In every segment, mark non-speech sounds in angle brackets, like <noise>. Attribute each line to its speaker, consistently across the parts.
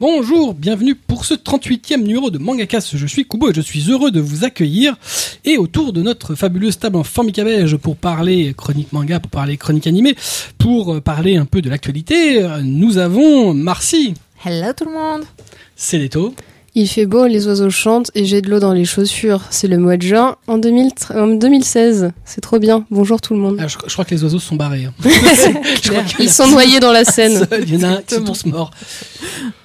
Speaker 1: Bonjour, bienvenue pour ce 38e numéro de Mangakas. Je suis Kubo et je suis heureux de vous accueillir. Et autour de notre fabuleuse table en formica beige pour parler chronique manga, pour parler chronique animée, pour euh, parler un peu de l'actualité, euh, nous avons Marcy,
Speaker 2: Hello tout le monde
Speaker 1: Céléto,
Speaker 3: Il fait beau, les oiseaux chantent et j'ai de l'eau dans les chaussures. C'est le mois de juin en, 2000 en 2016. C'est trop bien. Bonjour tout le monde.
Speaker 1: Ah, je, je crois que les oiseaux se sont barrés. hein. Je crois qu'il y en
Speaker 3: Ils
Speaker 1: a
Speaker 3: sont noyés dans la
Speaker 1: un
Speaker 3: Seine.
Speaker 1: seul, Il y en a un qui est tous mort.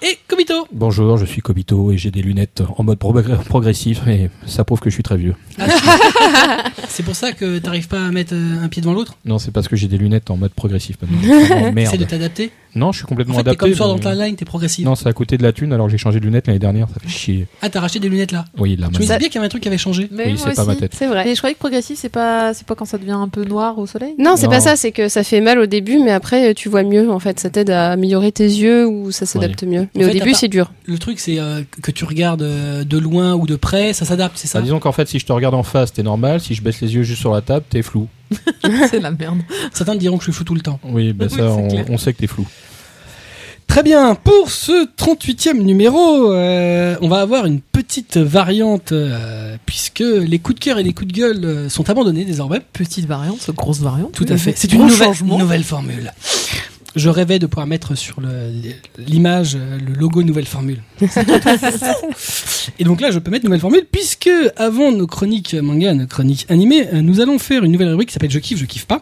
Speaker 1: Et Komito
Speaker 4: Bonjour, je suis Kobito et j'ai des lunettes en mode progr- progressif et ça prouve que je suis très vieux.
Speaker 1: Ah, C'est pour ça que t'arrives pas à mettre euh, un pied devant l'autre
Speaker 4: Non, c'est parce que j'ai des lunettes en mode progressif maintenant.
Speaker 1: <laughs>
Speaker 4: Vraiment,
Speaker 1: Essaye de
Speaker 4: Oh, merde.
Speaker 1: t'adapter
Speaker 4: Non, je suis
Speaker 1: En
Speaker 4: complètement
Speaker 1: fait, t'es
Speaker 4: adapté.
Speaker 1: comme toi dans
Speaker 4: mais-
Speaker 1: ta line, t'es progressif.
Speaker 4: Non, ça a coûté de la thune alors j'ai changé de lunettes l'année dernière, ça fait chier.
Speaker 1: Ah, t'as racheté des lunettes là
Speaker 4: Oui,
Speaker 1: Je
Speaker 4: là
Speaker 1: me
Speaker 4: maintenant.
Speaker 1: disais bien qu'il y avait un truc qui avait changé.
Speaker 2: Mais
Speaker 4: Oui,
Speaker 2: moi
Speaker 4: c'est pas
Speaker 2: aussi.
Speaker 4: ma tête.
Speaker 3: C'est vrai.
Speaker 2: Mais je croyais que progressif, c'est pas, c'est pas quand ça devient un peu noir au soleil
Speaker 3: Non, c'est
Speaker 4: Non.
Speaker 3: pas ça. C'est que ça fait mal au début, mais après tu vois mieux. En fait, ça t'aide à améliorer tes yeux ou ça s'adapte mieux. Mais
Speaker 1: En
Speaker 3: au
Speaker 1: fait, à
Speaker 3: début,
Speaker 1: part-
Speaker 3: c'est dur.
Speaker 1: Le truc, c'est euh, que tu regardes euh, de loin ou de près, ça s'adapte, c'est ça
Speaker 4: Bah, disons qu'en fait, si je te regarde en face, t'es normal. Si je baisse les yeux juste sur la table, t'es flou.
Speaker 2: <laughs> C'est la merde.
Speaker 1: Certains diront que je suis fou tout le temps.
Speaker 4: Oui, bah
Speaker 2: Oui, c'est
Speaker 4: ça, on,
Speaker 2: clair.
Speaker 4: on sait que t'es flou.
Speaker 1: Très bien, pour ce 38e numéro, euh, on va avoir une petite variante, euh, puisque les coups de cœur et les coups de gueule euh, sont abandonnés désormais.
Speaker 2: Petite variante, grosse variante.
Speaker 1: Tout à
Speaker 2: oui,
Speaker 1: fait.
Speaker 2: mais
Speaker 1: C'est
Speaker 2: gros
Speaker 1: une nouvelle,
Speaker 2: changement.
Speaker 1: nouvelle formule. Je rêvais de pouvoir mettre sur le- l'image euh, le logo Nouvelle <laughs> Formule. Et donc là, je peux mettre Nouvelle Formule puisque avant nos chroniques manga, nos chroniques animées, euh, nous allons faire une nouvelle rubrique qui s'appelle Je kiffe, je kiffe pas.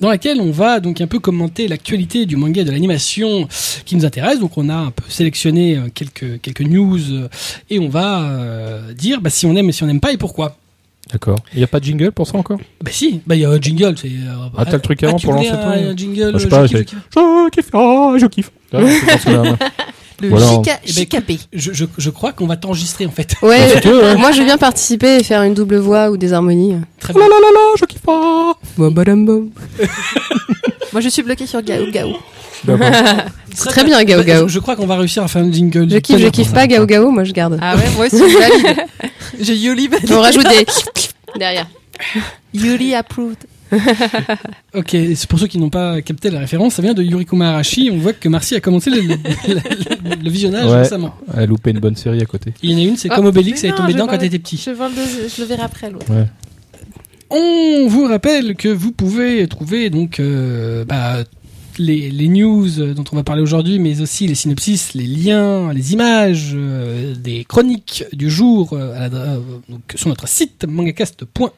Speaker 1: Dans laquelle on va donc un peu commenter l'actualité du manga et de l'animation euh, qui nous intéresse. Donc on a un peu sélectionné euh, quelques, quelques news euh, et on va euh, dire bah, si on aime et si on n'aime pas et pourquoi.
Speaker 4: D'accord. Il y a pas de jingle pour ça encore
Speaker 1: Bah si, bah il y a un jingle, c'est. euh,
Speaker 4: Ah, t'as le truc avant
Speaker 1: tu
Speaker 4: pour
Speaker 1: voulais
Speaker 4: lancer
Speaker 1: un,
Speaker 4: ton-
Speaker 1: un jingle.
Speaker 4: Ah, je sais
Speaker 1: euh,
Speaker 4: pas,
Speaker 1: je kiffe,
Speaker 4: j'ai-
Speaker 1: je kiffe.
Speaker 4: Je kiffe, ah, je kiffe. Ah, c'est pour
Speaker 1: <laughs>
Speaker 4: ça, là.
Speaker 2: Le
Speaker 4: Voilà.
Speaker 2: chica-
Speaker 1: Eh ben,
Speaker 2: chicapé.
Speaker 1: Je, je- je crois qu'on va t'enregistrer en fait.
Speaker 4: Bah, si
Speaker 3: Ouais.
Speaker 4: tu veux, ouais.
Speaker 3: Moi, je viens participer et faire une double voix ou des harmonies.
Speaker 1: Très
Speaker 4: La
Speaker 1: bien.
Speaker 4: la la la, je kiffe. ah.
Speaker 3: Bam, badam, bam.
Speaker 2: Moi, je suis bloqué sur Gao Gao.
Speaker 4: D'accord.
Speaker 3: C'est très bien, Gao
Speaker 1: Bah,
Speaker 3: Gao.
Speaker 1: Je, je crois qu'on va réussir à faire un jingle.
Speaker 3: Je
Speaker 1: Très
Speaker 3: kiffe, je
Speaker 1: bien.
Speaker 3: kiffe pas. Gao Gao, moi, je garde.
Speaker 2: Ah ouais, moi aussi, je <laughs> valide. J'ai Yoli valide.
Speaker 3: On rajoute des
Speaker 2: <laughs>
Speaker 3: derrière.
Speaker 2: Yoli approved.
Speaker 1: Ok, c'est pour ceux qui n'ont pas capté la référence, ça vient de Yuriko Maharashi. On voit que Marcy a commencé le, le- le- le visionnage
Speaker 4: Ouais.
Speaker 1: récemment.
Speaker 4: Elle a loupé une bonne série à côté.
Speaker 1: Il y en a une, c'est
Speaker 2: Ah,
Speaker 1: comme Obélix, elle
Speaker 2: mais
Speaker 1: est
Speaker 2: non,
Speaker 1: tombée
Speaker 2: je
Speaker 1: dedans
Speaker 2: vois
Speaker 1: quand
Speaker 2: le-
Speaker 1: t'étais petit.
Speaker 2: Je, vois le- je le verrai après l'autre.
Speaker 1: On vous rappelle que vous pouvez trouver donc euh, bah, les, les news dont on va parler aujourd'hui, mais aussi les synopsis, les liens, les images, euh, des chroniques du jour euh, à la- euh, donc sur notre site mangacast.fr.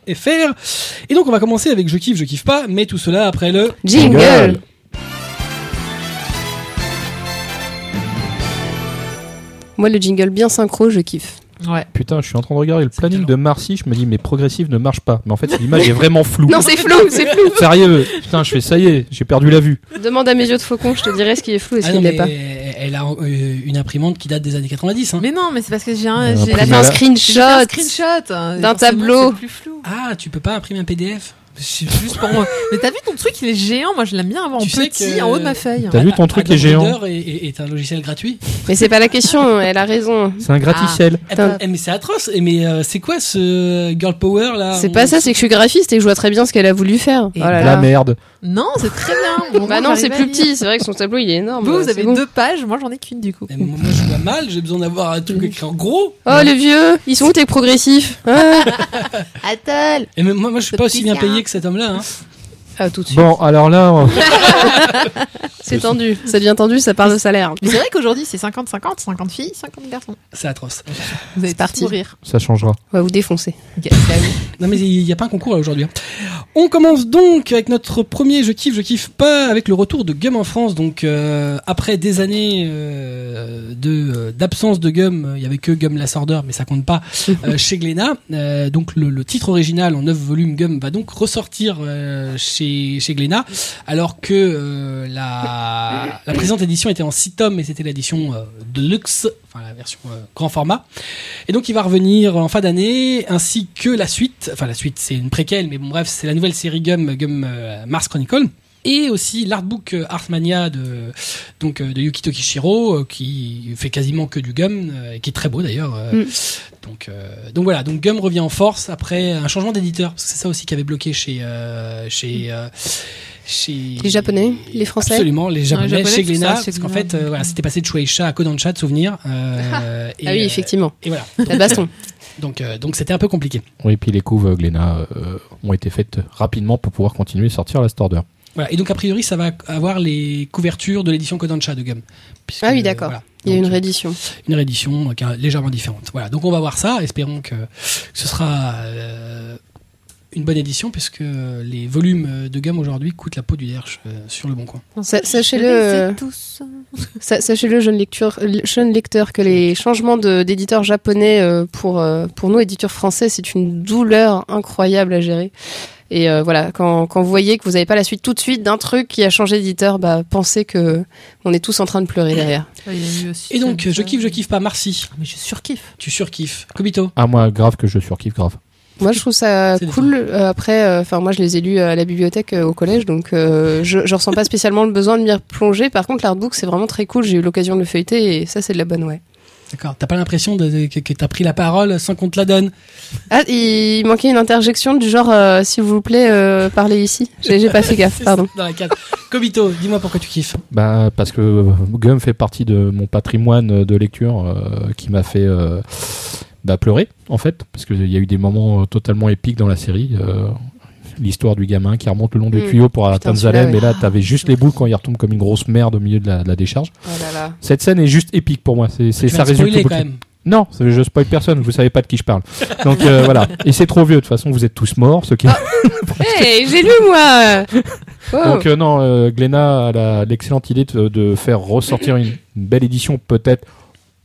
Speaker 1: Et donc on va commencer avec je kiffe, je kiffe pas, mais tout cela après le.
Speaker 3: Jingle. Moi, le jingle bien synchro, je kiffe.
Speaker 2: Ouais.
Speaker 4: Putain, je suis en train de regarder le
Speaker 1: C'est
Speaker 4: planning
Speaker 1: violent.
Speaker 4: de Marcy, je me dis mais progressif ne marche pas. Mais
Speaker 3: <laughs>
Speaker 4: en fait, l'image est vraiment floue.
Speaker 3: <laughs> Non, c'est flou, c'est flou.
Speaker 4: <laughs> Sérieux, putain, je fais ça y est, j'ai perdu la vue.
Speaker 3: Demande à mes yeux de faucon, je te dirai ce qui est flou et ce
Speaker 1: Ah
Speaker 3: qui
Speaker 1: non,
Speaker 3: ne l'est
Speaker 1: mais
Speaker 3: pas.
Speaker 1: elle a euh, une imprimante qui date des années 90. hein.
Speaker 2: Mais non, mais c'est parce que j'ai un.
Speaker 4: Euh,
Speaker 2: j'ai-
Speaker 4: après,
Speaker 3: Elle a fait
Speaker 4: Mais
Speaker 3: un
Speaker 4: là-
Speaker 2: j'ai fait un
Speaker 3: screenshot.
Speaker 2: screenshot hein, et
Speaker 3: D'un
Speaker 2: forcément,
Speaker 3: tableau.
Speaker 2: C'est plus flou.
Speaker 1: Ah, tu peux pas imprimer un PDF
Speaker 2: C'est juste pour moi. Mais t'as vu ton truc, il est géant. Moi, je l'aime bien avoir en
Speaker 1: Tu sais
Speaker 2: petit
Speaker 1: que-
Speaker 2: en haut de ma feuille.
Speaker 4: T'as vu ton truc
Speaker 1: Adobe
Speaker 4: est géant
Speaker 1: Reader est- est- est un logiciel gratuit
Speaker 3: Mais c'est pas la question, hein, elle a raison.
Speaker 4: C'est un gratte-ciel.
Speaker 1: Eh
Speaker 3: Putain.
Speaker 1: ben, mais c'est atroce. Eh, Mais euh, c'est quoi ce euh, girl power là
Speaker 3: C'est
Speaker 1: On-
Speaker 3: pas ça, c'est que je suis graphiste et que je vois très bien ce qu'elle a voulu faire.
Speaker 2: Et
Speaker 3: Oh là
Speaker 4: La
Speaker 3: là.
Speaker 4: merde.
Speaker 2: Non, c'est très bien. Bon,
Speaker 3: Bah non,
Speaker 2: j'arrive
Speaker 3: c'est
Speaker 2: à
Speaker 3: plus
Speaker 2: lire.
Speaker 3: petit, c'est vrai que son tableau il est énorme.
Speaker 2: Vous, vous
Speaker 3: c'est
Speaker 2: avez
Speaker 3: bon.
Speaker 2: deux pages, moi j'en ai qu'une du coup.
Speaker 1: Eh,
Speaker 2: <laughs>
Speaker 1: Moi moi, je vois mal, j'ai besoin d'avoir un
Speaker 3: <laughs>
Speaker 1: truc écrit en gros.
Speaker 3: Oh le vieux, ils sont où tes progressifs ah.
Speaker 2: Attel
Speaker 1: Et même moi, moi je suis
Speaker 2: Le
Speaker 1: pas aussi bien
Speaker 2: petit,
Speaker 1: payé
Speaker 2: hein.
Speaker 1: que cet homme là. Hein.
Speaker 3: <laughs> Ah, tout de suite.
Speaker 4: Bon, alors là, on- <laughs>
Speaker 3: C'est tendu, ça devient tendu, ça part de salaire.
Speaker 2: Mais c'est vrai qu'aujourd'hui c'est 50-50, 50 filles, 50 garçons.
Speaker 1: C'est atroce.
Speaker 2: Vous avez
Speaker 3: parti.
Speaker 2: parti. bah rire.
Speaker 4: ça changera.
Speaker 3: On va vous défoncer.
Speaker 2: <laughs>
Speaker 1: Non mais il n'y a pas un concours là aujourd'hui. hein. On commence donc avec notre premier je kiffe, je kiffe pas avec le retour de Gum en France. Donc euh, après des années euh, de euh, d'absence de Gum, euh, il y avait que Gum la Sordeur, mais ça compte pas euh, chez Glénat. Euh, donc le, le titre original en 9 volumes Gum va donc ressortir euh, chez chez Glénat, alors que euh, la la présente édition était en 6 tomes et c'était l'édition euh, deluxe, enfin la version euh, grand format. Et donc il va revenir en fin d'année, ainsi que la suite, enfin la suite c'est une préquelle, mais bon bref, c'est la nouvelle série Gum, Gum euh, Mars Chronicle. Et aussi l'artbook euh, Artmania de, donc, euh, de Yukito Kishiro, euh, qui fait quasiment que du Gum, euh, et qui est très beau d'ailleurs. euh.
Speaker 3: Mm.
Speaker 1: Donc, euh, donc voilà, donc Gum revient en force après un changement d'éditeur, parce que c'est ça aussi qui avait bloqué chez, euh, chez, euh, chez
Speaker 3: Mm. Les Japonais, les Français.
Speaker 1: Absolument, les Japonais,
Speaker 2: les Japonais,
Speaker 1: chez
Speaker 2: tout ça,
Speaker 1: Glénat,
Speaker 2: chez
Speaker 1: parce qu'en
Speaker 2: Glénat.
Speaker 1: fait, euh, voilà, c'était passé de Shueisha à Kodansha de souvenir. euh, et,
Speaker 3: <laughs> Ah oui,
Speaker 1: euh,
Speaker 3: effectivement.
Speaker 1: Et voilà, <laughs>
Speaker 3: La baston.
Speaker 1: donc euh, donc c'était un peu compliqué.
Speaker 4: Oui, puis les couves euh, Glénat euh, ont été faites rapidement pour pouvoir continuer à sortir Last Order.
Speaker 1: Voilà. Et donc a priori, ça va avoir les couvertures de l'édition Kodansha de Gum. Puisque,
Speaker 3: Ah oui, d'accord.
Speaker 1: voilà.
Speaker 3: Il y a
Speaker 1: Donc,
Speaker 3: une réédition.
Speaker 1: une réédition donc, euh, légèrement différente. Voilà, donc on va voir ça. Espérons que ce sera euh, une bonne édition, puisque les volumes de gamme aujourd'hui coûtent la peau du derche euh, sur le bon coin.
Speaker 3: Sa- sachez-le, euh,
Speaker 2: Connaissez tous.
Speaker 3: Sa- Sachez-le, jeune, lecture, le- jeune lecteur, que les changements de- d'éditeurs japonais euh, pour, euh, pour nous, éditeurs français, c'est une douleur incroyable à gérer. Et euh, voilà, quand, quand vous voyez que vous n'avez pas la suite tout de suite d'un truc qui a changé d'éditeur, bah, pensez que on est tous en train de pleurer derrière.
Speaker 2: Ah, il y a eu aussi
Speaker 1: Et donc,
Speaker 2: ça.
Speaker 1: je kiffe, je kiffe pas. Marcy,
Speaker 2: Ah, Mais je surkiffe.
Speaker 1: tu surkiffes. Kobito,
Speaker 4: Ah, moi, grave que je surkiffe, grave.
Speaker 3: Moi, je trouve ça
Speaker 1: C'est
Speaker 3: cool. Euh, après, enfin, moi, je les ai lus à la bibliothèque euh, au collège, donc euh, je, je ressens pas spécialement le besoin de m'y replonger. Par contre, l'artbook, c'est vraiment très cool. J'ai eu l'occasion de le feuilleter et ça, c'est de la bonne ouais.
Speaker 1: d'accord, t'as pas l'impression de, de- que, que t'as pris la parole sans qu'on te la donne
Speaker 3: Ah, il manquait une interjection du genre euh, s'il vous plaît, euh, parlez ici. J'ai j'ai pas fait gaffe, <laughs>
Speaker 1: C'est
Speaker 3: pardon.
Speaker 1: ça, Dans la case. Kobito, dis-moi pourquoi tu kiffes.
Speaker 4: Bah, parce que euh, Gum fait partie de mon patrimoine euh, de lecture euh, qui m'a fait euh, bah, pleurer, en fait, parce qu'il y a eu des moments euh, totalement épiques dans la série. euh, L'histoire du gamin qui remonte le long du
Speaker 3: Mm.
Speaker 4: tuyau pour
Speaker 3: Putain,
Speaker 4: atteindre
Speaker 3: celui-là,
Speaker 4: Zalem,
Speaker 3: ouais.
Speaker 4: et là, t'avais juste les boules quand il retombe comme une grosse merde au milieu de la, de la décharge.
Speaker 3: Oh là là.
Speaker 4: Cette scène est juste épique pour moi, c'est c'est-
Speaker 1: Tu vas
Speaker 4: ça
Speaker 1: te
Speaker 4: résulte
Speaker 1: spoiler
Speaker 4: tout
Speaker 1: quand même.
Speaker 4: Non, ça- je spoil personne, vous savez pas de qui je parle. Donc euh, voilà, et c'est trop vieux, de toute façon, vous êtes tous morts, ceux qui.
Speaker 3: Hey, j'ai lu moi. Wow.
Speaker 4: Donc euh, non, euh, Glénat a la- l'excellente idée de, de faire ressortir une une belle édition peut-être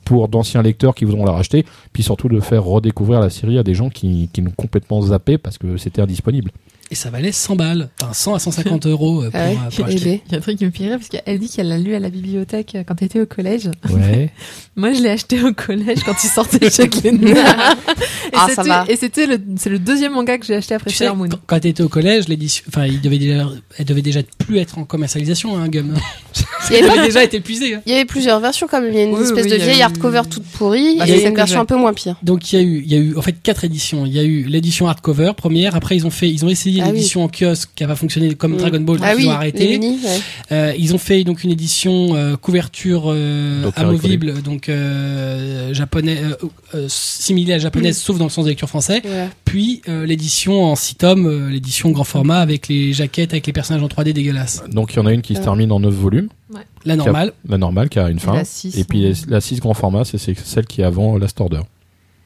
Speaker 4: pour d'anciens lecteurs qui voudront la racheter, puis surtout de faire redécouvrir la série à des gens qui, qui l'ont complètement zappé parce que c'était indisponible.
Speaker 1: Et ça valait 100 balles, enfin 100 à
Speaker 3: <laughs>
Speaker 1: 150 euros euh, pour,
Speaker 3: Ah ouais.
Speaker 1: euh, pour
Speaker 3: Eh
Speaker 1: acheter.
Speaker 3: ben.
Speaker 2: Il y a un truc qui me fait rire parce qu'elle dit qu'elle l'a lu à la bibliothèque euh, quand elle était au collège.
Speaker 4: Ouais.
Speaker 2: Moi, je l'ai acheté au collège quand il sortait <laughs> chez Glénat. et
Speaker 3: Ah, ça
Speaker 2: c'était-
Speaker 3: va.
Speaker 2: Et c'était le, c'est le deuxième manga que j'ai acheté après
Speaker 1: Tu sais,
Speaker 2: Sailor Moon.
Speaker 1: quand, quand t'étais au collège, l'édition, enfin, il devait déjà, elle devait déjà plus être en commercialisation, hein, Gum.
Speaker 3: <laughs> Il y
Speaker 1: Elle
Speaker 3: avait-
Speaker 1: avait déjà été épuisée. hein.
Speaker 3: il y avait plusieurs versions quand même. Il y a une
Speaker 2: Oui,
Speaker 3: espèce
Speaker 2: oui,
Speaker 3: de
Speaker 2: il y a
Speaker 3: vieille
Speaker 2: eu-
Speaker 3: hardcover toute pourrie
Speaker 2: Bah,
Speaker 3: et
Speaker 1: c'est
Speaker 3: cette
Speaker 2: une
Speaker 3: version
Speaker 2: déjà.
Speaker 3: un peu moins pire.
Speaker 1: Donc il y a eu, il y a eu en fait quatre éditions. Il y a eu l'édition hardcover première. Après ils ont fait, ils ont essayé
Speaker 3: Ah oui.
Speaker 1: l'édition en kiosque qui a pas fonctionné comme
Speaker 3: Mm.
Speaker 1: Dragon Ball. donc
Speaker 3: ah
Speaker 1: ils
Speaker 3: oui,
Speaker 1: ont
Speaker 3: les
Speaker 1: arrêté.
Speaker 3: mini, ouais.
Speaker 1: Euh, ils ont fait donc une édition euh, couverture euh,
Speaker 4: Docteur
Speaker 1: amovible, donc euh, japonais, euh, euh, similaire à la
Speaker 3: Mm.
Speaker 1: japonaise, sauf dans le sens de lecture français.
Speaker 3: Voilà.
Speaker 1: Puis euh, l'édition en six tomes, euh, l'édition grand format avec les jaquettes, avec les personnages en 3D dégueulasses.
Speaker 4: <laughs> Donc il y en a une qui
Speaker 2: Euh.
Speaker 4: se termine en 9 volumes,
Speaker 1: La normale.
Speaker 4: la normale qui a une fin.
Speaker 2: la six.
Speaker 4: Et puis la 6 grand format, c'est c'est celle qui est avant Last Order,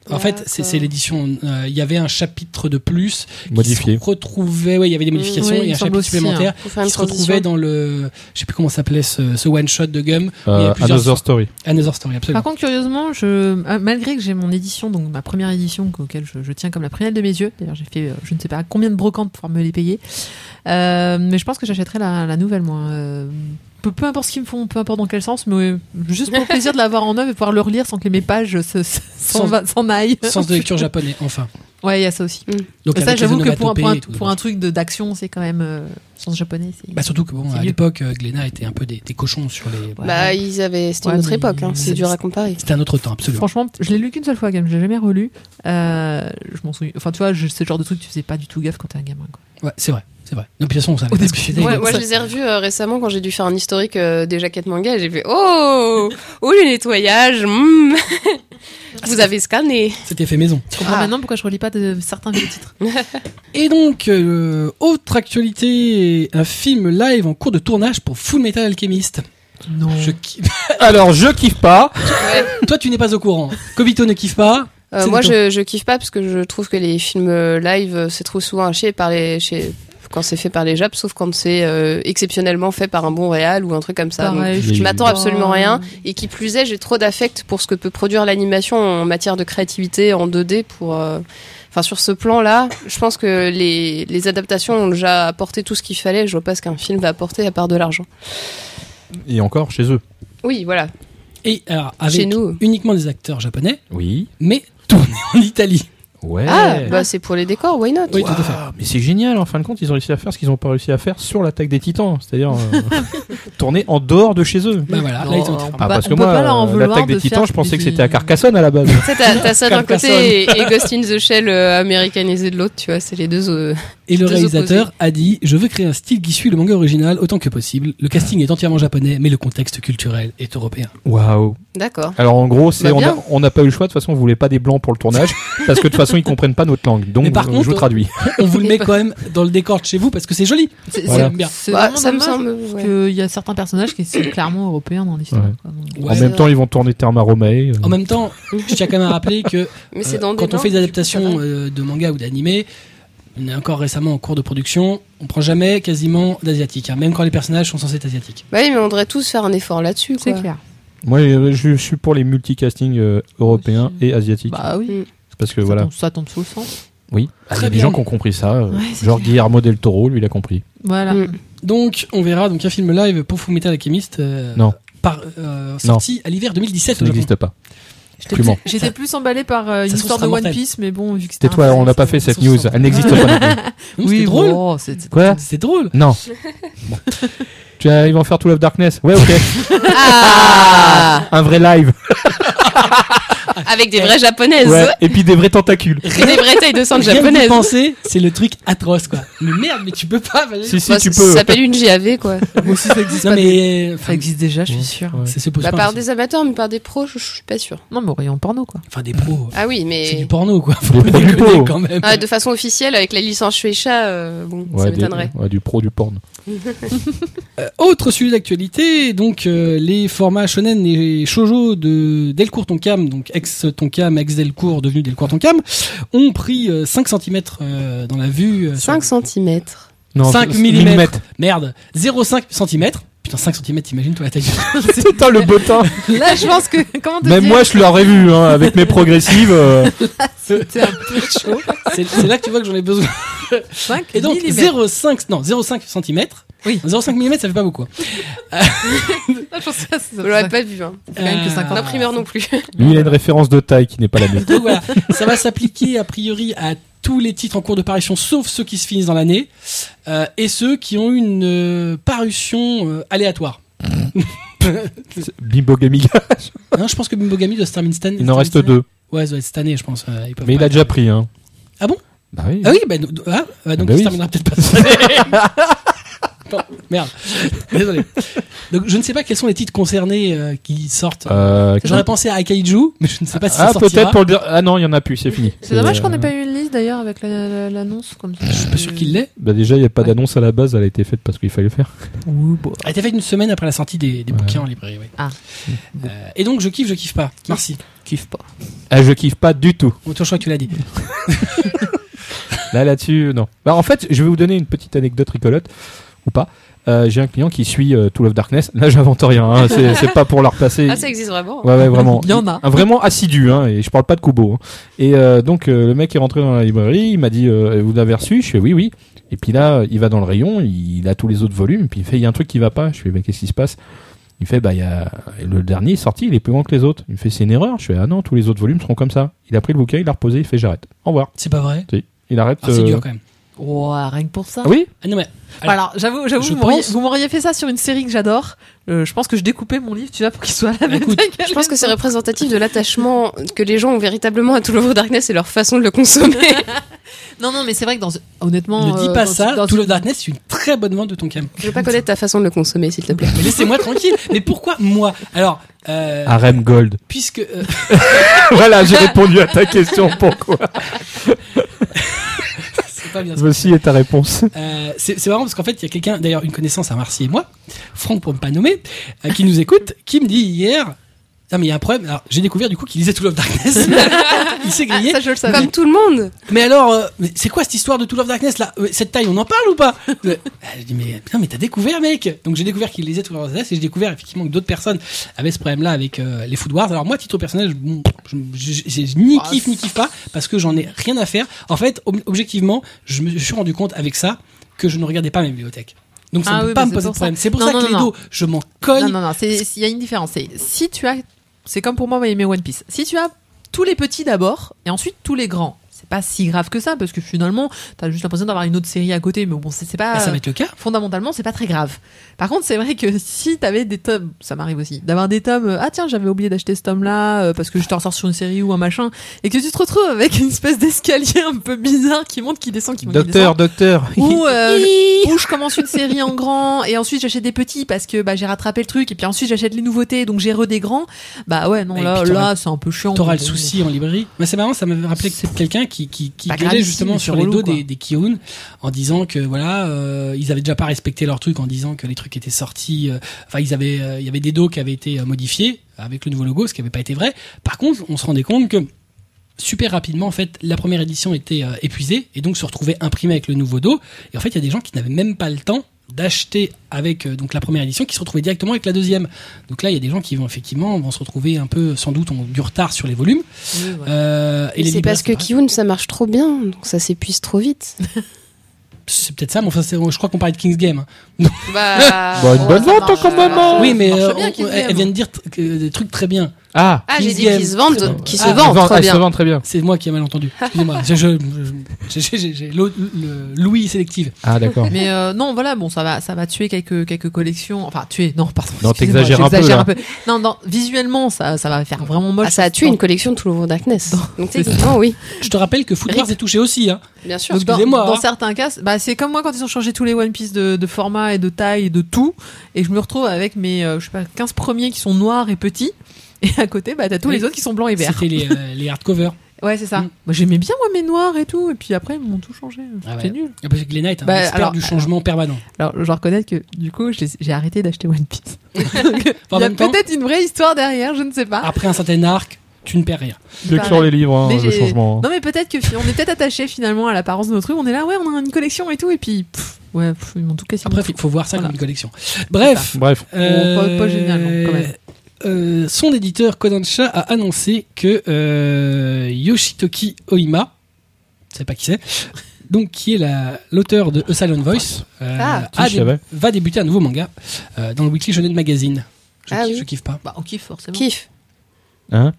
Speaker 1: En fait, c'est c'est l'édition. euh, Il y avait un chapitre de plus
Speaker 4: modifiée.
Speaker 1: qui se retrouvait. Ouais, il y avait des modifications
Speaker 2: oui, hein,
Speaker 1: et
Speaker 2: il
Speaker 1: un
Speaker 2: me semble
Speaker 1: chapitre
Speaker 2: aussi,
Speaker 1: supplémentaire.
Speaker 3: Faut faire une
Speaker 1: qui se retrouvait
Speaker 3: transition.
Speaker 1: dans le je sais plus comment s'appelait ce, ce one shot de Gum il y a
Speaker 4: Euh,
Speaker 1: plusieurs-
Speaker 4: Another Story.
Speaker 1: Another Story absolument
Speaker 2: Par contre, curieusement, je, ah, malgré que j'ai mon édition, donc ma première édition auquel je, je tiens comme la prunelle de mes yeux, d'ailleurs j'ai fait euh, je ne sais pas combien de brocantes pour me les payer, euh, mais je pense que j'achèterai la, la nouvelle moi. Euh, peu, peu importe ce qu'ils me font, peu importe dans quel sens, mais euh, juste pour le plaisir de l'avoir en œuvre et pouvoir le relire sans que mes pages se- se- s'en va- s'en aillent.
Speaker 1: sens de lecture japonais enfin
Speaker 2: Ouais, il y a ça aussi.
Speaker 1: donc
Speaker 2: Et Ah, ça,
Speaker 1: avec les
Speaker 2: j'avoue que pour, un- pour un,
Speaker 1: onomatopées et tout,
Speaker 2: pour un truc de- d'action, c'est quand même euh, sens japonais. c'est-
Speaker 1: bah surtout que bon
Speaker 2: C'est
Speaker 1: à
Speaker 2: mieux.
Speaker 1: l'époque euh, Glénat était un peu des, des cochons sur les
Speaker 2: Ouais.
Speaker 3: Bah, ils avaient, c'était
Speaker 2: Ouais,
Speaker 3: une autre
Speaker 2: mais-
Speaker 3: époque, hein, c'est
Speaker 1: c'est-
Speaker 3: dur à comparer.
Speaker 1: c'était un autre temps absolument
Speaker 2: Franchement, je l'ai lu qu'une seule fois, quand même. J'ai jamais relu. Euh, je m'en souviens. Enfin, tu vois, je- c'est le genre de truc que tu faisais pas du tout gaffe quand t'es un gamin. Quoi.
Speaker 1: ouais c'est vrai c'est vrai de toute façon on savait
Speaker 2: Au
Speaker 1: pas ce
Speaker 2: début.
Speaker 1: que c'était
Speaker 2: Ouais,
Speaker 1: donc
Speaker 3: moi,
Speaker 1: ça-
Speaker 3: je les ai revus euh, récemment quand j'ai dû faire un historique euh, des jaquettes manga et j'ai fait Oh Oh, les nettoyages hmm. <laughs> Vous avez scanné
Speaker 1: c'était fait maison
Speaker 2: Je comprends
Speaker 3: Ah.
Speaker 2: maintenant pourquoi je relis pas de certains vieux titres.
Speaker 1: et donc euh, autre actualité un film live en cours de tournage pour Full Metal Alchemist
Speaker 2: Non.
Speaker 1: Je ki-
Speaker 4: Alors je kiffe pas.
Speaker 1: <laughs> toi tu n'es pas au courant Kobito ne kiffe pas
Speaker 3: Euh,
Speaker 1: C'est
Speaker 3: moi,
Speaker 1: plutôt-
Speaker 3: je, je kiffe pas parce que je trouve que les films euh, live, euh, c'est trop souvent haché par les, chez, quand c'est fait par les Japs, sauf quand c'est euh, exceptionnellement fait par un bon réal ou un truc comme ça. Donc,
Speaker 2: Pareil,
Speaker 4: je
Speaker 3: je m'attends
Speaker 2: Oh.
Speaker 3: absolument rien. Et qui plus est, j'ai trop d'affect pour ce que peut produire l'animation en matière de créativité en 2D pour. euh, Enfin, sur ce plan-là, je pense que les, les adaptations ont déjà apporté tout ce qu'il fallait. Je vois pas ce qu'un film va apporter à part de l'argent.
Speaker 4: Et encore chez eux.
Speaker 3: Oui, voilà.
Speaker 1: et alors avec
Speaker 3: Chez nous.
Speaker 1: uniquement des acteurs japonais
Speaker 4: Oui.
Speaker 1: mais tourné en Italie
Speaker 4: Ouais.
Speaker 3: Ah, bah c'est pour les décors, why not
Speaker 1: Oui, tout à fait.
Speaker 4: Waouh, Mais c'est génial, en fin de compte, ils ont réussi à faire ce qu'ils n'ont pas réussi à faire sur l'attaque des titans,
Speaker 2: <laughs>
Speaker 4: c'est-à-dire euh, tourner en dehors de chez eux.
Speaker 1: Bah voilà, là, ils ont été-
Speaker 2: on peut
Speaker 4: Ah,
Speaker 2: pas-
Speaker 4: parce
Speaker 2: on
Speaker 4: que
Speaker 2: peut
Speaker 4: moi,
Speaker 2: pas leur en
Speaker 4: euh,
Speaker 2: vouloir
Speaker 4: l'attaque
Speaker 2: de
Speaker 4: des titans,
Speaker 2: faire
Speaker 4: je pensais que
Speaker 2: des-
Speaker 4: c'était à Carcassonne à la base.
Speaker 3: Tu sais, T'as t'as ça d'un
Speaker 1: Carcassonne.
Speaker 3: côté et, et Ghost in the Shell euh, américanisé de l'autre, tu vois, c'est les deux. euh,
Speaker 1: Et le
Speaker 3: Deux
Speaker 1: réalisateur
Speaker 3: opposés.
Speaker 1: a dit Je veux créer un style qui suit le manga original autant que possible. Le casting est entièrement japonais, mais le contexte culturel est européen.
Speaker 4: Waouh.
Speaker 3: D'accord.
Speaker 4: Alors en gros, c'est
Speaker 3: Bah,
Speaker 4: on a-
Speaker 3: bien.
Speaker 4: on n'a pas eu le choix. De toute façon, on voulait pas des blancs pour
Speaker 2: <laughs>
Speaker 4: le tournage parce que de toute façon, ils comprennent pas notre langue. Donc euh,
Speaker 1: Mais par
Speaker 4: je,
Speaker 1: contre,
Speaker 4: je traduis.
Speaker 1: On vous le met quand même dans le décor de chez vous parce que c'est joli.
Speaker 2: C'est
Speaker 4: Voilà.
Speaker 2: c'est-
Speaker 1: Bien.
Speaker 2: c'est
Speaker 3: Bah,
Speaker 2: vraiment
Speaker 3: ça me
Speaker 2: dommage
Speaker 3: semble. ouais.
Speaker 2: qu'il y a certains personnages qui sont clairement européens dans l'histoire.
Speaker 4: Ouais.
Speaker 2: quoi. Donc,
Speaker 1: Ouais.
Speaker 4: en même temps, ils vont tourner Therma Romae. euh.
Speaker 1: En même temps, je tiens quand même à rappeler que
Speaker 3: Mais
Speaker 1: Euh,
Speaker 3: c'est dans des
Speaker 1: quand on
Speaker 3: langues,
Speaker 1: fait des
Speaker 3: ça
Speaker 1: adaptations
Speaker 3: va.
Speaker 1: euh, de manga ou d'animé, on est encore récemment en cours de production, on prend jamais quasiment d'asiatique, hein, même quand les personnages sont censés être asiatiques.
Speaker 3: Bah oui, mais on devrait tous faire un effort là-dessus.
Speaker 2: C'est
Speaker 3: quoi.
Speaker 2: clair.
Speaker 4: Moi, euh, je, je suis pour les multicastings euh, européens
Speaker 2: Aussi.
Speaker 4: et asiatiques
Speaker 2: Bah oui.
Speaker 3: Mm.
Speaker 4: parce
Speaker 2: ça
Speaker 4: que Euh, voilà.
Speaker 2: tombe- Ça tombe sous le sens.
Speaker 4: Oui. Ah, Il y
Speaker 1: Très
Speaker 4: a des
Speaker 1: bien.
Speaker 4: gens qui ont compris ça. euh,
Speaker 2: Ouais, c'est
Speaker 4: genre Guillermo del Toro, lui, il a compris.
Speaker 2: Voilà.
Speaker 3: Mm.
Speaker 1: Donc on verra donc un film live pour Fullmetal Alchemist euh,
Speaker 4: Non.
Speaker 1: par euh, sorti à l'hiver 2017
Speaker 4: Ça
Speaker 1: au Japon.
Speaker 4: n'existe pas.
Speaker 2: J'étais
Speaker 4: Plus
Speaker 2: plus-
Speaker 4: bon.
Speaker 2: J'étais plus emballée par euh,
Speaker 1: Ça
Speaker 2: une
Speaker 1: se
Speaker 2: histoire
Speaker 1: sera
Speaker 2: de One
Speaker 1: mortel.
Speaker 2: Piece, mais bon, vu que c'était.
Speaker 4: Tais-toi,
Speaker 2: un
Speaker 4: on n'a
Speaker 2: film,
Speaker 4: pas fait cette news. Elle n'existe pas. non plus.
Speaker 1: Non,
Speaker 2: Oui,
Speaker 1: c'était drôle.
Speaker 2: bon, c'est-
Speaker 4: Quoi
Speaker 1: C'est drôle.
Speaker 4: Non. Bon. Tu arrives à en faire tout Love Darkness Ouais, ok.
Speaker 3: Ah
Speaker 4: Un vrai live.
Speaker 3: Avec des vraies japonaises.
Speaker 4: Ouais. Et puis des vrais tentacules.
Speaker 3: Et <laughs> des vraies tailles de sang
Speaker 1: Rien que d'y
Speaker 3: japonaises.
Speaker 1: penser, c'est le truc atroce quoi. Mais merde, mais tu peux pas. Valérie.
Speaker 4: Si, si,
Speaker 3: Bah,
Speaker 4: tu
Speaker 3: ça
Speaker 4: peux.
Speaker 3: s'appelle une JAV, quoi.
Speaker 2: Moi aussi, ça existe
Speaker 1: Non
Speaker 2: pas.
Speaker 1: mais
Speaker 2: Ça
Speaker 1: enfin,
Speaker 2: existe déjà, je suis
Speaker 4: Ouais.
Speaker 2: sûre.
Speaker 4: Ouais.
Speaker 1: ça se pose
Speaker 3: Bah,
Speaker 1: pas.
Speaker 3: par des amateurs, mais par des pros, je, je suis pas sûr.
Speaker 2: Non, mais rayon
Speaker 1: <laughs>
Speaker 2: porno, quoi.
Speaker 1: Enfin des pros.
Speaker 3: Ah oui,
Speaker 1: C'est
Speaker 3: mais
Speaker 1: du porno quoi. Faut
Speaker 4: Des
Speaker 1: pas
Speaker 4: pros du
Speaker 1: déconner,
Speaker 4: porno.
Speaker 1: quand même.
Speaker 3: Ah, de façon officielle, avec la licence Shueisha, euh, bon, ça
Speaker 4: Ouais, des-
Speaker 3: m'étonnerait.
Speaker 4: ouais, du pro du porn.
Speaker 1: Autre sujet d'actualité, donc euh, les formats shonen et shojo de Delcourt Tonkam, donc ex Tonkam, ex Delcourt devenu Delcourt Tonkam, ont pris euh, 5 cm dans la vue. euh, sur-
Speaker 3: 5 cm.
Speaker 4: Non,
Speaker 1: 5
Speaker 4: c'est-
Speaker 1: millimètres. Merde, 0,5 cm. Putain, 5 cm, t'imagines toi la taille.
Speaker 2: <laughs>
Speaker 1: du-
Speaker 4: Putain, le botin.
Speaker 2: Là, je pense que. Comment te
Speaker 4: Même
Speaker 2: dire
Speaker 4: moi, je l'aurais vu hein, avec mes progressives. euh,
Speaker 2: C'était un peu chaud.
Speaker 1: C'est c'est là que tu vois que j'en ai besoin.
Speaker 2: 5
Speaker 1: Et donc <laughs>
Speaker 2: millimètres.
Speaker 1: 0,5 non 0,5 cm.
Speaker 2: Oui.
Speaker 1: 0,5 mm ça fait pas beaucoup. hein.
Speaker 2: Je pense que ça,
Speaker 3: Je
Speaker 2: ça- ça-
Speaker 3: l'aurais pas vu. Hein.
Speaker 2: quand même que
Speaker 1: Euh,
Speaker 2: 50.
Speaker 3: L'imprimeur non plus.
Speaker 4: Lui, il a une référence de taille qui n'est pas la
Speaker 1: <laughs>
Speaker 4: mienne.
Speaker 1: Donc voilà, ça va s'appliquer a priori à tous les titres en cours de parution, sauf ceux qui se finissent dans l'année, euh, et ceux qui ont une euh, parution euh, aléatoire.
Speaker 4: C'est Bimbo Gamiga.
Speaker 1: Hein, je pense que Bimbo Gami doit se terminer cette année.
Speaker 4: Il en reste
Speaker 1: cette année.
Speaker 4: deux.
Speaker 1: Ouais, ça doit être cette année, je pense. euh, ils peuvent
Speaker 4: Mais il
Speaker 1: pas-
Speaker 4: a déjà pris. Hein.
Speaker 1: Ah bon
Speaker 4: Bah oui.
Speaker 1: Ah oui, bah, donc- ah, bah, donc
Speaker 4: Bah
Speaker 1: il
Speaker 4: oui.
Speaker 1: se terminera peut-être pas cette année.
Speaker 4: <laughs>
Speaker 1: Bon, merde. Désolé. Donc je ne sais pas quels sont les titres concernés euh, qui sortent.
Speaker 4: Euh,
Speaker 1: J'aurais pensé à Akaiju, mais je ne sais pas si
Speaker 4: ah,
Speaker 1: ça sortira.
Speaker 4: peut-être pour le dire. Ah non, il y en a plus, c'est fini.
Speaker 2: C'est dommage
Speaker 4: euh,
Speaker 2: qu'on n'ait pas eu une liste d'ailleurs avec la- la- l'annonce comme ça.
Speaker 1: Je suis pas sûr qu'il l'ait.
Speaker 4: Bah déjà, il n'y a pas
Speaker 2: Ouais.
Speaker 4: d'annonce à la base, elle a été faite parce qu'il fallait le faire.
Speaker 2: Oui, bon.
Speaker 1: Elle a été faite Ah, une semaine après la sortie des, des
Speaker 4: Ouais.
Speaker 1: bouquins en librairie. oui.
Speaker 2: Ah.
Speaker 1: Euh, et donc je kiffe, je kiffe pas. Merci.
Speaker 2: Kiffe pas.
Speaker 4: Ah, je kiffe pas du tout.
Speaker 1: Bon, toi, je crois que tu l'as dit.
Speaker 4: Là, là-dessus, non. Bah, en fait, je vais vous donner une petite anecdote rigolote, ou pas. Euh, J'ai un client qui suit euh, Tool of Darkness. Là, j'invente rien. hein. C'est c'est pas pour leur passer.
Speaker 3: Ah, ça existe vraiment.
Speaker 4: Ouais, ouais, vraiment.
Speaker 2: Il y en a.
Speaker 4: Un vraiment assidu, hein, et je parle pas de Kubo. hein. Et euh, donc, euh, le mec est rentré dans la librairie, il m'a dit euh, Vous l'avez reçu Je fais Oui, oui. Et puis là, il va dans le rayon, il a tous les autres volumes, puis il fait Il y a un truc qui va pas. Je fais Mais qu'est-ce qui se passe Il fait Bah, il y a... le dernier est sorti, il est plus grand que les autres. Il me fait C'est une erreur. Je fais Ah non, tous les autres volumes seront comme ça. Il a pris le bouquin, il l'a reposé, il fait J'arrête. Au revoir.
Speaker 1: C'est pas vrai.
Speaker 4: Si. Il arrête.
Speaker 1: Ah, c'est
Speaker 4: euh,
Speaker 1: dur quand même.
Speaker 2: Ouah, rien que pour ça.
Speaker 4: Ah oui
Speaker 1: Ah, non, mais
Speaker 2: Enfin, Alors, j'avoue, j'avoue,
Speaker 1: Je
Speaker 2: vous m'auriez-
Speaker 1: pense-
Speaker 2: vous m'auriez fait ça sur une série que j'adore. Euh, je pense que je découpais mon livre, tu vois, pour qu'il soit à la même
Speaker 1: Écoute,
Speaker 2: taille que
Speaker 3: Je pense
Speaker 2: le
Speaker 3: que c'est
Speaker 2: mien.
Speaker 3: représentatif de l'attachement que les gens ont véritablement à Tool of Darkness et leur façon de le <laughs> consommer.
Speaker 2: Non, non, mais c'est vrai que dans. Honnêtement.
Speaker 1: ne
Speaker 2: euh,
Speaker 1: dis pas
Speaker 2: dans-
Speaker 1: ça.
Speaker 2: dans-
Speaker 1: Tout le Darkness, c'est une très bonne vente de ton cam.
Speaker 3: Je veux pas connaître ta façon de le consommer, s'il te plaît.
Speaker 1: Mais Laissez-moi tranquille. Mais pourquoi moi Alors, euh,
Speaker 4: Harem Gold.
Speaker 1: puisque. euh, <laughs>
Speaker 4: voilà, j'ai répondu à ta question. Pourquoi
Speaker 1: c'est pas bien ça.
Speaker 4: Voici est ta réponse.
Speaker 1: Euh, c'est c'est marrant parce qu'en fait, il y a quelqu'un, d'ailleurs, une connaissance à Marcy et moi, Franck pour ne pas nommer, euh, qui nous écoute, qui me dit hier. Non, mais il y a un problème. Alors, j'ai découvert du coup qu'il lisait Tool of Darkness. <laughs> il s'est grillé.
Speaker 2: Ça, je le savais.
Speaker 3: Comme tout le monde.
Speaker 1: Mais alors, euh, mais c'est quoi cette histoire de Tool of Darkness là Euh, Cette taille, on en parle ou pas Euh, bah, Je dis mais putain, mais t'as découvert mec Donc j'ai découvert qu'il lisait Tool of Darkness et j'ai découvert effectivement que d'autres personnes avaient ce problème-là avec euh, les Food Wars. Alors moi, titre personnel, je- bon, je, je- je- je ni
Speaker 2: Ah,
Speaker 1: kiffe ni kiffe pas parce que j'en ai rien à faire. En fait, ob- objectivement, je me suis rendu compte avec ça que je ne regardais pas mes bibliothèques. Donc ça
Speaker 2: Ah
Speaker 1: ne peut
Speaker 2: oui,
Speaker 1: pas
Speaker 2: mais
Speaker 1: me
Speaker 2: c'est
Speaker 1: poser de
Speaker 2: pour ça.
Speaker 1: problème. C'est pour
Speaker 2: Non,
Speaker 1: ça
Speaker 2: non,
Speaker 1: que les
Speaker 2: non,
Speaker 1: dos, je m'en colle.
Speaker 2: Non, non, non, c'est- il y a une différence. C'est si tu as, c'est comme pour moi, moi, aimer One Piece. Si tu as tous les petits d'abord et ensuite tous les grands, c'est pas si grave que ça parce que finalement t'as juste l'impression d'avoir une autre série à côté mais bon c'est c'est pas
Speaker 1: Bah, ça va être le cas.
Speaker 2: fondamentalement c'est pas très grave par contre c'est vrai que <laughs> si t'avais des tomes ça m'arrive aussi d'avoir des tomes euh, ah tiens j'avais oublié d'acheter ce tome là parce que j'étais en sort sur une série ou un machin et que tu te retrouves avec une espèce d'escalier un peu bizarre qui monte qui descend qui monte qui
Speaker 5: Docteur, docteur.
Speaker 2: descend. ou euh, <laughs> ou je commence une série en grand et ensuite j'achète des petits parce que bah, j'ai rattrapé le truc et puis ensuite j'achète les nouveautés donc j'ai re des grands bah ouais non
Speaker 1: Et
Speaker 2: là
Speaker 1: puis t'auras-
Speaker 2: là c'est un peu chiant
Speaker 1: T'auras le
Speaker 2: Euh, Bon,
Speaker 1: souci en librairie. Mais c'est marrant, ça m'avait rappelé que quelqu'un qui, qui, qui
Speaker 2: Pas
Speaker 1: gueulait
Speaker 2: gravissime,
Speaker 1: justement
Speaker 2: mais
Speaker 1: sur
Speaker 2: relou,
Speaker 1: les dos
Speaker 2: quoi.
Speaker 1: des, des Kihun en disant que voilà, euh, ils avaient déjà pas respecté leur truc en disant que les trucs étaient sortis. euh, Enfin, ils avaient, euh, il y avait des dos qui avaient été euh, modifiés avec le nouveau logo, ce qui n'avait pas été vrai. Par contre, on se rendait compte que super rapidement, en fait, la première édition était euh, épuisée et donc se retrouvait imprimée avec le nouveau dos. Et en fait, il y a des gens qui n'avaient même pas le temps d'acheter avec euh, donc la première édition qui se retrouvait directement avec la deuxième. Donc là, il y a des gens qui vont effectivement vont se retrouver un peu sans doute ont du retard sur les volumes.
Speaker 2: oui, voilà.
Speaker 1: Euh, et les
Speaker 3: C'est
Speaker 1: libraires,
Speaker 3: parce que
Speaker 1: pareil.
Speaker 3: Kiyun, ça marche trop bien, donc ça s'épuise trop vite.
Speaker 1: c'est peut-être ça, mais enfin, c'est- je crois qu'on parlait de King's Game. hein.
Speaker 3: bah,
Speaker 4: Bah, une bonne
Speaker 2: ça
Speaker 4: vente
Speaker 2: marche,
Speaker 4: quand même.
Speaker 2: Oh, ça
Speaker 4: hein.
Speaker 2: marche.
Speaker 1: oui, mais
Speaker 2: marche
Speaker 1: euh,
Speaker 2: bien,
Speaker 1: on-
Speaker 2: King's
Speaker 1: elle,
Speaker 2: Game.
Speaker 1: vient de dire euh, des trucs très bien.
Speaker 4: Ah.
Speaker 3: Ah, j'ai dit
Speaker 1: King's
Speaker 3: qu'ils se vendent,
Speaker 1: bon.
Speaker 3: qu'ils
Speaker 1: Ah,
Speaker 3: se vendent
Speaker 4: Vend-
Speaker 3: très
Speaker 4: elle se
Speaker 3: bien.
Speaker 4: vend très bien.
Speaker 1: C'est moi qui ai mal entendu. Excusez-moi, Je- je- je- j'ai- j'ai j'ai l'eau- le- l'ouïe sélective.
Speaker 4: Ah, d'accord.
Speaker 2: Mais euh, non, voilà, bon, ça va, ça va tuer quelques quelques collections. Enfin, tuer, non, pardon.
Speaker 4: Non,
Speaker 2: excusez-moi,
Speaker 4: t'exagères un peu,
Speaker 2: j'exagère
Speaker 4: là.
Speaker 2: Non, non, visuellement, ça, ça va faire vraiment moche.
Speaker 3: Ah, ça a tué
Speaker 2: Dans-
Speaker 3: une collection de tout l'ouvre darkness. Donc
Speaker 2: c'est ça.
Speaker 3: techniquement, oui,
Speaker 1: Je te rappelle que Football
Speaker 2: Rick.
Speaker 1: est touché aussi. Hein.
Speaker 3: bien sûr.
Speaker 2: Donc, dans,
Speaker 1: Excusez-moi,
Speaker 2: dans
Speaker 1: hein.
Speaker 2: certains cas, c'est- bah, c'est comme moi quand ils ont changé tous les One Piece de, de format et de taille et de tout, et je me retrouve avec mes euh, je sais pas 15 premiers qui sont noirs et petits, <laughs> et à côté bah t'as tous
Speaker 1: Oui.
Speaker 2: les autres qui sont blancs et verts.
Speaker 1: C'était les, euh, les hardcovers.
Speaker 2: Ouais c'est ça.
Speaker 1: Mm.
Speaker 2: Moi j'aimais bien moi mes noirs et tout, et puis après ils m'ont tout changé.
Speaker 1: Ah
Speaker 2: C'était
Speaker 1: ouais.
Speaker 2: nul.
Speaker 1: Ah, Parce que Glenna est un
Speaker 2: Bah,
Speaker 1: expert
Speaker 2: alors-
Speaker 1: du changement permanent.
Speaker 2: Alors je dois reconnaître que du coup je les- j'ai arrêté d'acheter One Piece. Donc,
Speaker 1: en
Speaker 2: Il y a
Speaker 1: même temps-
Speaker 2: peut-être une vraie histoire derrière, je ne sais
Speaker 4: Ah,
Speaker 2: pas.
Speaker 1: Après un certain arc, tu ne perds rien.
Speaker 2: Il
Speaker 4: C'est que
Speaker 2: paraît.
Speaker 4: sur les livres, hein,
Speaker 2: Mais
Speaker 4: le
Speaker 2: j'ai-
Speaker 4: changement. hein.
Speaker 2: Non mais peut-être que fi- on est peut-être attaché finalement à l'apparence de nos trucs. On est là, ouais, on a une collection et tout, et puis pff, ouais, pff, ils m'ont tout cassé.
Speaker 1: Après, il faut voir ça
Speaker 2: Voilà.
Speaker 1: comme une collection. Bref.
Speaker 4: Bref.
Speaker 2: Bon, pas- pas génialement, quand même.
Speaker 1: euh, son éditeur Kodansha a annoncé que euh, Yoshitoki Oima, je sais pas qui c'est, donc qui est la- l'auteur de A Silent Voice, euh,
Speaker 3: Ah.
Speaker 1: a
Speaker 4: Si, je
Speaker 1: dé-
Speaker 4: savais.
Speaker 1: va débuter un nouveau manga euh, dans le Weekly Shonen Magazine. Je,
Speaker 3: Ah
Speaker 1: kiffe,
Speaker 3: oui.
Speaker 1: je kiffe pas.
Speaker 2: Bah ok, forcément.
Speaker 3: Kiff.
Speaker 4: Hein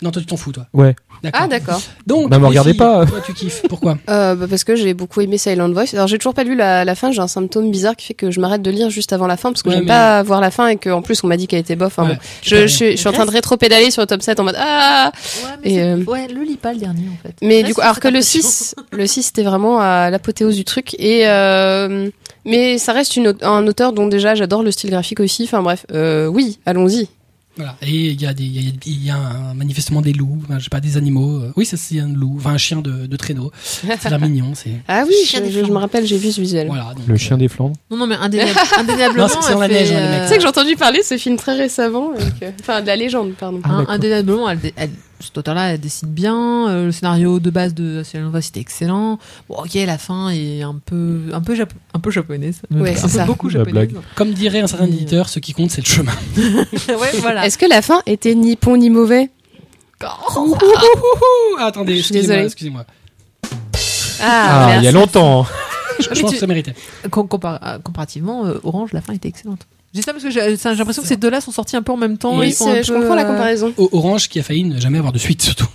Speaker 1: Non, toi tu t'en fous, toi.
Speaker 4: Ouais.
Speaker 1: D'accord.
Speaker 3: Ah d'accord.
Speaker 1: donc,
Speaker 4: Non, mais
Speaker 1: les
Speaker 4: Bah, regardez
Speaker 1: filles,
Speaker 4: pas.
Speaker 1: Toi tu kiffes. Pourquoi
Speaker 3: Euh, bah, parce que j'ai beaucoup aimé Silent Voice. Alors j'ai toujours pas lu la, la fin. J'ai un symptôme bizarre qui fait que je m'arrête de lire juste avant la fin parce que
Speaker 1: Ouais,
Speaker 3: j'aime
Speaker 1: mais-
Speaker 3: pas voir la fin et que en plus on m'a dit qu'elle était bof. hein,
Speaker 1: Ouais,
Speaker 3: bon.
Speaker 1: tu perds
Speaker 3: je,
Speaker 1: rien.
Speaker 3: je, suis- je suis en train de rétro-pédaler sur le top 7 en mode ah.
Speaker 2: Ouais,
Speaker 3: Et,
Speaker 2: c'est-
Speaker 3: euh,
Speaker 2: ouais, le lis pas le dernier en fait.
Speaker 3: Mais
Speaker 2: Là,
Speaker 3: du coup,
Speaker 2: c'est-
Speaker 3: alors
Speaker 2: c'est
Speaker 3: que
Speaker 2: un
Speaker 3: le
Speaker 2: peu chiant.
Speaker 3: 6, le 6 c'était vraiment à l'apothéose du truc. Et euh, mais ça reste une, au- un auteur dont déjà j'adore le style graphique aussi. Enfin bref, euh, oui, allons-y.
Speaker 1: Voilà. Et il y a, des, il y a- il y a un- manifestement des loups, enfin, je sais pas, des animaux. Euh, Oui, ça, c'est un loup, enfin un chien de, de traîneau. C'est
Speaker 3: <laughs>
Speaker 1: bien mignon. C'est
Speaker 3: Ah oui,
Speaker 2: Chien
Speaker 3: je,
Speaker 2: des
Speaker 3: je- je
Speaker 2: flammes.
Speaker 3: me rappelle, j'ai vu ce visuel.
Speaker 1: voilà. donc,
Speaker 4: Le
Speaker 1: euh,
Speaker 4: chien des Flandres.
Speaker 2: Non, non, mais indéniable- indéniablement.
Speaker 1: Non, c'est que c'est dans la
Speaker 2: elle fait, euh,
Speaker 1: neige, hein, les mecs.
Speaker 3: Tu sais que j'ai entendu parler de ce film très récemment, avec, euh, enfin de la légende, pardon.
Speaker 4: Ah,
Speaker 2: Hein,
Speaker 4: d'accord.
Speaker 2: indéniablement, elle, dé- elle- cet auteur-là, elle dessine bien. euh, le scénario de base de Silent Voice était excellent. Bon, ok, la fin est un peu, un peu, japo- un peu japonaise.
Speaker 3: Ouais,
Speaker 2: un
Speaker 3: c'est
Speaker 2: peu
Speaker 3: ça.
Speaker 2: beaucoup
Speaker 4: La
Speaker 2: japonaise. <laughs>
Speaker 1: Comme dirait un certain
Speaker 2: Mais, euh,
Speaker 1: éditeur, ce qui compte, c'est le chemin.
Speaker 2: ouais, voilà.
Speaker 3: Est-ce que la fin était ni bon ni mauvais
Speaker 2: Oh,
Speaker 1: Ah, attendez,
Speaker 3: Je suis
Speaker 1: excusez-moi,
Speaker 3: désolée.
Speaker 1: excusez-moi.
Speaker 3: Ah,
Speaker 4: Ah, il y a
Speaker 3: merci.
Speaker 4: longtemps.
Speaker 1: Je, je
Speaker 2: Mais
Speaker 1: pense
Speaker 2: tu-
Speaker 1: que ça méritait.
Speaker 2: Com- compar- euh, comparativement, euh, Orange, la fin était excellente. J'ai ça parce que j'ai j'ai l'impression que ces deux-là sont sortis un peu en même temps.
Speaker 3: Oui,
Speaker 2: ils sont un
Speaker 3: c'est- je
Speaker 2: peu,
Speaker 3: comprends la
Speaker 2: euh,
Speaker 3: comparaison.
Speaker 1: O- Orange qui a failli ne jamais avoir de suite, surtout.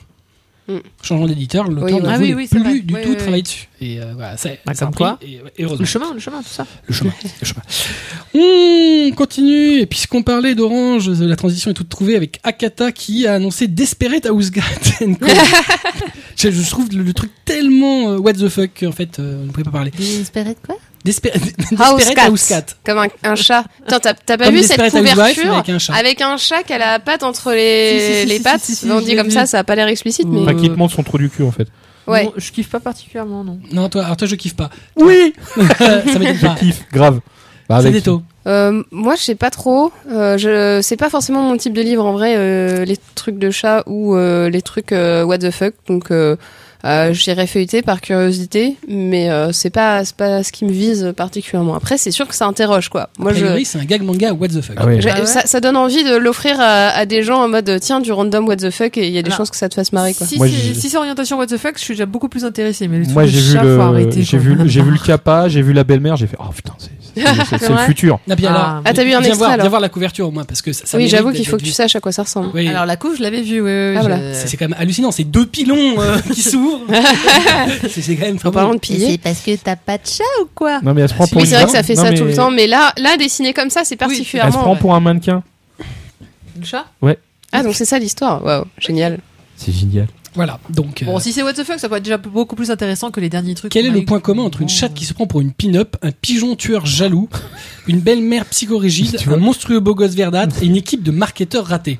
Speaker 3: Mm.
Speaker 1: Changeant d'éditeur, l'auteur
Speaker 3: Oui,
Speaker 1: ne
Speaker 3: oui.
Speaker 1: voulait
Speaker 2: Ah Hmm. oui, oui, c'est
Speaker 1: plus
Speaker 2: vrai.
Speaker 1: du
Speaker 2: Oui,
Speaker 1: tout
Speaker 2: oui,
Speaker 1: travailler
Speaker 2: oui.
Speaker 1: dessus. Et euh, voilà, ça,
Speaker 2: Bah,
Speaker 1: ça a
Speaker 2: comme
Speaker 1: pris,
Speaker 2: quoi.
Speaker 1: et, ouais, et heureusement,
Speaker 2: Le chemin, le chemin, tout ça.
Speaker 1: le
Speaker 2: <laughs>
Speaker 1: chemin. le chemin. On continue, et puisqu'on parlait d'Orange, euh, la transition est toute trouvée avec Akata qui a annoncé Desperate Houseguard
Speaker 2: <laughs>
Speaker 1: and Co. <laughs> je, je trouve le, le truc tellement euh, what the fuck, en fait, euh, on ne pouvait pas parler.
Speaker 2: Désespéré de quoi
Speaker 1: Desper- <laughs>
Speaker 3: House
Speaker 1: Desperate
Speaker 3: Cat.
Speaker 1: Housecat.
Speaker 3: Comme un, un chat. Tiens, t'as t'as pas
Speaker 1: Comme
Speaker 3: vu cette
Speaker 1: Desperate Housewives, mais
Speaker 3: couverture
Speaker 1: avec un chat.
Speaker 3: avec un chat qui a la patte entre les,
Speaker 2: Si, si, si,
Speaker 3: les
Speaker 2: si,
Speaker 3: pattes
Speaker 2: si, si,
Speaker 3: On
Speaker 2: je
Speaker 3: dit
Speaker 2: l'ai
Speaker 3: comme
Speaker 2: vu.
Speaker 3: ça, ça a pas l'air explicite, mais
Speaker 2: Euh,
Speaker 4: Pas qu'il te montre son trou du cul, en fait.
Speaker 3: ouais.
Speaker 2: Non, je kiffe pas particulièrement, non.
Speaker 1: Non, toi, alors toi, je kiffe pas. <laughs> Oui Ça m'étonne
Speaker 4: Je
Speaker 1: pas.
Speaker 4: kiffe, grave. Bah,
Speaker 1: C'est
Speaker 4: avec-
Speaker 1: des taux.
Speaker 3: Euh, moi, je sais pas trop. Euh, je c'est pas forcément mon type de livre en vrai. euh, les trucs de chat ou euh, les trucs euh, what the fuck. Donc, euh, euh, j'irai feuilleter par curiosité, mais euh, c'est pas c'est pas ce qui me vise particulièrement. Après, c'est sûr que ça interroge quoi. Moi,
Speaker 1: A
Speaker 3: je
Speaker 1: priori, c'est un gag manga what the fuck.
Speaker 4: Ah ouais.
Speaker 3: j'ai-
Speaker 2: Ah ouais
Speaker 3: ça, ça donne envie de l'offrir à, à des gens en mode tiens du random what the fuck et il y a des
Speaker 2: Alors,
Speaker 3: chances que ça te fasse marrer quoi.
Speaker 2: Si,
Speaker 4: Moi,
Speaker 2: c'est-
Speaker 4: j'ai-
Speaker 2: si c'est orientation what the fuck, je suis déjà beaucoup plus intéressée. Mais le truc
Speaker 4: Moi,
Speaker 2: de
Speaker 4: j'ai vu
Speaker 2: chat, faut
Speaker 4: le,
Speaker 2: arrêter,
Speaker 4: j'ai
Speaker 2: quoi.
Speaker 4: vu, j'ai vu le capa, j'ai vu la belle-mère, j'ai fait, oh putain, c'est, c'est- c'est- c'est le
Speaker 3: vrai
Speaker 4: futur.
Speaker 1: Ah, puis
Speaker 2: Ah.
Speaker 1: alors,
Speaker 3: Ah, t'as vu un
Speaker 1: viens
Speaker 3: extrait,
Speaker 1: voir, viens
Speaker 3: alors
Speaker 1: voir la couverture au moins, parce que ça, ça
Speaker 3: oui,
Speaker 1: mérite
Speaker 3: j'avoue
Speaker 1: d'être
Speaker 3: qu'il faut que
Speaker 1: vu.
Speaker 2: <laughs>
Speaker 3: tu saches à quoi ça ressemble.
Speaker 1: Oui.
Speaker 2: Alors la couve, je l'avais vu. oui, oui,
Speaker 3: Ah,
Speaker 2: je-
Speaker 3: voilà. <laughs>
Speaker 1: c'est c'est quand même hallucinant, c'est deux pylons euh, qui s'ouvrent pauvre C'est c'est quand même pas
Speaker 3: En parlant de piller.
Speaker 2: parce que t'as pas de chat ou quoi
Speaker 4: Non, mais elle se prend pour
Speaker 3: Oui,
Speaker 4: une
Speaker 3: c'est vrai
Speaker 4: man-
Speaker 3: que ça fait
Speaker 4: non,
Speaker 3: ça
Speaker 4: mais
Speaker 3: tout le temps, mais là, là dessiné comme ça, c'est
Speaker 4: Elle se
Speaker 3: particulièrement.
Speaker 4: prend pour un mannequin.
Speaker 2: Le chat
Speaker 3: Ah, donc c'est ça l'histoire. Waouh, génial.
Speaker 4: C'est génial.
Speaker 1: Voilà, donc... euh,
Speaker 2: Bon, si c'est what the fuck, ça peut être déjà beaucoup plus intéressant que les derniers trucs.
Speaker 1: Quel est
Speaker 2: qu'on a
Speaker 1: le
Speaker 2: eu.
Speaker 1: point commun entre une chatte qui se prend pour une pin-up, un pigeon tueur jaloux, une belle-mère psychorigide,
Speaker 4: Tu vois
Speaker 1: un monstrueux beau gosse verdâtre et une équipe de marketeurs ratés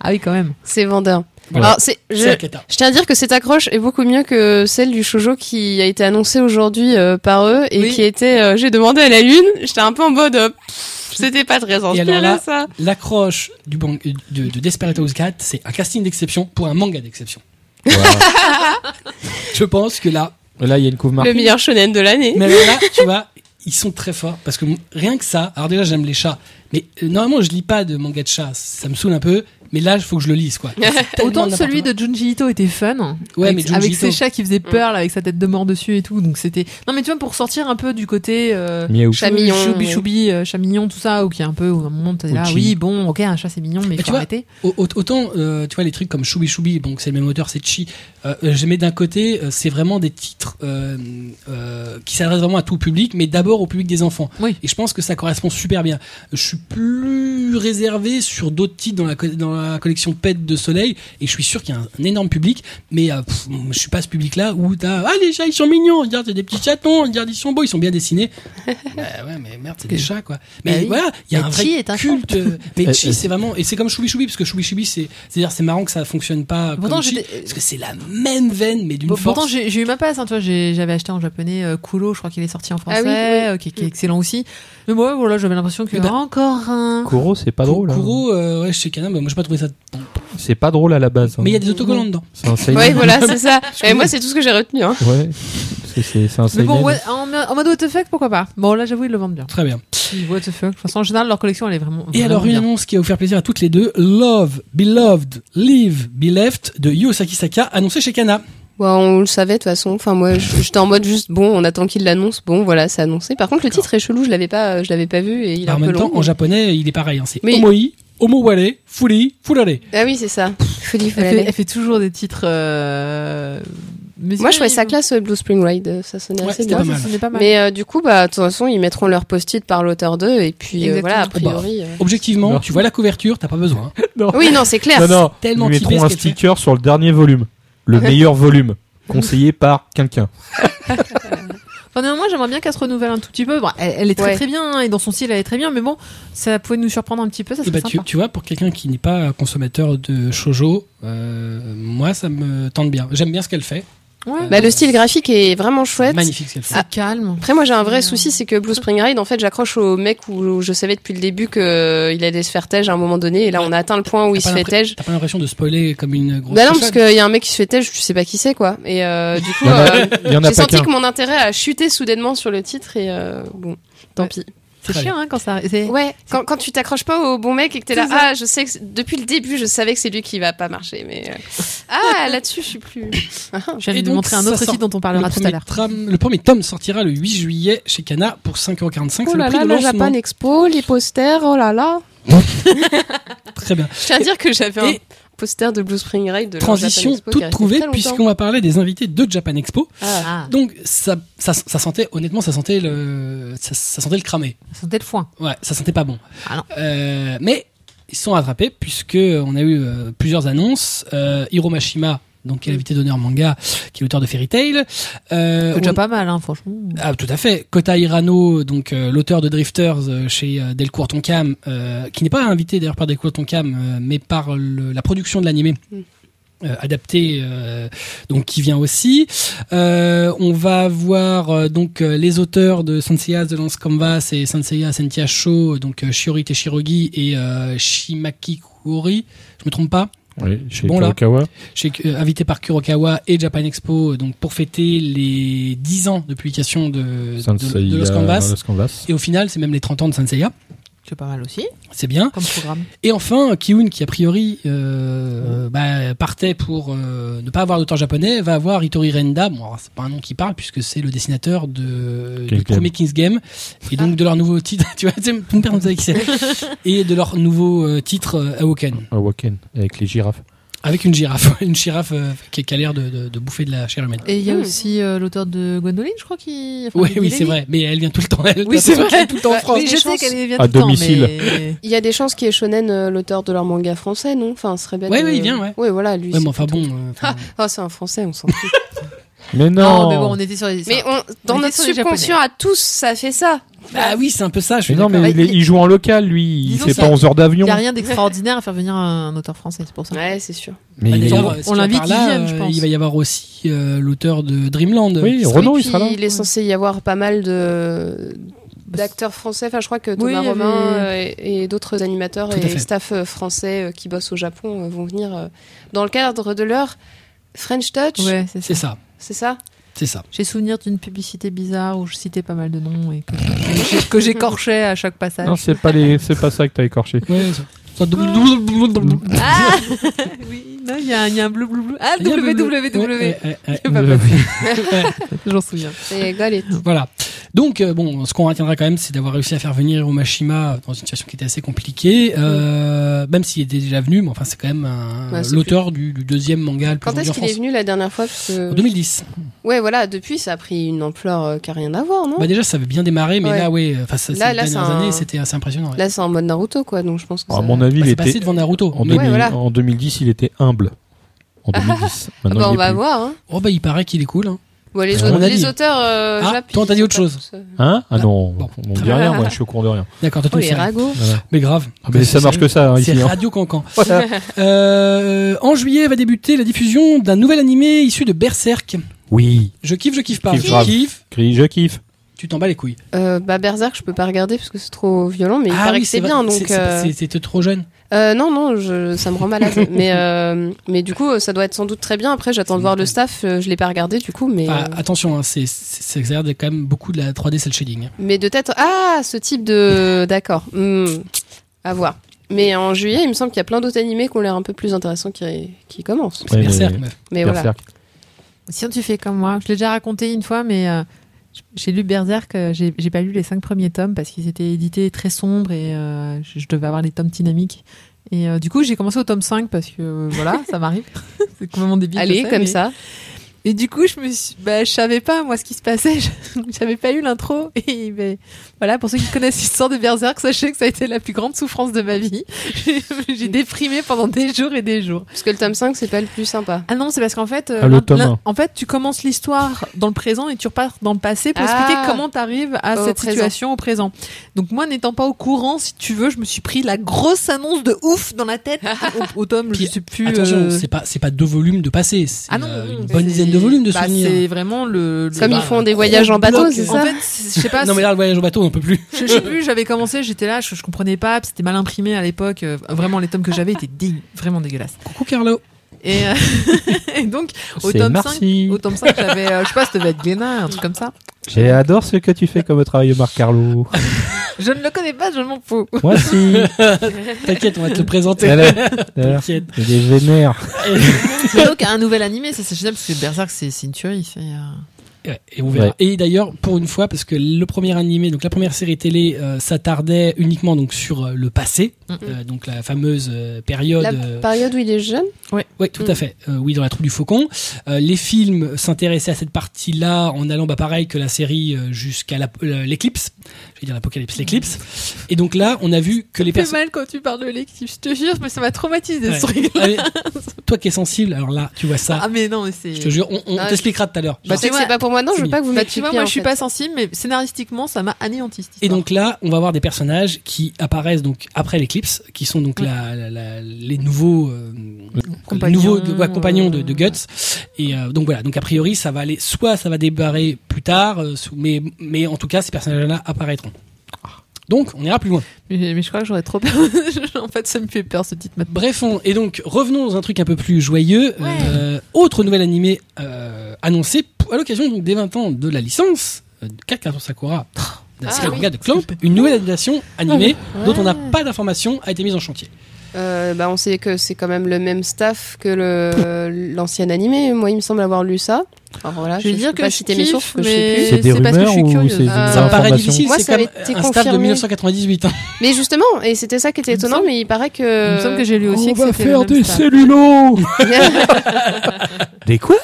Speaker 2: Ah oui, quand même.
Speaker 3: C'est vendeur.
Speaker 1: Voilà.
Speaker 3: Alors, c'est.
Speaker 1: C'est
Speaker 3: Je...
Speaker 1: la hein. cata.
Speaker 3: je tiens à dire que cette accroche est beaucoup mieux que celle du shoujo qui a été annoncée aujourd'hui euh, par eux et
Speaker 2: Oui.
Speaker 3: qui était. euh, J'ai demandé à la lune. J'étais un peu en mode. euh, pff, C'était pas très inspirant
Speaker 1: alors là-
Speaker 3: ça.
Speaker 1: L'accroche du ban- euh, de, de Desperate Housecat, c'est un casting d'exception pour un manga d'exception.
Speaker 4: Voilà.
Speaker 1: Je pense que là,
Speaker 4: Et là, il y a une couve
Speaker 3: Le
Speaker 4: marquée.
Speaker 3: meilleur shonen de l'année.
Speaker 1: mais alors là, tu vois, ils sont très forts parce que rien que ça. Alors déjà, j'aime les chats, mais euh, normalement, je lis pas de manga de chats, ça me saoule un peu. Mais là, il faut que je le lise, quoi. C'est
Speaker 2: <laughs> Autant
Speaker 1: tellement
Speaker 2: celui de Junji Ito était fun.
Speaker 1: Ouais,
Speaker 2: avec,
Speaker 1: mais Junji
Speaker 2: avec
Speaker 1: Ito.
Speaker 2: ses chats qui faisaient
Speaker 3: Mm.
Speaker 2: peur, là, avec sa tête de mort dessus et tout. Donc c'était. Non, mais tu vois, pour sortir un peu du côté. euh,
Speaker 4: Miaou.
Speaker 3: Chat mignon,
Speaker 2: Choubi
Speaker 3: oui.
Speaker 2: choubi, euh, chat mignon, tout ça, ou qui est un peu, où à un moment, t'es là,
Speaker 4: Uchi.
Speaker 2: oui, bon, ok, un chat c'est mignon, mais
Speaker 1: Bah, tu
Speaker 2: il faut
Speaker 1: vois,
Speaker 2: arrêter.
Speaker 1: Au- au- Autant, euh, tu vois, les trucs comme Choubi Choubi, donc c'est le même auteur, c'est Chi. Euh, euh, J'aimais d'un côté, euh, c'est vraiment des titres euh, euh, qui s'adressent vraiment à tout public, mais d'abord au public des enfants.
Speaker 2: Oui.
Speaker 1: Et je pense que ça correspond super bien. Je suis plus réservé sur d'autres titres dans la, co- dans la collection Pet de Soleil, et je suis sûr qu'il y a un, un énorme public, mais euh, pff, je suis pas ce public-là où t'as Ah, les chats, ils sont mignons, regarde, il y a des petits chatons, regarde, ils sont beaux, ils sont bien
Speaker 2: <laughs>
Speaker 1: dessinés. Bah ouais, mais merde, c'est des chats, quoi. Mais
Speaker 2: Bah oui.
Speaker 1: voilà, il y a
Speaker 2: Mais
Speaker 1: un
Speaker 2: Chi
Speaker 1: vrai
Speaker 2: est un
Speaker 1: culte. euh, Mais
Speaker 4: Euh,
Speaker 1: Chi,
Speaker 4: euh,
Speaker 1: c'est vraiment. Et c'est comme Choubi Choubi, parce que Choubi Choubi, c'est. C'est-à-dire, c'est marrant que ça fonctionne pas.
Speaker 2: Pourtant,
Speaker 1: comme Chi,
Speaker 2: j'étais-
Speaker 1: parce que euh, c'est la même veine, mais d'une
Speaker 2: Bon,
Speaker 1: force.
Speaker 2: Pourtant, j'ai j'ai eu ma passe, hein, tu vois, j'ai- j'avais acheté en japonais euh, Kulo, je crois qu'il est sorti en français,
Speaker 3: Ah oui, Mm. oui.
Speaker 2: euh, qui, qui est excellent aussi. Mais moi, voilà, j'avais l'impression que
Speaker 1: Eh ben,
Speaker 2: encore un.
Speaker 4: Kuro, c'est pas drôle. hein.
Speaker 1: Kuro, euh, ouais, chez Canin, bah, moi j'ai pas trouvé ça.
Speaker 4: C'est pas drôle à la base. hein.
Speaker 1: Mais il y a des autocollants dedans.
Speaker 4: C'est un seinen.
Speaker 3: Ouais, voilà, c'est ça. Et moi, c'est tout ce que j'ai retenu. Hein.
Speaker 4: Ouais. Parce que c'est c'est un
Speaker 2: Mais
Speaker 4: seinen.
Speaker 2: bon, ouais, en, en mode what the fuck, pourquoi pas Bon, là, j'avoue, ils le vendent bien.
Speaker 1: Très bien.
Speaker 2: What the fuck. De toute façon, en général, leur collection, elle est vraiment.
Speaker 1: Et
Speaker 2: vraiment
Speaker 1: alors, une
Speaker 2: bien.
Speaker 1: annonce qui a offert plaisir à toutes les deux Love, Beloved, Live, Be Left de Yo Sakisaka, annoncé chez Kana.
Speaker 3: Ouais, Bah, on le savait de toute façon. Enfin moi, je- j'étais en mode juste bon, on attend qu'il l'annonce. Bon, voilà, c'est annoncé. Par contre, le titre est chelou. Je l'avais pas, je l'avais pas vu et il est
Speaker 1: Alors, Bah,
Speaker 3: un
Speaker 1: en
Speaker 3: peu
Speaker 1: même temps,
Speaker 3: long.
Speaker 1: en japonais, il est pareil. hein, c'est
Speaker 3: Mais-
Speaker 1: Omoi, Omowale, Furi, Furare.
Speaker 3: Ah oui, c'est ça. Folie,
Speaker 2: Elle
Speaker 3: folie.
Speaker 2: fait, elle fait toujours des titres. euh, musicaux.
Speaker 3: Moi, je trouvais ça classe euh, Blue Spring Ride. euh, Ça sonnait
Speaker 1: Ouais,
Speaker 3: assez
Speaker 1: c'était
Speaker 3: bien.
Speaker 2: Ouais,
Speaker 1: pas mal.
Speaker 2: ça, ce n'est pas mal.
Speaker 3: Mais euh, du coup, bah de toute façon, ils mettront leur post-it par l'auteur d'eux et puis euh, voilà, a
Speaker 2: Exactement.
Speaker 1: bah.
Speaker 3: priori. euh.
Speaker 1: Objectivement,
Speaker 4: Non.
Speaker 1: tu vois la couverture, t'as pas besoin. hein.
Speaker 3: Oui, non, c'est clair.
Speaker 4: Non, non,
Speaker 1: tellement
Speaker 4: ils lui
Speaker 1: typé,
Speaker 4: mettront un
Speaker 1: ce qu'elle
Speaker 4: sticker sur le dernier volume. Le meilleur volume. Conseillé par quelqu'un.
Speaker 2: Enfin, néanmoins, j'aimerais bien qu'elle se renouvelle un tout petit peu. Bon, elle, elle est très
Speaker 3: Ouais.
Speaker 2: très bien, hein, et dans son style, elle est très bien, mais bon, ça pouvait nous surprendre un petit peu, ça
Speaker 1: Et
Speaker 2: serait
Speaker 1: bah, tu,
Speaker 2: sympa.
Speaker 1: tu vois, pour quelqu'un qui n'est pas consommateur de shojo, euh, moi ça me tente bien. J'aime bien ce qu'elle fait.
Speaker 2: Ouais.
Speaker 3: Bah le style graphique est vraiment chouette. Ah.
Speaker 1: Magnifique ce qu'elle fait.
Speaker 2: C'est calme.
Speaker 3: Après, moi, j'ai un vrai souci, c'est que Blue Spring Ride, en fait, j'accroche au mec où je savais depuis le début qu'il allait se faire tège à un moment donné, et là, on a atteint le point où il
Speaker 1: T'as
Speaker 3: se
Speaker 1: pas
Speaker 3: fait
Speaker 1: l'impr-
Speaker 3: tège.
Speaker 1: T'as pas l'impression de spoiler comme une grosse.
Speaker 3: Bah non, parce
Speaker 1: personne.
Speaker 3: qu'il y a un mec qui se fait tège, tu sais pas qui c'est, quoi. Et
Speaker 4: <laughs>
Speaker 3: euh, du coup,
Speaker 4: Il y en a-
Speaker 3: euh,
Speaker 4: il y en a
Speaker 3: j'ai
Speaker 4: pas
Speaker 3: senti
Speaker 4: qu'un.
Speaker 3: que mon intérêt a chuté soudainement sur le titre, et euh, bon, tant
Speaker 2: Ouais.
Speaker 3: pis.
Speaker 2: C'est
Speaker 1: Très
Speaker 2: chiant, hein, quand ça. c'est-
Speaker 3: Ouais, quand, quand tu t'accroches pas au bon mec et que t'es là,
Speaker 2: C'est ça.
Speaker 3: ah, je sais que c'est- depuis le début, je savais que c'est lui qui va pas marcher, mais <laughs> euh, ah, là-dessus, je suis plus.
Speaker 2: Je viens
Speaker 1: Et
Speaker 2: de
Speaker 1: donc,
Speaker 2: montrer un
Speaker 1: ça
Speaker 2: autre
Speaker 1: sort-
Speaker 2: site dont on
Speaker 1: Le
Speaker 2: parlera tout à
Speaker 1: premier,
Speaker 2: l'heure.
Speaker 1: tram- le premier tome sortira le 8 juillet chez Kana pour 5,45€. C'est
Speaker 3: Oh
Speaker 1: le
Speaker 3: là
Speaker 1: prix
Speaker 3: là,
Speaker 1: de
Speaker 3: la
Speaker 1: lancement.
Speaker 3: Japan Expo, les posters, oh là là.
Speaker 1: Très bien.
Speaker 3: Je tiens à dire que j'avais
Speaker 1: Et-
Speaker 3: un poster de Blue Spring Ride de leur Japan
Speaker 1: Transition
Speaker 3: Expo qui
Speaker 1: toute
Speaker 3: restait
Speaker 1: trouvée
Speaker 3: très longtemps.
Speaker 1: puisqu'on va parler des invités de Japan Expo.
Speaker 3: Ah.
Speaker 2: Ah,
Speaker 1: Donc ça, ça, ça sentait honnêtement ça sentait le ça, ça sentait le cramé.
Speaker 2: ça sentait le foin.
Speaker 1: Ouais, ça sentait pas bon.
Speaker 2: Ah non.
Speaker 1: Euh, mais ils sont rattrapés puisque on a eu euh, plusieurs annonces. Euh, Hiro Mashima, donc qui est l'invité d'honneur manga, qui est l'auteur de Fairy Tail. Euh,
Speaker 2: C'est déjà
Speaker 1: on-
Speaker 2: pas mal, hein, franchement.
Speaker 1: Ah, tout à fait. Kota Hirano, donc euh, l'auteur de Drifters euh, chez euh, Delcourt Tonkam, euh, qui n'est pas invité d'ailleurs par Delcourt Tonkam, euh, mais par le- la production de l'animé.
Speaker 3: Mm.
Speaker 1: euh, adapté euh, donc qui vient aussi Euh, on va voir euh, donc euh, les auteurs de Senseiya The Lance Canvas et Senseiya Sentia Show donc euh, Shiori Teshirogi et euh, Shimaki Kuri je me trompe pas
Speaker 4: Oui, chez
Speaker 1: Bon, là.
Speaker 4: Kurokawa.
Speaker 1: j'ai été invité euh, par Kurokawa et Japan Expo euh, donc pour fêter les 10 ans de publication de, de,
Speaker 4: Sansei,
Speaker 1: de Lost
Speaker 4: euh,
Speaker 1: Canvas.
Speaker 4: Lost Canvas.
Speaker 1: Et au final, c'est même les 30 ans de Sanseiya.
Speaker 2: C'est pas mal aussi,
Speaker 1: C'est bien.
Speaker 2: comme programme.
Speaker 1: Et enfin, Kiun, qui a priori euh, bah, partait pour euh, ne pas avoir d'auteur japonais, va avoir Hitori Renda. Bon, alors, c'est pas un nom qui parle puisque c'est le dessinateur de,
Speaker 4: King's
Speaker 1: du premier King's Game et donc de leur nouveau titre. <laughs> tu vois, tu sais, tout me perd, on sait qui c'est. Et de leur nouveau euh, titre euh, Awoken.
Speaker 4: Awaken, Ah, avec les girafes.
Speaker 1: Avec une girafe, <laughs> une girafe euh, qui qui a l'air de, de- de bouffer de la chair humaine.
Speaker 2: Et il y a
Speaker 3: Hmm.
Speaker 2: aussi euh, l'auteur de Gwendoline, je crois, qui. enfin,
Speaker 1: Ouais,
Speaker 2: qui
Speaker 1: oui,
Speaker 2: l'a
Speaker 1: c'est
Speaker 2: dit.
Speaker 1: vrai. Mais elle vient tout le temps. Elle,
Speaker 2: Oui, c'est
Speaker 1: t'as l'impression
Speaker 2: vrai.
Speaker 1: qu'elle est tout le temps en France.
Speaker 2: Oui, je sais qu'elle vient
Speaker 4: À
Speaker 2: tout le temps,
Speaker 4: domicile.
Speaker 2: mais-
Speaker 3: Il y a des chances qu'il y ait Shonen, euh, l'auteur de leur manga français, non Enfin, ce serait bête.
Speaker 1: Ouais,
Speaker 3: de-
Speaker 1: ouais, il vient, ouais.
Speaker 3: Ouais, voilà,
Speaker 1: Ouais,
Speaker 3: lui.
Speaker 1: mais
Speaker 3: c'est
Speaker 1: enfin
Speaker 3: plutôt-
Speaker 1: bon. euh,
Speaker 3: <laughs>
Speaker 1: enfin,
Speaker 3: Ah, c'est un français, on s'en fout.
Speaker 4: Mais
Speaker 2: Non,
Speaker 4: non.
Speaker 2: mais bon, on était sur les.
Speaker 3: mais on, dans
Speaker 2: On était
Speaker 3: notre
Speaker 2: sur les Japonais.
Speaker 3: subconscient à tous, ça fait ça.
Speaker 1: bah oui, c'est un peu ça. Je suis
Speaker 4: Mais non,
Speaker 1: d'accord.
Speaker 4: mais il, est-
Speaker 3: Bah,
Speaker 4: il joue en local, lui. Il
Speaker 2: Disons
Speaker 4: fait
Speaker 2: qu'il
Speaker 4: pas
Speaker 2: y a-
Speaker 4: 11 heures
Speaker 2: Il
Speaker 4: d'avion.
Speaker 2: n'y a rien d'extraordinaire à faire venir un auteur français, c'est pour ça.
Speaker 3: Ouais, c'est sûr.
Speaker 4: Mais
Speaker 1: Bah,
Speaker 4: il est-
Speaker 1: d'ailleurs,
Speaker 2: on
Speaker 1: si tu en
Speaker 2: l'invite,
Speaker 1: parles
Speaker 2: il
Speaker 1: là,
Speaker 2: vienne, je
Speaker 1: euh,
Speaker 2: pense.
Speaker 1: Il va y avoir aussi euh, l'auteur de Dreamland.
Speaker 4: Oui,
Speaker 1: qui-
Speaker 4: Renaud,
Speaker 3: Oui,
Speaker 4: il sera là.
Speaker 3: puis Il est censé y avoir pas mal de d'acteurs français. Enfin, je crois que Thomas
Speaker 2: il y
Speaker 3: Romain
Speaker 2: avait-
Speaker 3: euh, et, et d'autres animateurs
Speaker 1: Tout à
Speaker 3: et
Speaker 1: fait.
Speaker 3: staff euh, français euh, qui bossent au Japon euh, vont venir euh, dans le cadre de leur French Touch.
Speaker 2: Ouais, c'est
Speaker 1: C'est
Speaker 2: ça.
Speaker 1: ça.
Speaker 3: C'est ça
Speaker 1: C'est ça.
Speaker 2: J'ai souvenir d'une publicité bizarre où je citais pas mal de noms et que, que j'ai- que j'écorchais à chaque passage.
Speaker 4: Non, c'est pas les, c'est pas ça que t'as écorché.
Speaker 1: Ouais, ça- ça-
Speaker 2: Ah <laughs> Oui, non, il y, a un- il y a un bleu bleu bleu. Ah,
Speaker 1: Il y a le-
Speaker 2: www.
Speaker 1: Ouais, ouais, ouais,
Speaker 2: Je sais pas
Speaker 4: Euh,
Speaker 2: pourquoi.
Speaker 1: ouais.
Speaker 2: J'en souviens.
Speaker 3: C'est Galette.
Speaker 1: <laughs> Voilà. Donc, euh, bon, ce qu'on retiendra quand même, c'est d'avoir réussi à faire venir Omashima dans une situation qui était assez compliquée, euh, même s'il était déjà venu, mais enfin, c'est quand même un-
Speaker 3: Ouais, c'est
Speaker 1: l'auteur du, du deuxième manga le plus
Speaker 3: Quand
Speaker 1: vendu
Speaker 3: est-ce
Speaker 1: en
Speaker 3: qu'il est
Speaker 1: France.
Speaker 3: venu euh, la dernière fois Parce que-
Speaker 1: En 2010.
Speaker 3: Ouais, voilà, depuis, ça a pris une ampleur euh, qui a rien à voir, non
Speaker 1: Bah déjà, ça avait bien démarré, mais
Speaker 3: Ouais.
Speaker 1: là, ouais, enfin, ça, ces
Speaker 3: Là- là,
Speaker 1: dernières
Speaker 3: c'est un-
Speaker 1: années, c'était assez impressionnant. ouais.
Speaker 3: Là, c'est en mode Naruto, quoi, donc je pense que
Speaker 4: À
Speaker 3: ça-
Speaker 4: Oh, mon avis,
Speaker 1: Bah,
Speaker 4: il
Speaker 1: c'est passé
Speaker 4: était
Speaker 1: devant Naruto.
Speaker 4: en,
Speaker 1: mais-
Speaker 4: 2000
Speaker 3: voilà.
Speaker 4: en 2010, il était humble. En 2010.
Speaker 3: Ah
Speaker 4: Maintenant,
Speaker 3: bah,
Speaker 4: il
Speaker 3: on
Speaker 4: est
Speaker 3: va
Speaker 4: plus.
Speaker 3: voir. Hein.
Speaker 1: Oh bah il paraît qu'il est cool. Hein.
Speaker 3: Bon, les,
Speaker 4: Ouais.
Speaker 3: autres-
Speaker 1: On a
Speaker 3: les
Speaker 1: dit.
Speaker 3: auteurs euh,
Speaker 1: Ah,
Speaker 3: japonais,
Speaker 1: toi, on t'a dit
Speaker 3: ils
Speaker 1: autre
Speaker 3: sont pas
Speaker 1: chose.
Speaker 3: tous, euh,
Speaker 4: Hein Ah
Speaker 1: Ah,
Speaker 4: non,
Speaker 1: bon.
Speaker 4: on dit rien, moi je suis au courant de rien.
Speaker 1: D'accord, toi
Speaker 3: Oh,
Speaker 1: tu
Speaker 3: les ragots.
Speaker 4: Voilà.
Speaker 1: Mais grave.
Speaker 4: Ah, mais ça marche que ça hein,
Speaker 1: bah, C'est
Speaker 4: ici. hein.
Speaker 1: Radio Cancan.
Speaker 4: <laughs> Voilà.
Speaker 1: Euh, en juillet va débuter la diffusion d'un nouvel animé issu de Berserk.
Speaker 4: Oui,
Speaker 1: Je kiffe, je kiffe pas.
Speaker 4: Kiffe
Speaker 1: Je
Speaker 4: grave.
Speaker 1: kiffe,
Speaker 4: Cri, je kiffe.
Speaker 1: tu t'en bats les couilles.
Speaker 3: Euh, bah, Berserk, je peux pas regarder parce que c'est trop violent, mais il
Speaker 1: ah
Speaker 3: paraît
Speaker 1: oui,
Speaker 3: que c'est
Speaker 1: vrai.
Speaker 3: bien,
Speaker 1: C'est-
Speaker 3: donc.
Speaker 1: c'est pas-
Speaker 3: euh,
Speaker 1: c'est- C'était trop jeune.
Speaker 3: euh, non, non, je, ça me rend malade. <laughs> mais, euh, mais du coup, euh, ça doit être sans doute très bien. Après, j'attends de voir le staff. euh, Je l'ai pas regardé du coup, mais,
Speaker 1: Enfin,
Speaker 3: euh,
Speaker 1: attention, hein, c'est c'est- ça exerce quand même beaucoup de la 3D cel shading. hein.
Speaker 3: mais de tête. Ah, ce type de. D'accord. Hmm. à voir. Mais en juillet, il me semble qu'il y a plein d'autres animés qui ont l'air un peu plus intéressants qui, qui commencent.
Speaker 1: C'est
Speaker 4: Ouais,
Speaker 1: Berserk,
Speaker 4: mais-
Speaker 1: meuf.
Speaker 3: Mais voilà.
Speaker 4: Berserk.
Speaker 2: Sinon, tu fais comme moi. Je l'ai déjà raconté une fois, mais euh, j'ai lu Berserk. euh, J'ai j'ai pas lu les cinq premiers tomes parce qu'ils étaient édités très sombres et euh, je, je devais avoir les tomes dynamiques. Et euh, du coup, j'ai commencé au tome 5 parce que euh, voilà, ça m'arrive. C'est complètement débile. je
Speaker 3: Allez,
Speaker 2: sais,
Speaker 3: comme
Speaker 2: mais-
Speaker 3: ça.
Speaker 2: Et du coup, je me suis, bah, je savais pas moi ce qui se passait. <laughs> Je- J'avais pas eu l'intro. Et ben, voilà, pour ceux qui connaissent l'histoire de Berserk, sachez que ça a été la plus grande souffrance de ma vie. <laughs> J'ai- J'ai déprimé pendant des jours et des jours.
Speaker 3: Parce que le tome 5, c'est pas le plus sympa.
Speaker 2: Ah non, c'est parce qu'en fait, euh,
Speaker 4: Ah, le
Speaker 2: l'un-
Speaker 4: tome
Speaker 2: l'un-
Speaker 4: un.
Speaker 2: en fait, tu commences l'histoire dans le présent et tu repars dans le passé pour
Speaker 3: Ah.
Speaker 2: expliquer comment t'arrives à
Speaker 3: Au
Speaker 2: cette
Speaker 3: présent.
Speaker 2: situation au présent. Donc moi, n'étant pas au courant, si tu veux, je me suis pris la grosse annonce de ouf dans la <laughs> tête au, au tome.
Speaker 1: Puis,
Speaker 2: je sais plus.
Speaker 1: Attention,
Speaker 2: euh,
Speaker 1: c'est pas c'est pas deux volumes de passé. C'est
Speaker 2: Ah non,
Speaker 1: euh,
Speaker 2: non,
Speaker 1: une
Speaker 2: c'est-
Speaker 1: bonne dizaine de volumes de
Speaker 2: bah,
Speaker 1: souvenirs.
Speaker 2: C'est vraiment le. le-
Speaker 3: Comme
Speaker 1: bah,
Speaker 3: ils font des
Speaker 1: gros
Speaker 3: voyages en bateau,
Speaker 1: bloc,
Speaker 3: c'est
Speaker 1: euh,
Speaker 2: En
Speaker 3: ça
Speaker 2: fait, c'est- je sais pas.
Speaker 1: Non mais là le voyage au bateau on peut plus.
Speaker 2: Je sais plus, j'avais commencé, j'étais là, je, je comprenais pas, puis c'était mal imprimé à l'époque. euh, vraiment, les tomes que j'avais étaient dé- vraiment dégueulasses.
Speaker 1: Coucou Carlo.
Speaker 2: Et, euh, <laughs> et donc, au
Speaker 4: C'est
Speaker 2: tome, 5,
Speaker 4: Marcy.
Speaker 2: au tome 5, j'avais, euh, je sais pas, ça devait être Glénat, un truc comme ça.
Speaker 4: J'adore ce que tu fais comme travail, Marc Carlo.
Speaker 2: Je ne le connais pas, je m'en <laughs> fous.
Speaker 4: Moi, si. <laughs>
Speaker 1: T'inquiète, on va te le présenter.
Speaker 4: Voilà. Voilà.
Speaker 1: T'inquiète.
Speaker 4: Il est vénère.
Speaker 2: Mais donc, un nouvel animé, ça c'est génial, parce que Berserk, c'est c'est une tuerie. c'est, euh,
Speaker 1: Ouais, et on verra.
Speaker 4: Ouais.
Speaker 1: Et d'ailleurs, pour une fois, parce que le premier animé, donc la première série télé, euh, s'attardait uniquement donc sur euh, le passé,
Speaker 2: Mm.
Speaker 1: euh, donc la fameuse euh, période.
Speaker 3: La
Speaker 1: euh,
Speaker 3: période où il est jeune.
Speaker 2: Bah,
Speaker 1: ouais, tout à fait. Euh, oui, dans la troupe du faucon. Euh, les films s'intéressaient à cette partie-là en allant, bah, pareil que la série euh, jusqu'à la- euh, l'éclipse, je vais dire l'apocalypse, l'éclipse. Et donc là, on a vu que les
Speaker 2: fait
Speaker 1: personnes.
Speaker 2: mal quand tu parles de l'équipe, je te jure, mais ça m'a traumatisé
Speaker 1: Ouais.
Speaker 2: ce truc.
Speaker 1: Ah, mais toi qui es sensible, alors là, tu vois ça.
Speaker 2: Ah, mais non, mais c'est.
Speaker 1: je te jure, on, on
Speaker 3: Ah,
Speaker 1: t'expliquera tout à l'heure.
Speaker 3: Je
Speaker 2: Bah,
Speaker 3: sais
Speaker 2: tu
Speaker 3: que
Speaker 2: vois-
Speaker 3: c'est pas pour moi, non, je veux
Speaker 1: Oui.
Speaker 3: pas que vous
Speaker 2: Bah, tu vois,
Speaker 3: m'expliquiez.
Speaker 2: moi
Speaker 3: en
Speaker 2: je suis
Speaker 3: fait.
Speaker 2: pas sensible, mais scénaristiquement, ça m'a anéanti cette
Speaker 1: Et
Speaker 2: histoire.
Speaker 1: donc là, on va voir des personnages qui apparaissent donc après l'éclipse, qui sont donc la, la- la- les nouveaux euh,
Speaker 2: Compagnons.
Speaker 1: nouveaux de- ouais, compagnons de, de Guts. Et euh, donc voilà, donc a priori, ça va aller, soit ça va débarrer plus tard, euh, sous- mais mais en tout cas, ces personnages-là apparaîtront. Donc on ira plus loin.
Speaker 2: Mais, mais je crois que j'aurais trop peur. <laughs> en fait, ça me fait peur ce titre maintenant.
Speaker 1: Bref, on- et donc revenons dans un truc un peu plus joyeux.
Speaker 2: Ouais.
Speaker 1: Euh, autre nouvel animé euh, annoncé p- à l'occasion donc des 20 ans de la licence euh, de Kakato Sakura. de la série
Speaker 3: Oh. Ah, oui. Ah,
Speaker 1: manga de Clamp, une nouvelle adaptation animée
Speaker 2: ouais.
Speaker 1: dont on n'a pas d'information a été mise en chantier.
Speaker 3: Euh, bah,
Speaker 2: <laughs>
Speaker 3: on sait que c'est quand même le même staff que le- l'ancien animé. Moi, il me semble avoir lu ça. Alors voilà,
Speaker 2: Je vais dire
Speaker 3: peux
Speaker 2: que
Speaker 3: pas
Speaker 2: je
Speaker 3: citer mes
Speaker 2: kiffe,
Speaker 3: sources, que je
Speaker 2: mais-
Speaker 3: sais plus.
Speaker 4: C'est des
Speaker 2: c'est parce que je
Speaker 4: rumeurs
Speaker 2: suis
Speaker 4: ou
Speaker 2: curieuse.
Speaker 4: c'est des
Speaker 3: Euh,
Speaker 1: Ah. Ça me paraît
Speaker 4: informations
Speaker 1: difficile,
Speaker 3: Moi,
Speaker 1: c'est
Speaker 3: ça
Speaker 1: quand
Speaker 3: avait
Speaker 1: même
Speaker 3: été
Speaker 1: un staff de
Speaker 3: confirmé.
Speaker 1: 1998. hein.
Speaker 3: <laughs> Mais justement, et c'était ça qui était
Speaker 2: Il me
Speaker 3: étonnant,
Speaker 2: semble-
Speaker 3: mais il paraît
Speaker 2: Il
Speaker 3: que.
Speaker 2: me semble que j'ai lu aussi que c'était le même
Speaker 1: <laughs>
Speaker 2: stade.
Speaker 4: cellulos
Speaker 2: <laughs>
Speaker 4: Des quoi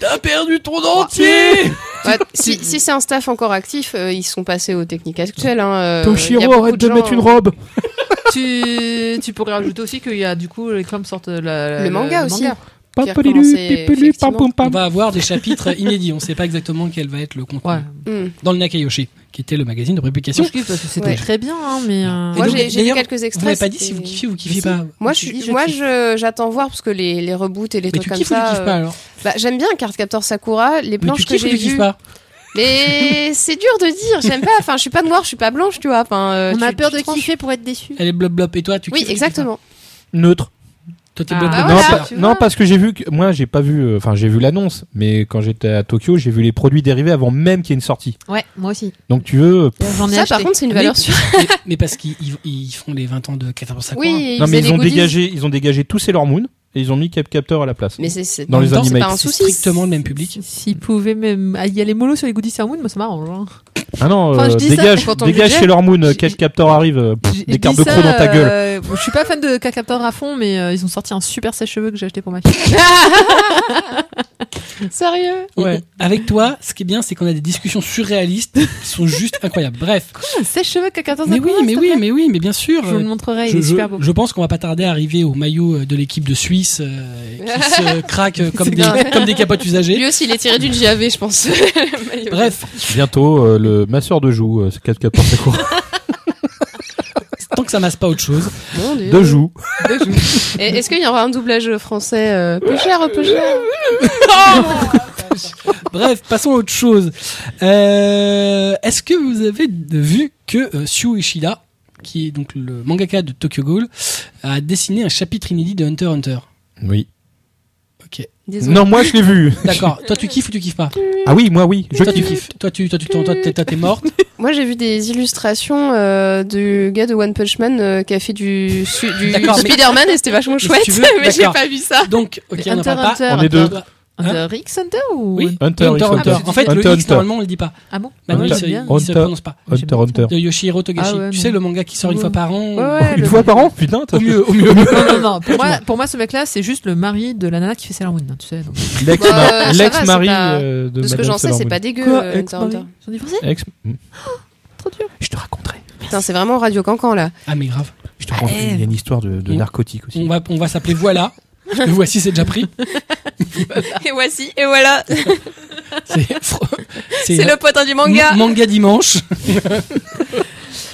Speaker 1: T'as perdu ton dentier
Speaker 3: <laughs> Ouais, si si c'est un staff encore actif, euh, ils sont passés aux techniques actuelles. Hein, euh, il y a
Speaker 4: Toshiro,
Speaker 3: beaucoup
Speaker 4: arrête de
Speaker 3: gens,
Speaker 4: mettre une
Speaker 3: euh,
Speaker 4: robe
Speaker 2: tu, tu pourrais rajouter aussi qu'il y a du coup les femmes sortent la- la-
Speaker 3: euh, Le
Speaker 1: Euh,
Speaker 3: manga aussi.
Speaker 4: Pam,
Speaker 3: qui a
Speaker 4: polilu,
Speaker 3: recommencé,
Speaker 4: pipulu, pam,
Speaker 3: effectivement.
Speaker 1: <laughs>
Speaker 4: pam,
Speaker 1: On
Speaker 4: pam.
Speaker 1: va avoir des chapitres inédits, on sait pas exactement quel va être le contenu.
Speaker 2: Ouais.
Speaker 3: hmm.
Speaker 1: Dans le Nakayoshi, qui était le magazine de publication.
Speaker 2: Moi, je kiffe parce que c'était
Speaker 3: Ouais.
Speaker 2: très bien, hein, mais euh,
Speaker 1: Et
Speaker 3: Moi,
Speaker 1: donc,
Speaker 3: j'ai j'ai lu
Speaker 1: d'ailleurs,
Speaker 3: quelques
Speaker 1: Vous
Speaker 3: extraits.
Speaker 1: m'avez pas dit si
Speaker 3: c'était-
Speaker 1: vous kiffiez ou kiffiez
Speaker 2: si.
Speaker 1: pas.
Speaker 3: Moi,
Speaker 2: J'ai
Speaker 3: je,
Speaker 2: dit, je
Speaker 3: moi,
Speaker 2: kiffe.
Speaker 3: je- j'attends voir parce que les, les reboots et les
Speaker 1: Mais
Speaker 3: trucs
Speaker 1: tu
Speaker 3: comme
Speaker 1: kiffes ou tu
Speaker 3: ça.
Speaker 1: kiffes pas
Speaker 3: euh,
Speaker 1: alors
Speaker 3: bah, j'aime bien 414 Sakura, les
Speaker 1: Mais tu
Speaker 3: planches que
Speaker 1: kiffes ou
Speaker 3: j'ai
Speaker 1: tu kiffes
Speaker 3: vues.
Speaker 1: pas
Speaker 3: Mais c'est dur de dire. J'aime pas. Enfin, je suis pas noire, je suis pas blanche, tu vois. Enfin, euh,
Speaker 2: on
Speaker 3: tu-
Speaker 2: a
Speaker 3: tu
Speaker 2: peur de
Speaker 3: tranches.
Speaker 2: kiffer pour être déçu.
Speaker 1: Elle est blob blob et toi tu kiffes.
Speaker 3: Oui,
Speaker 1: ou tu kiffes pas
Speaker 3: exactement.
Speaker 4: Neutre.
Speaker 1: Toi t'es
Speaker 2: Ah,
Speaker 1: blob
Speaker 2: bah
Speaker 1: blob.
Speaker 3: voilà.
Speaker 4: non,
Speaker 3: tu
Speaker 4: pas-
Speaker 2: vois.
Speaker 4: non, parce que j'ai vu que moi j'ai pas vu euh, enfin j'ai vu l'annonce mais quand j'étais à Tokyo, j'ai vu les produits dérivés avant même qu'il y ait une sortie.
Speaker 2: Ouais, moi aussi.
Speaker 4: Donc tu veux pff,
Speaker 2: J'en ai
Speaker 3: Ça,
Speaker 2: acheté.
Speaker 3: par contre, c'est une valeur sûre.
Speaker 1: mais, mais parce qu'ils ils- ils font les 20 ans de hein. 14
Speaker 3: Oui, et
Speaker 4: Non mais
Speaker 3: faisaient
Speaker 4: ils
Speaker 3: des
Speaker 4: ont
Speaker 3: goodies.
Speaker 4: dégagé ils ont dégagé tous Sailor Moon et ils ont mis Cap Captor à la place.
Speaker 3: Mais c'est- c'est
Speaker 4: Dans
Speaker 3: en
Speaker 4: les
Speaker 3: même temps, c'est
Speaker 4: animés.
Speaker 3: pas un
Speaker 1: C'est
Speaker 3: souci.
Speaker 1: strictement le même public.
Speaker 2: S'ils pouvaient même ah, y aller mollo sur les goodies Sailor Moon, moi ça m'arrange. hein.
Speaker 4: Ah non,
Speaker 2: Enfin,
Speaker 4: euh,
Speaker 2: je dis ça
Speaker 4: dégage
Speaker 3: pour ton
Speaker 4: dégage
Speaker 3: budget.
Speaker 4: Sailor Moon,
Speaker 2: J'ai-
Speaker 4: Cap Captor arrive, euh, pff,
Speaker 2: J'ai
Speaker 4: des
Speaker 2: dit
Speaker 4: cartes de
Speaker 2: ça,
Speaker 4: crocs dans ta gueule.
Speaker 2: euh, bon, je suis pas fan de Cacaptor à fond, mais euh, ils ont sorti un super sèche-cheveux que j'ai acheté pour ma fille.
Speaker 3: Sérieux
Speaker 1: On-
Speaker 4: Ouais.
Speaker 1: on- Avec toi, ce qui est bien, c'est qu'on a des discussions surréalistes qui sont juste incroyables. Bref.
Speaker 2: Ah, Un sèche-cheveux Cacaptor
Speaker 1: Mais oui, mais oui, mais oui, mais bien sûr.
Speaker 2: Je vous le montrerai, il
Speaker 1: Je,
Speaker 2: est
Speaker 1: je-
Speaker 2: super beau.
Speaker 1: je pense qu'on va pas tarder à arriver au maillot euh, de l'équipe de Suisse euh, qui se craque euh, comme,
Speaker 2: C'est
Speaker 1: des,
Speaker 2: clair.
Speaker 1: comme des capotes usagées.
Speaker 3: <laughs> Lui aussi, il est tiré d'une JAV, je pense.
Speaker 1: Bref,
Speaker 4: Bientôt euh, le ma sœur de joue, euh, Cap Captor c'est quoi
Speaker 1: tant que ça masse pas autre chose.
Speaker 3: Mon Dieu.
Speaker 4: De joue.
Speaker 3: <laughs> Et Est-ce qu'il y aura un doublage français euh, peu cher, peu cher
Speaker 1: Bref, passons à autre chose. Euh, Est-ce que vous avez vu que euh, Shu Ishida, qui est donc le mangaka de Tokyo Ghoul, a dessiné un chapitre inédit de Hunter x Hunter
Speaker 4: Oui.
Speaker 1: Ok,
Speaker 3: Désolé.
Speaker 4: Non, moi je l'ai vu.
Speaker 1: d'accord. toi, tu kiffes ou tu kiffes pas
Speaker 4: Ah oui, moi oui, je
Speaker 1: Toi, tu
Speaker 4: kiffe.
Speaker 1: kiffes. Toi, tu, toi, tu, toi, t'es- toi, t'es morte.
Speaker 3: Moi, j'ai vu des illustrations euh, du gars de One Punch Man euh, qui a fait du, su- du
Speaker 1: D'accord, mais-
Speaker 3: Spider-Man et c'était vachement
Speaker 1: si
Speaker 3: chouette,
Speaker 1: tu veux,
Speaker 3: <laughs> mais j'ai
Speaker 1: d'accord.
Speaker 3: pas vu ça.
Speaker 1: Donc, ok, on n'en
Speaker 2: Hunter,
Speaker 1: parle pas.
Speaker 2: Hunter,
Speaker 4: On est deux.
Speaker 2: Hunter X Hunter ou
Speaker 1: Oui.
Speaker 4: Hunter,
Speaker 1: Hunter,
Speaker 4: X
Speaker 1: Hunter.
Speaker 4: Hunter.
Speaker 1: En fait,
Speaker 4: Hunter,
Speaker 1: le X,
Speaker 4: Hunter.
Speaker 1: normalement, on le dit pas.
Speaker 2: Ah bon
Speaker 1: Bah non, il
Speaker 4: Hunter,
Speaker 1: se, il se
Speaker 4: Hunter.
Speaker 1: prononce pas.
Speaker 4: Hunter Hunter.
Speaker 1: De Yoshihiro Togashi.
Speaker 2: Ah ouais,
Speaker 1: tu
Speaker 2: mais-
Speaker 1: sais, le manga qui sort une
Speaker 2: Ouais.
Speaker 1: fois par an.
Speaker 2: Ouais,
Speaker 3: Ah,
Speaker 2: ouais,
Speaker 4: Une
Speaker 2: le-
Speaker 4: fois par an Putain, t'as-
Speaker 1: Au mieux, au mieux, au mieux.
Speaker 2: Non, non, non. Pour moi, pour moi, ce mec-là, c'est juste le mari de la nana qui fait Sailor Moon, hein, tu sais. donc.
Speaker 4: L'ex-
Speaker 3: Bah, euh, ça
Speaker 4: L'ex-mari
Speaker 3: va, c'est pas-
Speaker 4: euh, de
Speaker 3: De ce que
Speaker 4: Madame
Speaker 3: j'en sais,
Speaker 4: Sailor
Speaker 3: c'est
Speaker 4: Moon.
Speaker 3: pas dégueu.
Speaker 4: Quoi,
Speaker 3: euh,
Speaker 4: ex-mari
Speaker 3: Hunter x Hunter.
Speaker 2: Son divorcé
Speaker 4: Ex- Hmm.
Speaker 2: Trop dur.
Speaker 4: Je te raconterai.
Speaker 3: Putain, c'est vraiment Radio Cancan là.
Speaker 1: Ah, mais grave.
Speaker 4: Je te raconte-
Speaker 2: eh.
Speaker 4: Il y a une histoire de, de
Speaker 1: On-
Speaker 4: narcotique aussi.
Speaker 1: On va, on va s'appeler Voilà. Le voici, c'est déjà pris.
Speaker 3: <laughs> Et voici, et voilà,
Speaker 1: C'est
Speaker 3: c'est le potin du
Speaker 1: manga.
Speaker 3: manga.
Speaker 1: manga dimanche.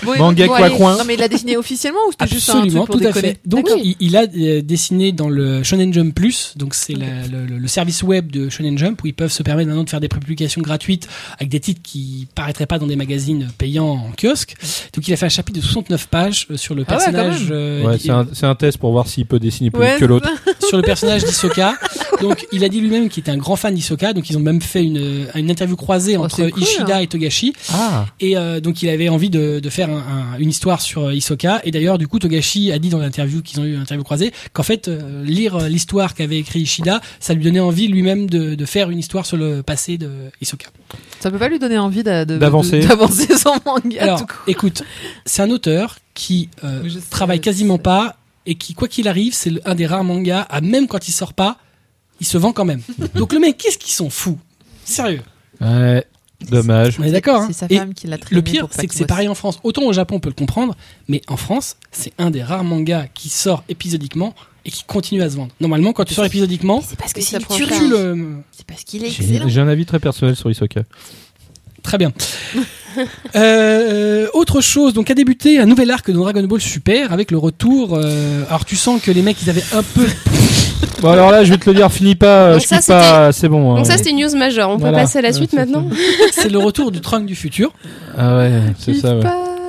Speaker 2: Bon, et
Speaker 4: Manga
Speaker 2: donc,
Speaker 4: quoi,
Speaker 2: allez.
Speaker 4: coin
Speaker 2: Non, mais il l'a dessiné officiellement ou c'était juste un truc
Speaker 1: Absolument,
Speaker 2: pour
Speaker 1: tout à
Speaker 2: déconner
Speaker 1: fait. Donc,
Speaker 2: D'accord.
Speaker 1: il, il a euh, dessiné dans le Shonen Jump Plus, donc c'est la- le, le- le service web de Shonen Jump où ils peuvent se permettre maintenant de faire des publications gratuites avec des titres qui paraîtraient pas dans des magazines payants en kiosque. Donc, il a fait un chapitre de 69 pages euh, sur le
Speaker 2: Ah ouais, quand
Speaker 1: personnage, euh,
Speaker 4: Ouais,
Speaker 1: d'I-
Speaker 4: c'est un, c'est un test pour voir s'il peut dessiner plus
Speaker 2: Ouais,
Speaker 4: que l'autre.
Speaker 1: <laughs>
Speaker 4: hein.
Speaker 1: sur le personnage d'Isoka. Donc, il a dit lui-même qu'il était un grand fan d'Isoka. Donc, ils ont même fait une, euh, une interview croisée
Speaker 2: Oh,
Speaker 1: entre
Speaker 2: c'est cool,
Speaker 1: Ishida
Speaker 2: hein.
Speaker 1: et Togashi.
Speaker 4: Ah
Speaker 1: Et euh, donc il avait envie de, de faire un- un- une histoire sur euh, Hisoka. Et d'ailleurs, du coup, Togashi a dit dans l'interview qu'ils ont eu une interview croisée qu'en fait, euh, lire euh, l'histoire qu'avait écrit Ishida, ça lui donnait envie lui-même de, de faire une histoire sur le passé de Hisoka.
Speaker 2: Ça peut pas lui donner envie d'a- de-
Speaker 4: D'avancer.
Speaker 2: de- d'avancer son manga.
Speaker 1: Alors,
Speaker 2: tout court.
Speaker 1: écoute, c'est un auteur qui euh,
Speaker 2: Mais je sais,
Speaker 1: travaille
Speaker 2: je
Speaker 1: quasiment
Speaker 2: sais.
Speaker 1: pas et qui, quoi qu'il arrive, c'est le- un des rares mangas à même quand il sort pas, il se vend quand
Speaker 2: <laughs>
Speaker 1: même. Donc le mec, qu'est-ce qu'ils sont fous Sérieux.
Speaker 4: Ah, Ouais, dommage.
Speaker 1: On est d'accord. hein
Speaker 2: C'est sa
Speaker 1: Et-
Speaker 2: femme qui l'a traîné.
Speaker 1: Le pire,
Speaker 2: pour pas
Speaker 1: c'est que
Speaker 2: qu'il
Speaker 1: c'est
Speaker 2: bosse.
Speaker 1: pareil en France. Autant au Japon, on peut le comprendre, mais en France, c'est un des rares mangas qui sort épisodiquement et qui continue à se vendre. Normalement, quand tu sors épisodiquement,
Speaker 2: Mais C'est parce que
Speaker 3: Et
Speaker 2: c'est
Speaker 3: ça
Speaker 2: une
Speaker 3: prend
Speaker 2: tuerie.
Speaker 1: tu euh, le.
Speaker 2: C'est parce qu'il est
Speaker 4: J'ai
Speaker 2: excellent.
Speaker 4: j'ai un avis très personnel sur Isoka.
Speaker 1: Très
Speaker 2: <laughs>
Speaker 1: bien. Euh, autre chose, donc a débuté un nouvel arc de Dragon Ball Super avec le retour. euh, alors tu sens que les mecs, ils avaient un
Speaker 2: <laughs>
Speaker 1: peu.
Speaker 4: Bon alors là, je vais te le dire, finis pas, euh,
Speaker 3: Donc
Speaker 4: je
Speaker 3: ça,
Speaker 4: finis pas, c'est bon. hein.
Speaker 3: Donc ça, c'était une news majeure. On
Speaker 4: Voilà.
Speaker 3: peut passer à la
Speaker 4: Ouais,
Speaker 3: suite
Speaker 4: c'est
Speaker 3: maintenant
Speaker 1: c'est le retour du Trunk du futur.
Speaker 4: Ah ouais, c'est ça. ouais.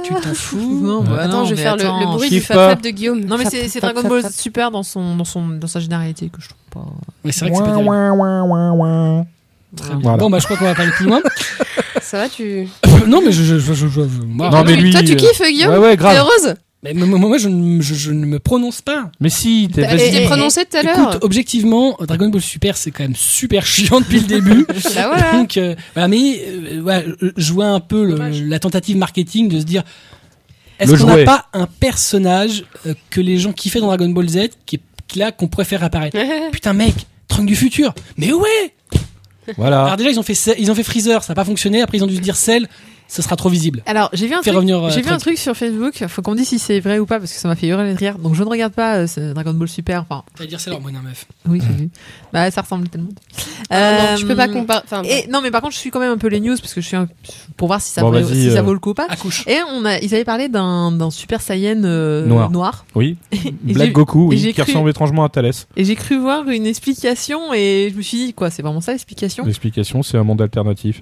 Speaker 1: Tu t'en fous.
Speaker 2: Non, bah
Speaker 3: Attends,
Speaker 2: non,
Speaker 3: je vais
Speaker 2: mais
Speaker 3: faire le-
Speaker 2: attends.
Speaker 3: le, bruit
Speaker 4: je
Speaker 3: du
Speaker 4: kiffe pas.
Speaker 3: fab-fab de Guillaume.
Speaker 2: Non, mais
Speaker 3: Fab-
Speaker 2: c'est c'est
Speaker 3: fab-
Speaker 2: Dragon
Speaker 3: fab-
Speaker 2: Ball
Speaker 3: fab.
Speaker 2: super dans son dans son dans sa généralité que je trouve pas.
Speaker 1: Mais c'est vrai que c'est pas terrible.
Speaker 4: Ouin, ouin, ouin, ouin.
Speaker 2: Très
Speaker 4: Voilà.
Speaker 1: Bon, bah je crois qu'on va pas aller plus <laughs> loin.
Speaker 3: Ça va, tu.
Speaker 1: non, mais je. je- je- je- je- moi,
Speaker 4: Non, mais
Speaker 3: Oui,
Speaker 4: lui,
Speaker 3: Toi,
Speaker 4: euh,
Speaker 3: tu kiffes, Guillaume
Speaker 4: Ouais ouais,
Speaker 3: T'es
Speaker 4: grave.
Speaker 3: heureuse
Speaker 1: Mais moi, moi, je, ne- je- je ne me prononce pas.
Speaker 4: Mais si, t'es-
Speaker 3: Bah,
Speaker 4: vas-y.
Speaker 3: Je t'ai prononcé tout à l'heure.
Speaker 1: Écoute, objectivement, Dragon Ball Super, c'est quand même super chiant depuis le
Speaker 2: <laughs>
Speaker 1: début.
Speaker 3: Bah voilà.
Speaker 1: Donc, euh, voilà, mais euh, voilà, euh, je vois un peu le- la tentative marketing de se dire est-ce
Speaker 4: Le
Speaker 1: qu'on n'a
Speaker 4: jouet.
Speaker 1: pas un personnage euh, que les gens kiffaient dans Dragon Ball Z qui est qui est là qu'on pourrait faire
Speaker 2: <laughs>
Speaker 1: apparaître Putain, mec, Trunk du futur Mais ouais
Speaker 4: Voilà.
Speaker 1: Alors, déjà, ils ont, fait, Cell- ils ont fait Freezer, ça n'a pas fonctionné. Après, ils ont dû se dire Cell, ça sera trop visible.
Speaker 2: Alors, j'ai vu un
Speaker 1: Fais
Speaker 2: truc.
Speaker 1: revenir, euh,
Speaker 2: Ah, J'ai vu un
Speaker 1: Trunks.
Speaker 2: truc sur Facebook. Faut qu'on dise si c'est vrai ou pas parce que ça m'a fait hurler de rire. Donc, je ne regarde pas euh, ce Dragon Ball Super. Enfin,
Speaker 1: J'allais dire Cell, moi, non, meuf.
Speaker 2: oui, j'ai
Speaker 1: <laughs>
Speaker 2: vu. Bah, ça ressemble tellement.
Speaker 3: Ah non, tu
Speaker 2: Euh,
Speaker 3: peux pas comparer. Enfin,
Speaker 2: Et non, mais par contre, je suis quand même un peu les news parce que je suis un... pour voir si ça,
Speaker 4: Bon,
Speaker 2: vaut,
Speaker 4: vas-y,
Speaker 2: si ça
Speaker 4: euh.
Speaker 2: vaut le coup ou pas.
Speaker 1: Accouche.
Speaker 2: Et on a, ils avaient parlé d'un d'un Super Saiyan euh,
Speaker 4: Noir.
Speaker 3: <laughs>
Speaker 4: Oui.
Speaker 2: j'ai-
Speaker 4: Black
Speaker 2: et
Speaker 4: Goku, oui,
Speaker 2: j'ai
Speaker 4: qui
Speaker 2: cru-
Speaker 4: ressemble étrangement à Thales.
Speaker 2: Et j'ai cru voir une explication et je me suis dit quoi, c'est vraiment ça l'explication
Speaker 4: L'explication, c'est un monde alternatif.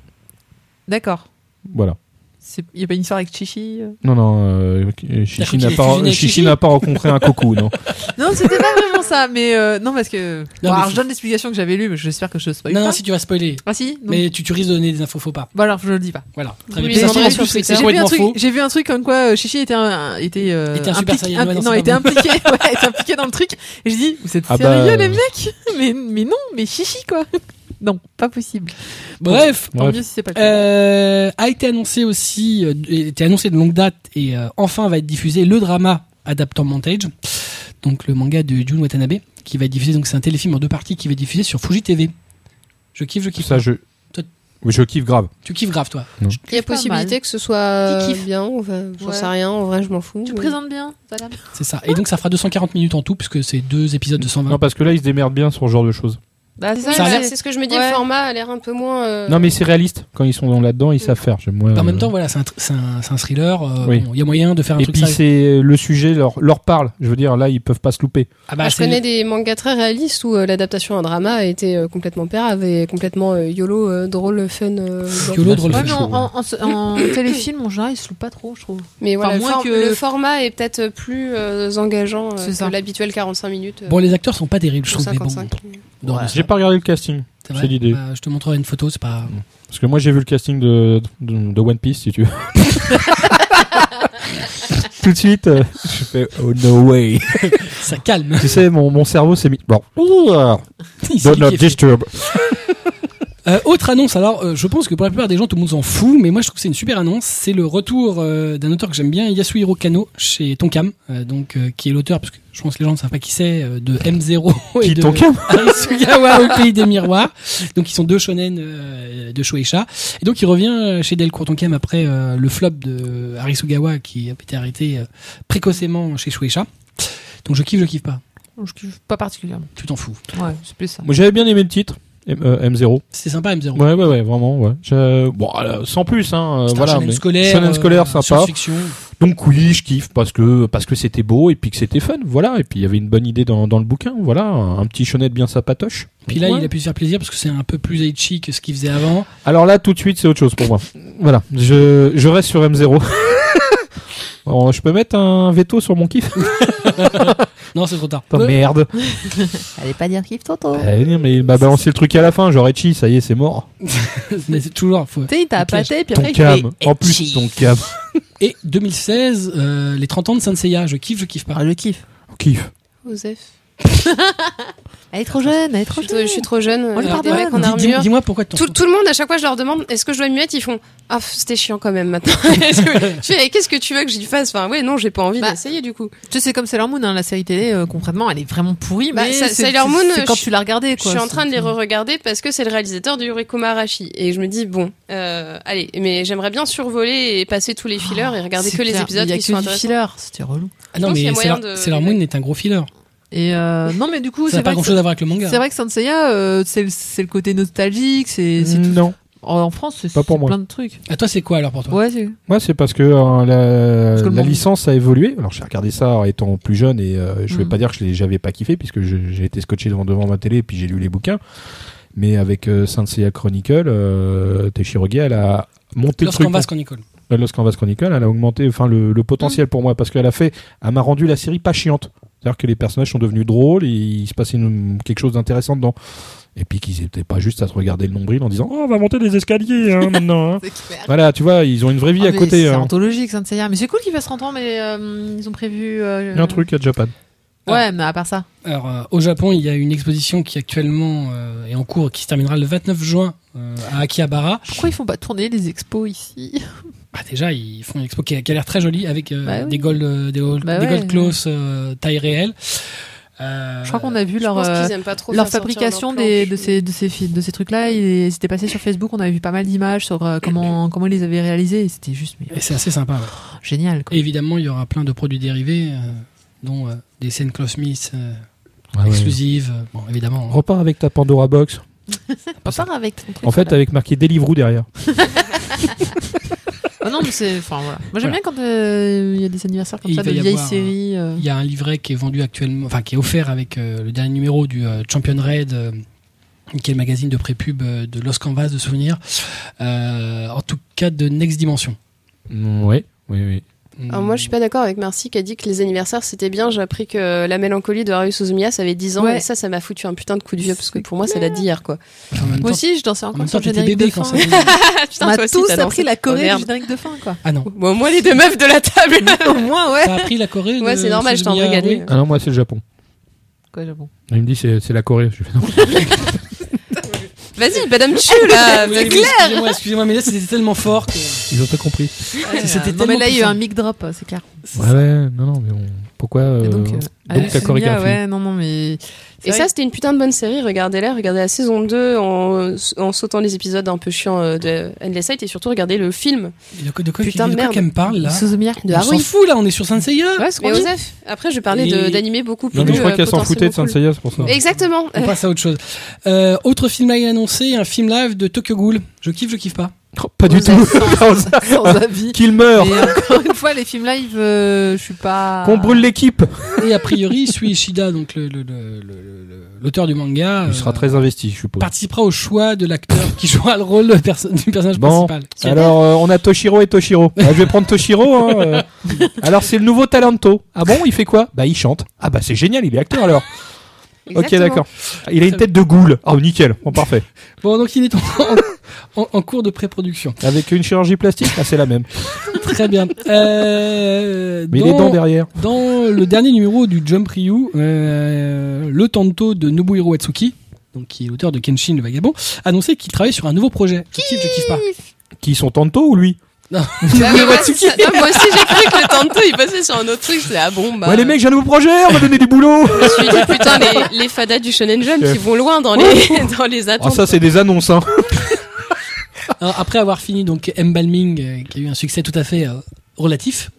Speaker 2: D'accord.
Speaker 4: Voilà.
Speaker 2: C'est- Il y a pas une histoire avec Chichi euh
Speaker 4: Non, non, euh,
Speaker 1: T'as
Speaker 4: Chichi
Speaker 1: cru
Speaker 4: n'a
Speaker 1: qu'il
Speaker 4: pas,
Speaker 1: fusionné avec
Speaker 4: Chichi
Speaker 1: Chichi
Speaker 4: n'a pas rencontré un coco, non.
Speaker 2: Non, c'était pas vraiment ça, mais euh, non parce que.
Speaker 1: Non,
Speaker 2: Bon,
Speaker 1: mais
Speaker 2: alors,
Speaker 1: c'est-
Speaker 2: je donne l'explication que j'avais lue, mais j'espère que je spoil
Speaker 1: Non,
Speaker 2: pas.
Speaker 1: non, si tu vas spoiler.
Speaker 2: Ah si. Donc-
Speaker 1: Mais tu, tu risques de donner des infos faux pas.
Speaker 2: Bon alors je le dis pas.
Speaker 1: Voilà. Très
Speaker 3: Vous
Speaker 1: bien.
Speaker 3: les
Speaker 1: Ça,
Speaker 3: demanderez
Speaker 1: en
Speaker 3: sur
Speaker 1: plus, c'est-
Speaker 3: Twitter.
Speaker 1: C'est
Speaker 2: J'ai vu, un
Speaker 1: complètement
Speaker 2: truc,
Speaker 1: faux.
Speaker 2: j'ai vu un truc comme quoi euh, Chichi était un, était, euh,
Speaker 1: Était un super
Speaker 2: impliqué-
Speaker 1: Saiyan, ouais, non,
Speaker 2: non,
Speaker 1: c'est
Speaker 2: était
Speaker 1: pas
Speaker 2: impliqué, <laughs> ouais, était impliqué dans le truc. Et je dis vous êtes
Speaker 4: Ah bah,
Speaker 2: sérieux
Speaker 4: euh.
Speaker 2: les mecs mais, mais non, mais Chichi quoi. <laughs> Non, pas possible.
Speaker 1: Bref.
Speaker 2: Tant
Speaker 4: Bref.
Speaker 2: mieux si c'est pas le cas.
Speaker 1: Euh, a été annoncé aussi, euh, était annoncé de longue date et euh, enfin va être diffusé le drama Adaptant Montage, donc le manga de Jun Watanabe, qui va être diffusé, donc c'est un téléfilm en deux parties qui va être diffusé sur Fuji TV. Je kiffe, je kiffe.
Speaker 4: Ça, je.
Speaker 1: Toi-
Speaker 4: Oui, je kiffe grave.
Speaker 1: Tu kiffes grave, toi.
Speaker 3: Il y a
Speaker 2: pas mal.
Speaker 3: possibilité que ce soit euh,
Speaker 2: Qui kiffe.
Speaker 3: bien, ou enfin, j'en
Speaker 2: Ouais.
Speaker 3: sais rien, en vrai je m'en fous.
Speaker 2: Tu
Speaker 3: mais-
Speaker 2: présentes bien, ça a l'air bien.
Speaker 1: C'est ça. Et donc ça fera 240 minutes en tout, puisque c'est deux épisodes de 120.
Speaker 4: Non, parce que là, ils se démerdent bien sur ce genre de choses.
Speaker 2: Bah,
Speaker 3: C'est
Speaker 2: c'est
Speaker 1: Ça a
Speaker 3: ça,
Speaker 1: l'air-
Speaker 3: c'est ce que je me dis,
Speaker 2: Ouais.
Speaker 3: le format a l'air un peu moins. euh,
Speaker 4: Non, mais c'est réaliste. Quand ils sont dans- là-dedans, ils savent faire. J'aime moins,
Speaker 1: En
Speaker 4: euh,
Speaker 1: même temps, voilà, c'est un, thr- c'est un- c'est un thriller. euh, bon,
Speaker 4: Oui.
Speaker 1: Il y a moyen de faire un
Speaker 4: Et
Speaker 1: truc
Speaker 4: puis,
Speaker 1: sérieux.
Speaker 4: c'est euh, le sujet leur, leur parle. Je veux dire, là, ils peuvent pas se louper.
Speaker 1: Ah
Speaker 3: Moi,
Speaker 1: bah,
Speaker 3: je
Speaker 1: c'est-
Speaker 3: connais des mangas très réalistes où euh, l'adaptation à un drama a été euh, complètement pérave et complètement euh, yolo, euh, drôle, fun. euh, genre.
Speaker 1: Yolo, drôle,
Speaker 2: Ouais,
Speaker 1: fun.
Speaker 2: mais
Speaker 4: chaud,
Speaker 2: en,
Speaker 4: ouais.
Speaker 2: en, en, en <coughs> téléfilm, en général, ils se loupent pas trop,
Speaker 1: <laughs>
Speaker 2: je trouve.
Speaker 3: Mais
Speaker 2: Enfin,
Speaker 3: voilà, le,
Speaker 2: moins
Speaker 3: for-
Speaker 2: que-
Speaker 3: le format est peut-être plus euh, engageant euh,
Speaker 2: C'est ça.
Speaker 3: que l'habituel 45 minutes. euh,
Speaker 1: Bon, les acteurs sont pas terribles, je
Speaker 3: pour
Speaker 1: trouve, mais bon.
Speaker 3: 55.
Speaker 1: Non, mais
Speaker 4: J'ai pas regardé le casting.
Speaker 1: c'est
Speaker 4: c'est l'idée.
Speaker 1: Bah, je te montrerai une photo, c'est pas.
Speaker 4: Parce que moi, j'ai vu le casting de, de, de One Piece, si tu veux. <laughs> Tout de suite, euh, je fais Oh no <laughs> way.
Speaker 1: Ça calme. <laughs>
Speaker 4: tu sais, mon, mon cerveau s'est mis. Bon. Ouh, ah,
Speaker 1: Il s'est
Speaker 4: Don't not
Speaker 1: kiffé.
Speaker 4: disturb.
Speaker 1: Euh, autre annonce, alors euh, je pense que pour la plupart des gens tout le monde s'en fout, mais moi je trouve que c'est une super annonce. C'est le retour euh, d'un auteur que j'aime bien, Yasuhiro Kano, chez Tonkam, euh, donc euh, qui est l'auteur, parce que je pense que les gens ne savent pas qui c'est, euh, de M0 <laughs> et
Speaker 4: Qui
Speaker 1: de
Speaker 4: ton cam
Speaker 1: Arisugawa au pays des miroirs. Donc ils sont deux shonen euh, de Shueisha. Et donc il revient euh, chez Delcourt Tonkam après euh, le flop de Arisugawa qui a été arrêté euh, précocement chez Shueisha. Donc je kiffe, je kiffe pas.
Speaker 2: Je kiffe pas particulièrement.
Speaker 1: Tu t'en fous.
Speaker 2: Ouais, c'est plus ça.
Speaker 4: Moi, j'avais bien aimé le titre. M, euh, M0.
Speaker 1: C'est sympa M0.
Speaker 4: Ouais, ouais, ouais, vraiment, ouais. Je- Bon, euh, sans plus, hein. euh,
Speaker 1: C'est un
Speaker 4: voilà.
Speaker 1: shonen
Speaker 4: mais-
Speaker 1: scolaire, euh,
Speaker 4: shonen scolaire, sympa.
Speaker 1: science-fiction.
Speaker 4: Donc oui, je kiffe parce que parce que c'était beau et puis que c'était fun, voilà. Et puis il y avait une bonne idée dans, dans le bouquin, voilà, un petit chonette bien sapatoche.
Speaker 1: Puis là,
Speaker 4: Ouais.
Speaker 1: il a pu se faire plaisir parce que c'est un peu plus Aichi que ce qu'il faisait avant.
Speaker 4: Alors là, tout de suite, c'est autre chose pour moi. Voilà, je, je reste sur <laughs> M0. Alors, je peux mettre un veto sur mon kiff
Speaker 1: Non, c'est trop
Speaker 2: <laughs>
Speaker 1: tard.
Speaker 4: Putain, Merde.
Speaker 2: Allez pas dire kiff Toto.
Speaker 4: Eh, non, mais il m'a balancé le truc à la fin, genre Echi, ça y est, c'est mort.
Speaker 1: Mais c'est toujours. Faut...
Speaker 2: Tu sais, il t'a
Speaker 1: Clash.
Speaker 2: pâté, puis
Speaker 4: Ton
Speaker 2: après, il eh, fait.
Speaker 4: cam. En plus, ton cam.
Speaker 1: Et 2016, euh, les 30 ans de Senseiya, je kiffe, je kiffe pas.
Speaker 2: Ah, le kiff.
Speaker 4: On kiffe.
Speaker 3: Joseph.
Speaker 2: Elle est trop jeune, elle est trop
Speaker 3: Je, suis- je
Speaker 2: jeune.
Speaker 3: suis trop jeune.
Speaker 2: On le
Speaker 3: euh,
Speaker 2: pardonne.
Speaker 3: avec en
Speaker 1: Dis- dis-
Speaker 3: armure.
Speaker 1: Dis-moi pourquoi tu t'en
Speaker 3: Tout,
Speaker 1: fous.
Speaker 3: tout le monde, à chaque fois, je leur demande est-ce que je dois m'y mettre Ils font ah, pff, c'était chiant quand même maintenant. <laughs> Est-ce que- je fais, Eh, qu'est-ce que tu veux que j'y fasse Enfin, ouais, non, j'ai pas envie
Speaker 2: Bah,
Speaker 3: d'essayer du coup.
Speaker 2: Tu sais, c'est comme Sailor Moon, hein, la série télé, euh, concrètement, elle est vraiment pourrie,
Speaker 3: Bah,
Speaker 2: mais
Speaker 3: ça-
Speaker 2: c'est-
Speaker 3: Sailor
Speaker 2: c'est-
Speaker 3: Moon,
Speaker 2: c'est quand
Speaker 3: je-
Speaker 2: tu l'as regardée,
Speaker 3: Je
Speaker 2: quoi.
Speaker 3: suis en train de les
Speaker 2: C'est-
Speaker 3: re-regarder parce que c'est le réalisateur du Yurikuma Arashi. Et je me dis, bon, euh, allez, mais j'aimerais bien survoler et passer tous les fillers et regarder
Speaker 2: C'est
Speaker 3: que les
Speaker 2: clair,
Speaker 3: épisodes
Speaker 2: il y a
Speaker 3: qui
Speaker 2: que
Speaker 3: sont
Speaker 2: du
Speaker 3: intéressants.
Speaker 2: filler, c'était relou.
Speaker 1: Ah non,
Speaker 3: pense qu'il y a
Speaker 1: mais
Speaker 3: moyen
Speaker 1: Sailor
Speaker 3: de-
Speaker 1: Sailor Moon est un gros filler.
Speaker 2: Et euh, non, mais du coup,
Speaker 1: Ça
Speaker 2: c'est
Speaker 1: n'a pas
Speaker 2: vrai,
Speaker 1: grand
Speaker 2: que
Speaker 1: chose à voir avec le manga.
Speaker 2: c'est vrai que Sanseiya, euh, c'est le- c'est le côté nostalgique, c'est c'est tout.
Speaker 4: Non.
Speaker 2: En en France, c'est
Speaker 4: Mm. Pas pour
Speaker 2: c'est
Speaker 4: moi.
Speaker 2: plein de trucs.
Speaker 1: À toi, c'est quoi alors pour toi
Speaker 2: Ouais, c'est.
Speaker 4: Moi, c'est parce que euh, la,
Speaker 2: Parce que le
Speaker 4: la
Speaker 2: monde-
Speaker 4: licence a évolué. Alors, j'ai regardé ça en étant plus jeune et euh, je vais
Speaker 2: Mhm.
Speaker 4: pas dire que je l'ai- j'avais pas kiffé puisque je- j'ai été scotché devant, devant ma télé et puis j'ai lu les bouquins. Mais avec euh, Saint Seiya Chronicle, euh, Teshiroge, elle a monté le
Speaker 1: Lorsqu'on
Speaker 4: truc.
Speaker 1: va, qu'on Nicole.
Speaker 2: Mhm.
Speaker 4: Euh, Lost Canvas Chronicle, elle a augmenté enfin le, le potentiel pour moi parce qu'elle a fait, elle m'a rendu la série pas chiante. C'est-à-dire que les personnages sont devenus drôles, et il se passait une- quelque chose d'intéressant dedans. Et puis qu'ils n'étaient pas juste à se regarder le nombril en disant Oh, on va monter des escaliers hein,
Speaker 2: <laughs>
Speaker 4: maintenant. hein.
Speaker 2: C'est clair.
Speaker 4: Voilà, tu vois, ils ont une vraie vie à côté.
Speaker 2: Ah, C'est
Speaker 4: hein.
Speaker 2: anthologique, saint Mais c'est cool qu'il fasse 30 ans, mais euh, ils ont prévu. euh,
Speaker 4: Il y a un truc à Japan.
Speaker 2: Ouais, mais à part ça.
Speaker 1: Alors, euh, au Japon, il y a une exposition qui actuellement euh, est en cours, qui se terminera le 29 juin euh, à Akihabara.
Speaker 2: Pourquoi ils font pas tourner les expos ici
Speaker 1: Bah, déjà, ils font une expo qui a, qui a l'air très jolie avec euh,
Speaker 2: Bah oui.
Speaker 1: des gold, euh, des gold,
Speaker 2: Bah
Speaker 1: des
Speaker 2: ouais.
Speaker 1: gold clothes, euh, taille réelle. Euh,
Speaker 2: Je crois qu'on a vu
Speaker 3: Je
Speaker 2: leur.
Speaker 3: pense
Speaker 2: euh,
Speaker 3: qu'ils aiment pas trop
Speaker 2: Leur
Speaker 3: faire sortir
Speaker 2: fabrication
Speaker 3: leurs
Speaker 2: des,
Speaker 3: planches.
Speaker 2: de ces, de ces, fi- de ces trucs-là, ils étaient passés sur Facebook, on avait vu pas mal d'images sur euh, <coughs> comment, comment ils les avaient réalisés, et c'était juste mais,
Speaker 1: et c'est assez sympa. ouais.
Speaker 2: oh, génial. Quoi.
Speaker 1: Et évidemment, il y aura plein de produits dérivés, euh, dont euh, des scènes Klaus Smith euh,
Speaker 4: Ah
Speaker 1: exclusives. euh, Bon, évidemment.
Speaker 4: Repars avec ta Pandora Box.
Speaker 2: Pas part avec ton truc,
Speaker 4: En fait,
Speaker 2: voilà.
Speaker 4: avec marqué Deliveroo derrière.
Speaker 2: Ah non, mais c'est. Enfin voilà. Moi
Speaker 1: Voilà.
Speaker 2: j'aime bien quand euh, il y a des anniversaires comme
Speaker 1: Et
Speaker 2: ça,
Speaker 1: il va
Speaker 2: de
Speaker 1: y
Speaker 2: vieilles
Speaker 1: avoir un-
Speaker 2: séries. euh,
Speaker 1: Il y a un livret qui est vendu actuellement, enfin qui est offert avec euh, le dernier numéro du euh, Champion Raid, euh, qui est le magazine de pré-pub euh, de Los Canvas de souvenirs, euh, en tout cas de Next Dimension.
Speaker 4: Oui, Mm, oui, oui.
Speaker 3: Alors Ah, moi, je suis pas d'accord avec Marcy qui a dit que les anniversaires c'était bien. J'ai appris que la mélancolie de Haru Suzumiya, ça avait 10 ans
Speaker 2: Ouais.
Speaker 3: et ça, ça m'a foutu un putain de coup de vieux parce que pour moi, ça
Speaker 2: clair.
Speaker 3: date d'hier <laughs> quoi.
Speaker 1: En même temps,
Speaker 2: Moi aussi, je dansais
Speaker 1: en même
Speaker 2: encore
Speaker 1: temps,
Speaker 2: sur le
Speaker 1: t'étais
Speaker 2: générique
Speaker 1: bébé
Speaker 2: de
Speaker 1: quand
Speaker 2: fin.
Speaker 1: ça.
Speaker 3: Ah,
Speaker 2: On a tous appris la
Speaker 3: Corée
Speaker 2: Corée
Speaker 3: du
Speaker 2: du générique de fin, quoi.
Speaker 3: <laughs>
Speaker 1: Ah non,
Speaker 3: Oh, Bon, moi, les deux meufs de la table.
Speaker 2: <laughs> Au moins, ouais.
Speaker 1: t'as appris la Corée
Speaker 3: <laughs> Ouais,
Speaker 1: de-
Speaker 3: c'est normal, je t'en
Speaker 1: Suzumiya,
Speaker 3: régalais.
Speaker 1: oui.
Speaker 4: Ah non, moi, c'est le Japon.
Speaker 2: <laughs> Quoi, Japon
Speaker 4: Il me dit C'est c'est la Corée. Je fais, Non.
Speaker 3: Vas-y, madame Chu
Speaker 2: <laughs>
Speaker 3: là,
Speaker 1: Oui,
Speaker 3: Ah, c'est
Speaker 1: oui,
Speaker 3: clair.
Speaker 1: Excusez-moi, excusez-moi, mais là c'était tellement fort que.
Speaker 4: Ils ont pas compris.
Speaker 1: C'était
Speaker 2: Non, mais
Speaker 1: tellement
Speaker 2: là, il y a eu
Speaker 1: puissant.
Speaker 2: un mic drop, c'est clair.
Speaker 4: Ouais, ouais, non, non, mais bon, pourquoi euh,
Speaker 2: Et donc, euh, Alain
Speaker 4: la chorégraphie.
Speaker 2: Soumia, Ouais, non, non, mais.
Speaker 3: Et ça, c'était une putain de bonne série. Regardez-la, regardez la saison 2 en, en sautant les épisodes un peu chiants euh, de Endless Sight et surtout regardez le film
Speaker 1: De quoi, de quoi,
Speaker 3: Putain
Speaker 1: de
Speaker 3: de
Speaker 1: quoi
Speaker 3: merde.
Speaker 1: qu'elle me parle Ah là
Speaker 2: Suzumiya.
Speaker 3: de
Speaker 1: On s'en
Speaker 3: Haru.
Speaker 1: fout là, on est sur Saint Seiya.
Speaker 2: Ouais, ce qu'on
Speaker 3: Mais
Speaker 2: dit.
Speaker 3: Joseph, après, je parlais
Speaker 1: Et-
Speaker 3: de- d'animés beaucoup plus.
Speaker 4: Non, mais je crois
Speaker 3: euh,
Speaker 4: qu'elle s'en foutait de
Speaker 3: potentiellement
Speaker 4: Sanseiya, c'est pour ça.
Speaker 3: cool. Exactement.
Speaker 1: On passe à autre chose. Euh, autre film à annoncé, un film live de Tokyo Ghoul. Je kiffe, je kiffe pas.
Speaker 4: Oh, pas du
Speaker 2: <laughs>
Speaker 4: tout. <laughs>
Speaker 2: Sans avis.
Speaker 4: Qu'il meurt.
Speaker 2: Et encore une fois, les films live, euh, je suis pas.
Speaker 4: Qu'on brûle l'équipe.
Speaker 1: Et a priori, Sui Ishida, donc le- le- le- le- le- le- l'auteur du manga,
Speaker 4: Il sera
Speaker 1: euh,
Speaker 4: très investi, je suppose.
Speaker 1: participera au choix de l'acteur qui jouera le rôle de perso- du personnage
Speaker 4: Bon.
Speaker 1: principal.
Speaker 4: Alors, euh, on a Toshiro
Speaker 2: <laughs>
Speaker 4: et Toshiro. Ah, je vais prendre Toshiro. hein, euh. Alors, c'est le nouveau Talento. Ah bon, il fait quoi Bah, il chante. Ah bah, c'est génial, il est acteur alors. Ok,
Speaker 3: Exactement. Bah,
Speaker 4: d'accord. Il a une tête de goule. Oh, nickel. Bon, parfait.
Speaker 1: Bon, donc il est en, en- en cours de pré-production.
Speaker 4: Avec une chirurgie plastique, ah, c'est la même.
Speaker 1: Très
Speaker 4: <laughs>
Speaker 1: bien. Euh,
Speaker 4: Mais les
Speaker 1: dans,
Speaker 4: dents derrière.
Speaker 1: dans le dernier numéro du Jump Ryu, euh, le Tanto de Nobuhiro Atsuki, donc qui est l'auteur de Kenshin le Vagabond, annonçait qu'il travaille sur un nouveau projet. Je kiffe, je kiffe pas.
Speaker 4: Qui sont Tanto ou lui
Speaker 3: Bah oui, ouais, c'est ça. Non, moi aussi, j'ai cru que le tantôt il passait sur un autre truc. C'est ah bon, bah.
Speaker 4: Ouais, les mecs, j'ai un nouveau projet, on va donner
Speaker 3: <laughs>
Speaker 4: du boulot.
Speaker 3: Je me suis
Speaker 4: <laughs>
Speaker 3: dit, putain, les, les fadas du Shonen Jump qui vont loin dans les, <laughs> dans les attentes.
Speaker 4: Oh. Ah, ça, c'est des annonces, hein.
Speaker 1: Alors, Hein, après avoir fini donc Embalming, euh, qui a eu un succès tout à fait euh, relatif,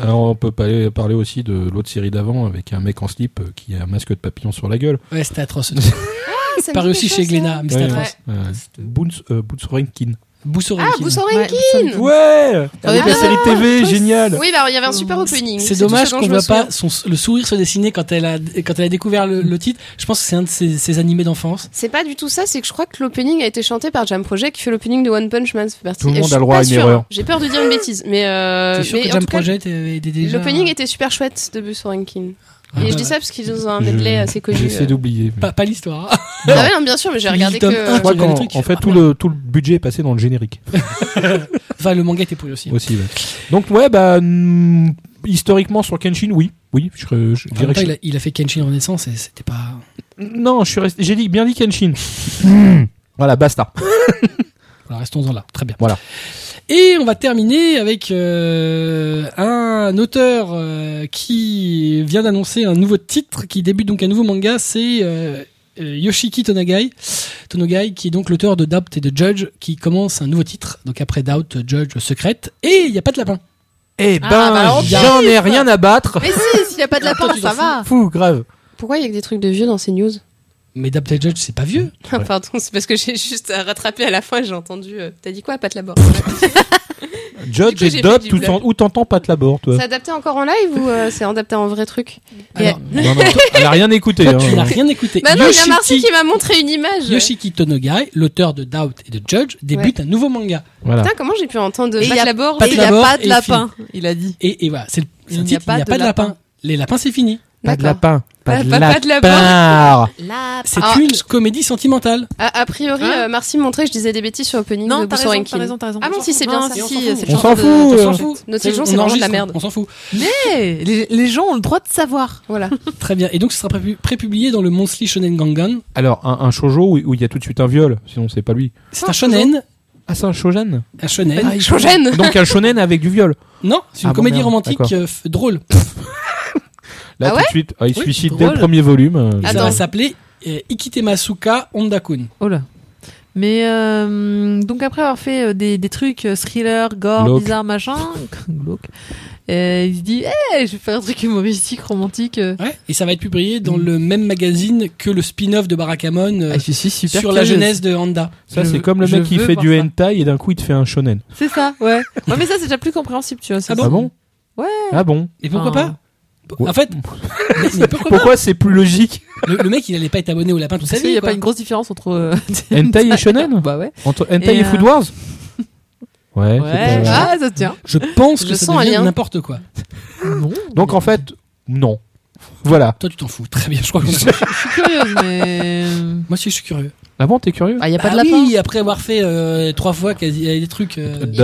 Speaker 4: Alors on peut parler, parler aussi de l'autre série d'avant avec un mec en slip euh, qui a un masque de papillon sur la gueule.
Speaker 1: ouais, c'était atroce.
Speaker 3: quoi. Ça me
Speaker 1: Paru
Speaker 3: dit
Speaker 1: aussi
Speaker 3: quelque
Speaker 1: chez
Speaker 3: chose, ça.
Speaker 1: Glénat, mais c'était
Speaker 4: Ouais,
Speaker 1: atroce.
Speaker 4: Euh, Boons, euh, Boots Rankin.
Speaker 1: Boussorel,
Speaker 3: Ah,
Speaker 1: qui-
Speaker 3: Boussorenkin
Speaker 4: Ouais Avec
Speaker 3: oui,
Speaker 4: la
Speaker 3: bah,
Speaker 4: série TV,
Speaker 2: toi,
Speaker 4: génial
Speaker 3: Oui, bah alors, il y avait un super opening.
Speaker 1: C'est dommage
Speaker 3: tout ce
Speaker 1: qu'on
Speaker 3: dont
Speaker 1: voit
Speaker 3: je me
Speaker 1: pas son, le sourire se dessiner quand elle a, quand elle a découvert le, le titre. Je pense que c'est un de ses, ses animés d'enfance.
Speaker 3: C'est pas du tout ça, c'est que je crois que l'opening a été chanté par Jam Project qui fait l'opening de One Punch Man. ça fait partie.
Speaker 4: Tout le
Speaker 3: Et je
Speaker 4: monde a
Speaker 3: suis
Speaker 4: le droit à
Speaker 3: pas
Speaker 4: une
Speaker 3: sûre,
Speaker 4: erreur.
Speaker 3: hein. J'ai peur de dire une bêtise, mais, euh,
Speaker 1: c'est sûr
Speaker 3: mais
Speaker 1: que
Speaker 3: en
Speaker 1: Jump
Speaker 3: tout cas,
Speaker 1: Project avait était déjà.
Speaker 3: l'opening était super chouette de Bus Rankin.
Speaker 1: Ah,
Speaker 3: Et
Speaker 1: bah,
Speaker 3: je dis ça parce qu'ils ont un
Speaker 4: Je-
Speaker 3: medley assez connu.
Speaker 4: J'essaie
Speaker 3: euh.
Speaker 4: d'oublier. mais-
Speaker 1: Pas, pas l'histoire. <laughs> hein.
Speaker 3: Ah ouais, non, bien sûr, mais j'ai
Speaker 1: Tu
Speaker 3: regardé
Speaker 1: lis le tome un,
Speaker 4: Je
Speaker 3: que.
Speaker 4: crois
Speaker 1: tu regardes
Speaker 4: qu'en-
Speaker 1: le truc,
Speaker 4: en fait,
Speaker 1: ah,
Speaker 4: tout le, tout le budget est passé dans le générique
Speaker 1: Enfin, le manga était pourri aussi. hein.
Speaker 4: aussi. ouais. Donc, ouais, bah, hmm, historiquement sur Kenshin, oui. Oui, je, serais-
Speaker 1: En
Speaker 4: je
Speaker 1: même
Speaker 4: dirais
Speaker 1: temps,
Speaker 4: que je-
Speaker 1: il, a, il a fait Kenshin Renaissance et c'était pas.
Speaker 4: Non, je suis resté- j'ai dit, bien dit Kenshin. Hmm. voilà, basta.
Speaker 1: Voilà, restons-en là. Très bien.
Speaker 4: Voilà.
Speaker 1: Et on va terminer avec euh, un auteur euh, qui vient d'annoncer un nouveau titre qui débute donc un nouveau manga. C'est euh, euh, Yoshiki Tonagai, Tonogai, qui est donc l'auteur de Doubt et de Judge, qui commence un nouveau titre. Donc après Doubt, Judge, Secrète. Et il n'y a pas de lapin.
Speaker 4: Eh ben,
Speaker 2: Ah, bah, alors,
Speaker 4: j'en ai rien à battre.
Speaker 2: Mais si, s'il n'y a pas de lapin,
Speaker 1: Toi, tu t'en
Speaker 2: ça
Speaker 3: ah.
Speaker 2: va.
Speaker 4: Fou, grave.
Speaker 3: Pourquoi il y a que des trucs de vieux dans ces news
Speaker 1: Mais Doubt et Judge, c'est pas vieux.
Speaker 3: Ah, <laughs> Pardon, c'est parce que j'ai juste euh, rattrapé à la fin et j'ai entendu. euh, T'as dit quoi, Pat Labor Du
Speaker 4: Judge
Speaker 3: coup,
Speaker 4: et
Speaker 3: j'ai
Speaker 4: Dot,
Speaker 3: fait du
Speaker 4: tout
Speaker 3: blague.
Speaker 4: en- où t'entends pas de la bord, toi
Speaker 3: C'est adapté encore en live ou euh, c'est adapté en vrai truc
Speaker 1: Alors,
Speaker 4: Non, non, elle a rien écouté.
Speaker 1: toi,
Speaker 4: hein.
Speaker 1: tu n'as rien écouté.
Speaker 3: Bah non, il y a
Speaker 1: Yoshiki-
Speaker 3: Marcy qui m'a montré une image.
Speaker 1: Yoshiki Tonogai, l'auteur de Doubt et de Judge, débute un nouveau manga.
Speaker 4: Voilà.
Speaker 3: Putain, comment j'ai pu entendre
Speaker 2: Et il y
Speaker 3: Pat
Speaker 2: a-
Speaker 3: Labor
Speaker 1: Pat
Speaker 2: Et il n'y a
Speaker 1: Labor
Speaker 2: pas
Speaker 1: et
Speaker 2: de lapin, il a dit.
Speaker 1: Et, et voilà, c'est le, c'est le
Speaker 2: Il n'y a
Speaker 1: titre,
Speaker 2: pas
Speaker 1: il n'y a
Speaker 2: de
Speaker 1: pas de lapin.
Speaker 2: lapin.
Speaker 1: Les lapins, c'est fini.
Speaker 4: Pas de
Speaker 3: D'accord.
Speaker 4: lapin.
Speaker 3: Pas-
Speaker 4: Pas de
Speaker 3: pas- pas de lapin.
Speaker 4: lapin.
Speaker 2: Là,
Speaker 1: C'est
Speaker 3: Ah.
Speaker 1: une comédie sentimentale.
Speaker 3: A, a priori,
Speaker 2: Hein
Speaker 3: euh, Marcy me montrait que je disais des bêtises sur Opening de
Speaker 2: non, t'as
Speaker 3: Boussoir
Speaker 2: raison,
Speaker 3: and
Speaker 2: t'as
Speaker 3: Kid.
Speaker 2: raison, t'as raison.
Speaker 3: Ah non, si, c'est bien
Speaker 2: Non,
Speaker 3: ça.
Speaker 2: c'est le
Speaker 3: Si,
Speaker 2: genre
Speaker 3: c'est
Speaker 2: de-
Speaker 3: le
Speaker 4: On
Speaker 3: genre
Speaker 4: s'en
Speaker 3: de-
Speaker 4: fout.
Speaker 1: On
Speaker 4: euh,
Speaker 1: s'en fout.
Speaker 3: Notre
Speaker 1: C'est-
Speaker 3: émission,
Speaker 1: on
Speaker 3: c'est vraiment de la
Speaker 1: enregistre,
Speaker 3: merde.
Speaker 1: On s'en fout. <laughs>
Speaker 2: Mais les, les gens ont le droit de savoir.
Speaker 3: Voilà.
Speaker 1: Très bien. Et donc, ce sera pré- prépublié dans le Monthly Shonen Gangan.
Speaker 4: Alors, un, un shoujo où où il y a tout de suite un viol, sinon c'est pas lui.
Speaker 1: C'est un shonen.
Speaker 4: Ah, c'est un shonen
Speaker 1: Un shonen.
Speaker 3: Ah, <laughs> Chogène
Speaker 4: Donc un shonen avec du viol.
Speaker 1: Non, c'est une
Speaker 4: Ah bon,
Speaker 1: comédie
Speaker 4: merde,
Speaker 1: romantique
Speaker 4: d'accord.
Speaker 1: euh, f- drôle.
Speaker 4: Là,
Speaker 3: Ah
Speaker 4: tout de suite, ah, il se
Speaker 1: Oui,
Speaker 4: suicide
Speaker 2: drôle.
Speaker 4: dès le premier volume. euh,
Speaker 1: Ça
Speaker 3: Attends.
Speaker 1: va s'appeler euh, Ikitemasuka Honda-kun.
Speaker 2: Oh là. Mais euh, donc après avoir fait euh, des, des trucs euh, thriller, gore,
Speaker 4: Glauque.
Speaker 2: bizarre, machin, <laughs> glauque, euh, il se dit, Eh, je vais faire un truc humoristique, romantique. euh.
Speaker 1: Ouais. Et ça va être publié dans le même magazine que le spin-off de Barakamon euh,
Speaker 2: Ah, je suis super
Speaker 1: sur la
Speaker 2: curieuse.
Speaker 1: jeunesse de Honda.
Speaker 4: Ça,
Speaker 2: Je
Speaker 4: c'est
Speaker 2: veux-
Speaker 4: comme le
Speaker 2: je
Speaker 4: mec qui
Speaker 2: veux
Speaker 4: fait
Speaker 2: voir
Speaker 4: du
Speaker 2: ça.
Speaker 4: hentai et d'un coup il te fait un shonen.
Speaker 2: C'est ça, ouais. ouais. Mais ça, c'est déjà plus compréhensible, tu vois. c'est
Speaker 1: Ah bon
Speaker 2: ça.
Speaker 4: Ah bon
Speaker 2: Ouais.
Speaker 4: Ah bon
Speaker 1: Et pourquoi
Speaker 2: Enfin,
Speaker 1: pas En
Speaker 4: <laughs>
Speaker 1: fait, mais- mais pourquoi, pas
Speaker 4: Pourquoi c'est plus logique
Speaker 1: le, le mec, il allait pas être abonné au lapin toute sa
Speaker 2: Parce qu'il
Speaker 1: vie.
Speaker 2: n'y a
Speaker 1: quoi.
Speaker 2: pas une grosse différence entre. euh,
Speaker 4: <laughs>
Speaker 2: <laughs>
Speaker 4: Hentai et shonen
Speaker 2: Bah ouais.
Speaker 4: Entre hentai et,
Speaker 2: Et,
Speaker 4: Food
Speaker 2: euh,
Speaker 4: Wars Ouais.
Speaker 2: Ouais,
Speaker 4: c'est pas-
Speaker 2: ah, ça tient.
Speaker 1: Je pense
Speaker 3: Je
Speaker 1: que ça
Speaker 3: sens un
Speaker 1: devient
Speaker 3: lien.
Speaker 1: n'importe quoi.
Speaker 2: Non.
Speaker 4: Donc en fait, non. Voilà.
Speaker 1: Toi, tu t'en fous. Très bien, je crois
Speaker 4: <laughs>
Speaker 1: que
Speaker 2: Je suis curieuse, mais.
Speaker 1: Moi aussi, je suis curieux.
Speaker 4: Ah bon, t'es curieux
Speaker 3: Ah, y a pas
Speaker 1: Bah
Speaker 3: de lapin.
Speaker 1: oui, après avoir fait euh, trois fois quasi, euh, des trucs. euh,
Speaker 4: The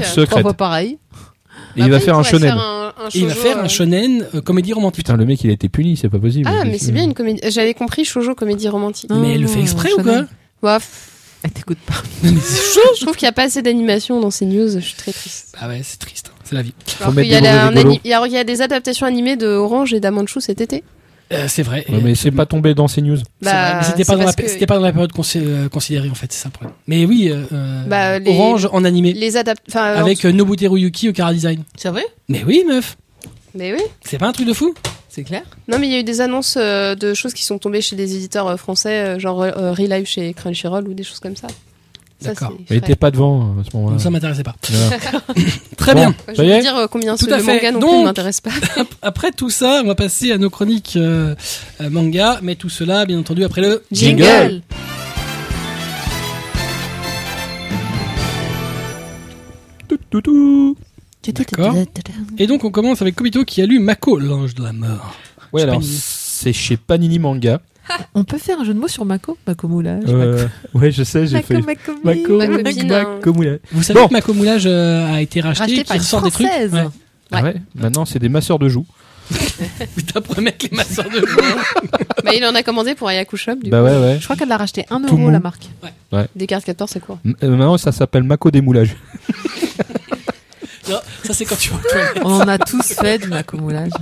Speaker 3: euh,
Speaker 2: Trois
Speaker 4: Secret.
Speaker 2: fois pareil.
Speaker 4: Et il va
Speaker 3: Après,
Speaker 4: faire un
Speaker 3: pourrait
Speaker 4: shonen.
Speaker 3: un- un
Speaker 1: et il va
Speaker 3: shoujo,
Speaker 1: faire
Speaker 3: euh,
Speaker 1: un shonen euh, comédie romantique.
Speaker 4: Putain, le mec il a été puni, c'est pas possible.
Speaker 3: Ah, mais c'est bien une comédie. J'avais compris shoujo comédie romantique.
Speaker 2: Non.
Speaker 1: mais elle le fait exprès ou quoi
Speaker 2: shonen.
Speaker 3: Bah, pff,
Speaker 1: Ah,
Speaker 2: Elle t'écoute pas.
Speaker 3: <laughs> je trouve qu'il n'y a pas assez d'animation dans ces news. Je suis très triste.
Speaker 1: Ah ouais, c'est triste, hein, c'est la vie.
Speaker 3: Alors
Speaker 4: mettre
Speaker 3: qu'il y, a
Speaker 4: des
Speaker 3: la-
Speaker 4: gros
Speaker 3: un
Speaker 4: rigolos.
Speaker 3: ani- il y a- il y a des adaptations animées de Orange et d'Amanchou cet été.
Speaker 1: Euh, c'est vrai.
Speaker 4: Ouais,
Speaker 1: Et-
Speaker 4: mais c'est pas tombé dans ces news.
Speaker 1: c'est vrai, mais c'était
Speaker 3: Bah, c'est
Speaker 1: pas, dans la
Speaker 3: parce
Speaker 1: pé-
Speaker 3: que
Speaker 1: c'était pas dans la période consé- euh, considérée en fait, c'est ça le problème. Mais oui, euh, euh,
Speaker 3: Bah, les-
Speaker 1: Orange en animé
Speaker 3: Les adapte. Enfin, alors-
Speaker 1: avec euh, Nobuteru Yuki au Cara Design.
Speaker 2: C'est vrai
Speaker 1: Mais oui, meuf,
Speaker 3: Mais oui.
Speaker 1: c'est pas un truc de fou.
Speaker 2: C'est clair.
Speaker 3: Non, mais il y a eu des annonces euh, de choses qui sont tombées chez des éditeurs euh, français, euh, genre euh, Relive chez Crunchyroll ou des choses comme ça. Ça,
Speaker 1: D'accord.
Speaker 3: c'est
Speaker 4: Mais
Speaker 3: frais.
Speaker 4: t'es pas devant euh, à ce moment-là.
Speaker 1: Donc, Ça m'intéressait pas.
Speaker 4: Voilà.
Speaker 1: Très
Speaker 4: Bon,
Speaker 1: bien.
Speaker 3: Ouais, Je
Speaker 4: Ça
Speaker 3: vais
Speaker 4: y
Speaker 3: vous
Speaker 4: est
Speaker 3: dire euh, combien
Speaker 1: Tout
Speaker 3: ceux
Speaker 1: à
Speaker 3: de
Speaker 1: fait.
Speaker 3: manga non
Speaker 1: Donc-
Speaker 3: plus ne
Speaker 1: <laughs>
Speaker 3: m'intéresse pas.
Speaker 1: Après tout ça, on va passer à nos chroniques euh, euh, manga, mais tout cela, bien entendu, après le.
Speaker 4: Jingle. Tout, tout, tout.
Speaker 1: D'accord. Et donc, on commence avec Kobito qui a lu Mako, l'ange de la mort.
Speaker 4: Ouais,
Speaker 1: Chez
Speaker 4: alors
Speaker 1: Panini.
Speaker 4: c'est chez Panini Manga.
Speaker 2: On peut faire un jeu de mots sur Mako Mako Moulage.
Speaker 4: Euh, ouais, je sais, j'ai
Speaker 2: Mako,
Speaker 4: fait.
Speaker 2: Mako,
Speaker 4: Mako,
Speaker 2: Mako.
Speaker 3: Mako Bina.
Speaker 4: Mako Moulin.
Speaker 1: Vous savez
Speaker 4: Bon.
Speaker 1: que Mako Moulage euh, a été racheté,
Speaker 2: Racheté
Speaker 1: et qu'il
Speaker 2: par une
Speaker 1: ressort des trucs.
Speaker 2: française.
Speaker 1: Ouais.
Speaker 4: Ah ouais, maintenant c'est des masseurs de joues.
Speaker 1: Putain, pour mettre les masseurs de jouets.
Speaker 2: <laughs>
Speaker 3: Bah, il en a commandé pour Ayaku Shop, du
Speaker 4: Bah
Speaker 3: coup.
Speaker 4: ouais, ouais.
Speaker 2: Je crois qu'elle l'a racheté 1
Speaker 4: Tout
Speaker 2: euro
Speaker 4: mou.
Speaker 2: la marque.
Speaker 3: Des cartes 14, c'est quoi
Speaker 4: M- euh, Maintenant ça s'appelle Mako Démoulage.
Speaker 1: Non, ça, c'est quand tu vois. toi.
Speaker 2: On en a tous fait du Mako Moulage.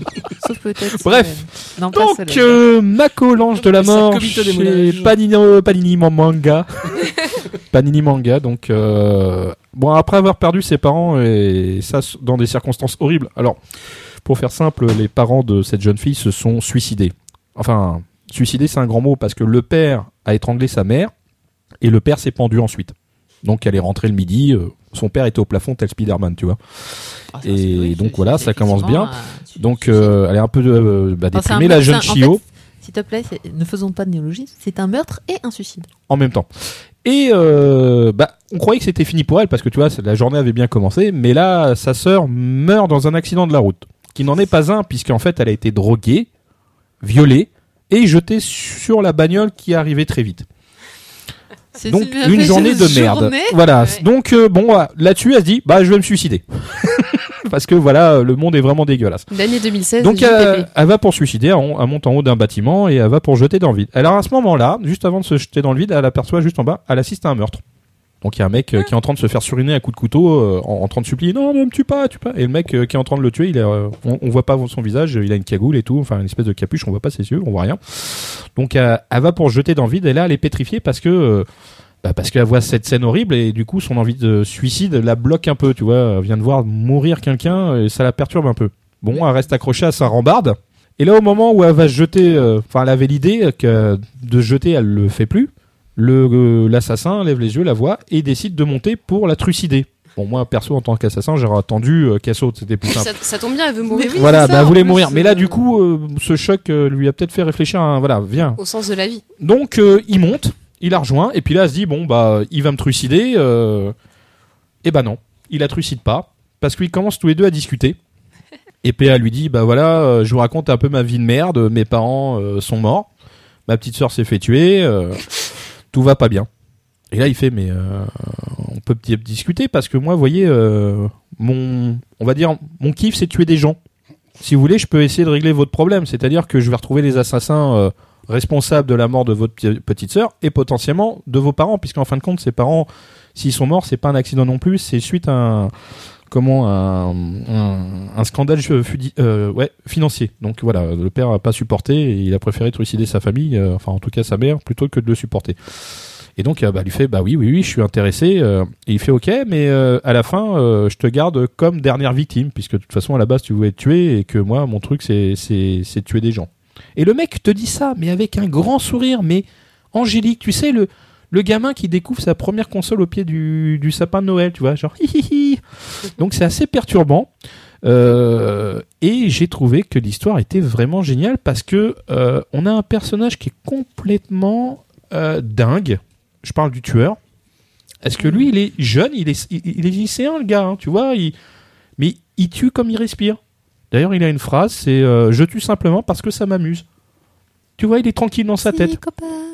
Speaker 2: Sauf peut-être.
Speaker 4: Bref.
Speaker 2: celle-là. Non, pas
Speaker 4: Donc
Speaker 2: celle-là.
Speaker 4: euh, Mako l'ange de la
Speaker 1: Le sac
Speaker 4: mort
Speaker 1: Kobito
Speaker 4: chez
Speaker 1: Démoulage.
Speaker 4: Panini, euh, Panini
Speaker 2: <laughs>
Speaker 4: Man- Manga. Panini Manga donc euh, bon après avoir perdu ses parents et ça s- dans des circonstances horribles. Alors pour faire simple, les parents de cette jeune fille se sont suicidés. Enfin, suicidé c'est un grand mot parce que le père a étranglé sa mère et le père s'est pendu ensuite. Donc elle est rentrée le midi, euh, son père était au plafond tel Spider-Man, tu vois.
Speaker 2: Ah, ça,
Speaker 4: et
Speaker 2: c'est- oui,
Speaker 4: donc
Speaker 2: c'est-
Speaker 4: voilà,
Speaker 2: c'est
Speaker 4: ça commence
Speaker 2: effectivement,
Speaker 4: bien.
Speaker 2: euh,
Speaker 4: Donc
Speaker 2: c'est-
Speaker 4: euh, elle est un peu euh, bah,
Speaker 2: Non, c'est un
Speaker 4: déprimée, la
Speaker 2: meurtre,
Speaker 4: jeune
Speaker 2: c'est un- en
Speaker 4: Chio.
Speaker 2: fait, S'il te plaît, c'est- ne faisons pas de néologisme. C'est un meurtre et un suicide.
Speaker 4: en même temps. Et euh, bah, on croyait que c'était fini pour elle parce que tu vois, la journée avait bien commencé, mais là, sa sœur meurt dans un accident de la route, qui n'en est pas un puisqu'en fait, elle a été droguée, violée et jetée sur la bagnole qui arrivait très vite.
Speaker 2: C'est
Speaker 4: Donc une journée de merde. Voilà.
Speaker 3: Ouais.
Speaker 4: Donc euh, bon, voilà. là-dessus, elle se dit, bah, je vais me suicider <laughs> parce que voilà, le monde est vraiment dégueulasse.
Speaker 3: L'année 2016.
Speaker 4: Donc
Speaker 3: JPP.
Speaker 1: euh,
Speaker 4: elle, elle va pour se suicider, elle, elle monte en haut d'un bâtiment et elle va pour se jeter dans le vide. Alors à ce moment-là, juste avant de se jeter dans le vide, elle aperçoit juste en bas, elle assiste à un meurtre. Donc il y a un mec euh, qui est en train de se faire suriner à coups de couteau, euh, en, en train de supplier non ne me tue pas, tue pas. Et le mec euh, qui est en train de le tuer, il est, euh, on, on voit pas son visage, il a une cagoule et tout, enfin une espèce de capuche, on voit pas ses yeux, on voit rien. Donc euh, elle va pour se jeter dans le vide et là elle est pétrifiée parce que euh, bah, parce qu'elle voit cette scène horrible et du coup son envie de suicide la bloque un peu, tu vois, elle vient de voir mourir quelqu'un et ça la perturbe un peu. Bon, elle reste accrochée à sa rambarde. Et là, au moment où elle va se jeter, euh, enfin, elle avait l'idée que de se jeter, elle le fait plus. Le euh, l'assassin lève les yeux, la voit et décide de monter pour la trucider. Bon, moi, perso, en tant qu'assassin, j'aurais attendu euh, qu'elle saute. C'était plus simple.
Speaker 3: ça, ça tombe bien, elle veut mourir
Speaker 4: voilà,
Speaker 2: c'est ça,
Speaker 4: bah, elle
Speaker 2: en
Speaker 4: voulait
Speaker 2: plus,
Speaker 4: mourir. Mais là,
Speaker 2: euh,
Speaker 4: du coup, euh, ce choc euh, lui a peut-être fait réfléchir. À, un- voilà, viens,
Speaker 3: au sens de la vie.
Speaker 4: donc euh, il monte, il la rejoint, et puis là elle se dit bon bah il va me trucider. bah Euh... Et ben non, il la trucide pas parce qu'ils commencent tous les deux à discuter. Et PA lui dit bah voilà, euh, je vous raconte un peu ma vie de merde. Mes parents euh, sont morts. Ma petite sœur s'est fait tuer. euh, tout va pas bien. Et là il fait mais euh, on peut peut-être discuter parce que moi vous voyez euh, mon on va dire mon kiff c'est de tuer des gens. Si vous voulez je peux essayer de régler votre problème. C'est-à-dire que je vais retrouver les assassins. euh, responsables de la mort de votre p- petite sœur et potentiellement de vos parents puisqu'en fin de compte ses parents s'ils sont morts c'est pas un accident non plus c'est suite à un comment un, un, un scandale euh, fudi- euh, ouais, financier donc voilà le père a pas supporté et il a préféré trucider sa famille euh, enfin en tout cas sa mère plutôt que de le supporter et donc euh, bah, lui fait bah oui oui oui je suis intéressé euh, et il fait ok mais euh, à la fin euh, je te garde comme dernière victime puisque de toute façon à la base tu voulais être tué et que moi mon truc c'est c'est c'est de tuer des gens et le mec te dit ça, mais avec un grand sourire, mais angélique, tu sais, le, le gamin qui découvre sa première console au pied du, du sapin de Noël, tu vois, genre hi hi hi. Donc c'est assez perturbant. Euh, et j'ai trouvé que l'histoire était vraiment géniale parce que euh, on a un personnage qui est complètement euh, dingue. Je parle du tueur. Est-ce que lui, il est jeune, il est, il, il est lycéen, le gars, hein, tu vois, il, mais il tue comme il respire. D'ailleurs, il a une phrase, c'est euh, Je tue simplement parce que ça m'amuse. Tu vois, il est tranquille dans sa tête.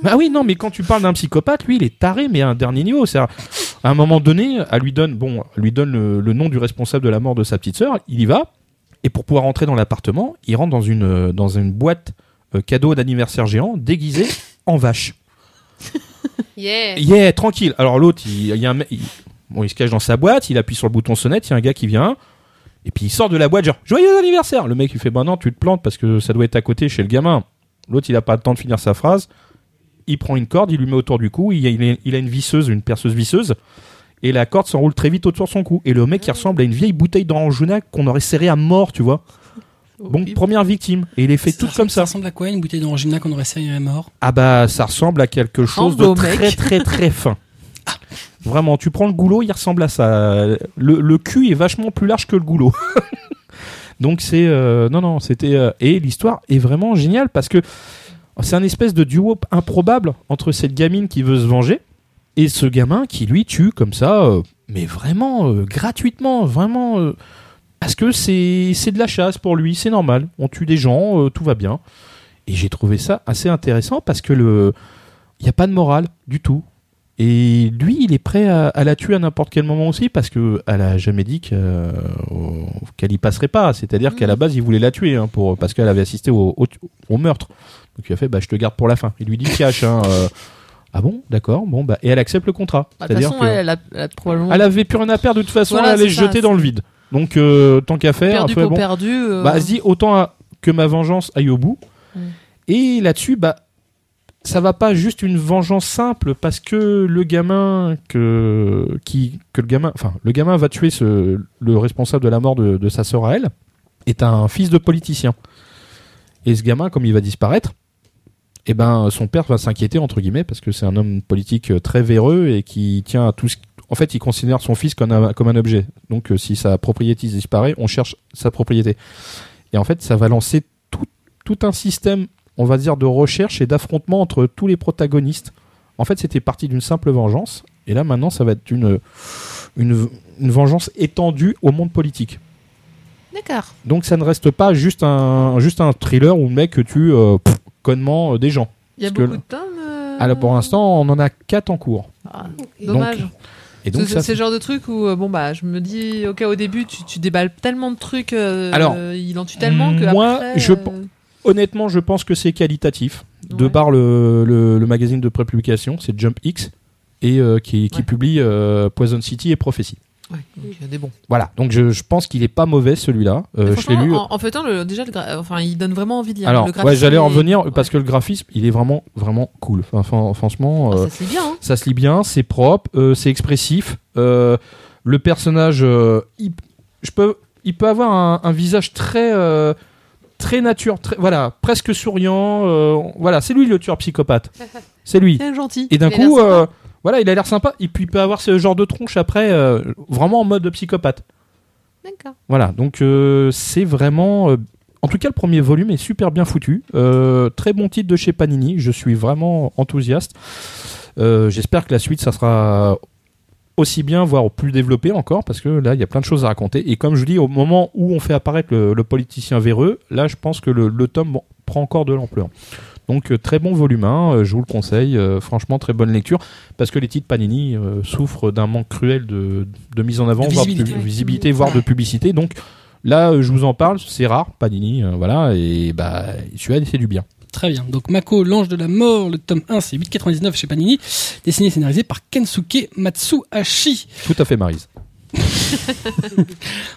Speaker 4: Ah oui, non, mais quand tu parles d'un psychopathe, lui, il est taré, mais à un dernier niveau. C'est-à-dire, à un moment donné, elle lui donne, bon, elle lui donne le, le nom du responsable de la mort de sa petite sœur, il y va, et pour pouvoir entrer dans l'appartement, il rentre dans une, euh, dans une boîte euh, cadeau d'anniversaire géant déguisée en vache.
Speaker 3: Yeah.
Speaker 4: Yeah, tranquille. Alors l'autre, il, il y a un mec- il, bon, il se cache dans sa boîte, il appuie sur le bouton sonnette, il y a un gars qui vient. Et puis il sort de la boîte, genre joyeux anniversaire. Le mec il fait bah non, tu te plantes parce que ça doit être à côté chez le gamin. L'autre il a pas le temps de finir sa phrase. Il prend une corde, il lui met autour du cou, il a, il a- il a une visseuse, une perceuse visseuse, et la corde s'enroule très vite autour de son cou. Et le mec il ressemble à une vieille bouteille d'orangenac qu'on aurait serrée à mort, tu vois. Bon, première victime. Et il est fait tout comme ça.
Speaker 1: Ça ressemble à quoi une bouteille d'orangina qu'on aurait serré à mort
Speaker 4: Ah bah ça ressemble à quelque chose de
Speaker 2: beau
Speaker 4: très,
Speaker 2: mec.
Speaker 4: très très fin. Vraiment, tu prends le goulot, il ressemble à ça. Le, le cul est vachement plus large que le goulot. <laughs> Donc c'est euh, non non, c'était euh, et l'histoire est vraiment géniale parce que c'est un espèce de duo improbable entre cette gamine qui veut se venger et ce gamin qui lui tue comme ça euh, mais vraiment euh, gratuitement, vraiment euh, parce que c'est c'est de la chasse pour lui, c'est normal. On tue des gens, euh, tout va bien. Et j'ai trouvé ça assez intéressant parce que le il n'y a pas de morale du tout. Et lui, il est prêt à, à la tuer à n'importe quel moment aussi parce que elle a jamais dit que, euh, au- qu'elle y passerait pas. C'est-à-dire qu'à
Speaker 2: Mmh.
Speaker 4: la base, il voulait la tuer hein, pour parce qu'elle avait assisté au, au- au meurtre. Donc il a fait, bah je te garde pour la fin. Il lui dit cash. hein, euh, ah bon, d'accord, bon bah et elle accepte le contrat.
Speaker 2: Bah, De toute
Speaker 4: C'est-à-dire
Speaker 2: façon,
Speaker 4: que-
Speaker 2: elle, elle a, elle a probablement
Speaker 4: elle avait plus rien à perdre de toute façon,
Speaker 2: Voilà,
Speaker 4: elle allait
Speaker 2: c'est
Speaker 4: se
Speaker 2: ça,
Speaker 4: jeter
Speaker 2: c'est-
Speaker 4: dans le vide. Donc euh, tant qu'à faire,
Speaker 2: perdu
Speaker 4: après,
Speaker 2: pour
Speaker 4: bon,
Speaker 2: perdu. euh,
Speaker 4: bah, elle se dit autant à- que ma vengeance aille au bout.
Speaker 2: Mm.
Speaker 4: Et là-dessus, bah, ça va pas juste une vengeance simple parce que le gamin que, qui, que le gamin, enfin, le gamin va tuer ce, le responsable de la mort de, de sa sœur à elle est un fils de politicien. Et ce gamin, comme il va disparaître, eh ben, son père va s'inquiéter entre guillemets parce que c'est un homme politique euh, très véreux et qui tient à tout ce. En fait, il considère son fils comme un, comme un objet. Donc, euh, si sa propriété disparaît, on cherche sa propriété. Et en fait, ça va lancer tout, tout un système, on va dire, de recherche et d'affrontement entre tous les protagonistes. En fait, c'était parti d'une simple vengeance. Et là, maintenant, ça va être une, une, une vengeance étendue au monde politique.
Speaker 2: D'accord.
Speaker 4: Donc, ça ne reste pas juste un, juste un thriller où le mec tue euh, pff, connement euh, des gens.
Speaker 2: Il y a
Speaker 4: Parce que Ah,
Speaker 2: beaucoup
Speaker 4: là-
Speaker 2: de tomes. euh,
Speaker 4: Alors, pour l'instant, on en a quatre en cours.
Speaker 2: Ah,
Speaker 4: Donc,
Speaker 2: dommage. C'est-
Speaker 4: Et donc, ça,
Speaker 2: c'est le genre de truc où euh, bon bah je me dis ok au début tu, tu déballes tellement de trucs euh,
Speaker 4: Alors,
Speaker 2: euh, il en tue tellement que
Speaker 4: moi,
Speaker 2: après,
Speaker 4: je
Speaker 2: euh,
Speaker 4: pen- honnêtement, je pense que c'est qualitatif. de
Speaker 2: ouais.
Speaker 4: par le, le, le magazine de prépublication, c'est Jump X, et euh, qui, qui
Speaker 2: Ouais.
Speaker 4: publie euh, Poison City et Prophecy.
Speaker 2: Ouais, donc, il y a des bons.
Speaker 4: Voilà, donc je, je pense qu'il est pas mauvais celui-là. Euh,
Speaker 2: Mais
Speaker 4: je l'ai
Speaker 2: franchement,
Speaker 4: lu.
Speaker 2: En, en feuilletant, le, déjà, le gra- enfin, il donne vraiment envie de lire. hein,
Speaker 4: Alors,
Speaker 2: le graphisme
Speaker 4: ouais, j'allais en
Speaker 2: est-
Speaker 4: venir parce
Speaker 2: ouais.
Speaker 4: que le graphisme, il est vraiment, vraiment cool. Enfin, fran- franchement,
Speaker 2: Ah,
Speaker 4: euh,
Speaker 2: ça c'est bien. hein.
Speaker 4: ça se lit bien, c'est propre, euh, c'est expressif. euh, le personnage, euh, il, je peux, il peut avoir un, un visage très, euh, très nature, très, voilà, presque souriant. euh, voilà, c'est lui le
Speaker 2: <laughs>
Speaker 4: tueur psychopathe. C'est lui.
Speaker 2: C'est gentil.
Speaker 4: Et d'un
Speaker 3: Il a l'air
Speaker 4: coup,
Speaker 3: sympa.
Speaker 4: euh, voilà, il a l'air sympa. Et puis il peut avoir ce genre de tronche après, euh, vraiment en mode psychopathe.
Speaker 2: D'accord.
Speaker 4: Voilà, donc euh, c'est vraiment. euh, en tout cas, le premier volume est super bien foutu. Euh, très bon titre de chez Panini. Je suis vraiment enthousiaste. Euh, J'espère que la suite, ça sera aussi bien, voire plus développé encore, parce que là, il y a plein de choses à raconter. Et comme je dis, au moment où on fait apparaître le, le politicien véreux, là, je pense que le, le tome bon, prend encore de l'ampleur. Donc euh, très bon volume 1, euh, je vous le conseille, euh, franchement très bonne lecture, parce que les titres Panini euh, souffrent d'un manque cruel de, de mise en avant,
Speaker 1: De
Speaker 4: voire
Speaker 1: visibilité.
Speaker 4: de pu- visibilité, voire de publicité. Donc là, euh, je vous en parle, c'est rare, Panini, euh, voilà, et bah celui-là, c'est du bien.
Speaker 1: Très bien. Donc Mako, l'ange de la mort, le tome 1, c'est 8,99 chez Panini, dessiné et scénarisé par Kensuke Matsuhashi.
Speaker 4: Tout à fait, Marise.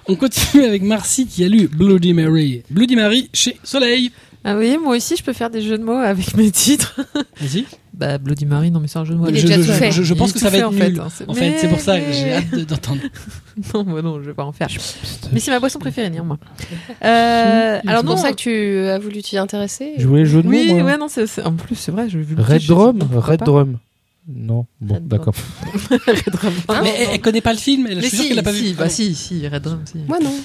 Speaker 1: On continue avec Marcy qui a lu Bloody Mary. Bloody Mary chez Soleil.
Speaker 2: Ah, vous voyez, moi aussi, je peux faire des jeux de mots avec mes titres.
Speaker 1: Vas-y.
Speaker 2: <laughs> Bah, Bloody Mary, non, mais c'est un jeu de mots.
Speaker 3: Il
Speaker 1: Je,
Speaker 3: est déjà
Speaker 1: je-
Speaker 3: tout
Speaker 1: je-
Speaker 3: fait.
Speaker 1: je- je pense que ça va être nul. En fait, c'est pour ça que j'ai
Speaker 2: j'ai
Speaker 1: hâte de- d'entendre.
Speaker 2: <laughs> Non, moi non, je vais pas en faire. Mais c'est ma boisson préférée, néanmoins.
Speaker 1: Mm.
Speaker 2: Euh, alors,
Speaker 3: Hum, C'est
Speaker 2: non,
Speaker 3: pour ça que tu as voulu t'y intéresser.
Speaker 4: Jouer jeu de
Speaker 2: Oui,
Speaker 4: mots, moi.
Speaker 2: ouais, non, c'est- c'est- en plus, c'est vrai, j'ai vu le
Speaker 4: Red
Speaker 2: titre,
Speaker 4: Drum
Speaker 2: je sais pas
Speaker 4: Red
Speaker 2: pourquoi
Speaker 4: Drum Non, bon,
Speaker 2: Red
Speaker 4: d'accord.
Speaker 2: pas. Red Drum.
Speaker 3: Hein
Speaker 1: Mais elle, elle connaît pas le film, elle, je
Speaker 2: Mais
Speaker 1: suis sûr
Speaker 2: si,
Speaker 1: qu'elle l'a pas
Speaker 2: si,
Speaker 1: vu.
Speaker 2: bah si, si, Red Drum, si.
Speaker 3: Moi non.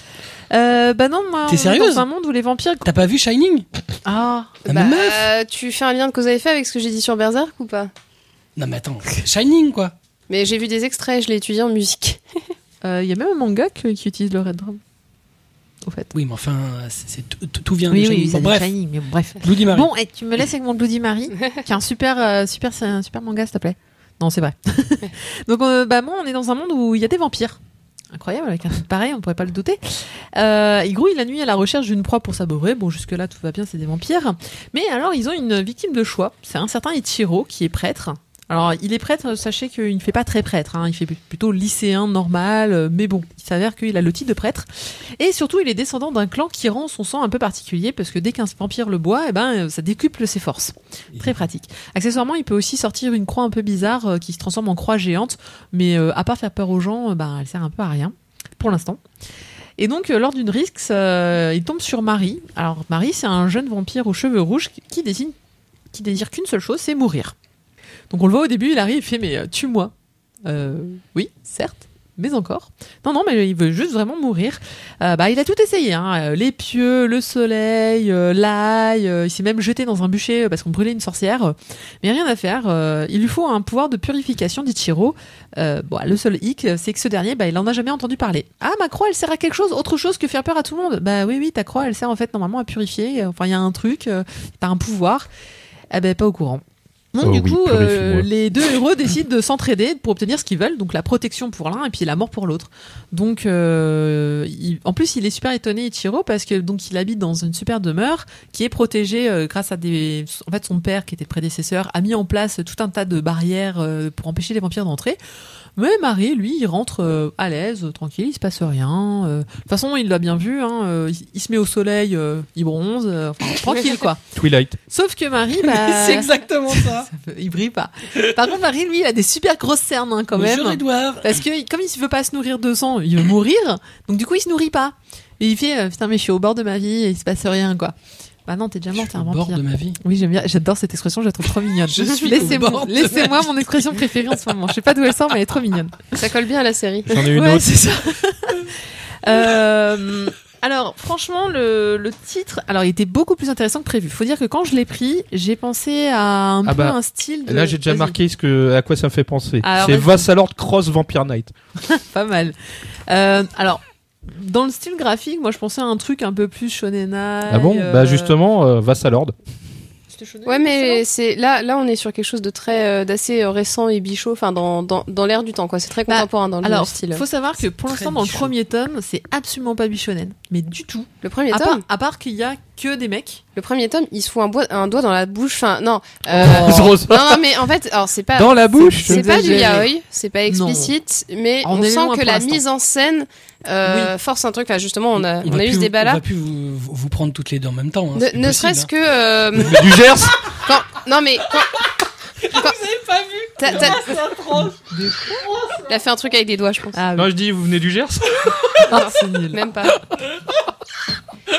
Speaker 2: Euh, bah non, moi,
Speaker 1: T'es
Speaker 2: on est
Speaker 1: sérieuse
Speaker 2: dans un monde où les vampires...
Speaker 1: T'as pas vu Shining
Speaker 2: Ah,
Speaker 1: Ah, mais meuf
Speaker 3: euh, tu fais un lien de cause à effet avec ce que j'ai dit sur Berserk ou pas
Speaker 1: Non mais attends, Shining quoi.
Speaker 3: Mais j'ai vu des extraits, je l'ai étudié en musique. <laughs>
Speaker 2: euh, il y a même un manga que- qui utilise le Red Drum. Au fait.
Speaker 1: Oui mais enfin, c'est, c'est- tout, tout- tout vient de Shining. Bon, bref,
Speaker 2: mais bref.
Speaker 1: Bloody Mary.
Speaker 2: Bon, et tu me laisses avec mon Bloody Mary, qui est un super, euh, super, c'est un super manga, s'il te plaît. Non, c'est vrai. <laughs> Donc, euh, bah, moi, on est dans un monde où il y a des vampires. Incroyable, avec un truc pareil, on pourrait pas le douter. Euh, ils grouillent la nuit à la recherche d'une proie pour s'aborer. Bon, jusque-là, tout va bien, c'est des vampires. Mais alors, ils ont une victime de choix. C'est un certain Ichiro, qui est prêtre. Alors, il est prêtre, sachez qu'il ne fait pas très prêtre. hein. Il fait plutôt lycéen normal, euh, mais bon, il s'avère qu'il a le titre de prêtre. Et surtout, il est descendant d'un clan qui rend son sang un peu particulier parce que dès qu'un vampire le boit, eh ben, euh, ça décuple ses forces. Très pratique. Accessoirement, il peut aussi sortir une croix un peu bizarre euh, qui se transforme en croix géante, mais euh, à part faire peur aux gens, euh, ben, elle sert un peu à rien pour l'instant. Et donc, euh, lors d'une rixe, euh, il tombe sur Marie. Alors, Marie, c'est un jeune vampire aux cheveux rouges qui- qui désigne, qui désire qu'une seule chose, c'est mourir. Donc, on le voit au début, il arrive, il fait mais euh, tue-moi. Euh, oui, certes, mais encore. Non, non, mais il veut juste vraiment mourir. Euh, bah, il a tout essayé, hein. Euh, les pieux, le soleil, euh, l'ail, euh, il s'est même jeté dans un bûcher euh, parce qu'on brûlait une sorcière, Euh, mais rien à faire. Euh, il lui faut un pouvoir de purification d'Ichiro. Euh, bon, le seul hic, euh, c'est que ce dernier, bah, il en a jamais entendu parler. Ah, ma croix, elle sert à quelque chose, autre chose que faire peur à tout le monde. Bah oui, oui, ta croix, elle sert en fait normalement à purifier. Enfin, il y a un truc, euh, t'as un pouvoir. Eh ben, pas au courant. Donc,
Speaker 4: Oh
Speaker 2: du
Speaker 4: oui,
Speaker 2: coup,
Speaker 4: purifie-moi.
Speaker 2: euh, les deux héros décident de s'entraider pour obtenir ce qu'ils veulent, donc la protection pour l'un et puis la mort pour l'autre. Donc, euh, il- en plus, il est super étonné Ichiro parce que donc il habite dans une super demeure qui est protégée euh, grâce à des. En fait, son père qui était prédécesseur a mis en place tout un tas de barrières euh, pour empêcher les vampires d'entrer. Mais Marie, lui, il rentre euh, à l'aise, euh, tranquille, il se passe rien. euh. De toute façon, il l'a bien vu. Hein, euh, il, il se met au soleil, euh, il bronze, euh, enfin, tranquille quoi.
Speaker 4: Twilight.
Speaker 2: Sauf que Marie, bah,
Speaker 1: <laughs> <laughs> c'est exactement ça.
Speaker 2: <laughs> ça peut- il brille pas. Par contre, Marie, lui, il a des super grosses cernes hein, quand
Speaker 1: Bonjour
Speaker 2: même.
Speaker 1: Edouard.
Speaker 2: Parce que comme il ne veut pas se nourrir de sang, il veut mourir. Donc du coup, il se nourrit pas. Et il fait euh, putain, mais je suis au bord de ma vie et il se passe rien quoi. Bah non, t'es déjà mort, t'es un
Speaker 1: Au bord
Speaker 2: vampire.
Speaker 1: de ma vie.
Speaker 2: Oui, j'aime bien, j'adore cette expression, je la trouve trop mignonne.
Speaker 1: Je suis au bord
Speaker 2: Laissez-moi,
Speaker 1: de
Speaker 2: laissez-moi mon expression préférée en ce moment. Je sais pas d'où elle sort, mais elle est trop mignonne.
Speaker 3: Ça colle bien à la série. <laughs>
Speaker 4: J'en ai une
Speaker 2: Ouais,
Speaker 4: autre.
Speaker 2: c'est ça. Euh, alors, franchement, le, le titre, alors, il était beaucoup plus intéressant que prévu. Faut dire que quand je l'ai pris, j'ai pensé à un
Speaker 4: Ah
Speaker 2: peu
Speaker 4: bah,
Speaker 2: un style. De...
Speaker 4: Là, j'ai déjà
Speaker 2: Vas-y,
Speaker 4: marqué ce que, à quoi ça me fait penser.
Speaker 3: Ah,
Speaker 2: Alors,
Speaker 4: C'est
Speaker 2: vas-y.
Speaker 4: Vassalord Cross Vampire Knight.
Speaker 2: Pas mal. Euh, alors. Dans le style graphique, moi je pensais à un truc un peu plus shonen.
Speaker 4: Ah bon Bah justement, euh, Vassalord.
Speaker 3: Ouais, mais c'est là, là, on est sur quelque chose de très, euh, d'assez euh, récent et bichot, enfin dans, dans, dans l'air du temps, quoi. C'est très
Speaker 2: Bah,
Speaker 3: contemporain dans le
Speaker 2: Alors,
Speaker 3: style.
Speaker 2: faut savoir que pour
Speaker 1: C'est très
Speaker 2: l'instant, dans le
Speaker 1: bichon.
Speaker 2: premier tome, c'est absolument pas bichonen, mais du tout.
Speaker 3: Le premier
Speaker 2: À part,
Speaker 3: tome,
Speaker 2: à part qu'il y a que des mecs.
Speaker 3: le premier tome, il se fout un, boi- un doigt dans la bouche. Enfin, non.
Speaker 4: <laughs>
Speaker 3: euh,
Speaker 4: Rose.
Speaker 3: Non, non, mais en fait, alors c'est pas.
Speaker 4: Oh. Dans la bouche.
Speaker 3: C'est pas du
Speaker 2: Exagéré.
Speaker 3: yaoi, c'est pas explicite, mais
Speaker 2: On
Speaker 3: on,
Speaker 2: est
Speaker 3: sent
Speaker 2: loin pour
Speaker 3: que la
Speaker 2: l'instant.
Speaker 3: mise en scène euh, force un truc. Enfin, justement, on a, on
Speaker 1: va
Speaker 3: a eu
Speaker 1: plus-
Speaker 3: ce débat
Speaker 1: On
Speaker 3: là.
Speaker 1: va plus vous, vous- vous prendre toutes les deux en même temps. hein,
Speaker 3: Ne,
Speaker 1: c'est
Speaker 3: ne
Speaker 1: possible,
Speaker 3: serait-ce
Speaker 1: hein.
Speaker 3: que.
Speaker 4: <laughs>
Speaker 3: euh,
Speaker 4: Du
Speaker 3: <laughs>
Speaker 4: Gers.
Speaker 3: quand- non, mais. Quand,
Speaker 5: <laughs>
Speaker 3: quand,
Speaker 5: pas vu
Speaker 3: t'as- t'as- il a fait un truc avec des doigts, je pense.
Speaker 2: Ah,
Speaker 4: Non, je dis, vous venez du Gers
Speaker 2: oui. Ah, <laughs> c'est nul.
Speaker 3: Même pas.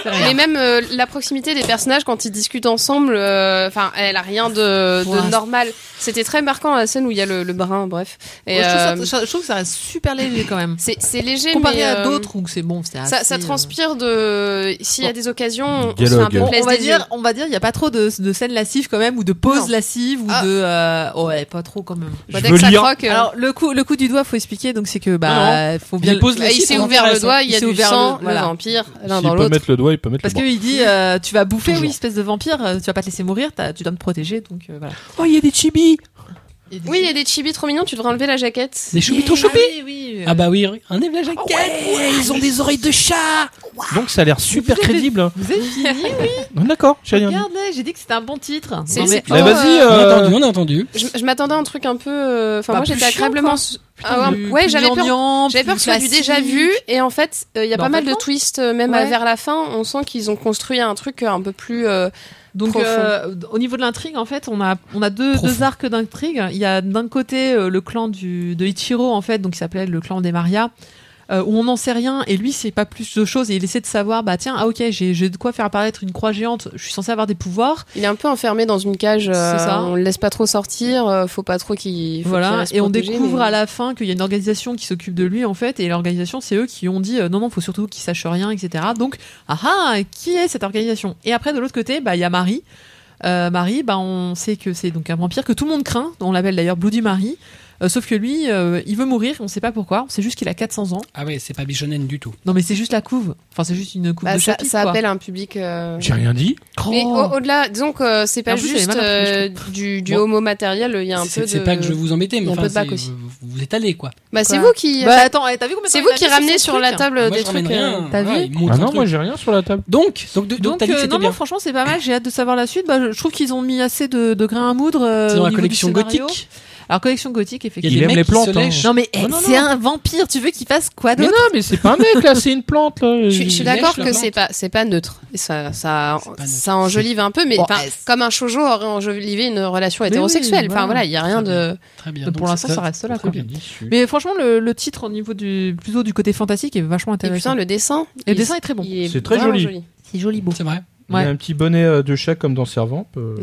Speaker 3: Mais même euh, la proximité des personnages quand ils discutent ensemble, euh, enfin, elle a rien de, de
Speaker 2: Ouah.
Speaker 3: normal. C'était très marquant la scène où il y a le, le brin, bref. Et,
Speaker 2: je,
Speaker 3: euh,
Speaker 2: trouve ça, je trouve que ça reste super léger quand même.
Speaker 3: c'est c'est léger,
Speaker 2: Comparé
Speaker 3: mais,
Speaker 2: à
Speaker 3: euh,
Speaker 2: d'autres où c'est bon, c'est
Speaker 3: Ça,
Speaker 2: assez,
Speaker 3: ça
Speaker 2: euh,
Speaker 3: transpire de. S'il y a des occasions, on se fait un
Speaker 4: Dialogue.
Speaker 3: peu
Speaker 2: Bon,
Speaker 4: Bon,
Speaker 2: on
Speaker 3: plaisir
Speaker 2: va dire, on va dire, il y a pas trop de, de scènes lascives quand même, ou de pauses
Speaker 3: Non.
Speaker 2: lascives, ou
Speaker 3: Ah.
Speaker 2: de, euh, ouais, pas trop quand même.
Speaker 4: Je
Speaker 3: dès
Speaker 4: veux
Speaker 3: que ça
Speaker 4: lire.
Speaker 3: croque, euh,
Speaker 2: Alors le coup, le coup du doigt, faut expliquer. Donc c'est que bah, faut bien.
Speaker 1: Il pose la
Speaker 3: il
Speaker 1: scie,
Speaker 3: s'est
Speaker 1: ça
Speaker 3: ouvert le
Speaker 1: m'intéresse, hein.
Speaker 3: doigt, il y
Speaker 2: Il
Speaker 3: a
Speaker 2: s'est
Speaker 3: du
Speaker 2: ouvert
Speaker 3: sang,
Speaker 2: le- voilà.
Speaker 3: le vampire, l'un
Speaker 4: S'il
Speaker 3: dans
Speaker 4: peut
Speaker 3: l'autre.
Speaker 4: mettre le doigt, il peut mettre
Speaker 2: Parce
Speaker 4: le bras.
Speaker 2: qu'il dit, euh, tu vas bouffer,
Speaker 4: Toujours.
Speaker 2: oui, espèce de vampire, euh, tu vas pas te laisser mourir, t'as- tu dois me protéger, donc euh, voilà.
Speaker 4: Oh, il y a des chibis
Speaker 3: Oui, il y a des chibis trop mignons, tu devrais enlever la jaquette.
Speaker 1: Des choupitons choupi
Speaker 2: Ah oui, oui, euh,
Speaker 1: Ah bah oui, un la jaquette
Speaker 4: Ils ont des oreilles de chat Donc ça a l'air super crédible. hein.
Speaker 2: Vous avez
Speaker 3: <laughs>
Speaker 2: fini
Speaker 4: D'accord, j'ai rien dit.
Speaker 2: Regardez, j'ai dit que c'était un bon titre.
Speaker 3: C'est-
Speaker 2: Non,
Speaker 3: c'est
Speaker 2: mais-
Speaker 3: plutôt,
Speaker 4: Mais vas-y,
Speaker 3: euh,
Speaker 1: On a
Speaker 4: euh,
Speaker 1: entendu, on a entendu.
Speaker 3: Je, je m'attendais à un truc un peu. euh, Enfin,
Speaker 2: Bah,
Speaker 3: moi
Speaker 2: plus
Speaker 3: j'étais
Speaker 2: chiant,
Speaker 3: agréablement. su- Ah, ouais,
Speaker 2: Plus-
Speaker 3: ouais,
Speaker 2: plus
Speaker 3: j'avais peur.
Speaker 2: gnangnan,
Speaker 3: J'avais peur que
Speaker 2: plus
Speaker 3: ce soit du déjà
Speaker 2: classique.
Speaker 3: vu, et en fait, euh, il y a
Speaker 2: Bah,
Speaker 3: pas
Speaker 2: en
Speaker 3: mal
Speaker 2: fait,
Speaker 3: de
Speaker 2: non.
Speaker 3: twists, euh, même euh,
Speaker 2: Ouais.
Speaker 3: vers la fin. On sent qu'ils ont construit un truc euh, un peu plus. euh,
Speaker 2: Donc
Speaker 3: Profond.
Speaker 2: euh, au niveau de l'intrigue, en fait, on a on a deux,
Speaker 1: Profond.
Speaker 2: deux arcs d'intrigue. Il y a d'un côté euh, le clan du de Ichiro en fait, donc qui s'appelait le clan des Maria. euh, où on n'en sait rien et lui c'est pas plus de choses et il essaie de savoir bah tiens ah ok j'ai j'ai de quoi faire apparaître une croix géante je suis censé avoir des pouvoirs
Speaker 3: il est un peu enfermé dans une cage. euh,
Speaker 2: C'est ça.
Speaker 3: On le laisse pas trop sortir. euh, faut pas trop qu'il. faut qu'il
Speaker 2: voilà
Speaker 3: reste
Speaker 2: et on
Speaker 3: protégé,
Speaker 2: découvre
Speaker 3: mais-
Speaker 2: à la fin qu'il y a une organisation qui s'occupe de lui en fait et l'organisation c'est eux qui ont dit euh, non non faut surtout qu'il sache rien etc donc ah ah qui est cette organisation et après de l'autre côté bah il y a Marie Euh, Marie bah on sait que c'est donc un vampire que tout le monde craint on l'appelle d'ailleurs Bloody Marie Euh, sauf que lui euh, il veut mourir on sait pas pourquoi on sait juste qu'il a 400 ans
Speaker 1: Ah ouais, c'est pas Bichonen du tout.
Speaker 2: non mais c'est juste la couve enfin c'est juste une couve
Speaker 3: Bah,
Speaker 2: de
Speaker 3: ça,
Speaker 2: chapitre,
Speaker 3: ça
Speaker 2: quoi.
Speaker 3: appelle un public. euh,
Speaker 4: J'ai rien dit.
Speaker 2: Oh.
Speaker 3: Mais au- au-delà, disons que euh, c'est pas
Speaker 2: En plus, elle est
Speaker 3: juste
Speaker 2: mal imprimée, je
Speaker 3: euh, du, du
Speaker 1: Bon.
Speaker 3: homo matériel, il y a un peu
Speaker 1: C'est
Speaker 3: de.
Speaker 1: c'est pas que je veux vous embêter, mais
Speaker 3: il y a un
Speaker 1: enfin,
Speaker 3: peu de bac
Speaker 1: c'est-
Speaker 3: aussi.
Speaker 1: vous, vous êtes allés quoi.
Speaker 3: Bah, c'est
Speaker 2: Quoi
Speaker 3: vous qui.
Speaker 2: bah attends eh, t'as vu combien de
Speaker 3: c'est
Speaker 2: temps
Speaker 3: vous
Speaker 2: il a
Speaker 3: qui
Speaker 2: mis
Speaker 3: ramenez
Speaker 2: son
Speaker 3: sur
Speaker 2: truc,
Speaker 3: la
Speaker 2: hein
Speaker 3: table
Speaker 1: Moi,
Speaker 3: des
Speaker 1: je ramène
Speaker 3: trucs. euh,
Speaker 1: rien.
Speaker 2: t'as
Speaker 1: Voilà,
Speaker 2: vu
Speaker 1: ils montent
Speaker 4: Ah
Speaker 1: un
Speaker 4: non,
Speaker 1: truc.
Speaker 4: moi j'ai rien sur la table.
Speaker 1: Donc, donc, donc,
Speaker 2: Donc,
Speaker 1: t'as dit que
Speaker 2: euh,
Speaker 1: c'était
Speaker 2: non,
Speaker 1: bien.
Speaker 2: non, franchement, c'est pas mal. J'ai hâte de savoir la suite. Bah, je, je trouve qu'ils ont mis assez de, de grains à moudre. euh,
Speaker 1: C'est
Speaker 2: au
Speaker 1: dans la
Speaker 2: niveau du
Speaker 1: collection
Speaker 2: scénario.
Speaker 1: gothique.
Speaker 2: Alors, collection gothique,
Speaker 1: Il
Speaker 2: effectivement.
Speaker 1: y a
Speaker 4: Il
Speaker 1: des mecs
Speaker 4: aime les
Speaker 1: qui
Speaker 4: plantes,
Speaker 1: se
Speaker 4: hein.
Speaker 1: lèchent.
Speaker 2: Non, mais eh,
Speaker 1: Oh, non,
Speaker 2: c'est un vampire. Tu veux qu'il fasse quoi
Speaker 4: Mais
Speaker 2: d'autre
Speaker 4: non, mais c'est pas un mec là, c'est une plante là.
Speaker 3: Je suis, je suis d'accord
Speaker 1: lèche
Speaker 3: que
Speaker 1: la
Speaker 3: c'est pas c'est pas neutre. Et ça ça
Speaker 1: C'est pas neutre.
Speaker 3: ça enjolive un peu, mais
Speaker 2: Bon,
Speaker 3: enfin,
Speaker 2: eh, c'est-
Speaker 3: comme un shoujo aurait enjolivé une relation
Speaker 2: Mais
Speaker 3: hétérosexuelle.
Speaker 2: oui,
Speaker 3: Enfin
Speaker 2: voilà.
Speaker 3: voilà, il y a rien
Speaker 1: Très
Speaker 3: de.
Speaker 1: Très bien.
Speaker 2: Mais
Speaker 1: donc
Speaker 2: Pour l'instant, ça reste là.
Speaker 1: très
Speaker 2: Quoi.
Speaker 1: bien.
Speaker 2: Mais franchement, le, le titre au niveau du plutôt du côté fantastique est vachement
Speaker 3: Et
Speaker 2: intéressant.
Speaker 3: putain, le dessin.
Speaker 2: Et le
Speaker 3: il-
Speaker 2: dessin est très bon.
Speaker 3: il est
Speaker 4: C'est très
Speaker 3: vraiment
Speaker 4: joli.
Speaker 2: C'est joli beau.
Speaker 1: C'est vrai.
Speaker 4: Il y a
Speaker 2: Ouais.
Speaker 4: un petit bonnet euh, de chat comme dans Servamp.
Speaker 2: <laughs>
Speaker 4: euh,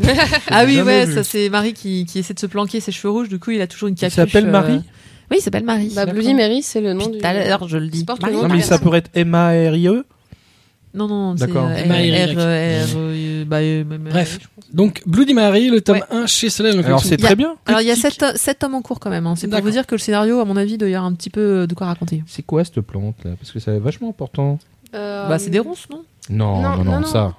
Speaker 2: Ah oui,
Speaker 4: jamais
Speaker 2: ouais,
Speaker 4: vu.
Speaker 2: ça c'est Marie qui, qui essaie de se planquer ses cheveux rouges. Du coup, il a toujours une
Speaker 4: Il
Speaker 2: capuche.
Speaker 4: s'appelle
Speaker 2: euh,
Speaker 4: Marie.
Speaker 2: Oui, il s'appelle Marie.
Speaker 3: Bah Bloody Mary, c'est le nom
Speaker 2: Depuis
Speaker 3: du.
Speaker 2: Tout à l'heure, je le dis.
Speaker 3: Il porte le
Speaker 2: Marie.
Speaker 3: nom
Speaker 4: Non,
Speaker 3: de
Speaker 4: mais
Speaker 3: la
Speaker 4: ça pourrait être M-A-R-I-E.
Speaker 2: Non, non, c'est
Speaker 4: D'accord.
Speaker 2: euh,
Speaker 1: Marie,
Speaker 2: R,
Speaker 1: Eric.
Speaker 2: euh, R, euh, bah, euh, même, euh,
Speaker 1: Bref. Donc, Bloody Mary, le tome
Speaker 2: Ouais.
Speaker 1: 1 chez Soleil. dans la
Speaker 4: Alors
Speaker 1: collection
Speaker 4: c'est
Speaker 2: Il y a-
Speaker 4: très bien.
Speaker 2: Alors il y a
Speaker 1: Critique.
Speaker 2: 7, tomes en cours quand même. hein. C'est pour
Speaker 1: D'accord.
Speaker 2: vous dire que le scénario, à mon avis, doit y avoir un petit peu euh, de quoi raconter.
Speaker 4: C'est quoi cette plante là Parce que c'est vachement important.
Speaker 3: Euh,
Speaker 2: Bah c'est des ronces, non
Speaker 3: Non,
Speaker 4: Non, non, non,
Speaker 3: non, non.
Speaker 4: ça.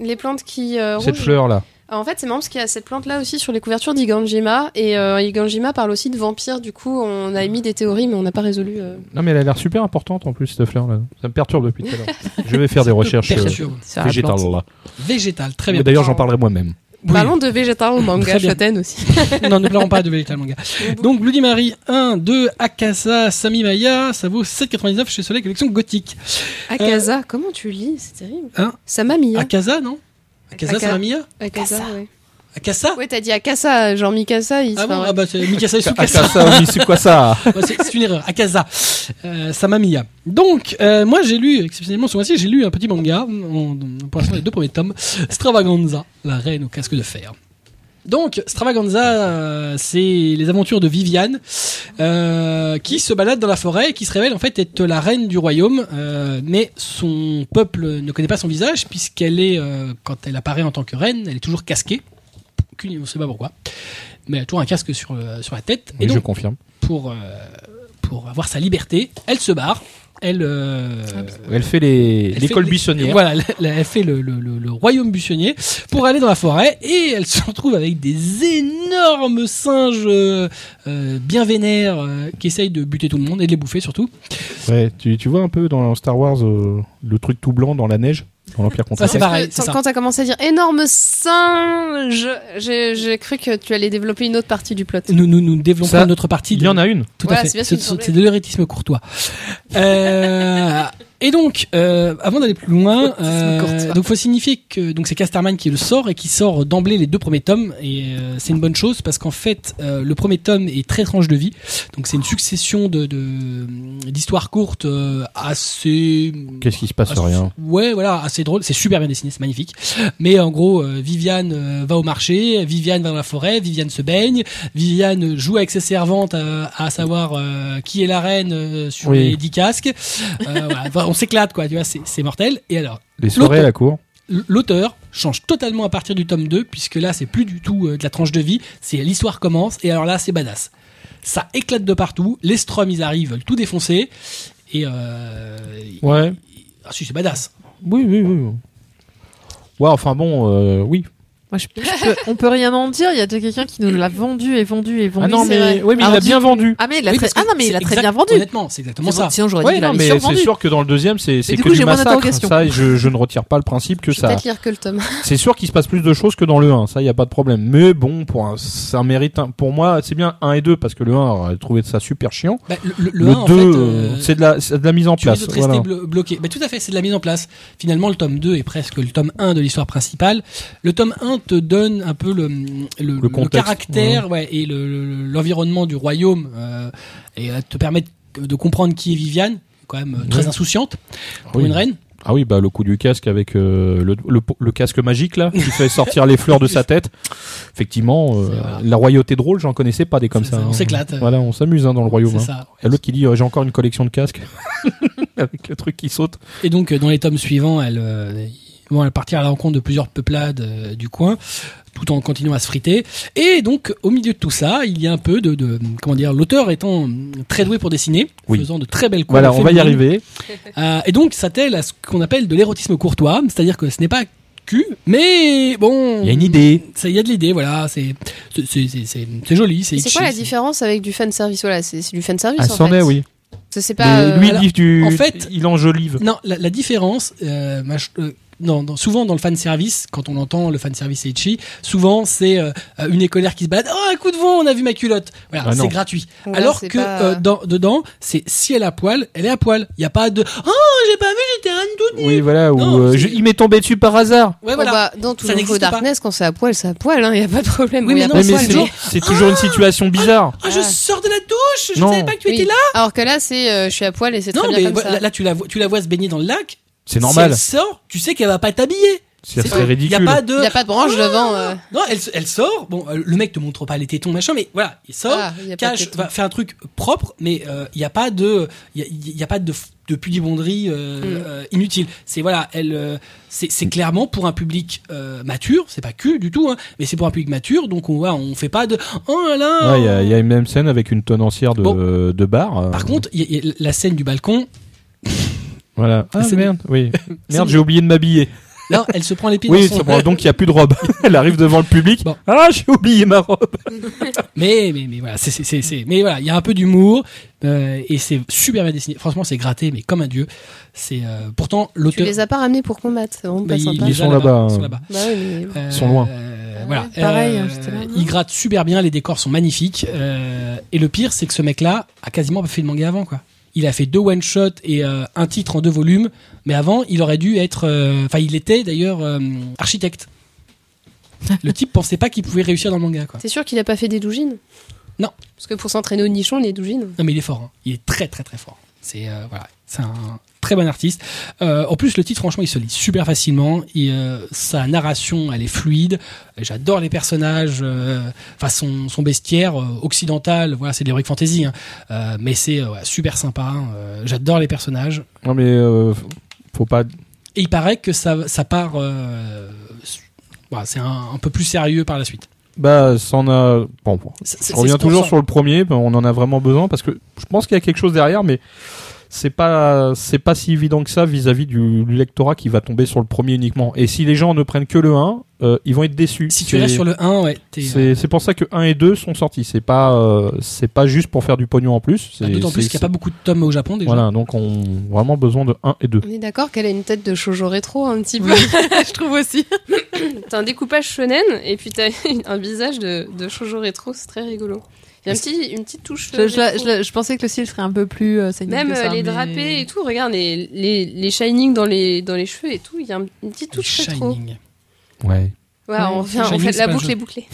Speaker 3: Les plantes qui. euh,
Speaker 4: Cette
Speaker 3: rougent.
Speaker 4: fleur là.
Speaker 3: En fait, c'est marrant parce qu'il y a cette plante-là aussi sur les couvertures d'Iganjima. Et euh, Iganjima parle aussi de vampires. Du coup, on a émis des théories, mais on n'a pas résolu. euh.
Speaker 4: Non, mais elle a l'air super importante en plus cette fleur là. Ça me perturbe depuis tout à l'heure.
Speaker 2: <laughs>
Speaker 4: Je vais faire des recherches euh,
Speaker 1: Perturbe.
Speaker 2: C'est la
Speaker 4: végétales
Speaker 2: plante.
Speaker 4: là.
Speaker 1: Végétal, très bien.
Speaker 4: Mais D'ailleurs, j'en
Speaker 1: <laughs>
Speaker 4: parlerai moi-même.
Speaker 1: Oui.
Speaker 3: Parlons de Végétal Manga
Speaker 1: Très bien.
Speaker 3: Shoten aussi.
Speaker 1: non, ne parlons pas de Véritable <laughs> Manga. Donc, Bloody Mary 1, 2, Akasa, Sami Maya, ça vaut 7,99 chez Soleil Collection Gothique.
Speaker 3: Akaza, comment tu lis C'est terrible.
Speaker 1: Euh, Hein
Speaker 3: Samamiya.
Speaker 1: Akasa, non Akasa,
Speaker 3: Aka-
Speaker 1: Sami Maya
Speaker 3: Akaza, ouais.
Speaker 1: Akasa
Speaker 3: Ouais, t'as dit Akasa, genre Mikasa, il
Speaker 1: Ah
Speaker 3: se
Speaker 1: bon
Speaker 3: fait-
Speaker 1: Ah bah, c'est Mikasa et
Speaker 4: Ah,
Speaker 1: Tsukasa.
Speaker 4: ça, ça, oui, c'est quoi ça
Speaker 1: Ouais, c'est c'est une erreur. Akaza, euh, Samamiya. Donc, euh, moi, j'ai lu, exceptionnellement, ce mois-ci, j'ai lu un petit manga, en- pour l'instant, les deux premiers tomes, Stravaganza, la reine au casque de fer. Donc, Stravaganza, euh, c'est les aventures de Viviane, euh, qui se balade dans la forêt et qui se révèle en fait être la reine du royaume, euh, mais son peuple ne connaît pas son visage, puisqu'elle est, euh, quand elle apparaît en tant que reine, elle est toujours casquée. Aucune- On ne sait pas pourquoi. Mais elle a toujours un casque sur, le- sur la tête.
Speaker 4: Oui,
Speaker 1: et
Speaker 4: je
Speaker 1: donc,
Speaker 4: confirme.
Speaker 1: pour, euh, pour avoir sa liberté. Elle se barre. Elle, euh,
Speaker 4: Elle fait les
Speaker 1: Elle
Speaker 4: l'école
Speaker 1: fait-
Speaker 4: buissonnière.
Speaker 1: voilà, la- la- elle fait le, le- le- le royaume buissonnier pour aller dans la forêt et elle se retrouve avec des énormes singes euh, euh, bien vénères euh, qui essayent de buter tout le monde et de les bouffer surtout.
Speaker 4: Ouais, tu, tu vois un peu dans Star Wars euh, le truc tout blanc dans la neige, dans
Speaker 1: Ça,
Speaker 4: l'Empire contre
Speaker 1: c'est pareil, c'est
Speaker 3: Quand-
Speaker 1: ça.
Speaker 3: Quand t'as commencé à dire énorme singe, j'ai j'ai cru que tu allais développer une autre partie du plot.
Speaker 1: Nous, nous, nous développons
Speaker 4: Ça,
Speaker 1: notre partie.
Speaker 4: Il
Speaker 1: de-
Speaker 4: y en a une.
Speaker 1: Tout
Speaker 3: Voilà,
Speaker 1: à
Speaker 3: c'est bien
Speaker 1: fait.
Speaker 3: ce qui
Speaker 1: C'est
Speaker 3: me semblait.
Speaker 1: c'est de l'hérétisme courtois. Euh, Et donc, euh, avant d'aller plus loin, euh,
Speaker 3: Ça m'accorde pas.
Speaker 1: donc faut signifier que donc c'est Casterman qui le sort et qui sort d'emblée les deux premiers tomes et euh, c'est une bonne chose parce qu'en fait euh, le premier tome est très tranche de vie, donc c'est une succession de de- d'histoires courtes euh, assez
Speaker 4: Qu'est-ce qui se passe rien
Speaker 1: Ah, Ouais, voilà, assez drôle. C'est super bien dessiné, c'est magnifique. Mais en gros, euh, Viviane euh, va au marché, Viviane va dans la forêt, Viviane se baigne, Viviane joue avec ses servantes à, à savoir euh, qui est la reine euh, sur
Speaker 4: Oui.
Speaker 1: les dix casques. Euh,
Speaker 4: <laughs>
Speaker 1: voilà, enfin, on s'éclate, quoi, tu vois, c'est c'est mortel. Et alors,
Speaker 4: Les soirées à la cour.
Speaker 1: l- l'auteur change totalement à partir du tome 2, puisque là, c'est plus du tout euh, de la tranche de vie, c'est l'histoire commence, et alors là, c'est badass. Ça éclate de partout, les Strom, ils arrivent, veulent tout défoncer, et... Euh,
Speaker 4: Ouais.
Speaker 1: Ah si, c'est badass.
Speaker 4: Oui, oui, oui. Ouais, enfin bon, euh, oui.
Speaker 2: Moi, je- je peux- on peut rien en dire. Il y a quelqu'un qui nous l'a vendu et vendu et vendu.
Speaker 4: ah non,
Speaker 2: C'est
Speaker 4: mais,
Speaker 2: vrai.
Speaker 4: oui, mais il
Speaker 2: Alors,
Speaker 4: a bien vendu.
Speaker 2: Ah mais il a
Speaker 1: Oui,
Speaker 2: très,
Speaker 1: parce que
Speaker 2: ah non mais il a
Speaker 1: c'est
Speaker 2: très
Speaker 1: exact-
Speaker 2: bien vendu.
Speaker 1: Honnêtement, c'est exactement ça.
Speaker 2: Sinon j'aurais
Speaker 1: Ouais,
Speaker 2: dit
Speaker 1: non,
Speaker 2: qu'il
Speaker 1: mais
Speaker 2: avait
Speaker 4: mais c'est
Speaker 2: survendu.
Speaker 4: sûr que dans le deuxième, c'est c'est
Speaker 2: du
Speaker 4: que
Speaker 2: coup,
Speaker 4: du
Speaker 2: j'ai moins
Speaker 4: massacre.
Speaker 2: d'interrogations.
Speaker 4: Ça, et je, je ne retire pas le principe que
Speaker 3: Je vais
Speaker 4: ça.
Speaker 3: peut-être lire que le tome.
Speaker 4: C'est sûr qu'il se passe plus de choses que dans le 1, ça, il n'y a pas de problème. Mais bon, pour un, ça mérite un- Pour moi, c'est bien 1 et 2, parce que le 1, aurait trouvé ça super chiant.
Speaker 1: Bah, le, le- le
Speaker 4: Le,
Speaker 1: un, en
Speaker 4: 2,
Speaker 1: fait,
Speaker 4: euh,
Speaker 1: euh,
Speaker 4: c'est de, la- c'est de la mise en
Speaker 1: tu risques
Speaker 4: place.
Speaker 1: de te
Speaker 4: voilà.
Speaker 1: rester blo- bloqué. Bah, tout à fait, c'est de la mise en place. Finalement, le tome 2 est presque le tome 1 de l'histoire principale. Le tome 1 te donne un peu le, le, le
Speaker 4: contexte,
Speaker 1: caractère ouais, et le- le- l'environnement du royaume euh, et euh, te permet de comprendre qui est Viviane, quand même euh, très
Speaker 4: Ouais.
Speaker 1: insouciante pour
Speaker 4: Oui.
Speaker 1: une reine.
Speaker 4: Ah oui, bah le coup du casque avec euh, le, le, le casque magique là, qui fait sortir les fleurs de sa tête. Effectivement, euh,
Speaker 1: C'est vrai.
Speaker 4: la royauté drôle, j'en connaissais pas des comme
Speaker 1: C'est
Speaker 4: ça.
Speaker 1: ça, on
Speaker 4: hein.
Speaker 1: s'éclate.
Speaker 4: Voilà, on s'amuse hein, dans le royaume.
Speaker 1: C'est ça.
Speaker 4: hein. Et l'autre qui dit euh, j'ai encore une collection de casques <laughs> avec le truc qui saute.
Speaker 1: Et donc, euh, dans les tomes suivants, elle, euh, bon, elle partir à la rencontre de plusieurs peuplades euh, du coin, tout en continuant à se friter. Et donc, au milieu de tout ça, il y a un peu de, de- comment dire, l'auteur étant mm, très doué pour dessiner,
Speaker 4: Oui.
Speaker 1: faisant de très belles courbes.
Speaker 4: Voilà, on va y
Speaker 1: féminines.
Speaker 4: arriver.
Speaker 1: Euh, et donc, s'attelle à ce qu'on appelle de l'érotisme courtois, c'est-à-dire que ce n'est pas cul, mais bon.
Speaker 4: Il y a une idée.
Speaker 1: Ça, Il y a de l'idée, voilà, c'est c'est- c'est- c'est- c'est- c'est joli, c'est
Speaker 3: C'est quoi la
Speaker 1: itchy,
Speaker 3: différence avec du fan service Voilà, c'est c'est du fan service
Speaker 4: Ah,
Speaker 3: en
Speaker 4: c'en
Speaker 3: fait.
Speaker 4: est, oui.
Speaker 3: Ça, C'est pas.
Speaker 4: Mais
Speaker 3: euh,
Speaker 4: lui,
Speaker 1: Bah,
Speaker 4: il
Speaker 1: alors,
Speaker 4: livre du.
Speaker 1: en fait-
Speaker 4: il enjolive.
Speaker 1: Non, la, la différence, euh, mach- euh, non, dans- souvent dans le fan service, quand on entend le fan service Eichi, souvent c'est euh, euh, une écolière qui se balade, oh un coup de vent, on a vu ma culotte. Voilà,
Speaker 4: Ah non.
Speaker 1: c'est gratuit.
Speaker 3: ouais,
Speaker 1: Alors
Speaker 3: c'est
Speaker 1: que
Speaker 3: pas-
Speaker 1: euh, dans- dedans, c'est si elle a poil, elle est à poil. Il y a pas de, oh j'ai pas vu, j'étais reine toute nue.
Speaker 4: Oui, voilà. Ou
Speaker 1: Non, c'est-
Speaker 4: euh, je- il m'est tombé dessus par hasard.
Speaker 1: Ouais,
Speaker 3: bon,
Speaker 1: voilà.
Speaker 3: bah, dans tout
Speaker 1: Ça
Speaker 3: le
Speaker 1: n'existe pas.
Speaker 3: Darkness, quand c'est à poil, c'est à poil, il n'y a pas de problème.
Speaker 1: Oui,
Speaker 3: Bon, y a
Speaker 1: mais
Speaker 3: pas
Speaker 1: non,
Speaker 4: Ouais,
Speaker 3: de
Speaker 4: mais
Speaker 3: poil,
Speaker 1: c'est-
Speaker 3: mais-
Speaker 4: c'est toujours une situation bizarre.
Speaker 1: Ah, je
Speaker 3: Ah.
Speaker 1: sors de la douche, je
Speaker 4: Non.
Speaker 1: savais pas que tu
Speaker 3: Oui.
Speaker 1: étais là.
Speaker 3: Alors que là, c'est euh, je suis à poil et c'est
Speaker 1: Non,
Speaker 3: très bien
Speaker 1: mais
Speaker 3: comme
Speaker 1: voilà,
Speaker 3: ça.
Speaker 1: là, tu la vois, tu la vois se baigner dans le lac.
Speaker 4: C'est normal.
Speaker 1: Si elle sort, tu sais qu'elle va pas t'habiller.
Speaker 4: C'est
Speaker 1: C'est
Speaker 4: très
Speaker 1: tout.
Speaker 4: ridicule.
Speaker 1: Y a pas de,
Speaker 3: Il n'y a pas de
Speaker 1: Oh,
Speaker 3: branche devant. euh,
Speaker 1: non, elle, s- elle sort. Bon, euh, le mec te montre pas les tétons, machin, mais voilà, il sort.
Speaker 3: ah, il y a pas de
Speaker 1: cache,
Speaker 3: téton.
Speaker 1: va- fait un truc propre, mais il n'y a pas de, il y, a- y a pas de, f- de pudibonderie euh,
Speaker 3: Mm.
Speaker 1: euh, inutile. C'est voilà, elle, euh, c'est c'est clairement pour un public euh, mature. C'est pas cul du tout, hein, mais c'est pour un public mature. Donc on voit, on fait pas de, oh là là.
Speaker 4: Ouais, il y a- il y, a une même scène avec une tenancière de, de bar. euh,
Speaker 1: Par contre, y a- y a la scène du balcon,
Speaker 4: voilà. Ah,
Speaker 1: c'est-
Speaker 4: merde, oui.
Speaker 1: <laughs> c'est-
Speaker 4: Merde, j'ai oublié de m'habiller. <laughs>
Speaker 1: là, elle se prend les pieds. dans
Speaker 4: Oui, ça
Speaker 1: son-
Speaker 4: prend- donc il n'y a plus de robe. <laughs> Elle arrive devant le public.
Speaker 1: Bon.
Speaker 4: Ah, j'ai oublié ma robe.
Speaker 1: Mais mais mais voilà, c'est c'est- c'est c'est- mais voilà, il y a un peu d'humour euh, et c'est super bien dessiné. Franchement, c'est gratté, mais comme un dieu. C'est euh, pourtant
Speaker 3: Tu
Speaker 1: l'auteur.
Speaker 3: les as pas ramenés pour combattre, c'est vraiment
Speaker 1: bah,
Speaker 3: pas
Speaker 1: il- il
Speaker 3: sympa.
Speaker 1: est
Speaker 4: Ils sont
Speaker 1: là-bas,
Speaker 4: là-bas,
Speaker 1: ils sont
Speaker 4: hein.
Speaker 1: là-bas.
Speaker 3: Bah oui, mais-
Speaker 1: Euh,
Speaker 4: sont loin.
Speaker 1: euh, voilà.
Speaker 2: pareil, hein,
Speaker 1: Euh,
Speaker 2: j'étais là, hein.
Speaker 1: il gratte super bien, les décors sont magnifiques. euh, et le pire, c'est que ce mec-là a quasiment pas fait de manga avant, quoi. Il a fait deux one shot et euh, un titre en deux volumes, mais avant, il aurait dû être, euh, enfin, il était d'ailleurs euh,
Speaker 2: <laughs>
Speaker 1: architecte. Le type pensait pas qu'il pouvait réussir dans le manga, quoi.
Speaker 3: T'es sûr qu'il a pas fait des doujines
Speaker 1: Non.
Speaker 3: Parce que pour s'entraîner au nichon, les doujines.
Speaker 1: Non, mais il est fort. hein. Il est très, très, très fort. C'est euh, voilà, c'est un très bon artiste. Euh, en plus, le titre, franchement, il se lit super facilement. Et, euh, sa narration, elle est fluide. J'adore les personnages. euh, Enfin, son, son bestiaire euh, occidental. Voilà, c'est de l'heroic fantasy. hein. Euh, mais c'est euh, ouais, super sympa. hein. Euh, J'adore les personnages.
Speaker 4: Non, mais euh, faut pas.
Speaker 1: Et il paraît que ça, ça part. euh, s- voilà, c'est un, un peu plus sérieux par la suite.
Speaker 4: Bah, ça en a. Bon, bon.
Speaker 1: C'est- c'est-
Speaker 4: Je
Speaker 1: c'est ce
Speaker 4: reviens
Speaker 1: qu'on
Speaker 4: toujours
Speaker 1: sent.
Speaker 4: sur le premier. bah, on en a vraiment besoin parce que je pense qu'il y a quelque chose derrière, mais c'est pas c'est pas si évident que ça vis-à-vis du lectorat qui va tomber sur le premier uniquement. Et si les gens ne prennent que le 1, euh, ils vont être déçus.
Speaker 1: Si tu
Speaker 4: C'est-
Speaker 1: restes sur le 1, ouais, t'es. euh,
Speaker 4: C'est c'est pour ça que 1 et 2 sont sortis. C'est pas, euh, c'est pas juste pour faire du pognon en plus. C'est-
Speaker 1: bah, D'autant plus
Speaker 4: c'est-
Speaker 1: qu'il n'y a pas beaucoup de tomes au Japon déjà.
Speaker 4: Voilà, donc on a vraiment besoin de 1 et 2.
Speaker 3: On est d'accord qu'elle a une tête de shoujo rétro un petit peu.
Speaker 2: <laughs>
Speaker 3: <laughs>
Speaker 2: je trouve aussi.
Speaker 3: <laughs> T'as un découpage shonen et puis t'as un visage de, de shoujo rétro, c'est très rigolo. Il y a un petit, une petite touche. euh,
Speaker 2: Je, je la-
Speaker 3: rétro.
Speaker 2: je la- je pensais que le style serait un peu plus. euh, saignant
Speaker 3: Même
Speaker 2: que ça,
Speaker 3: euh, les
Speaker 2: mais-
Speaker 3: drapés et tout, regarde les, les, les shining dans les, dans les cheveux et tout, il y a un- une petite touche rétro.
Speaker 1: Shining.
Speaker 4: Ouais.
Speaker 3: Ouais, on revient, en
Speaker 1: Shining,
Speaker 3: fait,
Speaker 1: c'est
Speaker 3: la
Speaker 1: pas un
Speaker 3: boucle
Speaker 1: jeu.
Speaker 3: est bouclée.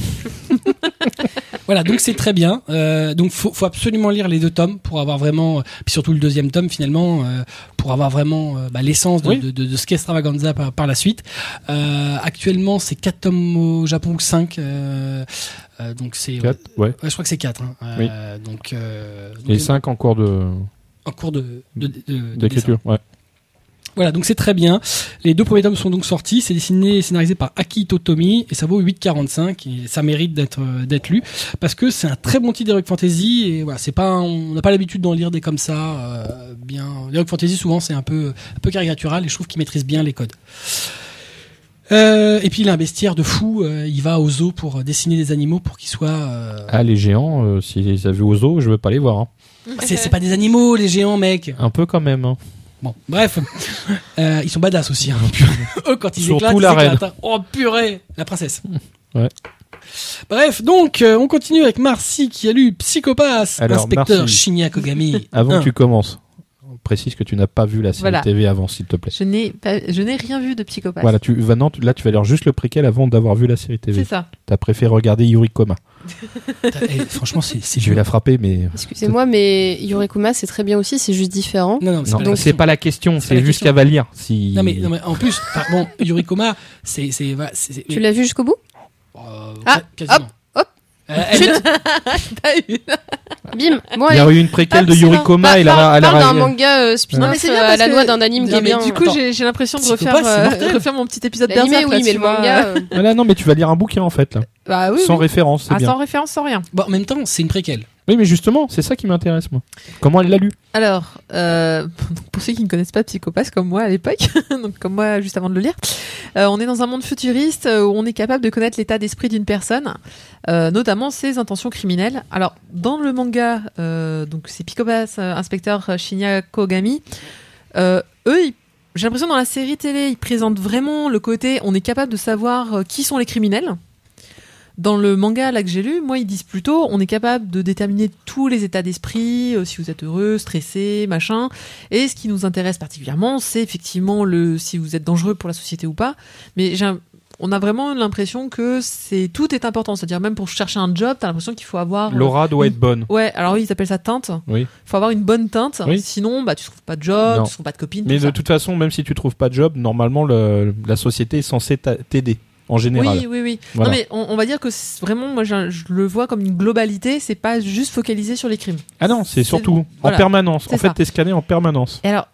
Speaker 1: Voilà, donc c'est très bien. Euh, donc faut, faut absolument lire les deux tomes pour avoir vraiment, euh, puis surtout le deuxième tome finalement, euh, pour avoir vraiment euh, bah, l'essence de,
Speaker 4: Oui.
Speaker 1: de, de, de ce qu'est Stravaganza par, par la suite. Euh, actuellement, c'est quatre tomes au Japon ou cinq. Euh, euh, donc c'est, ouais,
Speaker 4: Quatre, ouais.
Speaker 1: je crois que c'est quatre. Hein. Euh, Donc, euh, donc,
Speaker 4: Et 5 en cours de-
Speaker 1: en cours de, de, de- de dessin.
Speaker 4: d'écriture. Ouais.
Speaker 1: Voilà, donc c'est très bien. Les deux premiers tomes sont donc sortis. C'est dessiné et scénarisé par Aki Totomi et ça vaut 8,45 et ça mérite d'être euh, d'être lu parce que c'est un très bon titre d'Heroic Fantasy et voilà, c'est pas un- on n'a pas l'habitude d'en lire des comme ça euh, bien Heroic Fantasy souvent c'est un peu un peu caricatural et je trouve qu'il maîtrise bien les codes. Euh, et puis il a un bestiaire de fou, euh, il va au zoo pour euh, dessiner des animaux pour qu'ils soient euh,
Speaker 4: Ah, les géants, euh, si ça vu aux zoo, je veux pas les voir. hein.
Speaker 1: c'est c'est pas des animaux les géants mec.
Speaker 4: Un peu quand même. hein.
Speaker 1: Bon, bref, <laughs> Euh, ils sont badass aussi. hein. Eux, <laughs> quand ils
Speaker 4: Oh, Surtout
Speaker 1: éclatent, ils
Speaker 4: la reine.
Speaker 1: éclatent. hein. Oh purée, la princesse.
Speaker 4: Ouais.
Speaker 1: Bref, donc euh, on continue avec Marcy qui a lu Psychopass,
Speaker 4: Alors,
Speaker 1: inspecteur
Speaker 4: Marcy.
Speaker 1: Shinya Kogami.
Speaker 4: Avant
Speaker 1: Un.
Speaker 4: que tu commences, on précise que tu n'as pas vu la série
Speaker 2: Voilà.
Speaker 4: TV avant, s'il te plaît.
Speaker 2: Je n'ai pas- je n'ai rien vu de psychopathe.
Speaker 4: Voilà, tu, maintenant, tu- là, tu vas lire juste le préquel avant d'avoir vu la série
Speaker 2: C'est
Speaker 4: TV.
Speaker 2: ça.
Speaker 4: T'as préféré regarder Yuri Koma.
Speaker 1: Eh, franchement, c'est c'est
Speaker 4: Je vais
Speaker 1: vieux.
Speaker 4: la frapper, mais.
Speaker 3: Excusez-moi, mais Yurikuma, c'est très bien aussi, c'est juste différent.
Speaker 1: Non, non, mais c'est
Speaker 4: Non,
Speaker 1: pas la
Speaker 4: c'est
Speaker 1: question.
Speaker 4: pas la question,
Speaker 1: C'est pas
Speaker 4: c'est
Speaker 1: la
Speaker 4: juste
Speaker 1: question.
Speaker 4: qu'elle va lire. Si...
Speaker 1: Non, mais, non, mais en plus, enfin, bon, Yurikoma, c'est c'est voilà, c'est- c'est-
Speaker 3: Tu l'as vu jusqu'au bout
Speaker 1: euh,
Speaker 3: Ah,
Speaker 1: quasiment.
Speaker 3: hop.
Speaker 1: Euh, elle-
Speaker 3: Bim Bon,
Speaker 4: Il y
Speaker 3: allez.
Speaker 4: a eu une préquelle
Speaker 3: Hop,
Speaker 4: de
Speaker 3: Ah, c'est Bah,
Speaker 4: Yuri
Speaker 3: bon.
Speaker 4: Koma
Speaker 3: Par-
Speaker 4: et la.
Speaker 3: par-
Speaker 4: elle a-
Speaker 3: parle d'un manga euh,
Speaker 2: Non, mais
Speaker 3: spin-off
Speaker 2: c'est bien
Speaker 3: euh, à
Speaker 2: parce
Speaker 3: la
Speaker 2: que-
Speaker 3: noix d'un anime qui
Speaker 1: Non,
Speaker 3: est
Speaker 1: mais
Speaker 3: bien.
Speaker 2: Du coup,
Speaker 1: Attends.
Speaker 2: j'ai j'ai l'impression de
Speaker 1: Psychopathe,
Speaker 2: refaire,
Speaker 1: c'est
Speaker 2: euh,
Speaker 1: mortel.
Speaker 2: refaire mon petit épisode
Speaker 3: L'animé,
Speaker 2: berserk. là,
Speaker 3: oui, mais
Speaker 2: tu
Speaker 3: le
Speaker 2: vois.
Speaker 3: manga. euh,
Speaker 4: Voilà, non, mais tu vas lire un bouquin en fait, là.
Speaker 2: Bah oui,
Speaker 4: sans
Speaker 2: oui.
Speaker 4: référence, c'est
Speaker 2: Ah,
Speaker 4: bien.
Speaker 2: sans référence, sans rien.
Speaker 1: Bon, en même temps, c'est une préquelle.
Speaker 4: Oui, mais justement, c'est ça qui m'intéresse, moi. Comment elle l'a lu
Speaker 2: Alors, euh, <laughs> donc, pour ceux qui ne connaissent pas Psychopass comme moi à l'époque, <laughs> donc comme moi juste avant de le lire, euh, on est dans un monde futuriste euh, où on est capable de connaître l'état d'esprit d'une personne, euh, notamment ses intentions criminelles. Alors, dans le manga, euh, donc c'est Psychopass, euh, inspecteur euh, Shinya Kogami, euh, eux, ils- j'ai l'impression dans la série télé, ils présentent vraiment le côté on est capable de savoir euh, qui sont les criminels. Dans le manga là que j'ai lu, moi ils disent plutôt on est capable de déterminer tous les états d'esprit, euh, si vous êtes heureux, stressé, machin. Et ce qui nous intéresse particulièrement, c'est effectivement le si vous êtes dangereux pour la société ou pas. Mais j'ai un- on a vraiment l'impression que c'est tout est important, c'est-à-dire même pour chercher un job, t'as l'impression qu'il faut avoir euh,
Speaker 4: Laura doit être bonne.
Speaker 2: Ouais, alors oui, ils appellent ça teinte.
Speaker 4: Oui.
Speaker 2: Faut avoir une bonne teinte.
Speaker 4: Oui.
Speaker 2: Sinon, bah, tu trouves pas de job,
Speaker 4: Non.
Speaker 2: tu trouves pas de copine.
Speaker 4: Mais
Speaker 2: tout
Speaker 4: de
Speaker 2: ça.
Speaker 4: toute façon, même si tu trouves pas de job, normalement, le- la société est censée t'a- t'aider, en général.
Speaker 2: Oui, oui, oui.
Speaker 4: Voilà.
Speaker 2: Non, mais on, on va dire que c'est vraiment, moi, je, je le vois comme une globalité. C'est pas juste focalisé sur les crimes.
Speaker 4: Ah non, c'est
Speaker 2: C'est-
Speaker 4: surtout
Speaker 2: voilà.
Speaker 4: en permanence.
Speaker 2: C'est
Speaker 4: En fait,
Speaker 2: ça.
Speaker 4: t'es scanné en permanence.
Speaker 2: Et alors,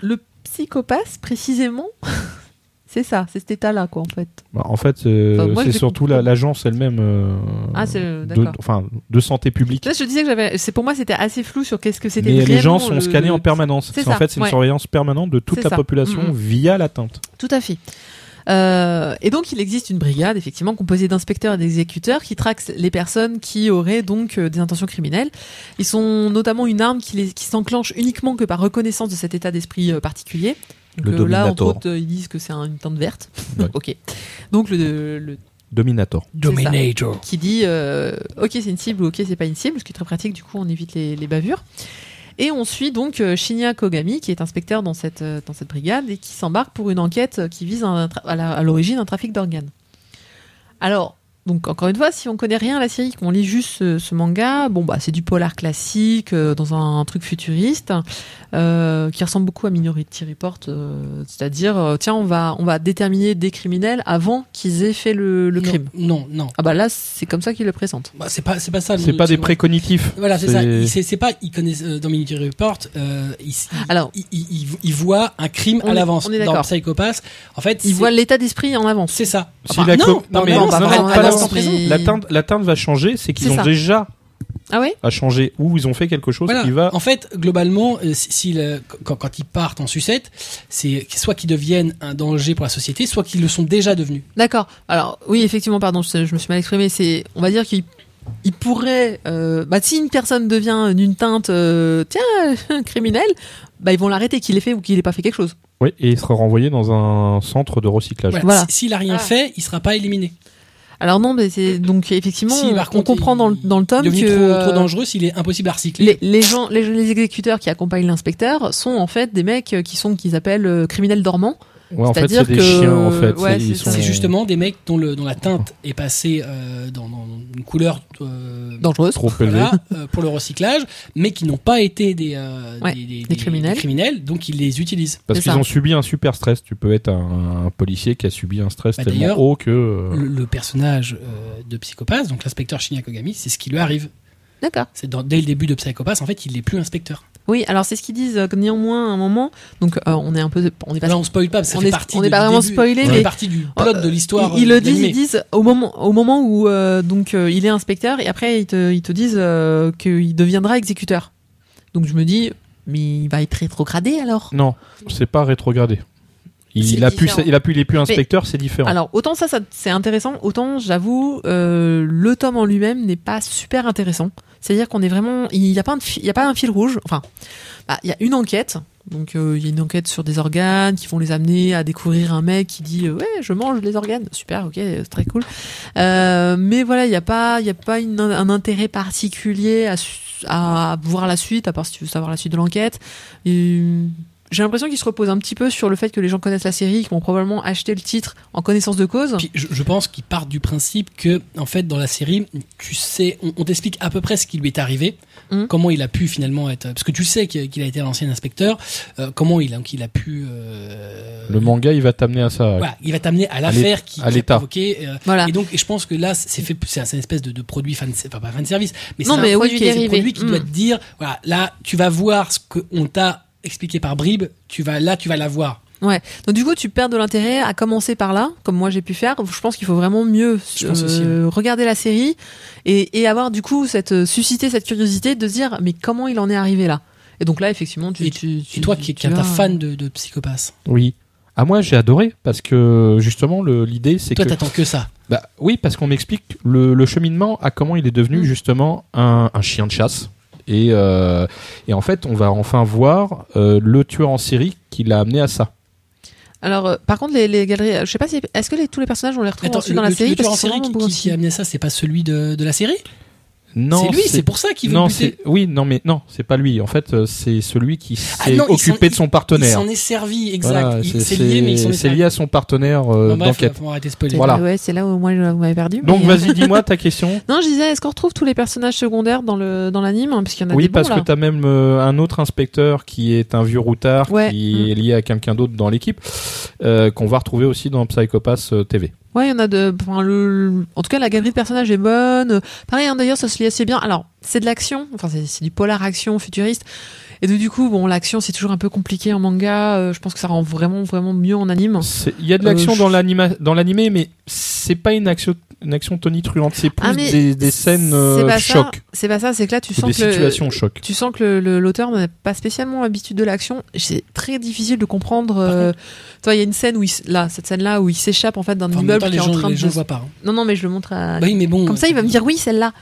Speaker 2: le psychopathe, précisément, <laughs> c'est ça, c'est cet état-là, quoi, en fait.
Speaker 4: Bah, en fait, euh,
Speaker 2: Enfin, moi,
Speaker 4: c'est
Speaker 2: je-
Speaker 4: surtout la- l'agence elle-même euh,
Speaker 2: Ah, c'est le-
Speaker 4: de,
Speaker 2: d'accord.
Speaker 4: enfin, de santé publique.
Speaker 2: Tu vois, je te disais que j'avais. C'est pour moi, c'était assez flou sur qu'est-ce que c'était.
Speaker 4: Mais les gens
Speaker 2: vraiment
Speaker 4: sont
Speaker 2: le-
Speaker 4: scannés en permanence.
Speaker 2: C'est
Speaker 4: C'est- En
Speaker 2: ça,
Speaker 4: fait, c'est une
Speaker 2: ouais.
Speaker 4: surveillance permanente de toute
Speaker 2: C'est
Speaker 4: la
Speaker 2: ça.
Speaker 4: population
Speaker 2: Mm, mm.
Speaker 4: via la teinte.
Speaker 2: Tout à fait. Euh, et donc, il existe une brigade, effectivement, composée d'inspecteurs et d'exécuteurs qui traquent les personnes qui auraient donc euh, des intentions criminelles. Ils sont notamment une arme qui, les- qui s'enclenche uniquement que par reconnaissance de cet état d'esprit euh, particulier. Donc,
Speaker 4: Le
Speaker 2: euh, là, entre
Speaker 4: dominator.
Speaker 2: autres, euh, ils disent que c'est un- une teinte verte.
Speaker 4: Ouais.
Speaker 2: <laughs> ok. Donc, le, le-
Speaker 4: Dominator.
Speaker 1: Dominator.
Speaker 2: qui dit euh, ok, c'est une cible ou ok, c'est pas une cible, ce qui est très pratique, du coup, on évite les, les bavures. Et on suit donc euh, Shinya Kogami, qui est inspecteur dans cette, euh, dans cette brigade et qui s'embarque pour une enquête euh, qui vise un tra- à la- à l'origine un trafic d'organes. Alors, donc encore une fois, si on connaît rien à la série, qu'on lit juste ce, ce manga, bon bah c'est du polar classique euh, dans un, truc futuriste euh, qui ressemble beaucoup à Minority Report, euh, c'est-à-dire euh, tiens on va on va déterminer des criminels avant qu'ils aient fait le, le
Speaker 1: Non,
Speaker 2: crime.
Speaker 1: Non, non.
Speaker 2: Ah bah là c'est comme ça qu'ils le présentent.
Speaker 1: Bah, c'est pas, c'est pas ça.
Speaker 4: C'est
Speaker 1: le-
Speaker 4: pas des précognitifs.
Speaker 1: Voilà, c'est
Speaker 4: C'est-
Speaker 1: ça. Il- C'est c'est pas, ils connaissent euh, dans Minority Report, euh, ils,
Speaker 2: Alors-
Speaker 1: ils, ils, ils- ils voient un crime
Speaker 2: On
Speaker 1: à
Speaker 2: est-
Speaker 1: l'avance.
Speaker 2: on est
Speaker 1: Dans
Speaker 2: d'accord.
Speaker 1: Psychopath, en fait,
Speaker 2: Ils
Speaker 1: c'est-
Speaker 2: voient l'état d'esprit en avance.
Speaker 1: c'est ça.
Speaker 4: Si
Speaker 2: Ah,
Speaker 1: Enfin,
Speaker 2: bah,
Speaker 4: la
Speaker 1: non,
Speaker 4: co-
Speaker 1: non,
Speaker 4: mais
Speaker 1: non, bah,
Speaker 4: non,
Speaker 1: pas
Speaker 4: non,
Speaker 1: vraiment,
Speaker 4: pas
Speaker 1: pas
Speaker 4: la-
Speaker 1: dans-
Speaker 2: mais-
Speaker 4: La teinte, la teinte va changer, c'est qu'ils
Speaker 2: C'est
Speaker 4: ont
Speaker 2: ça.
Speaker 4: déjà
Speaker 2: Ah ouais
Speaker 4: à changer ou ils ont fait quelque chose
Speaker 1: Voilà.
Speaker 4: qui va
Speaker 1: En fait, globalement, euh, si, si le- quand, quand ils partent en sucette, c'est soit qu'ils deviennent un danger pour la société, soit qu'ils le sont déjà devenus.
Speaker 2: D'accord. Alors oui, effectivement, pardon, je, je me suis mal exprimé. C'est, on va dire qu'il il pourrait, euh, bah, si une personne devient d'une teinte, euh, tiens, <laughs> criminelle, bah ils vont l'arrêter qu'il ait fait ou qu'il ait pas fait quelque chose.
Speaker 4: Oui, et il sera renvoyé dans un centre de recyclage.
Speaker 1: Voilà.
Speaker 2: Voilà.
Speaker 1: S- S'il a rien
Speaker 3: Ah.
Speaker 1: fait, il sera pas éliminé.
Speaker 2: Alors non, mais c'est donc effectivement,
Speaker 1: Si, par
Speaker 2: on
Speaker 1: contre,
Speaker 2: comprend
Speaker 1: il-
Speaker 2: dans le, dans le tome
Speaker 1: devenu
Speaker 2: que
Speaker 1: trop, trop
Speaker 2: euh,
Speaker 1: dangereux s'il est impossible à recycler.
Speaker 2: les, les gens, les, les exécuteurs qui accompagnent l'inspecteur sont en fait des mecs euh, qui sont qu'ils appellent euh, criminels dormants.
Speaker 4: Ouais, en fait,
Speaker 2: C'est-à-dire
Speaker 4: c'est des
Speaker 2: que-
Speaker 4: chiens, en fait.
Speaker 2: ouais,
Speaker 4: ils
Speaker 2: c'est
Speaker 4: sont-
Speaker 2: ça.
Speaker 1: C'est justement des mecs dont, le, dont la teinte est passée euh, dans, dans une couleur euh,
Speaker 2: Dangereuses.
Speaker 4: trop élevés.
Speaker 1: voilà, euh, pour le recyclage, mais qui n'ont pas été des, euh,
Speaker 2: Ouais,
Speaker 1: des, des-
Speaker 2: des criminels.
Speaker 1: des criminels, donc ils les utilisent.
Speaker 4: Parce
Speaker 2: C'est
Speaker 4: qu'ils
Speaker 2: ça.
Speaker 4: ont subi un super stress. Tu peux être un, un policier qui a subi un stress
Speaker 1: Bah,
Speaker 4: tellement
Speaker 1: d'ailleurs,
Speaker 4: haut que. euh,
Speaker 1: Le, le personnage euh, de Psychopath, donc l'inspecteur Shinya Kogami, c'est ce qui lui arrive.
Speaker 2: D'accord.
Speaker 1: C'est dans- dès le début de Psychopath, en fait, il n'est plus inspecteur.
Speaker 2: Oui, alors c'est ce qu'ils disent euh, que néanmoins à un moment. Donc euh, on est un peu, on est pas
Speaker 1: Là, on spoil pas, parce que
Speaker 2: on
Speaker 1: ça fait
Speaker 2: est-
Speaker 1: partie
Speaker 2: on
Speaker 1: du
Speaker 2: est pas vraiment
Speaker 1: début,
Speaker 2: spoilé,
Speaker 1: ça fait
Speaker 2: mais-
Speaker 1: partie du plot de l'histoire.
Speaker 2: Ils, ils le
Speaker 1: euh, de
Speaker 2: disent,
Speaker 1: l'animé.
Speaker 2: ils disent au moment, au moment où euh, donc euh, il est inspecteur et après ils te, ils te disent euh, qu'il deviendra exécuteur. Donc je me dis, mais il va être rétrogradé alors.
Speaker 4: Non, c'est pas rétrogradé. Il,
Speaker 2: C'est
Speaker 4: il a pu,
Speaker 2: différent.
Speaker 4: il a pu, il est plus inspecteur, c'est différent.
Speaker 2: Alors autant ça, ça c'est intéressant, autant j'avoue euh, le tome en lui-même n'est pas super intéressant. C'est-à-dire qu'on est vraiment, il n'y a pas un, fi- il y a pas un fil rouge. Enfin, bah, il y a une enquête. Donc euh, il y a une enquête sur des organes qui vont les amener à découvrir un mec qui dit euh, ouais je mange les organes super ok c'est très cool Euh, mais voilà il n'y a pas il y a pas une- un intérêt particulier à, su- à voir la suite à part si tu veux savoir la suite de l'enquête Et, j'ai l'impression qu'il se repose un petit peu sur le fait que les gens connaissent la série, qu'ils vont probablement acheter le titre en connaissance de cause.
Speaker 1: Puis, je, je pense qu'il part du principe que, en fait, dans la série, tu sais, on, on t'explique à peu près ce qui lui est arrivé,
Speaker 2: Mhm.
Speaker 1: comment il a pu finalement être, parce que tu sais qu'il qu'il a été un ancien inspecteur, euh, comment il a, qu'il a pu. euh,
Speaker 4: le manga, il va t'amener à ça.
Speaker 1: voilà, il va t'amener à l'affaire qui,
Speaker 4: à
Speaker 1: qui a
Speaker 4: l'état.
Speaker 1: provoqué. euh,
Speaker 2: voilà.
Speaker 1: Et donc, et je pense que là, c'est fait, c'est un- c'est une espèce de, de produit fan, enfin, pas fan service, mais c'est
Speaker 2: Non,
Speaker 1: un
Speaker 2: mais oui,
Speaker 1: produit,
Speaker 2: qui
Speaker 1: c'est
Speaker 2: est
Speaker 1: un
Speaker 2: dérivé.
Speaker 1: produit qui
Speaker 2: Mm.
Speaker 1: doit te dire, voilà, là, tu vas voir ce qu'on t'a expliqué par bribes, tu vas, là, tu vas la voir.
Speaker 2: Donc du coup, tu perds de l'intérêt à commencer par là, comme moi j'ai pu faire. Je pense qu'il faut vraiment mieux euh,
Speaker 1: Je pense aussi,
Speaker 2: regarder la série et, et avoir du coup cette euh, susciter cette curiosité de se dire mais comment il en est arrivé là. Et donc là, effectivement, tu, tu,
Speaker 1: Et
Speaker 2: tu-
Speaker 1: toi, qui,
Speaker 2: tu
Speaker 1: qui est un
Speaker 2: as-
Speaker 1: fan de, de psychopathe,
Speaker 4: Oui. Ah moi, j'ai adoré parce que justement, le- l'idée, c'est
Speaker 1: toi,
Speaker 4: que.
Speaker 1: t'attends que ça.
Speaker 4: Bah, oui, parce qu'on m'explique le, le cheminement à comment il est devenu
Speaker 2: Mm.
Speaker 4: justement un, un chien de chasse. Et, euh, et en fait, on va enfin voir euh, le tueur en série qui l'a amené à ça.
Speaker 2: Alors, euh, par contre, les, les galeries, je sais pas si est-ce que les- tous les personnages on les retrouve ensuite dans la série
Speaker 1: tueur
Speaker 2: parce
Speaker 1: en
Speaker 2: qu'ils sont
Speaker 1: série qui,
Speaker 2: vraiment
Speaker 1: qui- qui a
Speaker 2: beaucoup-
Speaker 1: amené ça, c'est pas celui de, de la série
Speaker 4: Non,
Speaker 1: C'est lui, c'est pour ça qu'il veut
Speaker 4: non,
Speaker 1: le buter.
Speaker 4: c'est oui, non mais non, c'est pas lui. En fait, euh, c'est celui qui s'est
Speaker 1: Ah non, il s'en-
Speaker 4: occupé de son
Speaker 1: Il
Speaker 4: partenaire.
Speaker 1: s'en est servi, exact.
Speaker 4: Voilà,
Speaker 1: Il- c'est lié, mais il s'en est
Speaker 4: c'est
Speaker 1: servi.
Speaker 4: lié à son partenaire euh,
Speaker 1: Bon, bref,
Speaker 4: d'enquête.
Speaker 1: faut arrêter de spoiler.
Speaker 4: Voilà.
Speaker 2: Ah Ouais, c'est là où moi vous m'avez perdu.
Speaker 4: Donc
Speaker 2: mais, euh,
Speaker 4: vas-y, dis-moi
Speaker 1: <laughs>
Speaker 4: ta question.
Speaker 2: Non, je disais, est-ce qu'on retrouve tous les personnages secondaires dans le dans l'anime hein, parce qu'il y en a
Speaker 4: Oui,
Speaker 2: des bons,
Speaker 4: parce
Speaker 2: là.
Speaker 4: que t'as même euh, un autre inspecteur qui est un vieux routard
Speaker 2: Ouais. Mm.
Speaker 4: qui est lié à quelqu'un d'autre dans l'équipe euh, qu'on va retrouver aussi dans Psychopass euh, TV.
Speaker 2: Ouais, il y en a de. enfin, le- le- en tout cas, la galerie de personnages est bonne. Euh, Pareil, hein, d'ailleurs, ça se lie assez bien. Alors, c'est de l'action. Enfin, c'est c'est du polar action futuriste. Et donc, du coup, bon, l'action, c'est toujours un peu compliqué en manga. Euh, je pense que ça rend vraiment, vraiment mieux en anime.
Speaker 4: C'est- Il y a de
Speaker 2: Euh,
Speaker 4: l'action
Speaker 2: je-
Speaker 4: dans l'anima- dans l'animé, mais c'est pas une action, une action tonitruante, c'est plus
Speaker 2: Ah, mais
Speaker 4: des, des scènes euh,
Speaker 2: c'est pas ça.
Speaker 4: choc
Speaker 2: C'est pas ça. C'est que là, tu
Speaker 4: ou
Speaker 2: sens
Speaker 4: des
Speaker 2: que le-
Speaker 4: situations choc.
Speaker 2: tu sens que le- le- l'auteur n'a pas spécialement l'habitude de l'action. C'est très difficile de comprendre. euh, Toi, il y a une scène où il, s- là, cette scène-là où il s'échappe en fait d'un
Speaker 1: Enfin, en même
Speaker 2: immeuble
Speaker 1: temps,
Speaker 2: qui
Speaker 1: les
Speaker 2: est en
Speaker 1: gens
Speaker 2: train
Speaker 1: les
Speaker 2: de.
Speaker 1: gens voient pas. hein.
Speaker 2: Non, non, mais je le montre à.
Speaker 1: Bah oui, mais bon.
Speaker 2: Comme ça, il va me dire oui, celle-là.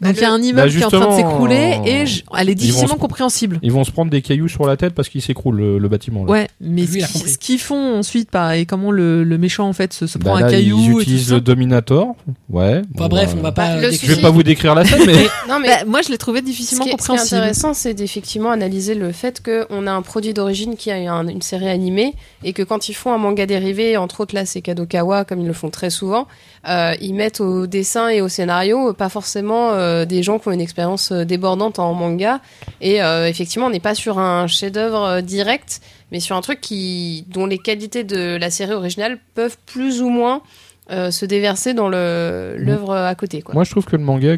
Speaker 2: Donc il y a un
Speaker 4: Bah,
Speaker 2: immeuble qui est en train de
Speaker 4: justement,
Speaker 2: s'écrouler et je- elle est
Speaker 4: ils vont
Speaker 2: difficilement
Speaker 4: se-
Speaker 2: compréhensible.
Speaker 4: Ils vont se prendre des cailloux sur la tête parce qu'il s'écroule le, le bâtiment. là.
Speaker 2: Ouais, mais
Speaker 1: Lui, il a
Speaker 2: ce qui-
Speaker 1: compris.
Speaker 2: ce qu'ils font ensuite, pareil, comment le, le méchant en fait se, se prend
Speaker 4: Bah,
Speaker 2: un
Speaker 4: là,
Speaker 2: caillou.
Speaker 4: ils
Speaker 2: et tout
Speaker 4: utilisent
Speaker 2: ça.
Speaker 4: le Dominator. Ouais.
Speaker 1: Enfin,
Speaker 4: bon,
Speaker 1: bref,
Speaker 4: euh,
Speaker 1: on va pas.
Speaker 3: Bah, le
Speaker 1: décrire.
Speaker 4: Je
Speaker 2: <laughs>
Speaker 4: vais pas vous décrire la scène, mais
Speaker 3: Non, mais
Speaker 2: Bah, moi, je l'ai trouvé
Speaker 3: ce
Speaker 2: difficilement
Speaker 3: qui est, ce qui est
Speaker 2: compréhensible.
Speaker 3: intéressant, c'est d'effectivement analyser le fait qu'on a un produit d'origine qui a un- une série animée et que quand ils font un manga dérivé, entre autres là, c'est Kadokawa, comme ils le font très souvent, euh, ils mettent au dessin et au scénario euh, pas forcément euh, des gens qui ont une expérience euh, débordante en manga. Et euh, effectivement, on n'est pas sur un chef-d'œuvre euh, direct, mais sur un truc qui, dont les qualités de la série originale peuvent plus ou moins euh, se déverser dans le- l'œuvre à côté. Quoi.
Speaker 4: moi je trouve que le manga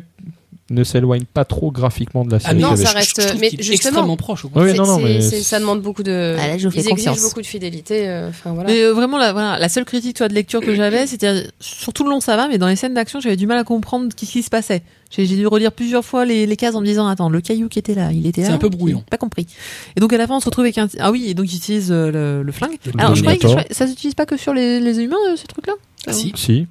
Speaker 4: ne s'éloigne pas trop graphiquement de la
Speaker 1: Ah
Speaker 4: série.
Speaker 1: mais
Speaker 3: Non,
Speaker 4: TV.
Speaker 3: ça reste-
Speaker 1: je trouve
Speaker 3: mais
Speaker 1: qu'il est
Speaker 3: justement-
Speaker 1: extrêmement proche. au contraire.
Speaker 4: Ouais,
Speaker 3: C'est-
Speaker 4: non, non,
Speaker 3: c'est-
Speaker 4: mais
Speaker 3: c'est-
Speaker 4: c'est-
Speaker 3: ça demande beaucoup de.
Speaker 2: Ah, là, je vous fais
Speaker 3: Euh, ils exigent
Speaker 2: confiance.
Speaker 3: beaucoup de fidélité. euh, Enfin voilà.
Speaker 2: Mais euh, vraiment, la, voilà, la seule critique toi, de lecture que j'avais, c'était sur tout le long ça va, mais dans les scènes d'action, j'avais du mal à comprendre ce qui se passait. J'ai j'ai dû relire plusieurs fois les, les cases en me disant attends, le caillou qui était là, il était là.
Speaker 1: C'est un peu brouillon.
Speaker 2: j'ai Pas compris. Et donc à la fin, on se retrouve avec un ah oui, et donc ils utilisent euh, le, le flingue.
Speaker 4: Le
Speaker 2: Alors je croyais que je
Speaker 4: Dominator.
Speaker 2: croyais- ça s'utilise pas que sur les, les humains euh, ce truc là.
Speaker 1: Ah, si.
Speaker 4: Si.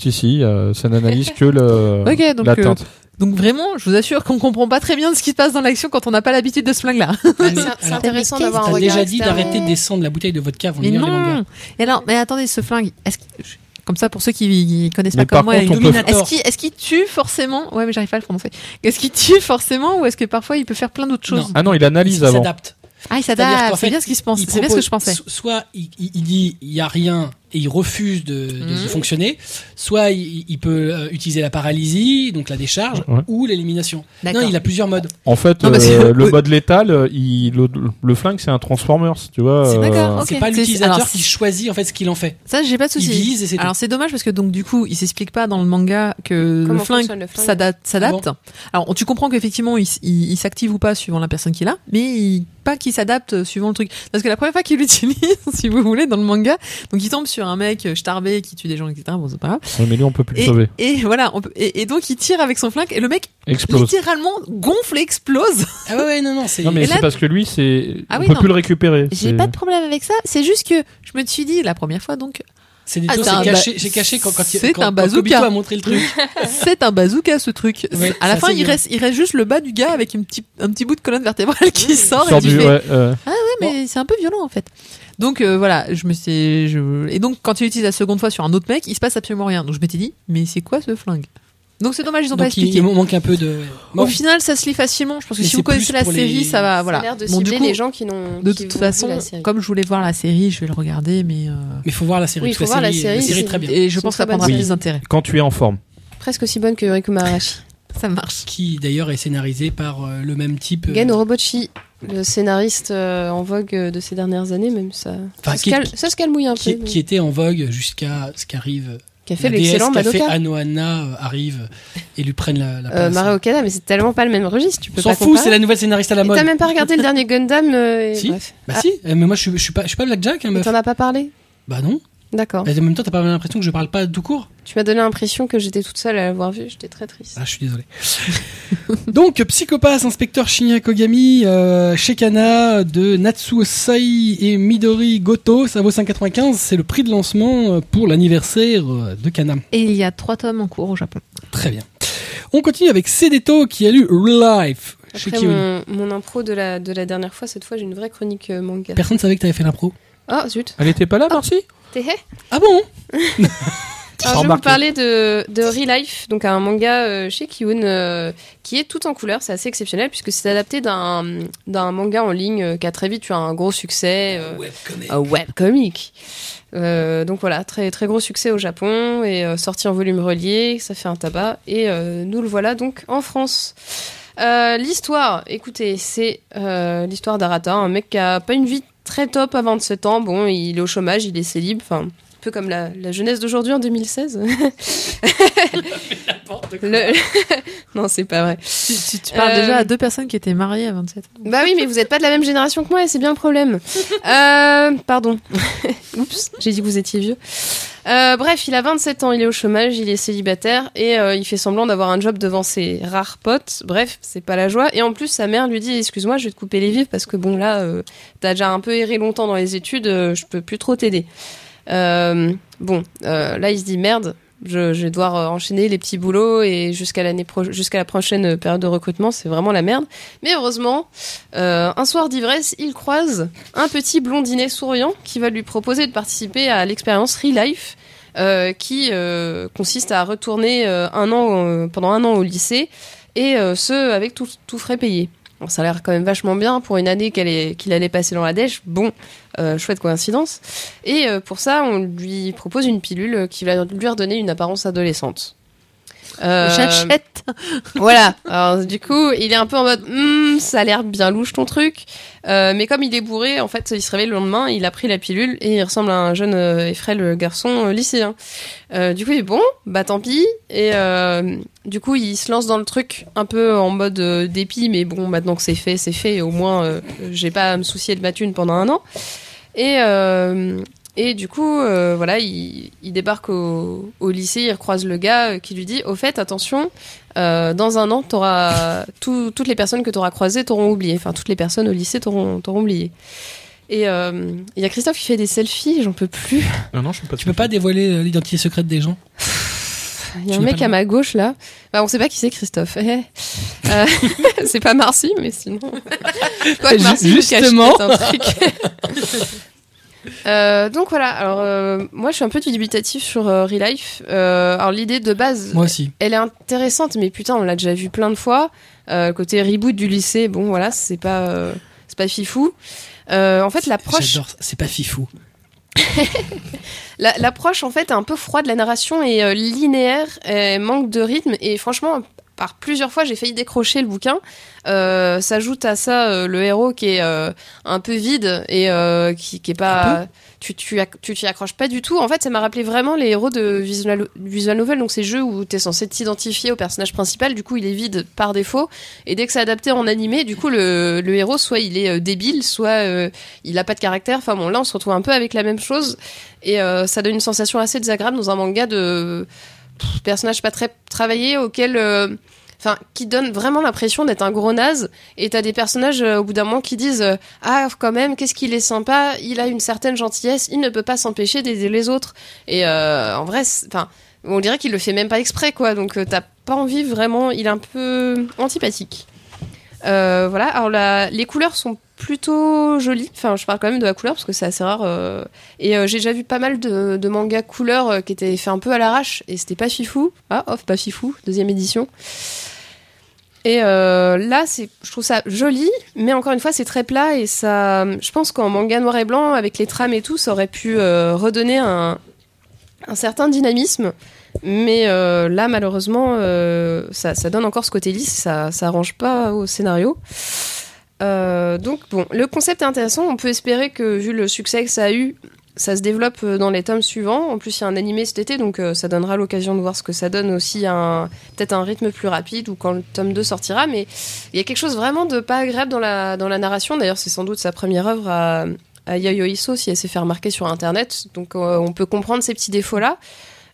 Speaker 4: Si, si, euh, ça n'analyse que le,
Speaker 2: <laughs> Ok, donc, euh,
Speaker 4: la teinte.
Speaker 2: Donc vraiment, je vous assure qu'on comprend pas très bien ce qui se passe dans l'action quand on n'a pas l'habitude de ce flingue là.
Speaker 1: Ah, mais-
Speaker 3: C'est- C'est
Speaker 1: alors,
Speaker 3: intéressant
Speaker 2: T'as
Speaker 3: d'avoir un
Speaker 1: T'as
Speaker 3: regard.
Speaker 1: déjà dit
Speaker 3: externe.
Speaker 1: d'arrêter de descendre la bouteille de vodka avant de
Speaker 2: Mais
Speaker 1: lire les mangas.
Speaker 2: non. Et alors, mais attendez, ce flingue, est-ce que je- Comme ça, pour ceux qui, qui connaissent
Speaker 4: Mais
Speaker 2: pas
Speaker 4: par
Speaker 2: comme moi,
Speaker 4: contre,
Speaker 2: il-
Speaker 4: on peut-
Speaker 1: Dominator.
Speaker 2: est-ce qu'il est-ce qu'il tue forcément Ouais, mais j'arrive pas à le prononcer. Est-ce qu'il tue forcément ou est-ce que parfois il peut faire plein d'autres choses
Speaker 4: Ah non, il analyse
Speaker 1: Il
Speaker 4: avant.
Speaker 1: s'adapte.
Speaker 2: Ah, il
Speaker 1: C'est-à-dire qu'en
Speaker 2: s'adapte.
Speaker 1: fait,
Speaker 2: C'est bien ce qui se pense.
Speaker 1: Il
Speaker 2: C'est bien ce que
Speaker 1: propose-
Speaker 2: je pensais.
Speaker 1: so- Soit il, il- il dit il y a rien et il refuse de, de- de
Speaker 2: Mhm.
Speaker 1: fonctionner, soit il, il peut euh, utiliser la paralysie, donc la décharge,
Speaker 4: Ouais.
Speaker 1: ou l'élimination. Non,
Speaker 2: D'accord.
Speaker 1: il a plusieurs modes.
Speaker 4: En fait,
Speaker 2: Non, mais
Speaker 4: euh,
Speaker 2: c'est-
Speaker 4: le mode létal, euh, il, le, le flingue, c'est un Transformers, tu vois.
Speaker 2: C'est-
Speaker 4: euh,
Speaker 2: d'accord, ok.
Speaker 1: C'est pas
Speaker 2: C'est-
Speaker 1: l'utilisateur
Speaker 2: alors,
Speaker 1: qui choisit en fait ce qu'il en fait.
Speaker 2: Ça, j'ai pas de
Speaker 1: Il
Speaker 2: souci.
Speaker 1: vise et c'est tout.
Speaker 2: Alors c'est dommage parce que donc du coup il s'explique pas dans le manga que
Speaker 3: Comment
Speaker 2: le flingue Ah
Speaker 3: fonctionne le flingue
Speaker 2: s'adapte. s'adapte. Alors on- tu comprends qu'effectivement il, s- il- il s'active ou pas suivant la personne qu'il a, mais il- pas qu'il s'adapte euh, suivant le truc. Parce que la première fois qu'il <laughs> l'utilise, si vous voulez, dans le manga, donc il tombe sur un mec euh, starbé qui tue des gens, etc. Bon c'est pas grave.
Speaker 4: Mais lui, on peut plus le
Speaker 2: Et,
Speaker 4: sauver.
Speaker 2: et voilà, on peut- et, et donc il tire avec son flingue et le mec
Speaker 4: Explose.
Speaker 2: littéralement gonfle, et explose.
Speaker 1: Ah ouais, ouais, non, non, c'est.
Speaker 4: Non, mais
Speaker 2: Et
Speaker 4: c'est
Speaker 2: là-
Speaker 4: parce que lui, c'est.
Speaker 2: Ah
Speaker 4: on
Speaker 2: oui,
Speaker 4: peut
Speaker 2: non.
Speaker 4: plus le récupérer.
Speaker 2: J'ai
Speaker 4: c'est-
Speaker 2: pas de problème avec ça. C'est juste que je me suis dit la première fois <laughs> donc
Speaker 1: C'est des
Speaker 2: Ah,
Speaker 1: dos,
Speaker 2: c'est
Speaker 1: c'est
Speaker 2: un
Speaker 1: caché,
Speaker 2: ba-
Speaker 1: c'est caché quand, quand, il-
Speaker 2: c'est
Speaker 1: quand,
Speaker 2: un
Speaker 1: quand
Speaker 2: bazooka.
Speaker 1: Kobito a montré le truc.
Speaker 2: C'est un bazooka ce truc.
Speaker 1: Ouais,
Speaker 2: à la
Speaker 1: ça,
Speaker 2: fin,
Speaker 1: c'est
Speaker 2: il
Speaker 1: bien.
Speaker 2: reste, il reste juste le bas du gars avec une petit, un petit bout de colonne vertébrale qui sort,
Speaker 4: Sort
Speaker 2: et tu
Speaker 4: du-
Speaker 2: fais,
Speaker 4: ouais, euh,
Speaker 2: Ouais, mais c'est un peu violent en fait. Donc euh, voilà, je me suis, je- et donc quand il l'utilise la seconde fois sur un autre mec, il se passe absolument rien. Donc je m'étais dit, mais c'est quoi ce flingue Donc c'est dommage, ils ont pas
Speaker 1: Donc il,
Speaker 2: expliqué.
Speaker 1: il manque un peu de. Bon,
Speaker 2: Au final, ça se lit facilement. Je pense que
Speaker 1: Mais
Speaker 2: si
Speaker 1: c'est
Speaker 2: vous connaissez
Speaker 1: plus
Speaker 2: la
Speaker 1: pour les-
Speaker 2: série, ça va, voilà.
Speaker 3: Ça a l'air de
Speaker 2: Bon, du
Speaker 3: cibler
Speaker 2: coup,
Speaker 3: les gens qui n'ont
Speaker 2: de
Speaker 3: qui
Speaker 2: toute
Speaker 3: ont vu
Speaker 2: façon,
Speaker 3: la série.
Speaker 2: comme je voulais voir la série, je vais le regarder, mais euh,
Speaker 1: mais faut voir la série.
Speaker 3: Oui,
Speaker 1: parce
Speaker 3: faut
Speaker 1: que
Speaker 3: voir la
Speaker 1: La
Speaker 3: série,
Speaker 1: série est
Speaker 3: c'est-
Speaker 1: très bien.
Speaker 2: et je
Speaker 3: C'est
Speaker 2: pense que ça
Speaker 3: une très bonne
Speaker 2: prendra plus
Speaker 3: série.
Speaker 2: d'intérêt.
Speaker 4: quand tu es en forme.
Speaker 3: presque aussi bonne que Yuriko Maharashi.
Speaker 2: Ça marche.
Speaker 1: Qui d'ailleurs est scénarisé par euh, le même type. euh,
Speaker 3: Gen Orobochi, le scénariste euh, en vogue euh, de ces dernières années, même ça.
Speaker 1: Enfin,
Speaker 3: ça, se
Speaker 1: qui-
Speaker 3: calme, ça se calmouille un
Speaker 1: qui,
Speaker 3: peu.
Speaker 1: qui était en vogue jusqu'à ce qu'arrive
Speaker 3: Qui a fait
Speaker 1: la déesse
Speaker 3: l'excellent
Speaker 1: qu'a fait
Speaker 3: Madoka.
Speaker 1: Anohana euh, arrive et lui prennent la, la
Speaker 3: Euh,
Speaker 1: place.
Speaker 3: Mara Okada, mais c'est tellement pas le même registre, tu peux
Speaker 1: On s'en
Speaker 3: pas
Speaker 1: fout,
Speaker 3: comparer.
Speaker 1: c'est la nouvelle scénariste à la
Speaker 3: Et t'as
Speaker 1: mode.
Speaker 3: même pas regardé le dernier Gundam euh, et
Speaker 1: Si.
Speaker 3: bref.
Speaker 1: Bah
Speaker 3: Ah,
Speaker 1: si, euh, mais moi je suis, je suis pas, je suis pas Blackjack, hein,
Speaker 3: mais
Speaker 1: meuf.
Speaker 3: t'en as pas parlé
Speaker 1: Bah non.
Speaker 3: D'accord.
Speaker 1: Et en même temps, t'as pas l'impression que je parle pas tout court
Speaker 3: Tu m'as donné l'impression que j'étais toute seule à l'avoir vu, j'étais très triste.
Speaker 1: Ah, je suis désolé. <laughs> Donc, Psychopath, inspecteur Shinya Kogami, euh, Shekana de Natsuo Sai et Midori Goto, ça vaut 5,95. C'est le prix de lancement euh, pour l'anniversaire euh, de Kana.
Speaker 2: Et il y a trois tomes en cours au Japon.
Speaker 1: Très bien. On continue avec Sedeto qui a lu Real Life. Chez
Speaker 3: Après
Speaker 1: Kiwi.
Speaker 3: mon, mon impro de la, de la dernière fois, cette fois j'ai une vraie chronique euh, manga.
Speaker 1: Personne savait que t'avais fait l'impro.
Speaker 3: Oh zut,
Speaker 4: Elle était pas là, Marcy
Speaker 3: t'es hé
Speaker 1: Ah bon
Speaker 3: Alors, je vais vous
Speaker 4: Remarque.
Speaker 3: parler de, de Relife, donc un manga euh, chez Kiun euh, qui est tout en couleur. C'est assez exceptionnel puisque c'est adapté d'un d'un manga en ligne euh, qui a très vite eu un gros succès. euh, un webcomic. Euh, donc voilà, très, très gros succès au Japon et euh, sorti en volume relié, ça fait un tabac. Et euh, nous le voilà donc en France. Euh, l'histoire, écoutez, c'est euh, l'histoire d'Arata, un mec qui a pas une vie très top à 27 ans. Bon, il est au chômage, il est célib, enfin, un peu comme la, la jeunesse d'aujourd'hui en 2016. Le- <laughs> non, c'est pas vrai.
Speaker 2: Tu, tu- tu parles
Speaker 3: Euh,
Speaker 2: déjà à deux personnes qui étaient mariées à 27 ans.
Speaker 3: Bah oui, mais vous n'êtes pas de la même génération que moi et c'est bien le problème. Euh, pardon. <laughs> Oups, j'ai dit que vous étiez vieux. Euh, bref, il a 27 ans, il est au chômage, il est célibataire et euh, il fait semblant d'avoir un job devant ses rares potes. Bref, c'est pas la joie. Et en plus, sa mère lui dit Excuse-moi, je vais te couper les vifs parce que bon, là, euh, t'as déjà un peu erré longtemps dans les études, euh, je peux plus trop t'aider. Euh, bon, euh, là, il se dit Merde. Je, je vais devoir euh, enchaîner les petits boulots et jusqu'à l'année pro- jusqu'à la prochaine période de recrutement, c'est vraiment la merde. Mais heureusement, euh, un soir d'ivresse, il croise un petit blondinet souriant qui va lui proposer de participer à l'expérience Relife, euh, qui euh, consiste à retourner euh, un an, euh, pendant un an au lycée, et euh, ce, avec tout, tout frais payé. Bon, ça a l'air quand même vachement bien pour une année qu'elle est- qu'il allait passer dans la dèche. Bon, euh, chouette coïncidence. Et euh, pour ça, on lui propose une pilule qui va lui redonner une apparence adolescente. Euh,
Speaker 2: J'achète.
Speaker 3: voilà. Alors, du coup, il est un peu en mode, Hmm, ça a l'air bien louche ton truc. Euh, mais comme il est bourré, en fait, il se réveille le lendemain, il a pris la pilule et il ressemble à un jeune euh, et frêle garçon euh, lycéen. Euh, du coup, il est bon, bah tant pis. Et euh, du coup, il se lance dans le truc un peu en mode euh, dépit, mais bon, maintenant que c'est fait, c'est fait. Au moins, euh, j'ai pas à me soucier de ma thune pendant un an. Et euh, et du coup, euh, voilà, il, il débarque au, au lycée, il croise le gars euh, qui lui dit, au fait, attention, euh, dans un an, t'auras tout- toutes les personnes que t'auras croisées t'auront oublié. Enfin, toutes les personnes au lycée t'auront t'auront oublié. Et euh, il y a Christophe qui fait des selfies, j'en peux plus.
Speaker 4: Non, non, je suis pas
Speaker 1: Tu peux pas dévoiler euh, l'identité secrète des gens
Speaker 3: Il y
Speaker 1: Tu
Speaker 3: a un
Speaker 1: veux
Speaker 3: mec
Speaker 1: pas
Speaker 3: à
Speaker 1: le
Speaker 3: ma gauche là. Bah, on sait pas qui c'est Christophe. Eh. Euh, <laughs> c'est pas Marcy, mais sinon. Quoi que Marcy,
Speaker 1: Ju-
Speaker 3: vous cache
Speaker 1: justement.
Speaker 3: peut-être un truc. <laughs> Euh, donc voilà, alors euh, moi je suis un peu dubitatif sur euh, Relife. Euh, alors l'idée de base,
Speaker 1: Moi aussi.
Speaker 3: elle est intéressante, mais putain, on l'a déjà vu plein de fois. Euh, côté reboot du lycée, bon voilà, c'est pas, euh, c'est pas fifou. Euh, en fait, l'approche,
Speaker 1: J'adore ça. C'est pas fifou.
Speaker 3: la- l'approche en fait est un peu froide, la narration est euh, linéaire, elle manque de rythme, et franchement, par plusieurs fois, j'ai failli décrocher le bouquin. Euh, S'ajoute à ça euh, le héros qui est euh, un peu vide et euh, qui, qui est
Speaker 1: Un
Speaker 3: pas, tu tu acc- tu t'y accroches pas du tout. En fait, ça m'a rappelé vraiment les héros de visual, visual novel, donc ces jeux où t'es censé t'identifier au personnage principal. Du coup, il est vide par défaut, et dès que c'est adapté en animé, du coup, le, le héros soit il est euh, débile, soit euh, il a pas de caractère. Enfin bon, là, on se retrouve un peu avec la même chose. Et euh, ça donne une sensation assez désagréable dans un manga de pff, personnage pas très travaillé auquel. euh, Enfin, qui donne vraiment l'impression d'être un gros naze. Et t'as des personnages, euh, au bout d'un moment, qui disent euh, Ah, quand même, qu'est-ce qu'il est sympa, il a une certaine gentillesse, il ne peut pas s'empêcher d'aider les autres. Et euh, en vrai, c'est- enfin, on dirait qu'il le fait même pas exprès, quoi. Donc euh, t'as pas envie vraiment, il est un peu antipathique. Euh, voilà, alors la- les couleurs sont plutôt jolies. Enfin, je parle quand même de la couleur parce que c'est assez rare euh, et euh, j'ai déjà vu pas mal de, de mangas couleurs euh, qui étaient faits un peu à l'arrache et c'était pas fifou. Ah, off, pas fifou, deuxième édition. Et euh, là, c'est, je trouve ça joli, mais encore une fois, c'est très plat et ça, je pense qu'en manga noir et blanc, avec les trames et tout, ça aurait pu euh, redonner un, un certain dynamisme. Mais euh, là, malheureusement, euh, ça, ça donne encore ce côté lisse, ça, ça arrange pas au scénario. Euh, donc bon, le concept est intéressant. On peut espérer que vu le succès que ça a eu, ça se développe euh, dans les tomes suivants. En plus, il y a un animé cet été, donc euh, ça donnera l'occasion de voir ce que ça donne aussi à un- peut-être un rythme plus rapide ou quand le tome 2 sortira. Mais il y a quelque chose vraiment de pas agréable dans la, dans la narration. D'ailleurs, c'est sans doute sa première œuvre à, à Yayo Isso si elle s'est fait remarquer sur Internet. Donc euh, on peut comprendre ces petits défauts-là.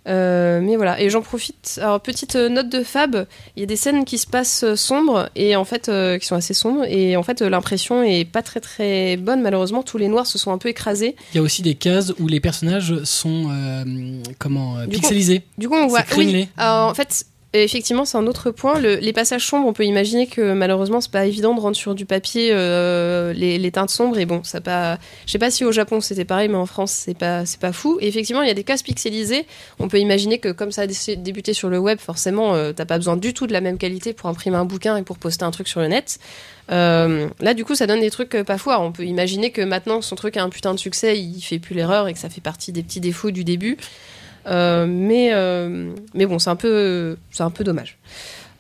Speaker 3: Euh, mais voilà, et j'en profite. Alors, petite euh, note de Fab, il y a des scènes qui se passent euh, sombres et en fait euh, qui sont assez sombres et en fait euh, l'impression est pas très très bonne malheureusement. Tous les noirs se sont un peu écrasés
Speaker 1: Il y a aussi des cases où les personnages sont euh, comment euh,
Speaker 3: Du coup,
Speaker 1: pixelisés.
Speaker 3: Du coup, on voit.
Speaker 1: C'est cringelé.
Speaker 3: Oui. Alors, en fait, effectivement, c'est un autre point. Le- les passages sombres, on peut imaginer que malheureusement, c'est pas évident de rendre sur du papier euh, les, les teintes sombres. Et bon, ça pas. Je sais pas si au Japon c'était pareil, mais en France, c'est pas, c'est pas fou. Et effectivement, il y a des cases pixelisées. On peut imaginer que comme ça a dé- débuté sur le web, forcément, euh, t'as pas besoin du tout de la même qualité pour imprimer un bouquin et pour poster un truc sur le net. Euh, là, du coup, ça donne des trucs euh, pas fous. Alors, on peut imaginer que maintenant, son truc a un putain de succès, il fait plus l'erreur et que ça fait partie des petits défauts du début. Euh, mais, euh, mais bon, c'est un peu, c'est un peu dommage.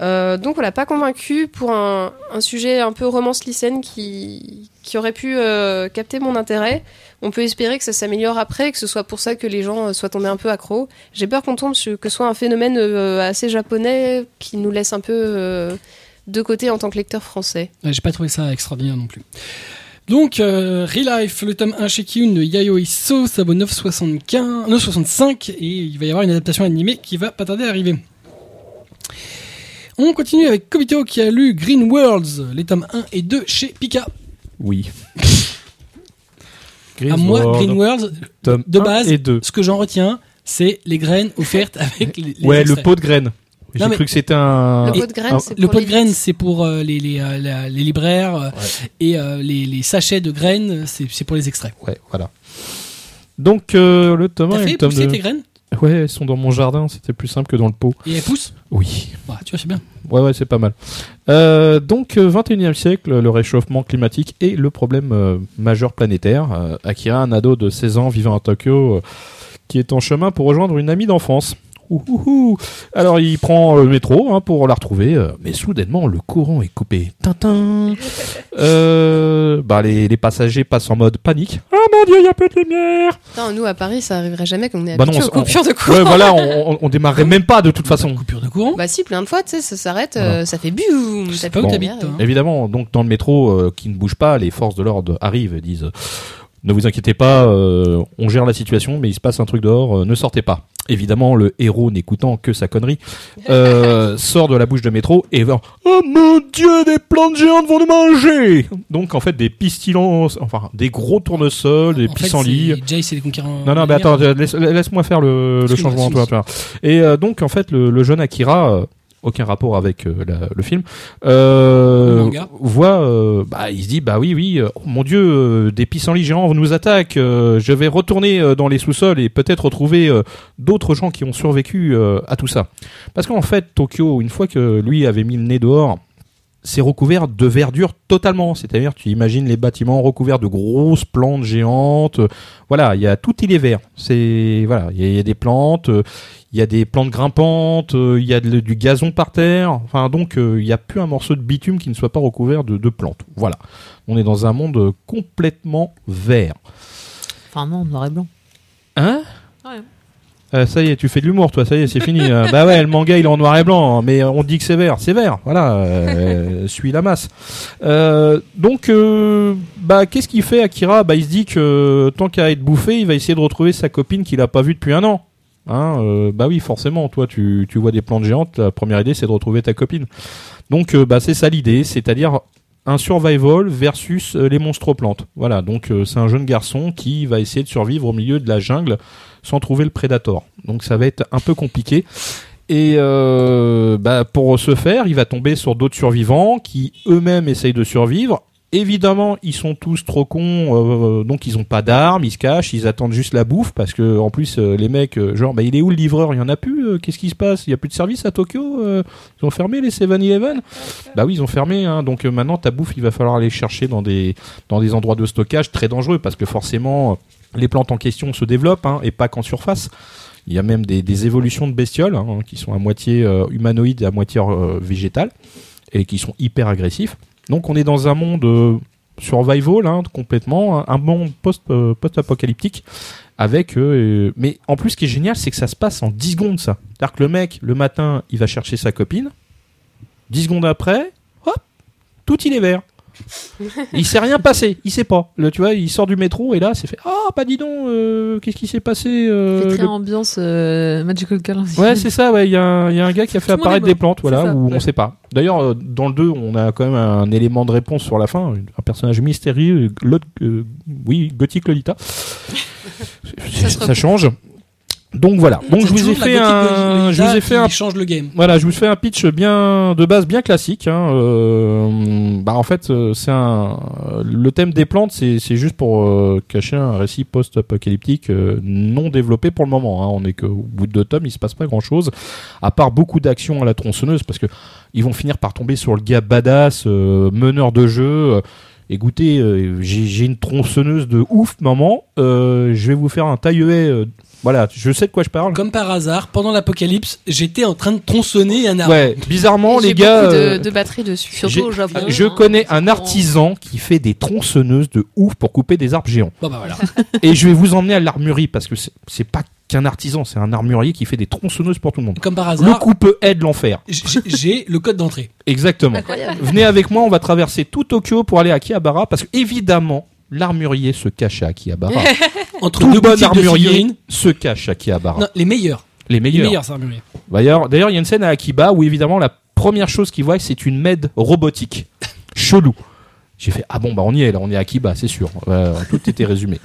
Speaker 3: Euh, donc voilà, pas convaincu pour un, un sujet un peu romance lycéenne qui, qui aurait pu euh, capter mon intérêt. On peut espérer que ça s'améliore après, que ce soit pour ça que les gens euh, soient tombés un peu accros. J'ai peur qu'on tombe sur que ce soit un phénomène euh, assez japonais qui nous laisse un peu euh, de côté en tant que lecteur français.
Speaker 1: Ouais, J'ai pas trouvé ça extraordinaire non plus. Donc, euh, Relife, le tome 1 chez Kiyun de Yayoi So, ça vaut 9,75 9,65 et il va y avoir une adaptation animée qui va pas tarder à arriver. On continue avec Kobito qui a lu Green Worlds, les tomes 1 et 2 chez Pika.
Speaker 4: Oui.
Speaker 1: à moi, Green Worlds,
Speaker 4: tome
Speaker 1: de
Speaker 4: un
Speaker 1: base,
Speaker 4: et 2.
Speaker 1: ce que j'en retiens, c'est les graines offertes avec les, les
Speaker 4: Ouais, le
Speaker 1: extraits.
Speaker 4: pot de graines. J'ai
Speaker 1: Non, mais-
Speaker 4: cru que c'était un.
Speaker 3: le pot de
Speaker 4: ah,
Speaker 3: graines, c'est
Speaker 1: Le
Speaker 3: pour
Speaker 1: pot
Speaker 3: les-
Speaker 1: de graines, c'est pour euh, les, les, euh, la- les libraires euh,
Speaker 4: Ouais.
Speaker 1: et euh, les, les sachets de graines, c'est c'est pour les extraits.
Speaker 4: Ouais, voilà. Donc, euh, le tome 1
Speaker 1: T'as
Speaker 4: et
Speaker 1: fait
Speaker 4: le tome
Speaker 1: pousser
Speaker 4: 2.
Speaker 1: tes graines
Speaker 4: Ouais, elles sont dans mon jardin, c'était plus simple que dans le pot.
Speaker 1: et elles poussent
Speaker 4: Oui.
Speaker 1: Bah, tu vois, c'est bien.
Speaker 4: Ouais, ouais, c'est pas mal. Euh, donc, euh, 21e siècle, le réchauffement climatique est le problème euh, majeur planétaire. Euh, Akira, un ado de 16 ans vivant à Tokyo, euh, qui est en chemin pour rejoindre une amie d'enfance. Ouh, ouh, ouh. Alors, il prend euh, le métro hein, pour la retrouver, euh, mais soudainement, le courant est coupé.
Speaker 1: <laughs>
Speaker 4: Tintin Euh, bah, les, les passagers passent en mode panique. Ah mon dieu, il y a plus de lumière
Speaker 3: Putain, nous à Paris, ça arriverait jamais qu'on est
Speaker 4: Bah non,
Speaker 3: habitué
Speaker 4: on-
Speaker 3: aux coupures de courant.
Speaker 4: Ouais,
Speaker 1: <laughs>
Speaker 4: voilà, on, on- on démarrait même pas de toute façon.
Speaker 1: Coupure de courant
Speaker 3: Bah si, plein de fois, tu sais, ça s'arrête, euh, ça fait boum.
Speaker 1: Je sais
Speaker 3: ça
Speaker 1: pas où
Speaker 3: fait euh, une
Speaker 1: t'habites,
Speaker 3: lumière,
Speaker 1: toi, hein.
Speaker 4: Évidemment, donc dans le métro euh, qui ne bouge pas, les forces de l'ordre arrivent et disent euh, ne vous inquiétez pas, euh, on gère la situation, mais il se passe un truc dehors, euh, ne sortez pas. Évidemment, le héros n'écoutant que sa connerie
Speaker 1: <laughs>
Speaker 4: euh, sort de la bouche de métro et va Oh mon dieu, des plantes géantes vont nous manger Donc en fait, des pistilons, enfin des gros tournesols, des
Speaker 1: En fait,
Speaker 4: pissenlits.
Speaker 1: c'est- Jay, c'est les conquérants.
Speaker 4: Non, non, mais attends, laisse- laisse-moi faire le, le
Speaker 1: Excuse-moi,
Speaker 4: changement,
Speaker 1: excuse-moi.
Speaker 4: toi, toi. Et euh, donc, en fait, le, le jeune Akira, euh, aucun rapport avec euh, la- le film, euh,
Speaker 1: Le manga.
Speaker 4: voit, euh, bah, il se dit, bah oui, oui, euh, oh, mon Dieu, euh, des pissenlits géants nous attaquent. euh, je vais retourner euh, dans les sous-sols et peut-être retrouver euh, d'autres gens qui ont survécu euh, à tout ça. Parce qu'en fait, Tokyo, une fois que lui avait mis le nez dehors, c'est recouvert de verdure totalement. C'est-à-dire, tu imagines les bâtiments recouverts de grosses plantes géantes. Euh, Voilà, il y a tout, il est vert. C'est voilà, il y, a- il y a des plantes, euh, il y a des plantes grimpantes, euh, il y a de- du gazon par terre. Enfin, donc, euh, il n'y a plus un morceau de bitume qui ne soit pas recouvert de, de plantes. Voilà, on est dans un monde euh, complètement vert.
Speaker 2: Enfin, non, noir et blanc.
Speaker 4: Hein
Speaker 2: Ouais.
Speaker 4: Euh, ça y est, tu fais de l'humour, toi. Ça y est, c'est fini. Euh, bah ouais, le manga, il est en noir et blanc, hein, mais on dit que c'est vert. C'est vert. Voilà, euh, suis la masse. Euh, donc, euh, bah, qu'est-ce qu'il fait, Akira Bah, il se dit que tant qu'à être bouffé, il va essayer de retrouver sa copine qu'il a pas vue depuis un an. Hein, euh, bah oui, forcément. Toi, tu, tu vois des plantes géantes. La première idée, c'est de retrouver ta copine. Donc, euh, bah, c'est ça l'idée, c'est-à-dire un survival versus euh, les monstres plantes. Voilà, donc euh, c'est un jeune garçon qui va essayer de survivre au milieu de la jungle sans trouver le prédateur. Donc ça va être un peu compliqué. Et euh, bah, pour ce faire, il va tomber sur d'autres survivants qui eux-mêmes essayent de survivre. Évidemment, ils sont tous trop cons, euh, donc ils ont pas d'armes, ils se cachent, ils attendent juste la bouffe parce que en plus euh, les mecs, euh, genre, bah, il est où le livreur Il y en a plus. euh, Qu'est-ce qui se passe Il y a plus de service à Tokyo. euh, ils ont fermé les 7-Eleven Bah oui, ils ont fermé. Hein, donc euh, maintenant, ta bouffe, il va falloir aller chercher dans des dans des endroits de stockage très dangereux parce que forcément, les plantes en question se développent hein, et pas qu'en surface. Il y a même des, des évolutions de bestioles hein, qui sont à moitié euh, humanoïdes et à moitié euh, végétales et qui sont hyper agressifs. Donc on est dans un monde euh, survival hein, complètement, hein, un monde post, euh, post-apocalyptique. Avec, euh, euh, mais en plus, ce qui est génial, c'est que ça se passe en 10 secondes, ça. C'est-à-dire que le mec, le matin, il va chercher sa copine. 10 secondes après, hop, tout il est vert. Il s'est rien passé, il sait pas. Là, tu vois, il sort du métro et là, c'est fait. Ah, bah dis donc, euh, qu'est-ce qui s'est passé euh,
Speaker 2: fait très
Speaker 4: le-
Speaker 2: ambiance euh, Magical Girl.
Speaker 4: Ouais, c'est ça, ouais. Il y, a un- il y a un gars qui a fait
Speaker 2: Tout le monde
Speaker 4: apparaître
Speaker 2: est
Speaker 4: des
Speaker 2: mort,
Speaker 4: plantes, voilà,
Speaker 2: c'est ça,
Speaker 4: où on
Speaker 2: ouais.
Speaker 4: sait pas. D'ailleurs, euh, dans le 2, on a quand même un élément de réponse sur la fin, une- un personnage mystérieux, euh, l'autre, euh, oui,
Speaker 2: <laughs>
Speaker 4: gothique Lolita. ça,
Speaker 2: se
Speaker 4: change. Donc voilà. Donc je vous ai fait un, je vous ai fait un
Speaker 1: change le game.
Speaker 4: voilà, je vous fais un pitch bien de base bien classique. hein. Euh, bah en fait, euh, c'est un euh, le thème des plantes, c'est c'est juste pour euh, cacher un récit post-apocalyptique euh, non développé pour le moment. hein. On est qu'au bout de deux tomes, il se passe pas grand chose, à part beaucoup d'actions à la tronçonneuse, parce que ils vont finir par tomber sur le gars badass euh, meneur de jeu. euh, Écoutez, euh, j'ai j'ai une tronçonneuse de ouf, maman. euh, je vais vous faire un tailleuet. euh, voilà, je sais de quoi je parle.
Speaker 1: Comme par hasard, pendant l'apocalypse, j'étais en train de tronçonner un arbre.
Speaker 4: Ouais, bizarrement,
Speaker 3: J'ai
Speaker 4: les gars.
Speaker 3: beaucoup
Speaker 4: euh,
Speaker 3: de, de batterie dessus.
Speaker 4: Surtout j'ai- au
Speaker 2: Japon.
Speaker 1: Ah,
Speaker 4: Je connais un artisan qui fait des tronçonneuses de ouf pour couper des arbres géants.
Speaker 1: Bon bah voilà.
Speaker 4: Et je vais vous emmener à l'armurerie parce que c'est- c'est pas qu'un artisan, c'est un armurier qui fait des tronçonneuses pour tout le monde.
Speaker 1: Comme par
Speaker 4: Le
Speaker 1: hasard,
Speaker 4: coupe aide l'enfer.
Speaker 1: j'ai j'ai le code d'entrée.
Speaker 4: Exactement.
Speaker 2: Incroyable.
Speaker 4: Venez avec moi, on va traverser tout Tokyo pour aller à Akihabara parce que évidemment, l'armurier se cache
Speaker 1: <laughs>
Speaker 4: à Akihabara.
Speaker 1: Entre
Speaker 4: tout
Speaker 1: deux
Speaker 4: bon
Speaker 1: boutiques de
Speaker 4: armurier
Speaker 1: figurines.
Speaker 4: se cache à Akihabara.
Speaker 1: Non, les meilleurs.
Speaker 4: Les
Speaker 1: Les
Speaker 4: meilleurs.
Speaker 1: meilleurs, c'est un murmure.
Speaker 4: Bah, D'ailleurs, d'ailleurs, il y a une scène à Akiba où évidemment la première chose qu'ils voient, c'est une med robotique. Chelou. J'ai fait ah bon bah on y est là, on est à Akiba, c'est sûr. Euh, tout était résumé.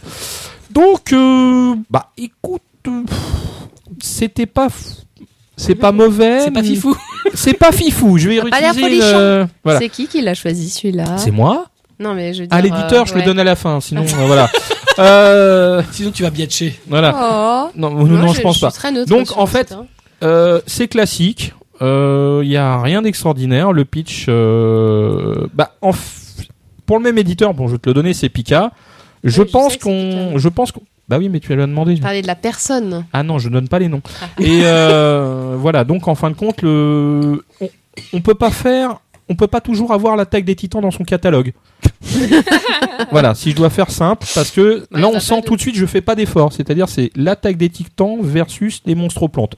Speaker 4: Donc euh, bah écoute, euh, pff, c'était pas f- c'est pas mauvais,
Speaker 1: C'est pas
Speaker 4: mais-
Speaker 1: fifou.
Speaker 4: c'est pas fifou. Je vais
Speaker 3: Ça a pas l'air
Speaker 4: réutiliser
Speaker 3: folichon.
Speaker 4: le- voilà.
Speaker 3: C'est qui qui l'a choisi celui-là
Speaker 4: C'est moi.
Speaker 3: Non mais je veux
Speaker 4: À
Speaker 3: dire,
Speaker 4: l'éditeur,
Speaker 3: euh,
Speaker 4: je le
Speaker 3: ouais.
Speaker 4: donne à la fin, sinon euh, voilà. Euh,
Speaker 1: Sinon tu vas biatcher.
Speaker 4: voilà.
Speaker 3: <laughs> Oh.
Speaker 4: Non, non, non, je pense pas.
Speaker 3: suis très neutre
Speaker 4: Donc,
Speaker 3: sur
Speaker 4: en
Speaker 3: ce
Speaker 4: fait,
Speaker 3: site, hein.
Speaker 4: Euh, c'est classique. Il n'y a rien d'extraordinaire. Le pitch, euh, bah, en f- pour le même éditeur, bon, je vais te le donner, c'est Pika. Je
Speaker 3: Oui, je
Speaker 4: pense
Speaker 3: sais que c'est
Speaker 4: qu'on,
Speaker 3: Pika.
Speaker 4: je pense qu'on. Bah oui, mais tu l'as demandé.
Speaker 3: Je parlais de la personne.
Speaker 4: Ah non, je donne pas les noms. Et euh, voilà, donc en fin de compte, le, on, on peut pas faire, on peut pas toujours avoir l'attaque des Titans dans
Speaker 3: <laughs>
Speaker 4: son catalogue. voilà, si je dois faire simple, parce que
Speaker 3: Ouais,
Speaker 4: là
Speaker 3: ça
Speaker 4: on
Speaker 3: va
Speaker 4: sent
Speaker 3: de-
Speaker 4: tout de suite, je fais pas d'effort. C'est-à-dire, c'est l'attaque des Titans versus les monstres aux plantes.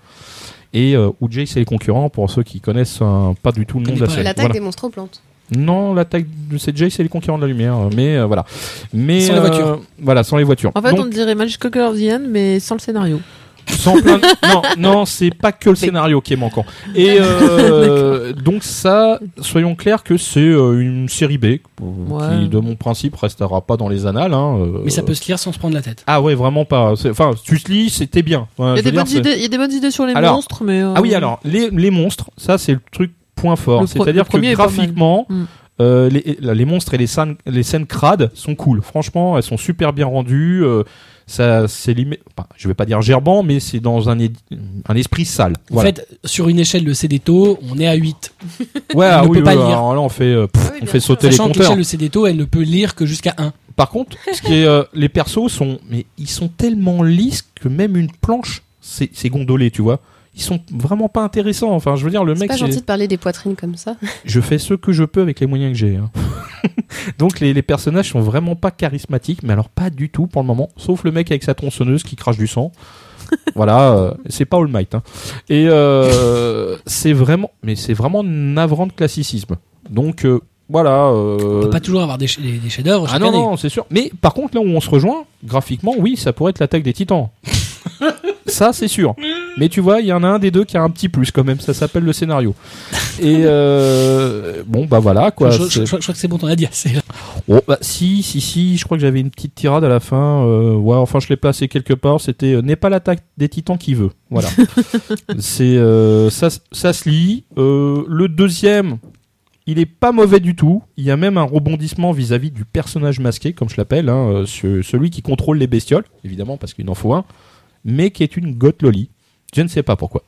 Speaker 4: Et euh, Ujay, c'est les concurrents pour ceux qui connaissent euh, pas du tout le nom
Speaker 1: Connais
Speaker 4: de la
Speaker 1: pas.
Speaker 4: série.
Speaker 1: L'attaque
Speaker 3: L'attaque
Speaker 4: Voilà.
Speaker 3: des monstres aux plantes.
Speaker 4: Non, l'attaque de c'est Jay, c'est les concurrents de la lumière. euh, Mais euh, voilà. Mais euh,
Speaker 1: Sans les voitures.
Speaker 4: Voilà, sans les voitures.
Speaker 2: En fait,
Speaker 4: Donc,
Speaker 2: on dirait Magical Girl of the End, mais sans le scénario.
Speaker 4: sans plein de- Non, non, c'est pas que le scénario qui est manquant.
Speaker 2: <laughs>
Speaker 4: Et euh, donc ça, soyons clairs que c'est euh, une série B euh,
Speaker 2: Ouais.
Speaker 4: qui, de mon principe, restera pas dans les annales. hein, euh.
Speaker 1: Mais ça peut se lire sans se prendre la tête.
Speaker 4: Ah ouais, vraiment pas. C'est- Enfin, tu te lis, c'était bien.
Speaker 2: Il y,
Speaker 4: Enfin,
Speaker 2: a
Speaker 4: Ah, je veux
Speaker 2: des
Speaker 4: dire,
Speaker 2: bonnes
Speaker 4: c'est-
Speaker 2: idées, il y a des bonnes idées sur les
Speaker 4: Alors-
Speaker 2: monstres, mais. euh,
Speaker 4: Ah oui, alors les, les monstres, ça c'est le truc point fort.
Speaker 2: Le pro-
Speaker 4: C'est-à-dire
Speaker 2: le premier
Speaker 4: que
Speaker 2: est pas mal.
Speaker 4: graphiquement,
Speaker 2: Mm.
Speaker 4: euh, les, là, les monstres et les scènes, les scènes crades sont cool. Franchement, elles sont super bien rendues. euh, ça, c'est limé- enfin, je vais pas dire gerbant, mais c'est dans un, édi- un esprit sale. Voilà.
Speaker 1: En fait, sur une échelle de CDTO, on est à 8.
Speaker 4: ouais,
Speaker 1: on
Speaker 4: ah
Speaker 1: ne
Speaker 4: oui,
Speaker 1: peut pas
Speaker 4: oui,
Speaker 1: lire.
Speaker 4: alors là, on fait, euh, pff,
Speaker 2: Ah oui,
Speaker 4: on
Speaker 2: bien
Speaker 4: fait
Speaker 2: sûr.
Speaker 4: sauter les
Speaker 1: Sachant que
Speaker 4: compteurs.
Speaker 1: l'échelle de CDTO, elle ne peut lire que jusqu'à 1.
Speaker 4: Par contre, ce qui est, euh, les persos sont, mais ils sont tellement lisses que même une planche, c'est c'est gondolé, tu vois. Ils sont vraiment pas intéressants. Enfin, je veux dire, le
Speaker 3: C'est
Speaker 4: mec,
Speaker 3: pas
Speaker 4: c'est-
Speaker 3: gentil de parler des poitrines comme
Speaker 4: <laughs>
Speaker 3: ça.
Speaker 4: je fais ce que je peux avec les moyens que j'ai. hein. <laughs> Donc les, les personnages sont vraiment pas charismatiques, mais alors pas du tout pour le moment, sauf le mec avec sa tronçonneuse qui crache
Speaker 1: <laughs>
Speaker 4: du sang. voilà, euh, c'est pas All Might. hein. Et euh, c'est vraiment, mais c'est vraiment navrant de classicisme. Donc euh, voilà.
Speaker 1: On
Speaker 4: euh,
Speaker 1: peut pas toujours avoir des, ch- des- des chefs-d'œuvre
Speaker 4: ah
Speaker 1: chaque
Speaker 4: non,
Speaker 1: année.
Speaker 4: non, c'est sûr. Mais par contre, là où on se rejoint, graphiquement, oui, ça pourrait être l'attaque
Speaker 1: <laughs>
Speaker 4: des titans. ça, c'est sûr. Mais tu vois, il y en a un des deux qui a un petit plus quand même. Ça s'appelle le scénario. Et euh, bon, bah voilà quoi.
Speaker 1: je, je- je-
Speaker 4: C'est-
Speaker 1: je crois que c'est bon, on a dit assez. là.
Speaker 4: Oh, bah, si, si, si, je crois que j'avais une petite tirade à la fin. euh, ouais, enfin, je l'ai placé quelque part. C'était euh, N'est pas l'attaque des titans qui veut.
Speaker 2: <laughs>
Speaker 4: Voilà. c'est euh, ça, s- ça se lit. Euh, le deuxième, il est pas mauvais du tout. Il y a même un rebondissement vis-à-vis du personnage masqué, comme je l'appelle, hein, euh, ce- celui qui contrôle les bestioles, évidemment, parce qu'il en faut un, mais qui est une goth loli. Je ne sais pas pourquoi.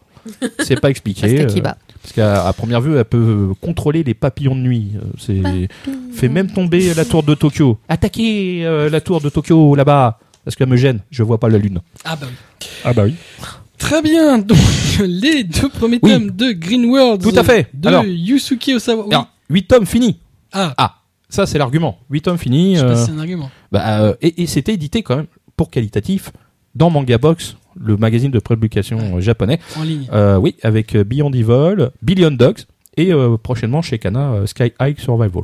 Speaker 2: <laughs>
Speaker 4: C'est pas
Speaker 2: Parce
Speaker 4: expliqué.
Speaker 2: qu'à
Speaker 4: euh,
Speaker 2: qui bat.
Speaker 4: parce qu'à à première vue, elle peut euh, contrôler les papillons de nuit. Euh, C'est fait même tomber la tour de Tokyo. Attaquez euh, la tour de Tokyo là-bas parce qu'elle me gêne. Je vois pas la lune.
Speaker 1: Ah bah oui.
Speaker 4: Ah bah oui.
Speaker 1: Très bien, donc <laughs> les deux premiers
Speaker 4: Oui.
Speaker 1: tomes de Green World
Speaker 4: Tout à fait.
Speaker 1: de
Speaker 4: Alors-
Speaker 1: Yusuke Osawa. Oui.
Speaker 4: 8 tomes finis.
Speaker 1: Ah,
Speaker 4: Ça c'est l'argument. 8 tomes finis.
Speaker 1: je sais pas
Speaker 4: euh,
Speaker 1: si c'est un argument.
Speaker 4: bah, euh, et et c'était édité quand même pour qualitatif dans Manga Box, le magazine de publication euh, japonais.
Speaker 1: En ligne.
Speaker 4: Euh, oui, avec euh, Beyond Evil, Billion Dogs et euh, prochainement chez Kana euh, Sky High Survival.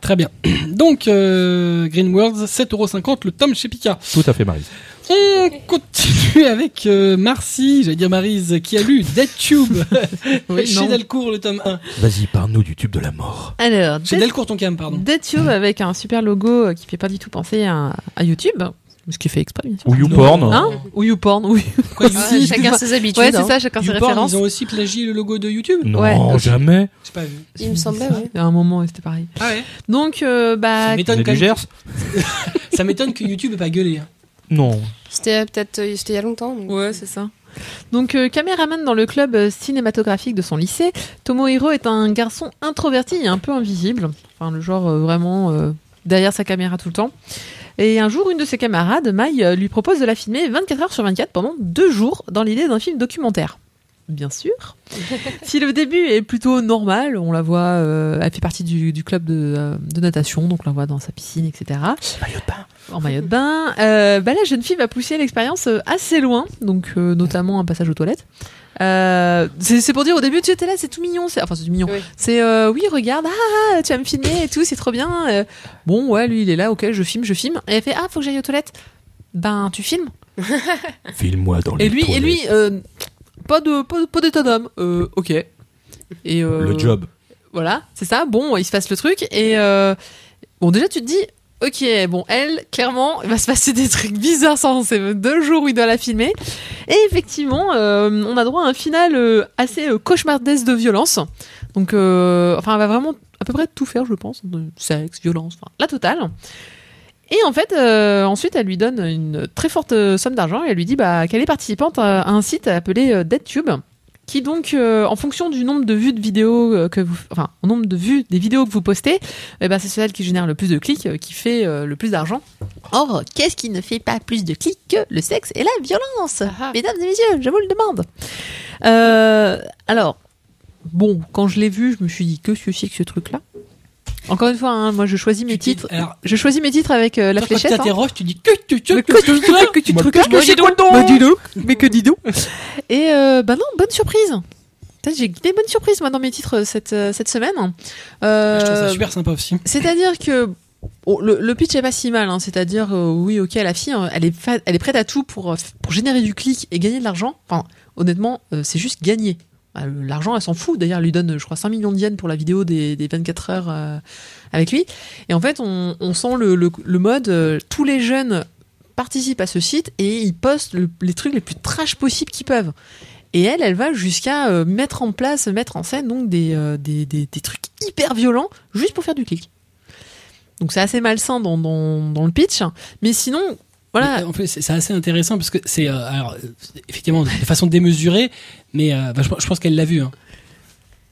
Speaker 1: Très bien. <clears throat> Donc, euh, Green Worlds, 7,50€ le tome chez Pika.
Speaker 4: Tout à fait, Marise.
Speaker 1: On continue avec euh, Marcy, j'allais dire Marise, qui a lu Dead Tube
Speaker 4: <laughs>
Speaker 2: Oui,
Speaker 1: chez
Speaker 2: non.
Speaker 1: Delcourt, le tome 1.
Speaker 4: Vas-y, parle-nous du tube de la mort.
Speaker 2: Alors,
Speaker 1: Chez
Speaker 2: Death-
Speaker 1: Delcourt, ton cam, pardon.
Speaker 2: DeadTube avec un super logo euh, qui fait pas du tout penser à, à YouTube, ce qui est fait exprès, bien sûr.
Speaker 4: Ou YouPorn.
Speaker 1: Non.
Speaker 2: Hein Ou
Speaker 1: <laughs>
Speaker 2: YouPorn, oui.
Speaker 1: Quoi,
Speaker 2: Ah,
Speaker 3: <laughs>
Speaker 1: YouPorn,
Speaker 3: chacun ses habitudes.
Speaker 2: Ouais, c'est ça, chacun ses
Speaker 1: YouPorn,
Speaker 2: références.
Speaker 1: ils ont aussi plagié le logo de YouTube
Speaker 4: Non,
Speaker 2: Ouais.
Speaker 4: jamais.
Speaker 1: J'ai pas vu.
Speaker 3: Il me semblait, ouais.
Speaker 2: À un moment, c'était pareil.
Speaker 1: Ah ouais
Speaker 2: Donc, euh, bah,
Speaker 1: Ça m'étonne
Speaker 4: C'est
Speaker 1: quand
Speaker 4: du
Speaker 1: même-
Speaker 4: Gers
Speaker 1: ça m'étonne que YouTube ait pas gueulé. hein.
Speaker 4: Non.
Speaker 3: C'était euh, peut-être euh, c'était il y a longtemps. donc.
Speaker 2: Ouais, c'est ça. Donc, euh, caméraman dans le club euh, cinématographique de son lycée, Tomohiro est un garçon introverti et un peu invisible. Enfin, le genre euh, vraiment euh, derrière sa caméra tout le temps. Et un jour, une de ses camarades, Mai, euh, lui propose de la filmer 24 heures sur 24 pendant deux jours dans l'idée d'un film documentaire. Bien sûr. si le début est plutôt normal, on la voit, euh, elle fait partie du, du club de, euh, de natation, donc on la voit dans sa piscine, etc en maillot de bain. Euh, bah, la jeune fille va pousser l'expérience euh, assez loin, donc euh, notamment un passage aux toilettes. Euh, c'est c'est pour dire au début tu étais là, c'est tout mignon, c'est enfin c'est tout mignon.
Speaker 3: Oui.
Speaker 2: C'est euh, oui regarde, ah, ah, tu vas me filmer et tout, c'est trop bien. Euh, bon ouais lui il est là, ok je filme, je filme. Et elle fait ah faut que j'aille aux toilettes. Ben tu filmes.
Speaker 4: File-moi dans
Speaker 2: Et lui et lui euh, pas de pas, de- pas d'état d'homme. Euh, ok. Et euh, voilà, c'est ça. Bon, il se passe le truc et euh, bon déjà tu te dis ok bon elle clairement il va se passer des trucs bizarres sans ces deux jours où il doit la filmer et effectivement euh, on a droit à un final euh, assez euh, cauchemardesque de violence donc euh, enfin elle va vraiment à peu près tout faire je pense de sexe violence enfin la totale et en fait euh, ensuite elle lui donne une très forte euh, somme d'argent et elle lui dit bah qu'elle est participante à à un site appelé euh, DeadTube qui donc, euh, en fonction du nombre de vues de vidéos euh, que vous, enfin, au nombre de vues des vidéos que vous postez, eh ben, c'est celle qui génère le plus de clics, euh, qui fait euh, le plus d'argent. Or, qu'est-ce qui ne fait pas plus de clics que le sexe et la violence
Speaker 3: Ah.
Speaker 2: Mesdames et messieurs, je vous le demande. Euh, alors, bon, quand je l'ai vu, je me suis dit que ce c'est que ce truc-là. Encore une fois, hein, moi, je choisis mes
Speaker 1: Tu dis-
Speaker 2: titres.
Speaker 1: alors-
Speaker 2: je choisis mes titres avec euh, la
Speaker 1: Toi, Quand tu
Speaker 2: fléchette. hein.
Speaker 1: t'interroges, tu dis que tu
Speaker 2: Mais
Speaker 1: que
Speaker 2: que Bah, tu truc, que tu
Speaker 4: Moi,
Speaker 2: truc,
Speaker 4: qu'est-ce que
Speaker 2: mais
Speaker 4: c'est
Speaker 2: dis donc, mais dis donc, Bah, mais que dis donc. Et euh, bah non, bonne surprise. Putain, J'ai des bonnes surprises moi dans mes titres euh, cette, euh, cette semaine.
Speaker 1: Bah, Je trouve
Speaker 2: Euh,
Speaker 1: ça super sympa aussi.
Speaker 2: C'est-à-dire que Oh, le, le pitch est pas si mal, hein, c'est-à-dire euh, oui, ok, la fille, euh, elle est, fa- elle est prête à tout pour, euh, pour générer du clic et gagner de l'argent. Enfin, honnêtement, euh, c'est juste gagner. Ah, le- L'argent, elle s'en fout. D'ailleurs, elle lui donne, je crois, 5 millions de yens pour la vidéo des, des 24 heures euh, avec lui. Et en fait, on, on sent le, le- le mode, euh, tous les jeunes participent à ce site et ils postent le- les trucs les plus trash possibles qu'ils peuvent. Et elle, elle va jusqu'à euh, mettre en place, mettre en scène donc des, euh, des, des- des trucs hyper violents juste pour faire du clic. Donc c'est assez malsain dans, dans, dans le pitch. Mais sinon, voilà.
Speaker 1: Mais, euh, En fait, c'est c'est assez intéressant parce que c'est euh, alors euh, c'est- effectivement de façon démesurée, mais euh, bah, je, je pense qu'elle l'a vu. hein.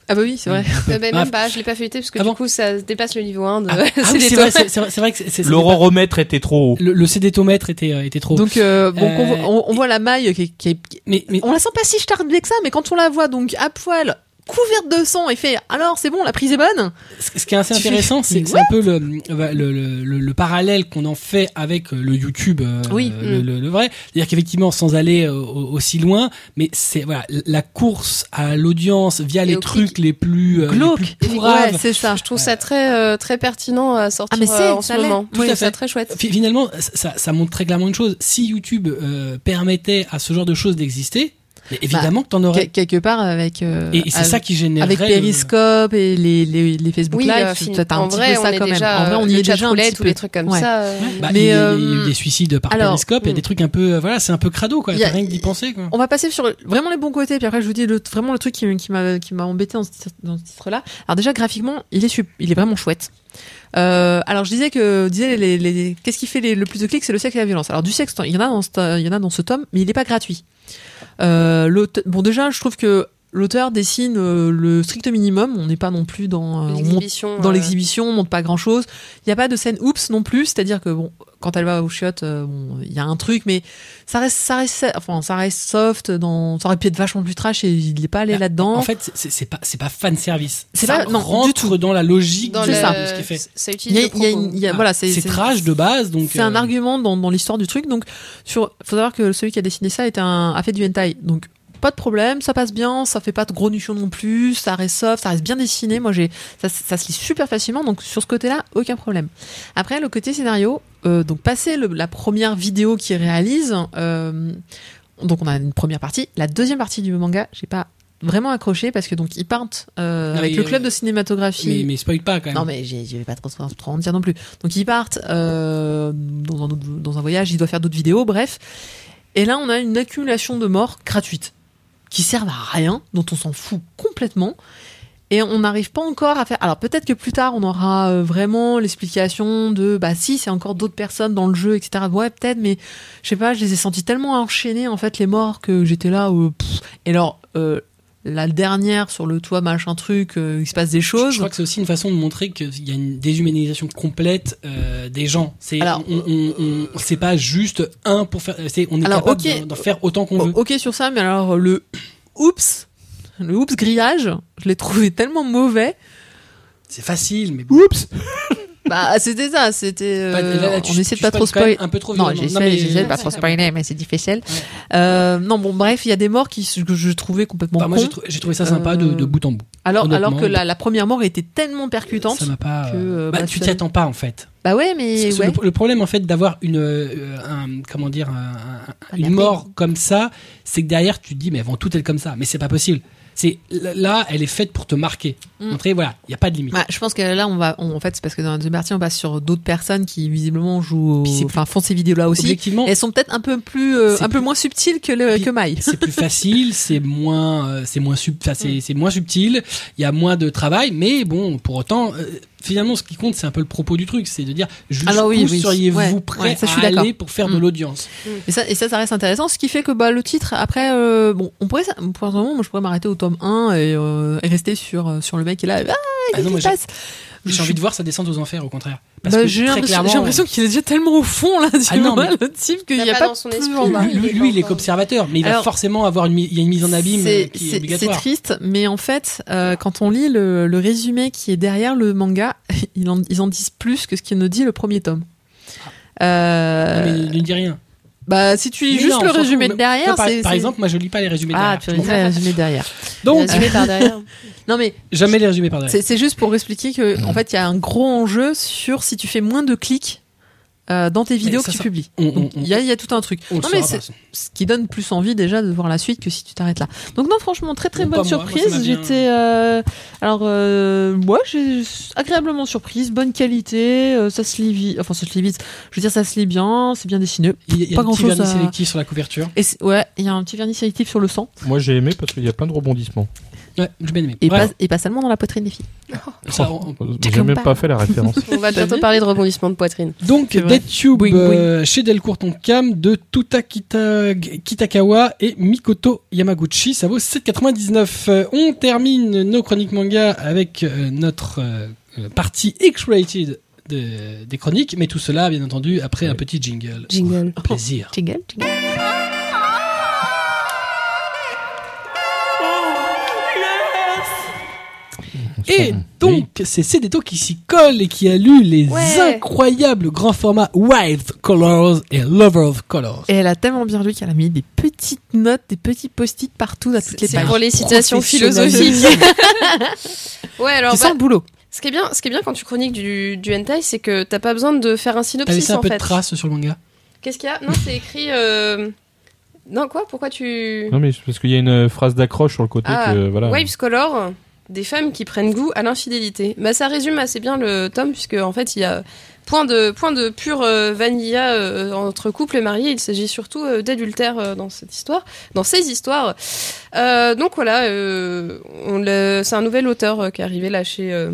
Speaker 2: Ah bah oui, c'est vrai. <laughs>
Speaker 3: Euh, ben,
Speaker 1: Ah.
Speaker 3: même pas, je l'ai pas feuilleté parce que
Speaker 1: Ah
Speaker 3: du
Speaker 1: bon
Speaker 3: coup ça dépasse le niveau 1 de <laughs>
Speaker 1: Ah, ah oui,
Speaker 3: CD
Speaker 1: c'est
Speaker 3: Tour.
Speaker 1: vrai, c'est- c'est vrai- c'est vrai que c'est- c'est-
Speaker 5: L'horomètre était trop haut.
Speaker 1: le, le cédétomètre était euh, était trop.
Speaker 2: Donc euh, bon, qu'on
Speaker 1: Euh,
Speaker 2: voit- on, on voit la maille qui, est- qui est- qui-
Speaker 1: mais mais
Speaker 2: on la sent pas si charnée que ça, mais quand on la voit donc à poil, couverte de sang, et fait alors c'est bon, la prise est
Speaker 1: Euh,
Speaker 2: bonne.
Speaker 1: ce ce qui est assez
Speaker 2: Tu fais- <laughs>
Speaker 1: intéressant, c'est
Speaker 2: Mais
Speaker 1: c'est un peu le, le, le, le- le parallèle qu'on en fait avec le YouTube, euh,
Speaker 2: Oui.
Speaker 1: le,
Speaker 3: Mm.
Speaker 1: le- le vrai. C'est-à-dire qu'effectivement, sans aller euh, au- aussi loin, mais c'est voilà la course à l'audience via les
Speaker 3: au
Speaker 1: trucs les plus euh, les
Speaker 2: Glauque.
Speaker 1: plus
Speaker 2: Ouais,
Speaker 1: pourraves.
Speaker 2: c'est ça.
Speaker 3: Je trouve ça très euh, très pertinent à sortir
Speaker 2: Ah, mais c'est-
Speaker 3: euh, en ce
Speaker 2: ça l'est.
Speaker 3: moment.
Speaker 2: Tout
Speaker 3: Je trouve
Speaker 1: à fait.
Speaker 3: ça très chouette.
Speaker 1: Fi- Finalement, ça, ça montre très clairement une chose. Si YouTube euh, permettait à ce genre de choses d'exister, mais évidemment que t'en aurais.
Speaker 2: Quel- quelque part avec. Bah, euh,
Speaker 1: Et, et c'est
Speaker 2: avec-
Speaker 1: ça qui générerait.
Speaker 2: avec
Speaker 1: le-
Speaker 2: Periscope et les, les, les Facebook
Speaker 3: Oui,
Speaker 2: Live,
Speaker 3: euh,
Speaker 2: tu-
Speaker 3: fin-
Speaker 2: t'as un
Speaker 3: en
Speaker 2: petit
Speaker 3: vrai,
Speaker 2: peu ça
Speaker 3: on est
Speaker 2: quand
Speaker 3: déjà, euh,
Speaker 2: même. En vrai, on
Speaker 3: le
Speaker 2: y est
Speaker 3: chat
Speaker 2: déjà un
Speaker 3: roulette
Speaker 2: petit
Speaker 3: tous
Speaker 2: peu.
Speaker 3: les trucs comme
Speaker 2: Ouais.
Speaker 3: ça. euh,
Speaker 1: Bah,
Speaker 2: Mais,
Speaker 1: il, y a,
Speaker 2: euh,
Speaker 1: il y a eu des suicides par
Speaker 2: alors,
Speaker 1: Periscope et
Speaker 3: hmm.
Speaker 1: des trucs un peu. euh, voilà, c'est un peu crado quoi.
Speaker 2: Il y a-
Speaker 1: T'as rien que d'y penser quoi.
Speaker 2: On va passer sur vraiment les bons côtés, puis après je vous dis le, vraiment le truc qui, qui m'a qui m'a embêté dans ce, titre- dans ce titre-là. Alors déjà graphiquement, il est sup- il est vraiment chouette. Euh, alors je disais que disais les, les- les- qu'est-ce qui fait les- le plus de clics, c'est le sexe et la violence. Alors du sexe, il y en a dans ce, il y en a dans ce tome, mais il n'est pas gratuit. Euh, l'auteur- bon déjà, je trouve que l'auteur dessine euh, le strict minimum. On n'est pas non plus dans euh, on monte-
Speaker 3: L'exhibition.
Speaker 2: dans
Speaker 3: euh,
Speaker 2: l'exhibition, on montre pas grand chose. Il n'y a pas de scène oups non plus, c'est-à-dire que bon, quand elle va au chiottes, euh, bon, il y a un truc, mais ça reste, ça reste, enfin, ça reste soft. Dans, ça aurait pu être vachement plus trash et il n'est pas allé
Speaker 1: Ah,
Speaker 2: là-dedans.
Speaker 1: En fait, c'est- c'est c'est pas c'est pas fan service.
Speaker 2: C'est
Speaker 1: Ça
Speaker 2: pas- non,
Speaker 1: rentre
Speaker 2: du tout.
Speaker 1: dans la logique
Speaker 3: dans
Speaker 1: de,
Speaker 3: le-
Speaker 2: C'est ça.
Speaker 1: de ce qui est fait.
Speaker 3: Ça
Speaker 2: il y
Speaker 3: utilise
Speaker 2: a, il
Speaker 3: le
Speaker 2: y a
Speaker 3: propos.
Speaker 2: une- il y a-
Speaker 1: Ah,
Speaker 2: voilà, c'est
Speaker 1: C'est
Speaker 2: c'est-
Speaker 1: trash de base donc.
Speaker 2: C'est un
Speaker 1: euh,
Speaker 2: argument dans, dans l'histoire du truc. Donc, sur, faut savoir que celui qui a dessiné ça était un, a fait du hentai. Donc, pas de problème, ça passe bien, ça fait pas de gros nichons non plus, ça reste soft, ça reste bien dessiné. Moi, j'ai, ça, se- ça se lit super facilement. Donc, sur ce côté-là, aucun problème. Après, le côté scénario, euh, donc, passé le- la première vidéo qu'il réalise, euh, donc, on a une première partie. La deuxième partie du manga, j'ai pas vraiment accroché parce que donc, ils partent, euh,
Speaker 1: Non,
Speaker 2: avec
Speaker 1: mais-
Speaker 2: le club de cinématographie.
Speaker 1: Mais, mais spoil pas quand même.
Speaker 2: Non, mais j'ai- je vais pas trop, trop, trop en dire non plus. Donc ils partent euh, dans, un autre- dans un voyage, ils doivent faire d'autres vidéos, bref. Et là, on a une accumulation de morts gratuites qui servent à rien, dont on s'en fout complètement. Et on n'arrive pas encore à faire. Alors peut-être que plus tard, on aura euh, vraiment l'explication de bah si, c'est encore d'autres personnes dans le jeu, etc. Ouais, peut-être, mais je sais pas, je les ai sentis tellement enchaînés en fait les morts que j'étais là. euh, pff. Et alors. euh, la dernière sur le toit machin truc euh, il se passe des
Speaker 1: Je-
Speaker 2: choses
Speaker 1: Je crois que c'est aussi une façon de montrer qu'il y a une déshumanisation complète euh, des gens. C'est
Speaker 2: Alors,
Speaker 1: on, on- on- c'est pas juste un pour faire. c'est- on est
Speaker 2: Alors,
Speaker 1: capable
Speaker 2: ok. Oh,
Speaker 1: d'en- d'en faire autant qu'on
Speaker 2: O-
Speaker 1: veut.
Speaker 2: Ok sur ça, mais alors le <coughs> oups, le oups grillage, je l'ai trouvé <laughs> tellement mauvais.
Speaker 1: C'est facile, mais bon.
Speaker 4: Oups
Speaker 2: Bah c'était ça, c'était. euh,
Speaker 1: Pas- Bah, là, là, tu-
Speaker 2: on
Speaker 1: tu
Speaker 2: essaie de pas
Speaker 1: spoil
Speaker 2: trop
Speaker 1: quand même
Speaker 2: spoiler.
Speaker 1: Un peu trop
Speaker 2: Non,
Speaker 1: violemment.
Speaker 2: j'essaie
Speaker 1: mais-
Speaker 2: j'essaie de pas
Speaker 1: Ouais.
Speaker 2: trop spoiler, mais c'est difficile. Euh, non, bon, bref, il y a des morts qui, se- que je trouvais complètement
Speaker 1: Enfin, Bah, moi,
Speaker 2: cons.
Speaker 1: j'ai trou- j'ai trouvé ça sympa de,
Speaker 2: Euh,
Speaker 1: de bout en bout.
Speaker 2: alors,
Speaker 1: honnêtement,
Speaker 2: alors que la, la première mort était tellement percutante.
Speaker 1: Ça m'a pas.
Speaker 2: que, euh,
Speaker 1: bah,
Speaker 2: bah,
Speaker 1: tu
Speaker 2: ça-
Speaker 1: t'y attends pas en fait.
Speaker 2: Bah ouais, mais
Speaker 1: Parce que
Speaker 2: ouais.
Speaker 1: le, le problème en fait d'avoir une euh, un- comment dire un- un- une
Speaker 2: appel.
Speaker 1: mort comme ça, c'est que derrière tu te dis mais elles vont toutes être comme ça, mais c'est pas possible. C'est là, elle est faite pour te marquer.
Speaker 2: Mm.
Speaker 1: Montrer voilà, il y a pas de limite.
Speaker 2: Bah, je pense que là, on va, on- en fait, c'est parce que dans la deuxième partie, on passe sur d'autres personnes qui visiblement jouent, au-
Speaker 1: Puis c'est plus-
Speaker 2: enfin, font ces vidéos-là aussi.
Speaker 1: Objectivement,
Speaker 2: Elles sont peut-être un peu plus, euh,
Speaker 1: C'est
Speaker 2: un peu moins subtiles que le,
Speaker 1: Puis-
Speaker 2: que Maï.
Speaker 1: <laughs> c'est plus facile, c'est moins, euh, c'est moins sub, enfin,
Speaker 2: Mm.
Speaker 1: c'est, c'est moins subtil. Il y a moins de travail, mais bon, pour autant, euh, finalement, ce qui compte, c'est un peu le propos du truc, c'est de dire, jusqu'où
Speaker 2: Alors Ah oui, oui,
Speaker 1: seriez-vous
Speaker 2: ouais,
Speaker 1: prêt
Speaker 2: ouais, ça, je suis
Speaker 1: à
Speaker 2: d'accord.
Speaker 1: aller pour faire de
Speaker 2: Mm.
Speaker 1: l'audience
Speaker 2: Et ça, et ça, ça reste intéressant, ce qui fait que bah, le titre, après, euh, bon, on pourrait, ça- pour le moment, moi je pourrais m'arrêter au tome 1 et, euh, et rester sur, euh, sur le mec qui est là, ah,
Speaker 1: Ah non,
Speaker 2: qu'est-ce
Speaker 1: moi,
Speaker 2: qui se
Speaker 1: j'ai,
Speaker 2: passe
Speaker 1: j'ai
Speaker 2: Je-
Speaker 1: envie de voir ça descendre aux enfers, au contraire. Parce
Speaker 2: Bah,
Speaker 1: que
Speaker 2: J'ai
Speaker 1: très
Speaker 2: l'impression
Speaker 1: clairement, euh,
Speaker 2: j'ai l'impression qu'il est déjà tellement au fond, là, tu
Speaker 1: Ah non,
Speaker 2: vois,
Speaker 1: mais-
Speaker 2: le type, qu'il
Speaker 3: Il
Speaker 2: n'y
Speaker 3: y
Speaker 2: a
Speaker 3: a
Speaker 2: pas
Speaker 3: dans son
Speaker 2: plus
Speaker 3: esprit,
Speaker 2: en bas.
Speaker 3: là.
Speaker 1: lui, lui, lui, il est qu'observateur, mais il va
Speaker 2: Alors,
Speaker 1: forcément avoir une, mi- il y a une mise en abîme euh,
Speaker 2: C'est-
Speaker 1: qui est,
Speaker 2: c'est- C'est
Speaker 1: obligatoire.
Speaker 2: triste, mais en fait, euh, quand on lit le, le résumé qui est derrière le manga, <laughs> ils en, ils en disent plus que ce qu'il nous dit le premier tome.
Speaker 1: Ah. Non, mais
Speaker 2: Euh,
Speaker 1: ne dis rien.
Speaker 2: bah, si tu lis
Speaker 1: Mais
Speaker 2: juste
Speaker 1: non,
Speaker 2: le
Speaker 1: on s'en
Speaker 2: résumé
Speaker 1: fout.
Speaker 2: de derrière,
Speaker 1: Moi, par,
Speaker 2: c'est
Speaker 1: par
Speaker 2: c'est-
Speaker 1: exemple, moi je lis pas les résumés
Speaker 2: Ah,
Speaker 1: derrière.
Speaker 2: tu
Speaker 1: Je m'en
Speaker 2: lis le résumé derrière.
Speaker 1: Donc,
Speaker 3: Assumé par
Speaker 2: <laughs>
Speaker 3: derrière.
Speaker 2: Non, mais
Speaker 1: jamais les résumés par derrière.
Speaker 2: C'est c'est juste pour expliquer que en fait, il y a un gros enjeu sur si tu fais moins de clics euh, dans tes vidéos
Speaker 1: ça,
Speaker 2: que tu
Speaker 1: ça-
Speaker 2: publies.
Speaker 1: On-
Speaker 2: Donc,
Speaker 1: on-
Speaker 2: Il y, a- il y a tout un truc.
Speaker 1: mm. On le
Speaker 2: non, mais
Speaker 1: saura
Speaker 2: c'est
Speaker 1: pas, ça.
Speaker 2: ce qui donne plus envie déjà de voir la suite que si tu t'arrêtes là. Donc non, franchement, très très
Speaker 1: Bon,
Speaker 2: bonne
Speaker 1: pas moi, moi, ça
Speaker 2: surprise.
Speaker 1: m'a bien-
Speaker 2: J'étais euh, alors euh, moi, j'ai agréablement surprise, bonne qualité, euh, ça se lit vite. Enfin, ça se lit vite. Je veux dire, ça se lit bien, c'est bien dessiné.
Speaker 1: Il y a, il y a
Speaker 2: pas
Speaker 1: un petit
Speaker 2: grand-chose
Speaker 1: vernis
Speaker 2: à-
Speaker 1: sélectif sur la couverture.
Speaker 2: Et c'est- ouais, il y a un petit vernis sélectif sur le sang
Speaker 4: Moi j'ai aimé parce qu'il y a plein de rebondissements.
Speaker 1: Ouais, j'ai bien aimé.
Speaker 2: et,
Speaker 1: Bref,
Speaker 2: pas, et pas seulement dans la poitrine des filles.
Speaker 1: ça, on-
Speaker 4: J'ai même pas fait
Speaker 3: <laughs>
Speaker 4: la référence.
Speaker 3: On va bientôt parler de rebondissement de poitrine.
Speaker 1: Donc
Speaker 2: C'est vrai.
Speaker 1: DeadTube
Speaker 2: Boing,
Speaker 1: euh, chez Delcourt Tonkam de Tuta Kita- Kitakawa et Mikoto Yamaguchi, ça vaut 7,99. Euh, on termine nos chroniques manga avec euh, notre euh, euh, partie X-rated de- des chroniques, mais tout cela bien entendu après un
Speaker 4: Ouais.
Speaker 1: petit jingle.
Speaker 3: Jingle.
Speaker 1: Un plaisir.
Speaker 2: Jingle, jingle.
Speaker 1: <laughs> Et donc c'est Cédéto qui s'y colle et qui a lu les
Speaker 3: Ouais.
Speaker 1: incroyables grands formats Wild Colors et Lover of Colors.
Speaker 2: Et elle a tellement bien lu qu'elle a mis des petites notes, des petits post-it partout à toutes les
Speaker 1: Ah, c'est
Speaker 2: pages.
Speaker 3: Pour les citations philosophiques.
Speaker 1: <laughs>
Speaker 2: Professionnalisme.
Speaker 3: Ouais, alors bah,
Speaker 2: Tu sens le boulot.
Speaker 3: ce qui est bien, ce qui est bien quand tu chroniques du, du hentai, c'est que t'as pas besoin de faire un
Speaker 1: T'as
Speaker 3: synopsis
Speaker 1: laissé un
Speaker 3: en
Speaker 1: peu
Speaker 3: fait.
Speaker 1: de traces sur le manga
Speaker 3: Qu'est-ce qu'il y a Non, c'est écrit. euh, Non quoi Pourquoi
Speaker 1: Hein
Speaker 3: tu
Speaker 4: Non mais c'est parce qu'il y a une euh, phrase d'accroche sur le côté
Speaker 3: Ah,
Speaker 4: que voilà.
Speaker 3: Waves Color, des femmes qui prennent goût à l'infidélité. Bah, ça résume assez bien le tome, puisque en fait, il y a point de, point de pure euh, vanilla euh, entre couple et marié. Il s'agit surtout euh, d'adultère euh, dans cette histoire, dans ces histoires. Euh, donc voilà, euh, on le- c'est un nouvel auteur euh, qui est arrivé là chez euh,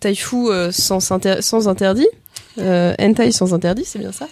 Speaker 3: Taifu euh, sans, inter- sans interdit. Euh, hentai sans interdit, c'est bien ça.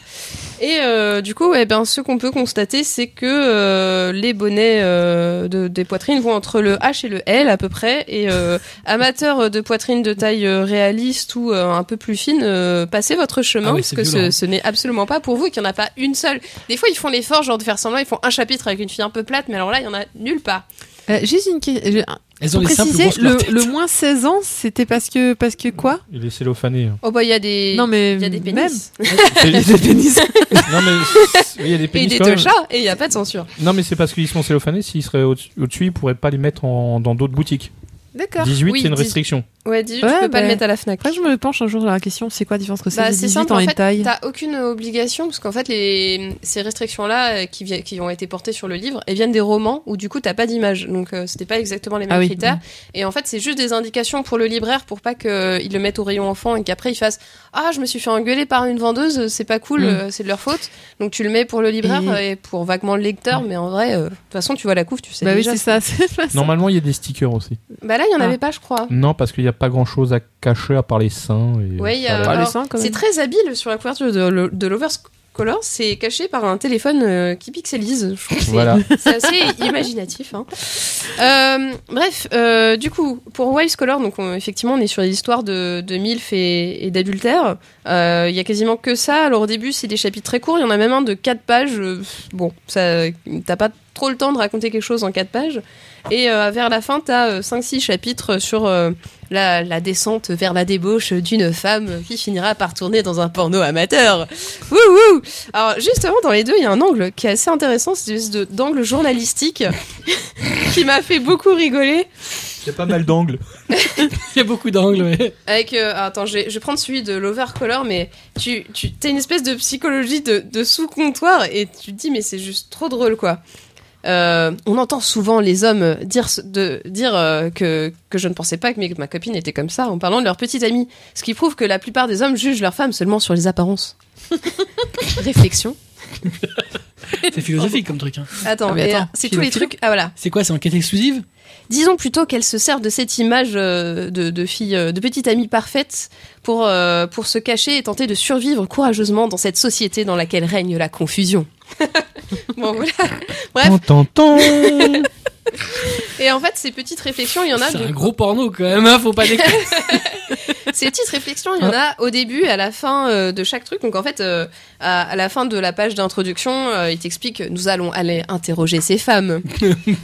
Speaker 3: Et euh, du coup, eh ben, ce qu'on peut constater, c'est que euh, les bonnets euh, de- des poitrines vont entre le H et le L à peu près. Et euh, amateurs de poitrine de taille euh, réaliste ou euh, un peu plus fine, euh, passez votre chemin
Speaker 1: Ah oui,
Speaker 3: parce
Speaker 1: c'est
Speaker 3: que
Speaker 1: violent, hein.
Speaker 3: ce, ce n'est absolument pas pour vous. et Qu'il n'y en a pas une seule. Des fois, ils font l'effort, genre de faire semblant, ils font un chapitre avec une fille un peu plate, mais alors là, il y en a nulle part.
Speaker 2: Euh, juste une question.
Speaker 1: Elles ont
Speaker 2: Pour
Speaker 1: les simples
Speaker 2: préciser,
Speaker 1: grosses
Speaker 2: le,
Speaker 1: leur tête.
Speaker 2: le moins 16 ans, c'était parce que, parce que quoi
Speaker 4: Il est cellophané. hein.
Speaker 3: <laughs> Oh bah, il y a des,
Speaker 2: Non, mais.
Speaker 3: il y a des pénis
Speaker 4: C'est-
Speaker 2: Même. Des pénis.
Speaker 4: <laughs> non mais c'est- oui, il y a des
Speaker 3: et
Speaker 4: pénis
Speaker 3: des
Speaker 4: quand même.
Speaker 3: tochas et il n'y a pas de censure.
Speaker 4: Non mais c'est parce qu'ils sont cellophanés. S'ils seraient au-dessus, au-dessus, ils pourraient pas les mettre en- dans d'autres boutiques.
Speaker 2: D'accord.
Speaker 4: 18
Speaker 3: Oui,
Speaker 4: c'est une
Speaker 3: 10.
Speaker 4: restriction.
Speaker 3: Ouais,
Speaker 2: Ouais,
Speaker 3: dis, tu peux
Speaker 2: bah,
Speaker 3: pas le mettre à la Fnac.
Speaker 2: Après, je me penche un jour sur la question c'est quoi la différence entre 16
Speaker 3: Bah,
Speaker 2: et
Speaker 3: c'est
Speaker 2: 18
Speaker 3: simple,
Speaker 2: en,
Speaker 3: en fait,
Speaker 2: hentai
Speaker 3: T'as aucune obligation, parce qu'en fait, les, ces restrictions-là euh, qui, vi- qui ont été portées sur le livre, elles viennent des romans où du coup, t'as pas d'image. Donc, euh, c'était pas exactement les mêmes
Speaker 2: Ah oui.
Speaker 3: critères. Et en fait, c'est juste des indications pour le libraire pour pas qu'il le mette au rayon enfant et qu'après, il fasse Ah, je me suis fait engueuler par une vendeuse, c'est pas cool,
Speaker 2: Mm.
Speaker 3: euh, c'est de leur faute. Donc, tu le mets pour le libraire
Speaker 2: Et- Ah.
Speaker 3: euh, et, pour vaguement le lecteur, mais en vrai, euh, de toute façon, tu vois la couve, tu sais.
Speaker 2: Bah oui,
Speaker 3: déjà.
Speaker 2: c'est ça. c'est pas ça.
Speaker 4: Normalement il y a des stickers aussi.
Speaker 3: Bah là, il y en
Speaker 2: Ah.
Speaker 3: avait pas, je crois.
Speaker 4: Non parce qu'il n'y a pas grand chose à cacher à part les seins. Et
Speaker 3: Ouais, il y a-
Speaker 4: ça,
Speaker 2: Bah,
Speaker 4: là.
Speaker 2: le
Speaker 3: alors,
Speaker 2: sang, quand
Speaker 3: C'est
Speaker 2: même.
Speaker 3: très habile sur la couverture de, de Lovers Color, c'est caché par un téléphone euh, qui pixelise. Je trouve que c'est-
Speaker 4: Voilà.
Speaker 1: <laughs>
Speaker 3: <laughs> c'est assez imaginatif. hein. Euh, bref, euh, du coup, pour Wives Color, donc on- effectivement, on est sur les histoires de, de MILF et, et d'adultère. Euh, Il y a quasiment que ça. Alors au début, c'est des chapitres très courts. Il y en a même un de 4 pages. Euh, Bon, ça, t'as pas trop le temps de raconter quelque chose en 4 pages. Et euh, vers la fin, t'as 5-6 chapitres sur euh, la, la descente vers la débauche d'une femme qui finira par tourner dans un porno amateur. Wouhou alors justement, dans les deux, il y a un angle qui est assez intéressant, c'est juste de- d'angle journalistique <laughs> qui m'a fait beaucoup rigoler.
Speaker 4: Il y a pas mal d'angles.
Speaker 1: <laughs> Il y a beaucoup d'angles, ouais.
Speaker 3: Avec, euh, attends, je vais, je vais prendre celui de l'overcolor, mais tu, tu as une espèce de psychologie de, de sous-comptoir et tu te dis, mais c'est juste trop drôle, quoi. Euh, on entend souvent les hommes dire, ce- de, dire euh, que, que je ne pensais pas que mes- ma copine était comme ça en parlant de leur petite amie. Ce qui prouve que la plupart des hommes jugent leurs femmes seulement sur les apparences.
Speaker 2: <laughs>
Speaker 3: Réflexion.
Speaker 1: C'est philosophique comme truc. hein.
Speaker 3: Attends,
Speaker 2: Ah, mais
Speaker 3: et,
Speaker 2: attends,
Speaker 3: c'est tous les
Speaker 2: philo-philo.
Speaker 3: trucs. Ah voilà.
Speaker 1: C'est quoi C'est en quête exclusive
Speaker 3: Disons plutôt qu'elle se sert de cette image euh, de, de fille, euh, de petite amie parfaite pour, euh, pour se cacher et tenter de survivre courageusement dans cette société dans laquelle règne la confusion. bon, voilà. Bref. Et en fait, ces petites réflexions, il y en a.
Speaker 1: C'est
Speaker 3: du
Speaker 1: un
Speaker 3: coup-
Speaker 1: gros porno quand même, hein, faut pas
Speaker 3: <laughs>
Speaker 1: déconner.
Speaker 3: Ces petites réflexions, il y en a au début et à la fin euh, de chaque truc. Donc en fait, euh, à, à la fin de la page d'introduction, euh, il t'explique euh, nous allons aller interroger ces femmes.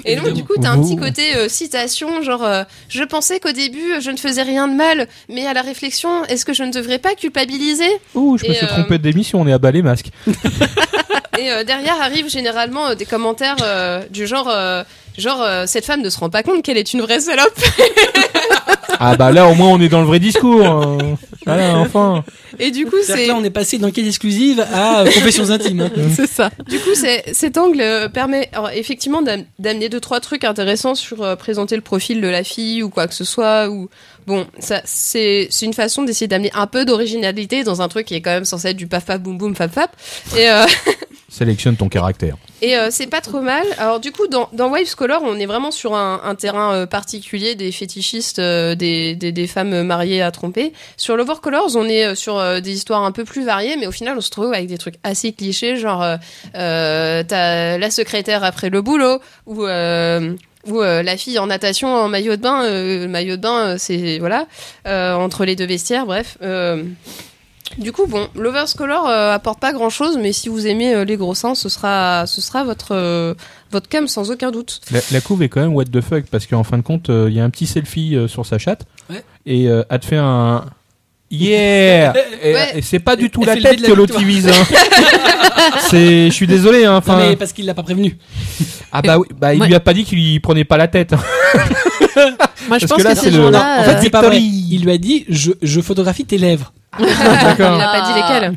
Speaker 3: et donc du coup, t'as un petit côté euh, citation, genre euh, je pensais qu'au début euh, je ne faisais rien de mal, mais à la réflexion, est-ce que je ne devrais pas culpabiliser
Speaker 4: Ouh, je me
Speaker 3: Et,
Speaker 4: suis
Speaker 3: euh,
Speaker 4: trompé d'émission, on est à bas les masques.
Speaker 3: Et euh, derrière arrivent généralement euh, des commentaires euh, du genre, euh, genre euh, cette femme ne se rend pas compte qu'elle est une vraie salope.
Speaker 4: Ah bah là au moins on est dans le vrai discours. hein. Voilà, enfin.
Speaker 3: Et du coup,
Speaker 1: C'est-à-dire
Speaker 3: c'est
Speaker 1: que là, on est passé d'enquête exclusive à <laughs> euh, confessions intimes. hein.
Speaker 2: C'est ça.
Speaker 3: du coup, c'est- cet angle euh, permet alors, effectivement d'am- d'amener deux trois trucs intéressants sur euh, présenter le profil de la fille ou quoi que ce soit. Ou bon, ça c'est c'est une façon d'essayer d'amener un peu d'originalité dans un truc qui est quand même censé être du paf paf boum boum fap fap. Et euh,
Speaker 4: Sélectionne ton caractère.
Speaker 3: Et euh, c'est pas trop mal. Alors du coup, dans, dans Wives Color, on est vraiment sur un, un terrain euh, particulier des fétichistes, euh, des, des, des femmes mariées à tromper. Sur Love Over Colors, on est euh, sur euh, des histoires un peu plus variées, mais au final, on se trouve avec des trucs assez clichés, genre euh, euh, t'as la secrétaire après le boulot, ou euh, ou euh, la fille en natation en maillot de bain. euh, le maillot de bain, euh, c'est voilà euh, entre les deux vestiaires. Bref. Euh, du coup, bon, Lovers Color euh, apporte pas grand chose, mais si vous aimez euh, les gros seins, ce sera, ce sera votre, euh, votre cam sans aucun doute.
Speaker 4: La, la couve est quand même what the fuck parce qu'en fin de compte, euh, il y a un petit selfie euh, sur sa chatte
Speaker 1: Ouais.
Speaker 4: et euh, elle te fait un yeah. <laughs> Et,
Speaker 3: Ouais.
Speaker 4: et c'est pas du tout
Speaker 1: Elle
Speaker 4: la
Speaker 1: fait le dé
Speaker 4: tête
Speaker 1: de la
Speaker 4: que l'autre y vise. hein. c'est, je suis désolé. hein,
Speaker 1: Non,
Speaker 4: Enfin,
Speaker 1: mais parce qu'il l'a pas prévenu.
Speaker 4: ah bah oui, bah il
Speaker 2: Ouais.
Speaker 4: lui a pas dit qu'il lui prenait pas la tête. hein.
Speaker 2: Moi, je
Speaker 4: Parce
Speaker 2: pense
Speaker 4: que
Speaker 2: que,
Speaker 4: là,
Speaker 2: ces
Speaker 4: c'est le-
Speaker 2: gens-là.
Speaker 1: en fait,
Speaker 2: euh,
Speaker 1: c'est pas vrai.
Speaker 4: Victory.
Speaker 1: <laughs> Il lui a dit je, je photographie tes lèvres.
Speaker 3: Il a pas dit lesquels.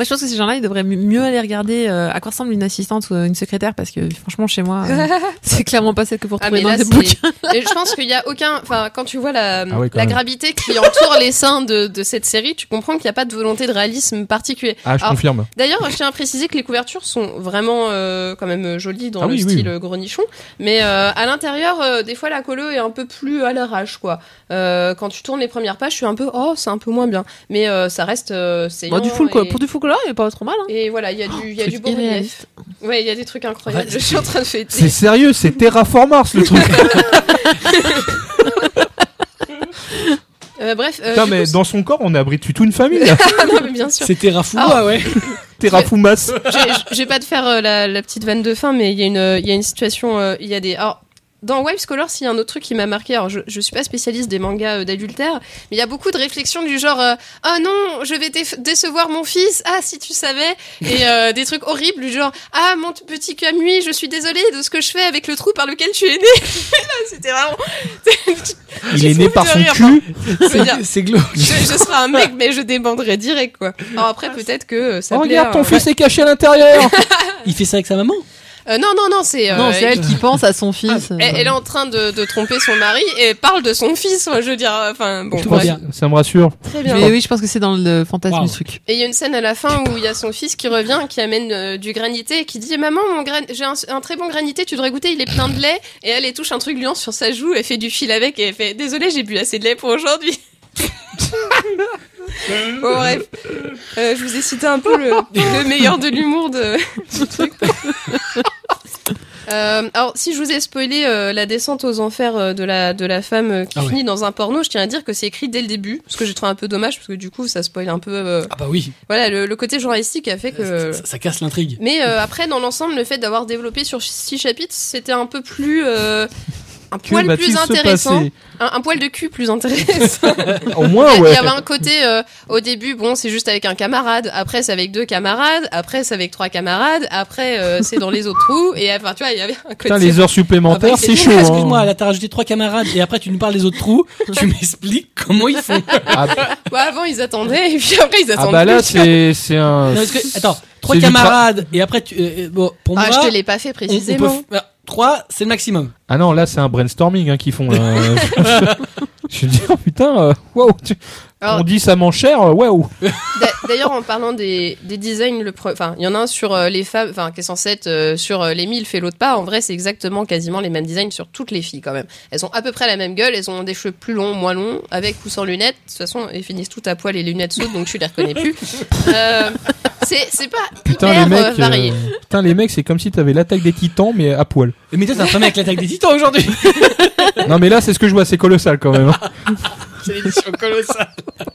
Speaker 2: Moi, je pense que ces gens-là, ils devraient mi- mieux aller regarder euh, à quoi ressemble une assistante ou une secrétaire, parce que franchement, chez moi,
Speaker 3: <laughs>
Speaker 2: euh, c'est clairement pas celle que vous
Speaker 3: Ah,
Speaker 2: retrouvez
Speaker 3: mais là,
Speaker 2: dans des
Speaker 3: c'est-
Speaker 2: bouquins.
Speaker 3: <laughs> Et je pense qu'il y a aucun, enfin, quand tu vois la,
Speaker 4: Ah oui, quand
Speaker 3: la
Speaker 4: même.
Speaker 3: gravité qui entoure les seins de, de cette série, tu comprends qu'il n'y a pas de volonté de réalisme particulier.
Speaker 4: Ah, je
Speaker 3: Ah.
Speaker 4: confirme.
Speaker 3: D'ailleurs, je tiens à préciser que les couvertures sont vraiment euh, quand même jolies dans
Speaker 4: Ah
Speaker 3: le
Speaker 4: oui, oui.
Speaker 3: style euh, grenichon, mais euh, à l'intérieur, euh, des fois la colo est un peu plus à l'arrache, quoi. Euh, quand tu tournes les premières pages, je suis un peu oh, c'est un peu moins bien, mais euh, ça reste euh, c'est.
Speaker 4: Bah,
Speaker 2: Bon, Bah, du full, quoi. Pour du full color, il n'y a pas trop mal. Hein.
Speaker 3: Et voilà, il y a du, il y a
Speaker 2: Truc
Speaker 3: du beau relief.
Speaker 2: irréaliste.
Speaker 3: Ouais, il y a des trucs incroyables.
Speaker 1: Ouais,
Speaker 3: je suis en train de fêter.
Speaker 4: C'est sérieux, c'est Terraform Mars le truc.
Speaker 3: Euh, bref. euh,
Speaker 4: Putain,
Speaker 3: du
Speaker 4: mais
Speaker 3: coup,
Speaker 4: dans son corps, on abrite toute une famille. là.
Speaker 3: c'est- non, mais bien sûr.
Speaker 1: C'était Rafou.
Speaker 3: Ah.
Speaker 4: <laughs>
Speaker 1: ouais.
Speaker 4: Terrafumas.
Speaker 3: J'ai-
Speaker 4: <laughs>
Speaker 3: j'ai- Je vais pas te faire euh, la, la petite vanne de fin, mais il y a une, euh, il y a une situation, euh, il y a des. Alors, dans Wives Color, s'il y a un autre truc qui m'a marqué, alors je, je suis pas spécialiste des mangas euh, d'adultère, mais il y a beaucoup de réflexions du genre euh, Ah non, je vais déf- décevoir mon fils, ah si tu savais, et euh, des trucs horribles du genre Ah mon t- petit Camui, je suis désolée de ce que je fais avec le trou par lequel tu es né. <laughs> Là, C'était vraiment.
Speaker 4: Il est né par
Speaker 3: de
Speaker 4: son
Speaker 3: rire, hein.
Speaker 4: cul.
Speaker 3: Je veux dire,
Speaker 1: <laughs> C'est- C'est glauque.
Speaker 3: je, je serai un mec, mais je débanderai direct quoi. Alors
Speaker 2: Ah,
Speaker 3: après, peut-être que euh, ça.
Speaker 4: Oh,
Speaker 3: plaira,
Speaker 4: regarde,
Speaker 3: hein.
Speaker 4: ton fils est caché à l'intérieur.
Speaker 1: Il fait ça avec sa maman.
Speaker 3: Euh, non, non, non, c'est. euh,
Speaker 2: non, c'est elle qui pense à son fils.
Speaker 3: Ah,
Speaker 2: euh.
Speaker 3: Elle, elle est en train de, de tromper son mari et parle de son fils, moi, je veux dire. euh, Enfin, bon,
Speaker 1: Tout
Speaker 3: bref.
Speaker 1: va bien.
Speaker 4: Ça me rassure.
Speaker 3: Très bien.
Speaker 2: Mais oui, je pense que c'est dans le fantasme
Speaker 1: Waouh.
Speaker 2: du truc.
Speaker 3: Et il y a une scène à la fin où il y a son fils qui revient, qui amène euh, du granité et qui dit Maman, mon gran... j'ai un, un très bon granité, tu devrais goûter, il est plein de lait. Et elle, elle touche un truc gluant sur sa joue, elle fait du fil avec et elle fait Désolée, j'ai bu assez de lait pour aujourd'hui. bon, bref. Euh, je vous ai cité un peu le, le meilleur de l'humour de, du truc. Euh, alors, si je vous ai spoilé euh, la descente aux enfers euh, de, la, de la femme euh, qui
Speaker 1: Ah ouais.
Speaker 3: finit dans un porno, je tiens à dire que c'est écrit dès le début, ce que j'ai trouvé un peu dommage, parce que du coup, ça spoil un peu euh,
Speaker 1: Ah bah oui.
Speaker 3: voilà, le, le côté journalistique a fait que.
Speaker 1: Euh, Ça, ça casse l'intrigue.
Speaker 3: Mais euh, après, dans l'ensemble, le fait d'avoir développé sur six chapitres, c'était un peu plus. euh, un poil plus intéressant. Un, un poil de cul plus intéressant. <laughs>
Speaker 4: Au
Speaker 3: Il y
Speaker 4: moins,
Speaker 3: a-
Speaker 4: Ah ouais.
Speaker 3: Il y avait un côté, euh, au début, bon, c'est juste avec un camarade, après c'est avec deux camarades, après c'est avec trois camarades, après euh, c'est dans les autres trous, et enfin, tu vois, il y avait un côté.
Speaker 4: Putain, les heures supplémentaires,
Speaker 3: Ah bah,
Speaker 4: c'est
Speaker 1: Excuse-
Speaker 4: chaud. hein.
Speaker 1: Excuse-moi, là t'as rajouté trois camarades et après tu nous parles des autres
Speaker 3: <laughs>
Speaker 1: trous. tu m'expliques comment ils font.
Speaker 4: Ah, bah-
Speaker 3: Bon, avant ils attendaient, et puis après ils
Speaker 4: ah
Speaker 3: attendaient.
Speaker 4: bah là,
Speaker 3: plus.
Speaker 4: c'est Ah, c'est un.
Speaker 1: Non, parce que- attends, trois
Speaker 4: du tra-
Speaker 1: camarades et après tu. euh, euh, bon, pour
Speaker 3: Ah,
Speaker 1: moi.
Speaker 3: je te l'ai pas fait
Speaker 1: on- on peut
Speaker 3: précisément.
Speaker 1: f- euh, Trois, c'est le maximum.
Speaker 4: Ah non, là, c'est un brainstorming hein, qu'ils font.
Speaker 1: <laughs>
Speaker 3: <laughs>
Speaker 4: Là. Je veux dire, putain, euh, waouh. tu-
Speaker 3: Alors-
Speaker 4: On dit ça m'en cher, euh, waouh.
Speaker 3: D'a- D'ailleurs, en parlant des, des designs, le pre- enfin, il y en a un sur euh, les femmes, enfin, qui est censé être euh, sur euh, les mille fait l'autre pas. En vrai, c'est exactement quasiment les mêmes designs sur toutes les filles quand même. Elles ont à peu près la même gueule, elles ont des cheveux plus longs, moins longs, avec ou sans lunettes. De toute façon, elles finissent toutes à poil et les lunettes sautent, donc tu les reconnais
Speaker 1: <laughs>
Speaker 3: plus. Euh, c'est c'est pas
Speaker 4: Putain,
Speaker 3: hyper
Speaker 4: les
Speaker 3: euh,
Speaker 4: mecs.
Speaker 3: varié.
Speaker 4: euh, putain, les mecs, c'est comme si t'avais l'attaque des titans, mais à poil.
Speaker 1: Mais toi, t'as un problème avec l'attaque des titans aujourd'hui.
Speaker 4: Non, mais là, c'est ce que je vois, c'est colossal quand même. hein.
Speaker 1: C'est l'édition colossale.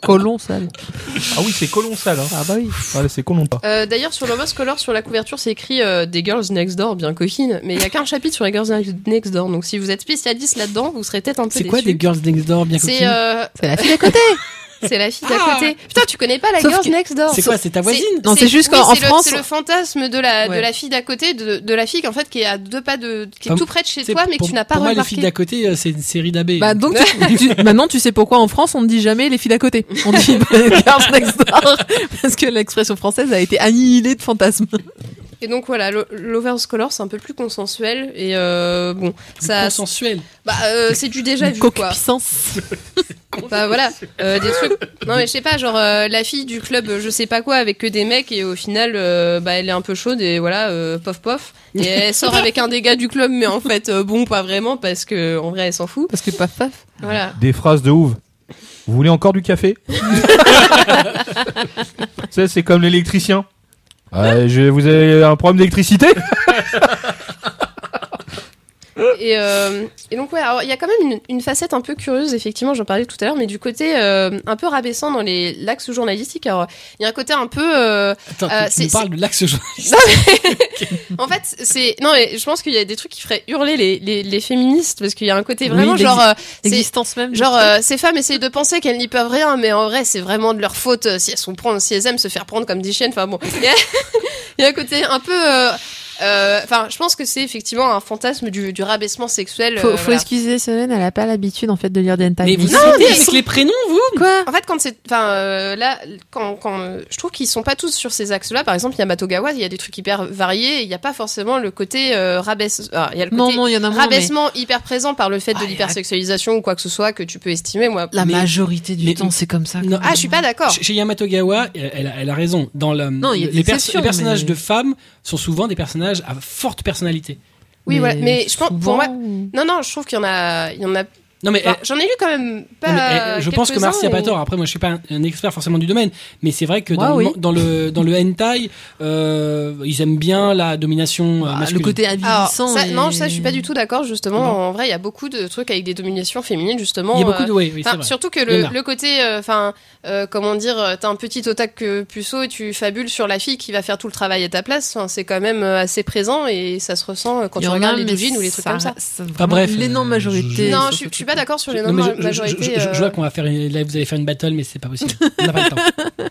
Speaker 2: Colon, ça.
Speaker 4: <laughs> Ah oui, c'est colossal. Hein.
Speaker 2: Ah bah oui.
Speaker 4: Ah, là, c'est colomba.
Speaker 3: Euh, D'ailleurs, sur Love Color, sur la couverture, c'est écrit euh, des Girls Next Door, bien coquines, mais il y a qu'un chapitre sur les Girls Next Door. Donc, si vous êtes spécialiste là-dedans, vous serez peut-être un peu
Speaker 1: C'est quoi
Speaker 3: déçus.
Speaker 1: des girls next door bien
Speaker 3: C'est
Speaker 1: coquines
Speaker 3: euh,
Speaker 2: C'est la fille à côté.
Speaker 3: C'est la fille d'à côté. Putain, tu connais pas la
Speaker 2: Sauf
Speaker 3: Girls
Speaker 2: que-
Speaker 3: Next Door
Speaker 1: C'est quoi, c'est ta voisine
Speaker 2: Non, c'est juste
Speaker 3: oui,
Speaker 2: qu'en- en
Speaker 3: c'est le-
Speaker 2: France-
Speaker 3: c'est le fantasme de la de
Speaker 2: Ouais.
Speaker 3: la fille d'à côté, de, de la fille qu'en fait qui est à deux pas de, qui est
Speaker 1: Enfin,
Speaker 3: tout près de chez
Speaker 1: C'est
Speaker 3: toi, mais que
Speaker 1: pour-
Speaker 3: tu n'as pas
Speaker 1: Pour moi, les
Speaker 3: remarqué.
Speaker 1: filles d'à côté, euh, c'est une série d'abbés.
Speaker 2: Bah donc
Speaker 3: <laughs>
Speaker 2: tu- tu- maintenant tu sais pourquoi en France on ne dit jamais les filles d'à côté. On dit <laughs> Girls Next Door parce que l'expression française a été annihilée de fantasmes.
Speaker 3: Et donc voilà, l'o- l'Over the Color, c'est un peu plus consensuel et euh, bon,
Speaker 1: Plus
Speaker 3: ça,
Speaker 1: consensuel.
Speaker 3: bah, euh, c'est du déjà vu quoi.
Speaker 2: Concupiscence.
Speaker 3: Bah voilà, euh, des trucs. Non mais je sais pas, genre euh, la fille du club, euh, je sais pas quoi, avec que des mecs et au final, euh, bah elle est un peu chaude et voilà, euh, pof pof. Et elle sort avec un des gars du club, mais en fait, euh, bon, pas vraiment parce que en vrai, elle s'en fout.
Speaker 2: Parce que paf paf.
Speaker 3: Voilà.
Speaker 4: Des phrases de ouf. Vous voulez encore du <laughs> café Ça, c'est comme l'électricien. Euh, je, vous avez un problème <laughs> d'électricité
Speaker 3: Et, euh, et donc ouais, alors, il y a quand même une, une facette un peu curieuse, effectivement, j'en parlais tout à l'heure, mais du côté euh, un peu rabaissant dans les l'axe journalistique. Alors il y a un côté un peu euh,
Speaker 1: Attends, tu-
Speaker 3: Euh,
Speaker 1: tu
Speaker 3: c'est-
Speaker 1: nous parles de l'axe
Speaker 3: <laughs>
Speaker 1: jaune.
Speaker 3: En fait, c'est non mais je pense qu'il y a des trucs qui feraient hurler les, les, les féministes parce qu'il y a un côté vraiment
Speaker 2: Oui,
Speaker 3: genre euh, c'est
Speaker 2: L'existence même.
Speaker 3: genre euh, ces femmes essayent de penser qu'elles n'y peuvent rien mais en vrai c'est vraiment de leur faute euh, si elles sont prendre si elles aiment se faire prendre comme des chiennes enfin bon il y a- <laughs> il y a un côté un peu euh, euh, enfin je pense que c'est effectivement un fantasme du, du rabaissement sexuel
Speaker 2: faut,
Speaker 3: euh,
Speaker 2: faut
Speaker 3: voilà.
Speaker 2: excuser Solène, elle a pas l'habitude en fait de lire des hentai.
Speaker 1: Mais vous
Speaker 2: Non,
Speaker 1: sautez
Speaker 3: mais
Speaker 1: avec
Speaker 3: ils sont-
Speaker 1: les prénoms, vous
Speaker 2: quoi
Speaker 3: En fait, quand c'est, enfin euh, là, quand, quand euh, je trouve qu'ils sont pas tous sur ces axes-là. Par exemple, il y a Matogawa, il y a des trucs hyper variés. et Il n'y a pas forcément le côté euh, rabaisse. ah, Il y a le côté
Speaker 2: Non non, il y en a moins. mais
Speaker 3: rabaissement hyper présent par le fait de
Speaker 2: Ah,
Speaker 3: l'hypersexualisation ou quoi que ce soit que tu peux estimer moi
Speaker 2: La
Speaker 1: Mais-
Speaker 2: majorité du
Speaker 1: mais-
Speaker 2: temps c'est comme ça.
Speaker 1: Non.
Speaker 3: ah je suis pas d'accord
Speaker 1: Chez chez Yamatogawa, elle, elle a- elle a raison. Dans la,
Speaker 2: il y a des
Speaker 1: les, pers-
Speaker 2: exceptions,
Speaker 1: les personnages
Speaker 2: mais-
Speaker 1: de femmes sont souvent des personnages à forte personnalité.
Speaker 3: oui voilà mais je pense pour moi
Speaker 2: moi.
Speaker 3: non non je trouve qu'il y en a il y en a
Speaker 1: Non mais,
Speaker 3: enfin,
Speaker 1: eh,
Speaker 3: j'en ai lu quand même pas euh,
Speaker 1: non, mais, eh, je pense que
Speaker 3: quelques-uns,
Speaker 1: Marcia n'a
Speaker 3: mais-
Speaker 1: pas tort. Après, moi, je suis pas un, un expert forcément du domaine, mais c'est vrai que
Speaker 2: Moi,
Speaker 1: dans,
Speaker 2: oui.
Speaker 1: le, dans le dans le hentai, euh, ils aiment bien la domination euh,
Speaker 3: Bah,
Speaker 2: le
Speaker 1: masculine.
Speaker 2: côté
Speaker 3: Alors,
Speaker 2: avilissant.
Speaker 3: ça,
Speaker 2: et-
Speaker 3: non ça je suis pas du tout d'accord justement
Speaker 1: Non.
Speaker 3: en vrai il y a beaucoup de trucs avec des dominations féminines justement
Speaker 1: Il y a
Speaker 3: euh,
Speaker 1: beaucoup de ouais, oui, c'est
Speaker 3: Enfin,
Speaker 1: vrai.
Speaker 3: surtout que
Speaker 1: Il y
Speaker 3: le,
Speaker 1: en a.
Speaker 3: le côté, euh, enfin, comment dire, euh, t'as un petit otac euh, puceau et tu fabules sur la fille qui va faire tout le travail à ta place. Enfin, c'est quand même euh, assez présent et ça se ressent euh, quand
Speaker 2: Il y
Speaker 3: tu
Speaker 2: en a,
Speaker 3: regardes les
Speaker 2: mais
Speaker 3: doujines ou les trucs comme ça.
Speaker 1: Ah, bref,
Speaker 2: L'énorme
Speaker 1: euh,
Speaker 2: majorité.
Speaker 1: je-
Speaker 3: Non,
Speaker 2: sur
Speaker 3: je,
Speaker 2: ce
Speaker 3: suis- je suis
Speaker 2: truc.
Speaker 3: pas d'accord sur
Speaker 1: Je-
Speaker 3: les
Speaker 1: non, mais je- je-
Speaker 3: majorité. euh,
Speaker 1: je- je- je- je vois qu'on va faire une- là vous allez faire une battle mais c'est pas
Speaker 3: <laughs>
Speaker 1: possible. On n'a pas le temps.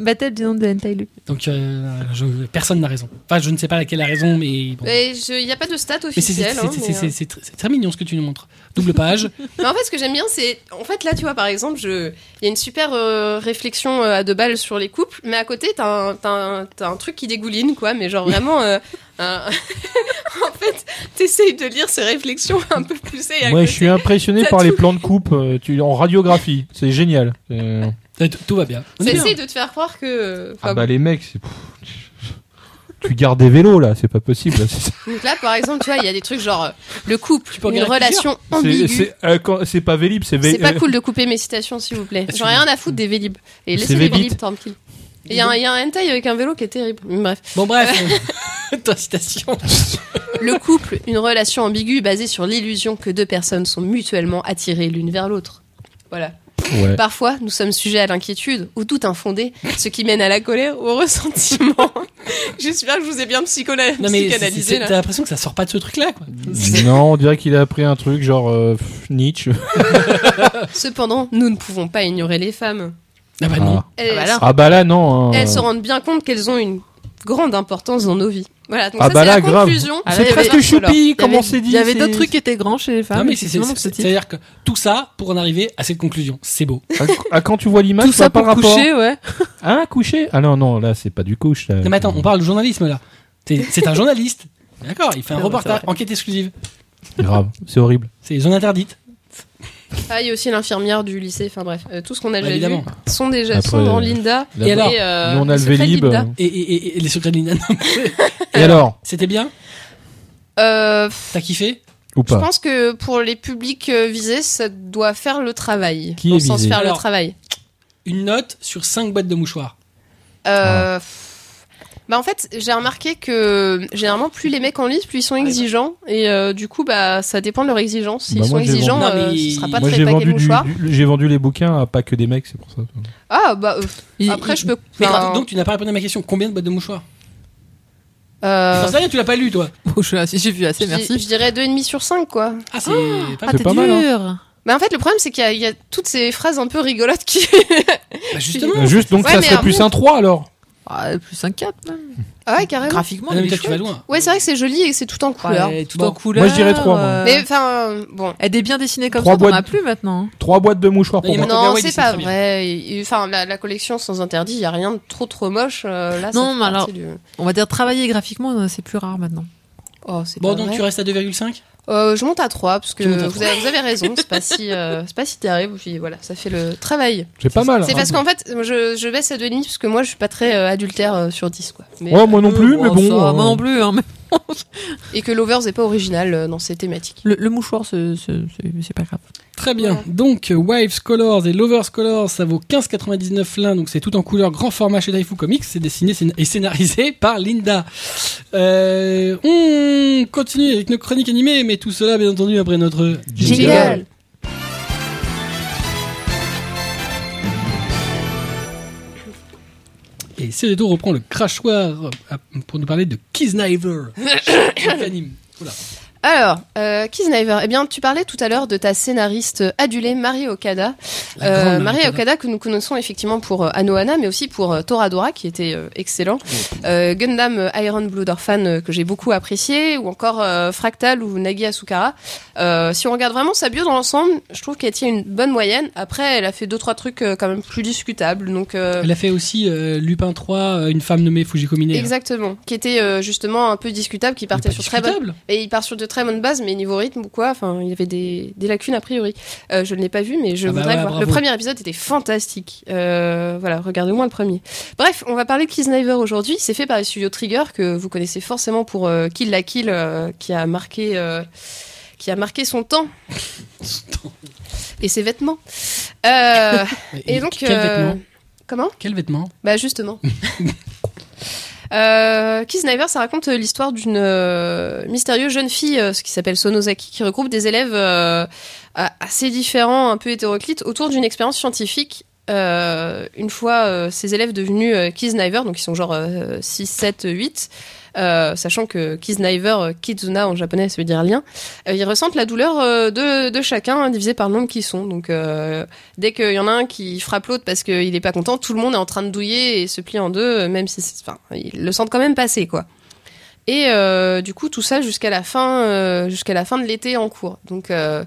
Speaker 2: Battle du nombre de hentai lu.
Speaker 1: Donc euh, je- personne n'a raison. Enfin je ne sais pas laquelle a raison mais bon.
Speaker 3: il n'y a pas de stats
Speaker 1: Mais c'est- c'est-
Speaker 3: officielles. hein,
Speaker 1: c'est-
Speaker 3: mais,
Speaker 1: c'est
Speaker 3: euh,
Speaker 1: c'est- c'est tr- c'est très mignon ce que tu nous montres. Double
Speaker 3: <laughs>
Speaker 1: page.
Speaker 3: Mais en fait, ce que j'aime bien, c'est. En fait, là, tu vois, par exemple, je... il y a une super euh, réflexion euh, à deux balles sur les couples, mais à côté, t'as un, t'as un, t'as un truc qui dégouline, quoi. Mais genre, vraiment. euh, <laughs> un- en fait, t'essayes de lire ces réflexions un peu poussées. à
Speaker 4: Moi,
Speaker 3: côté.
Speaker 4: je suis impressionné
Speaker 3: T'as
Speaker 4: par
Speaker 3: tout.
Speaker 4: les plans de coupe euh, tu- en radiographie. C'est génial. Euh,
Speaker 1: Euh, t- Tout va bien. On est bien.
Speaker 3: T'essayes de te faire croire que. euh, enfin,
Speaker 4: ah bah les mecs, c'est- pff, tu gardes des vélos là, c'est pas <laughs> possible. là, c'est-
Speaker 3: bon. Donc là, par exemple, tu vois, il y a des trucs genre euh, le couple,
Speaker 1: peux en
Speaker 3: une
Speaker 1: regarder
Speaker 3: relation
Speaker 4: C'est
Speaker 3: ambiguë.
Speaker 4: c'est, euh, quand- c'est pas Vélib, c'est
Speaker 3: C'est
Speaker 4: Vé-
Speaker 3: pas
Speaker 4: euh,
Speaker 3: cool de couper mes citations, s'il vous plaît. J'en ai rien à foutre des E Vélib. Et
Speaker 4: E. C'est E
Speaker 3: laissez les E
Speaker 4: Vélib.
Speaker 3: Vélib tranquilles. Et Il y, a un- il y a un hentai avec un vélo qui est terrible. Mais Bref.
Speaker 1: Bon
Speaker 3: <laughs>
Speaker 1: bref, euh, ta citation.
Speaker 3: Le couple, une relation ambiguë basée sur l'illusion que deux personnes sont mutuellement attirées l'une vers l'autre. Voilà.
Speaker 4: Ouais.
Speaker 3: Parfois, nous sommes sujets à l'inquiétude ou doute infondé, ce qui mène à la colère ou au ressentiment. <laughs> J'espère que je vous ai bien psychola-
Speaker 1: Non mais c'est- c'est-
Speaker 3: psychanalysé
Speaker 1: c'est-
Speaker 3: là.
Speaker 1: t'as l'impression que ça sort pas de ce truc là quoi.
Speaker 4: Non, on dirait qu'il a appris un truc genre euh, pff, Nietzsche.
Speaker 3: Cependant, nous ne pouvons pas ignorer les femmes.
Speaker 1: Ah bah non.
Speaker 3: Elles,
Speaker 2: Ah bah là.
Speaker 4: Ah bah là non. hein.
Speaker 3: elles se rendent bien compte qu'elles ont une grande importance dans nos vies. Voilà, donc
Speaker 4: Ah
Speaker 3: ça
Speaker 4: bah
Speaker 3: c'est la
Speaker 4: là, grave.
Speaker 3: conclusion. Eh ben,
Speaker 2: Ah là, il
Speaker 4: C'est
Speaker 2: y avait-
Speaker 4: presque choupi,
Speaker 2: Il y avait-
Speaker 4: comment c'est dit.
Speaker 2: Il y avait
Speaker 4: c'est-
Speaker 2: d'autres trucs qui étaient grands chez les femmes.
Speaker 1: Non mais c'est- c'est-
Speaker 2: effectivement,
Speaker 1: c'est-
Speaker 2: petit.
Speaker 1: c'est-à-dire que tout ça pour en arriver à cette conclusion. C'est beau.
Speaker 4: Ah, quand tu vois l'image,
Speaker 2: Tout
Speaker 4: tu vois
Speaker 2: ça
Speaker 4: pas
Speaker 2: pour
Speaker 4: le rapport.
Speaker 2: coucher, ouais.
Speaker 4: Hein, coucher Ah non, non, là c'est pas du couche. là.
Speaker 1: Non mais attends, on parle de journalisme là. C'est- C'est un journaliste. D'accord, il fait un
Speaker 2: Non,
Speaker 1: reportage,
Speaker 2: c'est
Speaker 1: enquête exclusive.
Speaker 4: Grave, c'est horrible.
Speaker 1: C'est zone interdite.
Speaker 3: Ah, il y a aussi l'infirmière du lycée, enfin bref, euh, tout ce qu'on a
Speaker 1: Bah,
Speaker 3: déjà vu
Speaker 1: évidemment.
Speaker 3: sont déjà
Speaker 4: Après,
Speaker 3: sont dans
Speaker 4: euh,
Speaker 3: Linda.
Speaker 1: Et alors
Speaker 3: et, euh,
Speaker 4: Nous, on a le
Speaker 3: secret de
Speaker 4: Vélib.
Speaker 3: Linda.
Speaker 1: Et, et- et- et les secrets de Linda. non.
Speaker 4: Et alors
Speaker 1: <laughs> C'était bien
Speaker 3: Euh,
Speaker 1: T'as kiffé
Speaker 4: Ou
Speaker 3: Je
Speaker 4: pas
Speaker 3: pense que pour les publics euh, visés, ça doit faire le travail.
Speaker 4: Qui
Speaker 3: Dans
Speaker 4: est
Speaker 3: le sens
Speaker 4: visé
Speaker 3: faire
Speaker 1: Alors-
Speaker 3: le travail.
Speaker 1: Une note sur 5 boîtes de mouchoirs.
Speaker 4: Ah.
Speaker 3: Euh, Bah en fait, j'ai remarqué que généralement, plus les mecs en lisent, plus ils
Speaker 1: Ah,
Speaker 3: sont exigeants. Et euh, du coup, bah ça dépend de leur exigence. S'ils
Speaker 4: Bah,
Speaker 3: sont
Speaker 4: moi, j'ai
Speaker 3: exigeants,
Speaker 1: vendu-
Speaker 3: euh,
Speaker 1: Non, mais
Speaker 3: ce sera pas
Speaker 4: Moi
Speaker 3: très
Speaker 4: j'ai
Speaker 3: paquet de
Speaker 4: vendu, du-
Speaker 3: mouchoirs.
Speaker 4: du- j'ai vendu les bouquins à pas que des mecs, c'est pour ça.
Speaker 3: Ah bah euh,
Speaker 2: Il-
Speaker 3: après,
Speaker 2: il- <laughs>
Speaker 3: je peux.
Speaker 1: Mais
Speaker 3: enfin,
Speaker 1: donc tu n'as pas répondu à ma question. Combien de boîtes de mouchoirs
Speaker 3: euh,
Speaker 1: J'en sais rien, tu l'as pas lu toi.
Speaker 2: Oh, je suis- j'ai vu assez,
Speaker 3: je,
Speaker 2: merci.
Speaker 3: je dirais 2,5 sur 5 quoi.
Speaker 1: Ah c'est
Speaker 2: Ah,
Speaker 1: pas
Speaker 4: c'est
Speaker 2: t'es
Speaker 4: pas mal,
Speaker 2: dur.
Speaker 3: Bah, en fait, le problème, c'est qu'il y, a- il y a toutes ces phrases un peu rigolotes qui. <laughs>
Speaker 1: Bah, justement.
Speaker 4: Euh, Juste, donc
Speaker 3: Ouais,
Speaker 4: ça
Speaker 3: mais
Speaker 4: serait
Speaker 3: un
Speaker 4: plus
Speaker 3: bon-
Speaker 4: un 3 alors.
Speaker 2: Ah, plus un 4 même.
Speaker 3: ah ouais, carrément.
Speaker 2: Graphiquement,
Speaker 1: Ah, non,
Speaker 2: il
Speaker 1: mais
Speaker 2: est
Speaker 1: toi, tu vas
Speaker 2: chouette.
Speaker 1: loin.
Speaker 3: Ouais, c'est vrai que c'est joli et que c'est tout en couleur.
Speaker 2: Ouais, tout
Speaker 1: Bon.
Speaker 2: en couleur.
Speaker 4: Moi, je dirais trois, moi.
Speaker 2: euh,
Speaker 3: Mais enfin, euh, bon.
Speaker 2: Elle est bien dessinée comme
Speaker 4: Trois
Speaker 2: ça, on en a
Speaker 4: boîtes.
Speaker 2: plus maintenant.
Speaker 4: Trois boîtes de mouchoirs
Speaker 1: Non,
Speaker 4: pour
Speaker 1: il y a
Speaker 4: moi.
Speaker 3: Non,
Speaker 1: Motorola, il
Speaker 3: c'est
Speaker 1: dessine
Speaker 3: pas
Speaker 1: très bien.
Speaker 3: vrai. Il- il- Enfin, la, la collection sans interdit, il y a rien de trop trop moche. euh, là, ça
Speaker 2: Non,
Speaker 3: fait
Speaker 2: mais
Speaker 3: partie
Speaker 2: alors-
Speaker 3: du-
Speaker 2: On va dire travailler graphiquement, euh, c'est plus rare maintenant.
Speaker 3: Oh, c'est
Speaker 1: Bon,
Speaker 3: pas
Speaker 1: donc
Speaker 3: vrai.
Speaker 1: tu restes à 2,5
Speaker 3: Euh, je monte à 3 parce que
Speaker 1: Tu montes à
Speaker 3: vous, avez, vous avez raison,
Speaker 1: <laughs>
Speaker 3: c'est pas si euh, c'est pas si terrible. Puis voilà, ça fait le travail.
Speaker 4: C'est pas mal.
Speaker 3: C'est
Speaker 4: hein.
Speaker 3: parce qu'en fait, je, je baisse à 2,5 parce que moi, je suis pas très euh, adultère euh, sur 10 quoi. Mais-
Speaker 4: Ouais, moi non plus,
Speaker 2: Euh,
Speaker 4: mais
Speaker 2: bon,
Speaker 4: bon.
Speaker 2: ça,
Speaker 4: euh,
Speaker 2: Moi non plus. hein, mais
Speaker 3: Et que l'overs n'est pas original euh, dans ses thématiques.
Speaker 2: Le, le mouchoir, c'est- c'est c'est- c'est pas grave.
Speaker 1: Très bien.
Speaker 3: Ouais.
Speaker 1: Donc, euh, Wives Colors et Lovers Colors, ça vaut 15,99 l'un. Donc, c'est tout en couleur, grand format chez Daifu Comics. C'est dessiné scén- et scénarisé <laughs> par Linda. Euh, on continue avec nos chroniques animées, mais tout cela, bien entendu, après notre
Speaker 4: Jingle. Jingle.
Speaker 1: Et Cédéto reprend le crachoir euh, pour nous parler de Kisniver. Anime. Oula.
Speaker 3: Alors, euh, Kisniver, eh bien, tu parlais tout à l'heure de ta scénariste adulée, Marie Okada.
Speaker 1: La grande Marie
Speaker 3: Euh, Marie
Speaker 1: Okada.
Speaker 3: Okada, que nous connaissons effectivement pour euh, Anohana, mais aussi pour euh, Toradora, qui était euh, excellent. Euh, Gundam euh, Iron Blood Orphan, euh, que j'ai beaucoup apprécié, ou encore euh, Fractal ou Nagi Asukara. Euh, si on regarde vraiment sa bio dans l'ensemble, je trouve qu'elle tient une bonne moyenne. Après, elle a fait deux, trois trucs euh, quand même plus discutables. Donc, euh,
Speaker 1: Elle a fait aussi euh, Lupin 3, euh, une femme nommée Fujiko Mine.
Speaker 3: Exactement, qui était euh, justement un peu discutable, qui partait sur très bonne
Speaker 1: bonne.
Speaker 3: Et il part sur de très bonnes bases, mais niveau rythme ou quoi, enfin, il y avait des, des lacunes a priori. Euh, je ne l'ai pas vu, mais je
Speaker 1: Ah bah
Speaker 3: voudrais
Speaker 1: ouais,
Speaker 3: le voir. Le
Speaker 1: bravo.
Speaker 3: premier épisode était fantastique. Euh, voilà, regardez au moins le premier. Bref, on va parler de Kisniver aujourd'hui. C'est fait par les studios Trigger, que vous connaissez forcément pour euh, Kill la Kill, euh, qui a marqué... euh, qui a marqué
Speaker 1: <laughs>
Speaker 3: son temps et ses vêtements. Euh,
Speaker 1: <laughs>
Speaker 3: et, donc,
Speaker 1: quel
Speaker 3: euh,
Speaker 1: vêtement
Speaker 3: comment
Speaker 1: Quel vêtement
Speaker 3: bah justement. Euh, Kisniver, ça raconte euh, l'histoire d'une euh, mystérieuse jeune fille, euh, ce qui s'appelle Sonozaki, qui regroupe des élèves euh, a- assez différents, un peu hétéroclites, autour d'une expérience scientifique. Euh, une fois euh, ces élèves devenus euh, Kisniver, donc ils sont genre euh, 6, 7, 8, euh, sachant que Kisniver, euh, Kizuna en japonais, ça veut dire lien, euh, ils ressentent la douleur euh, de, de chacun, hein, divisé par le nombre qu'ils sont. Donc euh, dès qu'il y en a un qui frappe l'autre parce qu'il n'est pas content, tout le monde est en train de douiller et se plie en deux, euh, même si c'est- enfin, ils le sentent quand même passer, quoi. Et euh, du coup, tout ça jusqu'à la fin, euh, jusqu'à la fin de l'été en cours. Donc, euh,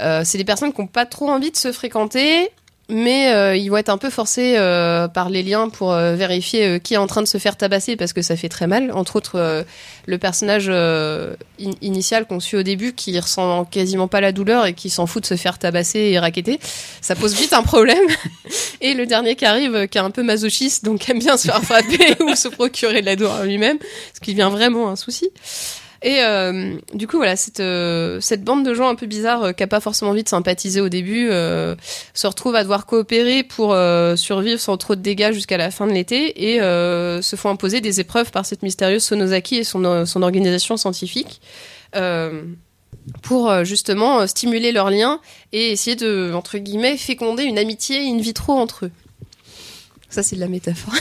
Speaker 3: euh, c'est des personnes qui n'ont pas trop envie de se fréquenter, mais euh, ils vont être un peu forcés euh, par les liens pour euh, vérifier euh, qui est en train de se faire tabasser parce que ça fait très mal. Entre autres, euh, le personnage euh, in- initial qu'on suit au début qui ressent quasiment pas la douleur et qui s'en fout de se faire tabasser et raqueter ça pose vite un problème. <laughs> Et le dernier qui arrive, euh, qui est un peu masochiste, donc qui aime bien se faire frapper <laughs> ou se procurer de la douleur lui-même, ce qui devient vraiment un souci. Et euh, du coup, voilà, cette, euh, cette bande de gens un peu bizarres euh, qui n'a pas forcément envie de sympathiser au début euh, se retrouve à devoir coopérer pour euh, survivre sans trop de dégâts jusqu'à la fin de l'été et euh, se font imposer des épreuves par cette mystérieuse Sonozaki et son, euh, son organisation scientifique euh, pour euh, justement euh, stimuler leurs liens et essayer de, entre guillemets, féconder une amitié in vitro entre eux. Ça, c'est de la métaphore.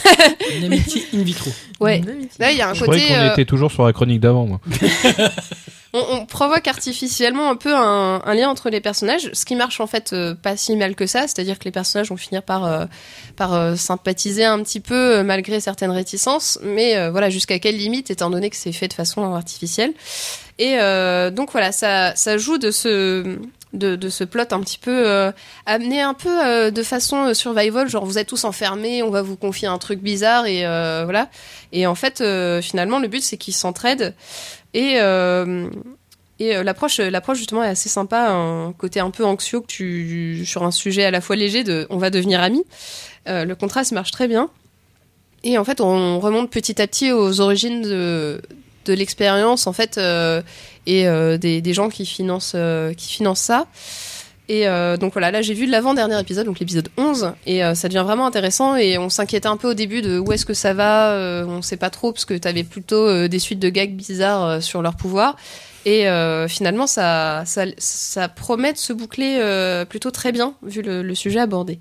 Speaker 1: Une amitié in vitro.
Speaker 3: Ouais. Là, il y a un
Speaker 4: Je
Speaker 3: côté.
Speaker 4: croyais qu'on
Speaker 3: euh,
Speaker 4: était toujours sur la chronique d'avant, moi.
Speaker 3: on, on provoque artificiellement un peu un, un lien entre les personnages, ce qui marche en fait euh, pas si mal que ça, c'est-à-dire que les personnages vont finir par, euh, par euh, sympathiser un petit peu euh, malgré certaines réticences, mais euh, voilà, jusqu'à quelle limite, étant donné que c'est fait de façon artificielle. Et euh, donc voilà, ça, ça joue de ce. De, de ce plot un petit peu euh, amené un peu euh, de façon euh, survival genre vous êtes tous enfermés on va vous confier un truc bizarre et euh, voilà et en fait euh, finalement le but c'est qu'ils s'entraident et euh, et euh, l'approche, euh, l'approche justement est assez sympa, un côté un peu anxio que tu sur un sujet à la fois léger de on va devenir amis. Euh, le contraste marche très bien. Et en fait, on remonte petit à petit aux origines de, de l'expérience en fait euh, et euh, des, des gens qui financent euh, qui financent ça. Et euh, donc voilà, là j'ai vu l'avant-dernier épisode, donc l'épisode 11, et euh, ça devient vraiment intéressant. Et on s'inquiétait un peu au début de où est-ce que ça va, euh, on sait pas trop, parce que t'avais plutôt euh, des suites de gags bizarres euh, sur leur pouvoir. Et euh, finalement, ça, ça, ça promet de se boucler euh, plutôt très bien, vu le, le sujet abordé.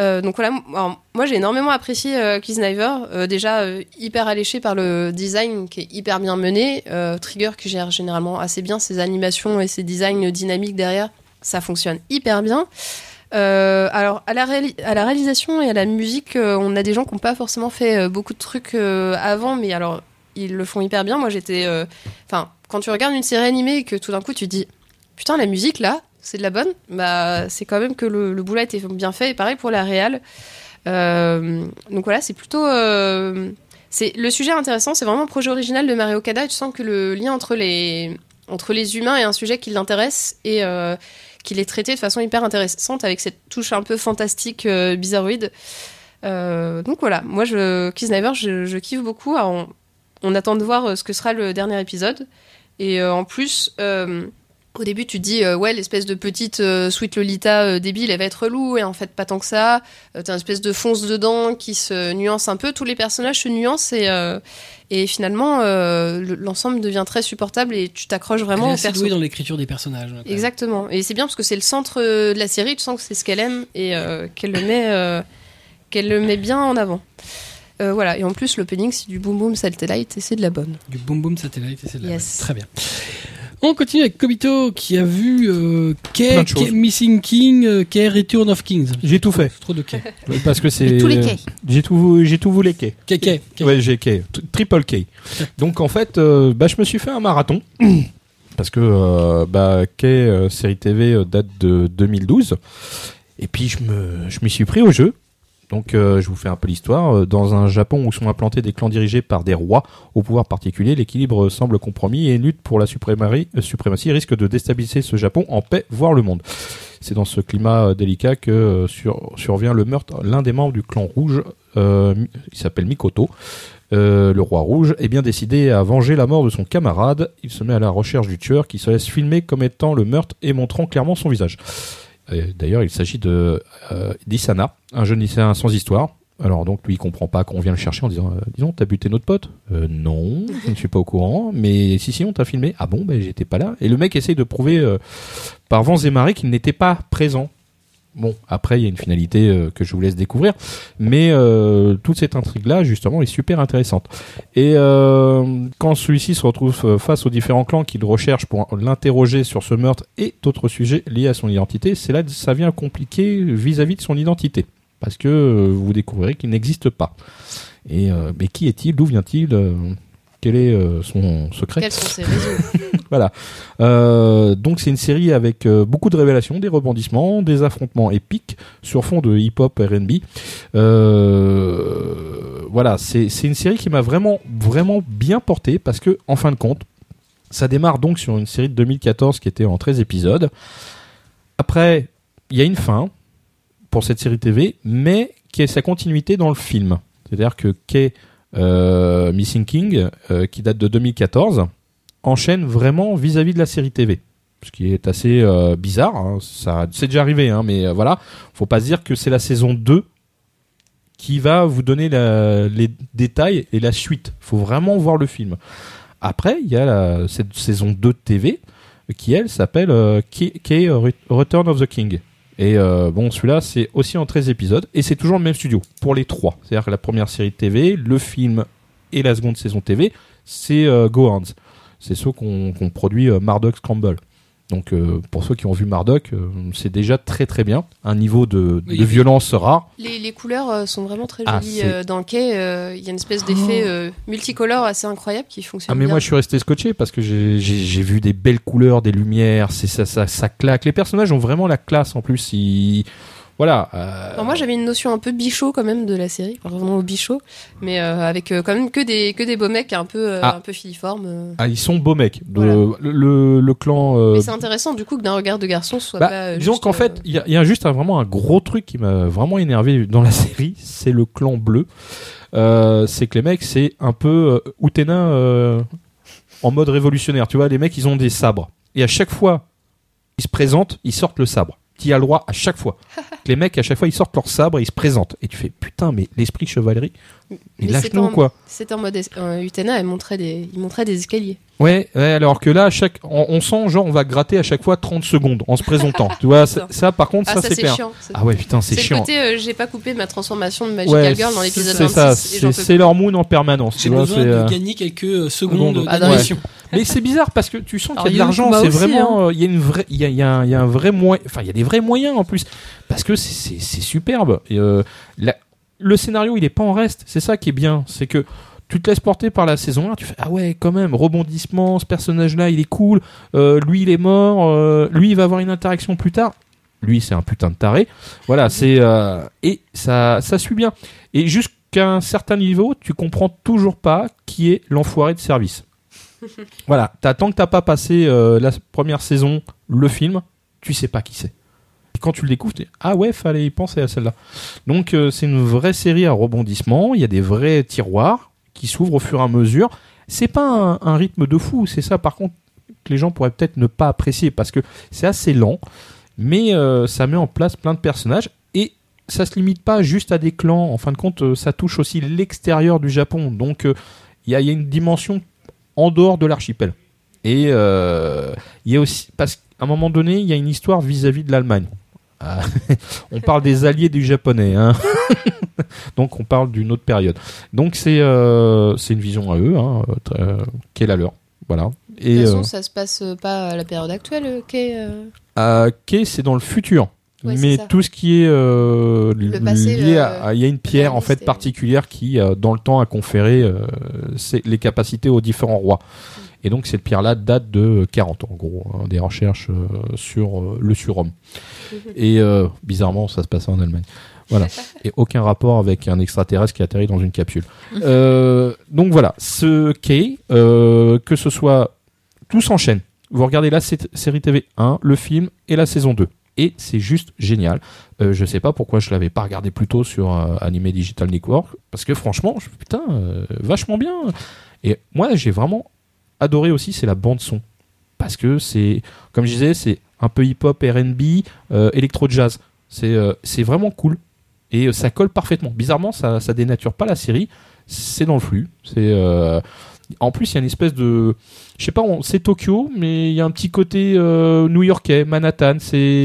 Speaker 3: Euh, donc voilà, m- alors, moi j'ai énormément apprécié euh, Kisniver, euh, déjà euh, hyper alléché par le design qui est hyper bien mené, euh, Trigger qui gère généralement assez bien ses animations et ses designs dynamiques derrière, ça fonctionne hyper bien. Euh, alors à la, réali- à la réalisation et à la musique, euh, on a des gens qui n'ont pas forcément fait euh, beaucoup de trucs euh, avant, mais alors ils le font hyper bien. Moi j'étais, euh, enfin quand tu regardes une série animée et que tout d'un coup tu te dis putain la musique là c'est de la bonne, bah c'est quand même que le, le boulot a été bien fait. Et pareil pour la réal. Euh, donc voilà c'est plutôt, euh, c'est le sujet est intéressant, c'est vraiment un projet original de Mario Kada. Et tu sens que le lien entre les entre les humains et un sujet qui l'intéresse et euh, qu'il est traité de façon hyper intéressante avec cette touche un peu fantastique, euh, bizarroïde. Euh, donc voilà, moi, je, Kisniver, je, je kiffe beaucoup. Alors, on, on attend de voir euh, ce que sera le dernier épisode. Et euh, en plus, euh, au début, tu te dis, euh, ouais, l'espèce de petite euh, Sweet Lolita euh, débile, elle va être relou, et en fait, pas tant que ça. Euh, T'as une espèce de fonce dedans qui se nuance un peu. Tous les personnages se nuancent, et, euh, et finalement, euh, le- l'ensemble devient très supportable, et tu t'accroches vraiment
Speaker 1: Elle est
Speaker 3: au
Speaker 1: assez
Speaker 3: perso.
Speaker 1: douée dans l'écriture des personnages. hein, quand même.
Speaker 3: Exactement. Et c'est bien parce que c'est le centre euh, de la série. Tu sens que c'est ce qu'elle aime et euh, qu'elle le met, euh, qu'elle le met bien en avant. Euh, voilà. Et en plus, l'opening, c'est du boom boom satellite et c'est de la bonne.
Speaker 1: Du boom boom satellite, et c'est de la
Speaker 3: Yes.
Speaker 1: bonne. Très bien. On continue avec Kobito qui a vu euh, Kay,
Speaker 4: Plein de choses.
Speaker 1: Kay Missing King, euh, Kay Return of Kings.
Speaker 4: J'ai tout fait.
Speaker 1: Trop de Kay.
Speaker 4: Parce que c'est.
Speaker 2: tous les quais.
Speaker 4: J'ai tout, j'ai tout voulu quais.
Speaker 1: Kay, Kay, Kay.
Speaker 4: Ouais, j'ai K, t- triple K. Donc en fait, euh, bah, je me suis fait un marathon. <clears throat> Parce que euh, bah, K, euh, série TV, euh, date de 2012. Et puis je me, je m'y suis pris au jeu. Donc euh, je vous fais un peu l'histoire. Euh, Dans un Japon où sont implantés des clans dirigés par des rois au pouvoir particulier, l'équilibre euh, semble compromis et une lutte pour la suprémarie- euh, suprématie risque de déstabiliser ce Japon en paix, voire le monde. C'est dans ce climat euh, délicat que euh, sur- survient le meurtre l'un des membres du clan rouge, euh, mi- il s'appelle Mikoto, euh, le roi rouge, est bien décidé à venger la mort de son camarade. Il se met à la recherche du tueur qui se laisse filmer comme étant le meurtre et montrant clairement son visage. Et D'ailleurs, il s'agit de euh, d'Isana, un jeune lycéen sans histoire. Alors donc lui il comprend pas qu'on vient le chercher en disant euh, disons t'as buté notre pote Euh, non je ne suis pas au courant mais si si on t'a filmé ah bon ben j'étais pas là et le mec essaye de prouver euh, par vents et marées qu'il n'était pas présent bon après il y a une finalité euh, que je vous laisse découvrir mais euh, toute cette intrigue là justement est super intéressante et euh, quand celui-ci se retrouve euh, face aux différents clans qu'il recherche pour l'interroger sur ce meurtre et d'autres sujets liés à son identité, c'est là que ça vient compliqué vis-à-vis de son identité. Parce que euh, vous découvrirez qu'il n'existe pas. Et, euh, mais qui est-il D'où vient-il Euh, Quel est euh, son secret
Speaker 3: Quels sont ses réseaux
Speaker 4: voilà. Euh, donc c'est une série avec euh, beaucoup de révélations, des rebondissements, des affrontements épiques sur fond de hip-hop R&B. Euh, voilà, c'est c'est une série qui m'a vraiment vraiment bien porté parce que en fin de compte, ça démarre donc sur une série de 2014 qui était en 13 épisodes. Après, il y a une fin pour cette série TV, mais qui est sa continuité dans le film. C'est-à-dire que Kay euh, Missing King, euh, qui date de 2014, enchaîne vraiment vis-à-vis de la série TV. Ce qui est assez euh, bizarre, hein. ça c'est déjà arrivé, hein, mais euh, voilà, faut pas se dire que c'est la saison 2 qui va vous donner la- les détails et la suite. Faut vraiment voir le film. Après, il y a la- cette saison 2 de TV qui elle s'appelle euh, Key- Key Re- Return of the King. Et euh, bon, celui-là, c'est aussi en 13 épisodes, et c'est toujours le même studio pour les trois. C'est-à-dire que la première série de TV, le film et la seconde saison TV, c'est euh, Gohan's c'est ceux qu'on qu'on produit euh, Marduk Scramble. Donc euh, pour ceux qui ont vu Marduk, euh, c'est déjà très très bien. Un niveau de,
Speaker 1: Oui.
Speaker 4: de violence rare.
Speaker 3: Les, les couleurs euh, sont vraiment très
Speaker 4: Ah,
Speaker 3: jolies
Speaker 4: c'est- Oh.
Speaker 3: euh, dans Kay. euh, Il y a une espèce d'effet euh, multicolore assez incroyable qui fonctionne
Speaker 4: Ah mais
Speaker 3: bien.
Speaker 4: moi je suis resté scotché parce que j'ai- j'ai j'ai vu des belles couleurs, des lumières, c'est ça, ça ça claque. Les personnages ont vraiment la classe en plus. Ils... Voilà. euh,
Speaker 3: Alors moi j'avais une notion un peu bichot quand même de la série, revenons au bichot, mais euh, avec euh, quand même que des que des beaux mecs un peu euh,
Speaker 4: Ah.
Speaker 3: un peu filiformes. euh.
Speaker 4: ah, ils sont beaux mecs. De-
Speaker 3: Voilà.
Speaker 4: le, le- le clan. euh,
Speaker 3: Mais c'est intéressant du coup que d'un regard de garçon ce soit
Speaker 4: Bah,
Speaker 3: pas. euh,
Speaker 4: disons
Speaker 3: juste,
Speaker 4: qu'en
Speaker 3: euh,
Speaker 4: fait, il y a- il y, a juste un- vraiment un gros truc qui m'a vraiment énervé dans la <laughs> série, c'est le clan bleu. Euh, c'est que les mecs, c'est un peu euh, Utena euh, en mode révolutionnaire. Tu vois, les mecs, ils ont des sabres. Et à chaque fois, ils se présentent, ils sortent le sabre. Tu as le droit à
Speaker 3: <laughs>
Speaker 4: chaque fois. les mecs, à chaque fois, ils sortent leur sabre et ils se présentent. Et tu fais putain, mais l'esprit chevalerie, mais
Speaker 3: mais c'est
Speaker 4: lâche-nous
Speaker 3: en-
Speaker 4: quoi.
Speaker 3: C'était en mode es- euh, Utena, elle montrait des, il montrait des escaliers.
Speaker 4: Ouais, ouais, alors que là, à chaque, on, on sent genre on va gratter à chaque fois 30 secondes en se
Speaker 3: <laughs>
Speaker 4: présentant. tu vois, ça, ça, par contre,
Speaker 3: Ah,
Speaker 4: ça,
Speaker 3: ça,
Speaker 4: c'est
Speaker 3: c'est
Speaker 4: clair.
Speaker 3: chiant. ça.
Speaker 4: Ah ouais, putain, c'est
Speaker 3: c'est
Speaker 4: chiant.
Speaker 3: le côté euh, j'ai pas coupé ma transformation de Magical
Speaker 4: Ouais,
Speaker 3: Girl dans l'épisode
Speaker 4: C'est ça,
Speaker 3: 26 et j'en
Speaker 4: c'est
Speaker 3: peux plus.
Speaker 4: Sailor Moon en permanence. Tu
Speaker 1: J'ai
Speaker 4: vois,
Speaker 1: besoin
Speaker 4: c'est, euh,
Speaker 1: de gagner quelques euh, secondes
Speaker 4: secondes.
Speaker 3: Ah, dans
Speaker 1: d'admission.
Speaker 4: Mais c'est bizarre parce que tu sens qu'il y a de
Speaker 2: Alors,
Speaker 4: l'argent,
Speaker 2: Yonkuba
Speaker 4: c'est
Speaker 2: aussi, hein.
Speaker 4: vraiment. euh, Il y a une vraie, il y a, il y a un, il y a un vrai moyen, enfin il y a des vrais moyens en plus parce que c'est- c'est c'est superbe. Et, euh, la- le scénario il est pas en reste, c'est ça qui est bien, c'est que tu te laisses porter par la saison 1, tu fais ah ouais quand même rebondissement, ce personnage là il est cool, euh, lui il est mort, euh, lui il va avoir une interaction plus tard. Lui, c'est un putain de taré. Voilà, c'est euh, et ça, ça suit bien. Et jusqu'à un certain niveau, tu comprends toujours pas qui est l'enfoiré de service. Voilà, t'as- tant que t'as pas passé euh, la s- première saison, le film, tu sais pas qui c'est. Et Quand tu le découvres, tu dis ah ouais, fallait y penser à celle-là. Donc euh, c'est une vraie série à rebondissement. Il y a des vrais tiroirs qui s'ouvrent au fur et à mesure. C'est pas un, un rythme de fou. C'est ça, par contre, que les gens pourraient peut-être ne pas apprécier parce que c'est assez lent, mais euh, ça met en place plein de personnages et ça se limite pas juste à des clans. En fin de compte, euh, ça touche aussi l'extérieur du Japon. Donc euh, il y a- il y a une dimension en dehors de l'archipel. Et euh, il y a aussi parce qu'à un moment donné, il y a une histoire vis-à-vis de l'Allemagne. Ah, <laughs> on parle des alliés du japonais, hein. <laughs> donc on parle d'une autre période. Donc c'est euh, c'est une vision à eux, hein, euh, très- euh, qui est la leur. Voilà.
Speaker 3: De
Speaker 4: Et
Speaker 3: toute façon,
Speaker 4: euh,
Speaker 3: ça se passe euh, pas à la période actuelle, euh, qu'est, euh,
Speaker 4: à Kay, c'est dans le futur.
Speaker 3: Ouais, c'est
Speaker 4: Mais
Speaker 3: ça.
Speaker 4: tout ce qui est euh,
Speaker 3: Le passé,
Speaker 4: lié
Speaker 3: le-
Speaker 4: à, à- Ah, il y a une pierre en fait
Speaker 3: c'est-
Speaker 4: particulière qui, euh, dans le temps, a conféré euh, ses- les capacités aux différents rois. Et donc cette pierre-là date de 40 en gros, hein, des recherches euh, sur euh, le surhomme. Et euh, bizarrement, ça se passait en Allemagne. Voilà. Et aucun rapport avec un extraterrestre qui atterrit dans une capsule. Euh, donc voilà, ce quai, euh, que ce soit, tout s'enchaîne. Vous regardez la sé- série TV 1, le film et la saison 2. Et c'est juste génial. Euh, je sais pas pourquoi je l'avais pas regardé plus tôt sur euh, Anime Digital Network. Parce que franchement, je- putain, euh, vachement bien. Et moi, j'ai vraiment adoré aussi, c'est la bande-son. Parce que c'est, comme je disais, c'est un peu hip-hop, RB, euh, électro-jazz. C'est euh, c'est vraiment cool. Et euh, ça colle parfaitement. Bizarrement, ça, ça dénature pas la série. C'est dans le flux. C'est. euh, En plus, il y a une espèce de. Je sais pas, on- c'est Tokyo, mais il y a un petit côté euh, new-yorkais, Manhattan.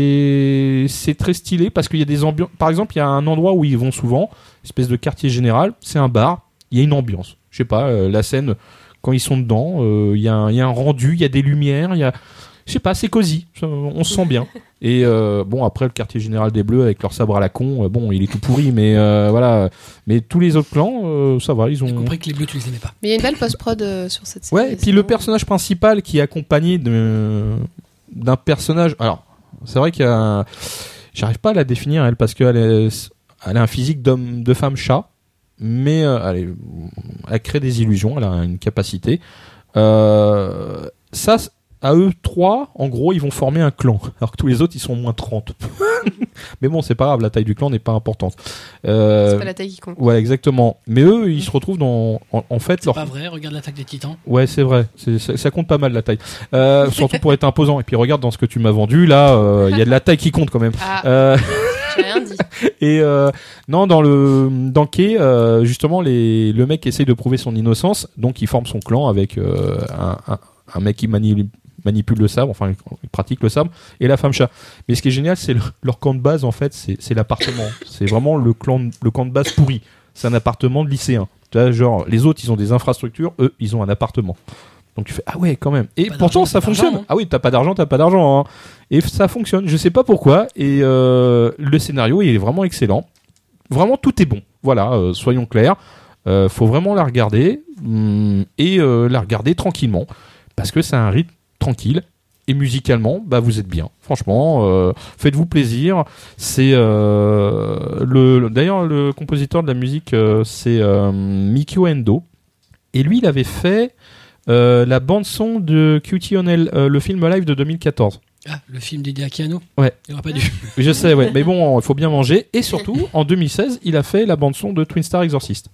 Speaker 4: C'est c'est très stylé parce qu'il y a des ambiances. Par exemple, il y a un endroit où ils vont souvent, une espèce de quartier général. C'est un bar. Il y a une ambiance. Je sais pas, euh, la scène quand ils sont dedans, euh, il y, a un- il y a un rendu, il y a des lumières, il y a. Je sais pas, c'est cosy, Ça, on se sent bien. Et euh, bon, après le quartier général des Bleus avec leur sabre à la con, euh, bon, il est tout pourri, mais euh, voilà. Mais tous les autres clans, euh, ça va, ils
Speaker 1: J'ai
Speaker 4: ont.
Speaker 1: compris que les bleus, tu les aimais pas.
Speaker 3: Mais il y a une belle post-prod euh, sur cette série.
Speaker 4: Ouais, et puis le
Speaker 3: c'est vraiment-
Speaker 4: personnage principal qui est accompagné de- d'un personnage. Alors, c'est vrai qu'il y a. un- J'arrive pas à la définir, elle, parce qu'elle est... elle a un physique d'homme, de femme chat, mais euh, elle, est- elle crée des illusions, elle a une capacité. Euh, Ça, c'est- à eux trois, en gros, ils vont former un clan, <laughs> alors que tous les autres, ils sont au moins 30. <laughs> mais bon, c'est pas grave, la taille du clan n'est pas importante. Euh,
Speaker 3: C'est pas la taille qui compte.
Speaker 4: Ouais, exactement. Mais eux, ils se retrouvent dans. En, en fait, leur
Speaker 1: Pas vrai, regarde l'attaque des titans.
Speaker 4: Ouais, c'est vrai. C'est- ça, ça compte pas mal la taille.
Speaker 3: <laughs>
Speaker 4: Euh, surtout pour être imposant. Et puis regarde dans ce que tu m'as vendu, là, euh, il y a de la taille qui compte quand même.
Speaker 3: Ah,
Speaker 4: Euh,
Speaker 3: j'ai rien dit.
Speaker 4: <laughs> et euh, non, dans le dans le quai, euh, justement, les, le mec essaye de prouver son innocence, donc il forme son clan avec euh, un, un- un mec qui mani- manipule le sabre, enfin il pratique le sabre, et la femme chat. Mais ce qui est génial, c'est le- leur camp de base en fait, c'est c'est l'appartement. C'est vraiment le clan de- le camp de base pourri. C'est un appartement de lycéen. Tu vois, genre les autres, ils ont des infrastructures, eux, ils ont un appartement. Donc tu fais ah ouais quand même. Et
Speaker 1: Pas
Speaker 4: pourtant
Speaker 1: d'argent,
Speaker 4: ça
Speaker 1: pas d'argent,
Speaker 4: fonctionne.
Speaker 1: hein.
Speaker 4: Ah oui, t'as pas d'argent, t'as pas d'argent. hein. Et f- ça fonctionne. Je sais pas pourquoi. Et euh, le scénario, il est vraiment excellent. Vraiment, tout est bon. Voilà, euh, soyons clairs. Euh, faut vraiment la regarder hum, et euh, la regarder tranquillement parce que c'est un rythme tranquille et musicalement, bah vous êtes bien. Franchement, euh, faites-vous plaisir. C'est euh, le le- d'ailleurs le compositeur de la musique, euh, c'est euh, Mikio Endo et lui il avait fait euh, la bande son de Cutie on Hell, euh, le film live de 2014.
Speaker 1: Ah, le film d'Idea Kiano
Speaker 4: Ouais.
Speaker 1: Il aurait pas dû. <laughs>
Speaker 4: Je sais, ouais. Mais bon, il faut bien manger. Et surtout, en 2016, il a fait la bande son de Twin Star Exorcist,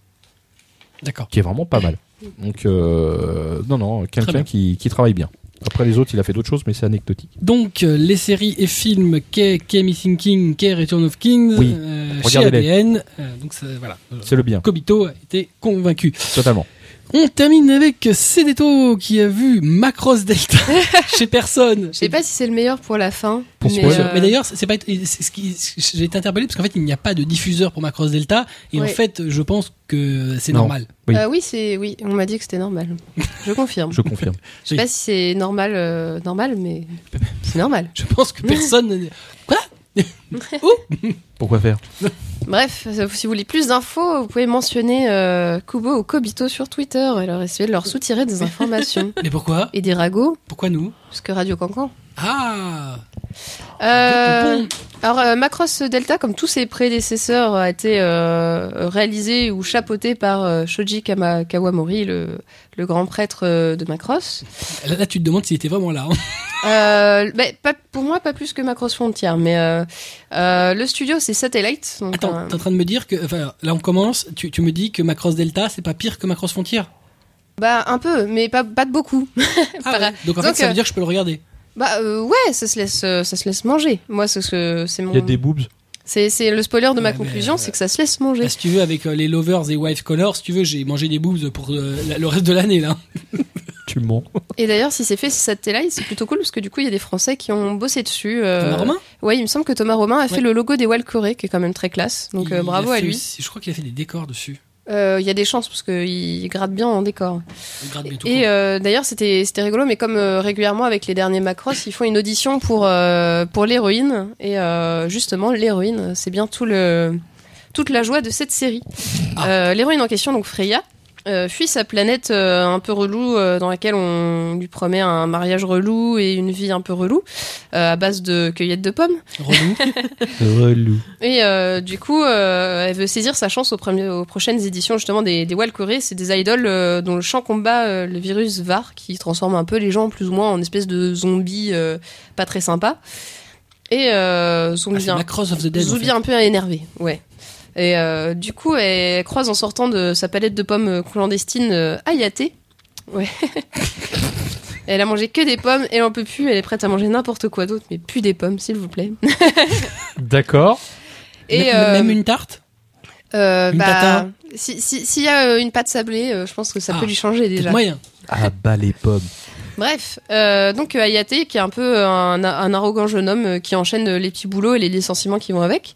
Speaker 1: D'accord.
Speaker 4: qui est vraiment pas mal. Donc, euh, non, non,
Speaker 1: bien.
Speaker 4: quelqu'un qui, qui travaille bien. Après les autres, il a fait d'autres choses, mais c'est anecdotique.
Speaker 1: Donc, euh, les séries et films qu'est qu'est Missing King, qu'est Return of Kings,
Speaker 4: Oui.
Speaker 1: euh, chez
Speaker 4: Regardez-les.
Speaker 1: ADN. euh, donc, ça, voilà. Euh,
Speaker 4: C'est le bien,
Speaker 1: Kobito a été convaincu.
Speaker 4: totalement.
Speaker 1: On termine avec Cédéto qui a vu Macross
Speaker 3: <laughs>
Speaker 1: Delta chez personne.
Speaker 3: Je sais pas si c'est le meilleur pour la fin.
Speaker 4: Pourquoi
Speaker 3: mais,
Speaker 4: Ouais.
Speaker 3: euh,
Speaker 1: Mais d'ailleurs, c'est pas c'est ce qui j'ai été interpellé parce qu'en fait, il n'y a pas de diffuseur pour Macross Delta et en
Speaker 3: Ouais.
Speaker 1: fait, je pense que c'est
Speaker 4: Non.
Speaker 1: normal.
Speaker 4: oui.
Speaker 3: euh, oui, c'est oui. On m'a dit que c'était normal. Je confirme.
Speaker 4: Je confirme.
Speaker 3: Je sais pas si c'est normal, euh, normal, mais c'est normal.
Speaker 1: Je pense
Speaker 3: <laughs>
Speaker 1: que personne
Speaker 4: Pourquoi faire
Speaker 3: Bref, euh, si vous voulez plus d'infos, vous pouvez mentionner euh, Kubo ou Kobito sur Twitter et leur essayer de leur soutirer
Speaker 1: <laughs>
Speaker 3: des informations
Speaker 1: Mais pourquoi
Speaker 3: et des ragots,
Speaker 1: Pourquoi nous
Speaker 3: parce que Radio Cancan.
Speaker 1: Ah
Speaker 3: Euh,
Speaker 1: Bon.
Speaker 3: Alors, euh, Macross Delta, comme tous ses prédécesseurs, a été euh, réalisé ou chapeauté par euh, Shoji Kama- Kawamori, le, le grand prêtre euh, de Macross.
Speaker 1: Là, là, tu te demandes s'il était vraiment là. hein.
Speaker 3: Euh, bah, pas, pour moi, pas plus que Macross Frontier, mais euh, euh, le studio, c'est Satellite. donc,
Speaker 1: Attends,
Speaker 3: euh,
Speaker 1: t'es en train de me dire que. Enfin, là, on commence. Tu, tu me dis que Macross Delta, c'est pas pire que Macross
Speaker 3: <laughs>
Speaker 1: Frontière
Speaker 3: bah, un peu, mais pas, pas de beaucoup.
Speaker 1: Ah
Speaker 3: Par-
Speaker 1: ouais. Donc en
Speaker 3: Donc,
Speaker 1: fait, ça
Speaker 3: euh,
Speaker 1: veut dire que je peux le regarder.
Speaker 3: Bah, euh, ouais, ça se laisse, euh, ça se laisse manger. Moi, c'est ce que- c'est mon.
Speaker 4: Il y a des boobs.
Speaker 3: C'est c'est le spoiler de ma
Speaker 1: Ouais,
Speaker 3: conclusion,
Speaker 1: mais, euh,
Speaker 3: c'est que ça se laisse manger.
Speaker 1: Là, si tu veux, avec euh, les lovers et wife colors, si tu veux, j'ai mangé des boobs pour euh, la- le reste de l'année là.
Speaker 4: Tu mens.
Speaker 3: Et d'ailleurs, si c'est fait sur Satellite, c'est plutôt cool parce que du coup, il y a des Français qui ont bossé dessus. euh,
Speaker 1: Thomas Romain
Speaker 3: Ouais, il me semble que Thomas Romain a fait
Speaker 1: Ouais.
Speaker 3: le logo des Walcoré, qui est quand même très classe. Donc
Speaker 1: Il
Speaker 3: euh,
Speaker 1: a
Speaker 3: bravo à
Speaker 1: fait
Speaker 3: lui. Euh,
Speaker 1: aussi- je crois qu'il a fait des décors dessus.
Speaker 3: Il y a des chances parce qu'il gratte bien en décor.
Speaker 1: Il gratte bien tout court.
Speaker 3: Et euh, d'ailleurs, c'était c'était rigolo, mais comme euh, régulièrement avec les derniers Macross, ils font une audition pour euh, pour l'héroïne. Et euh, justement, l'héroïne, c'est bien tout le toute la joie de cette série.
Speaker 1: Ah.
Speaker 3: Euh, l'héroïne en question, donc Freya. euh, fuit sa planète euh, un peu relou euh, dans laquelle on lui promet un mariage relou et une vie un peu relou euh, à base de cueillette de pommes. <laughs>
Speaker 1: Relou.
Speaker 4: Relou.
Speaker 3: Et euh, du coup, euh, elle veut saisir sa chance aux, premi- aux prochaines éditions justement des, des Walcoré. C'est des idoles euh, dont le champ combat euh, le virus VAR qui transforme un peu les gens plus ou moins en espèce de zombies euh, pas très sympas. Et euh,
Speaker 1: Ah,
Speaker 3: zombies
Speaker 1: c'est
Speaker 3: un-
Speaker 1: Macross of the Dead. en
Speaker 3: Zoubi
Speaker 1: fait.
Speaker 3: un peu énervé, ouais. Et euh, du coup, elle croise en sortant de sa palette de pommes clandestine euh, Ayaté. Ouais. <laughs> elle a mangé que des pommes, elle en peut plus, elle est prête à manger n'importe quoi d'autre, mais plus des pommes, s'il vous plaît.
Speaker 4: D'accord.
Speaker 3: Et
Speaker 1: M-
Speaker 3: euh,
Speaker 1: Même une tarte
Speaker 3: euh,
Speaker 1: une
Speaker 3: bah,
Speaker 1: tata.
Speaker 3: si- si- s'il y a euh, une pâte sablée, euh, je pense que ça
Speaker 1: Ah,
Speaker 3: peut lui changer déjà.
Speaker 1: Peut-être moyen.
Speaker 4: Ah bah les pommes.
Speaker 3: Bref, euh, donc euh, Hayate, qui est un peu euh, un, un arrogant jeune homme euh, qui enchaîne euh, les petits boulots et les licenciements qui vont avec,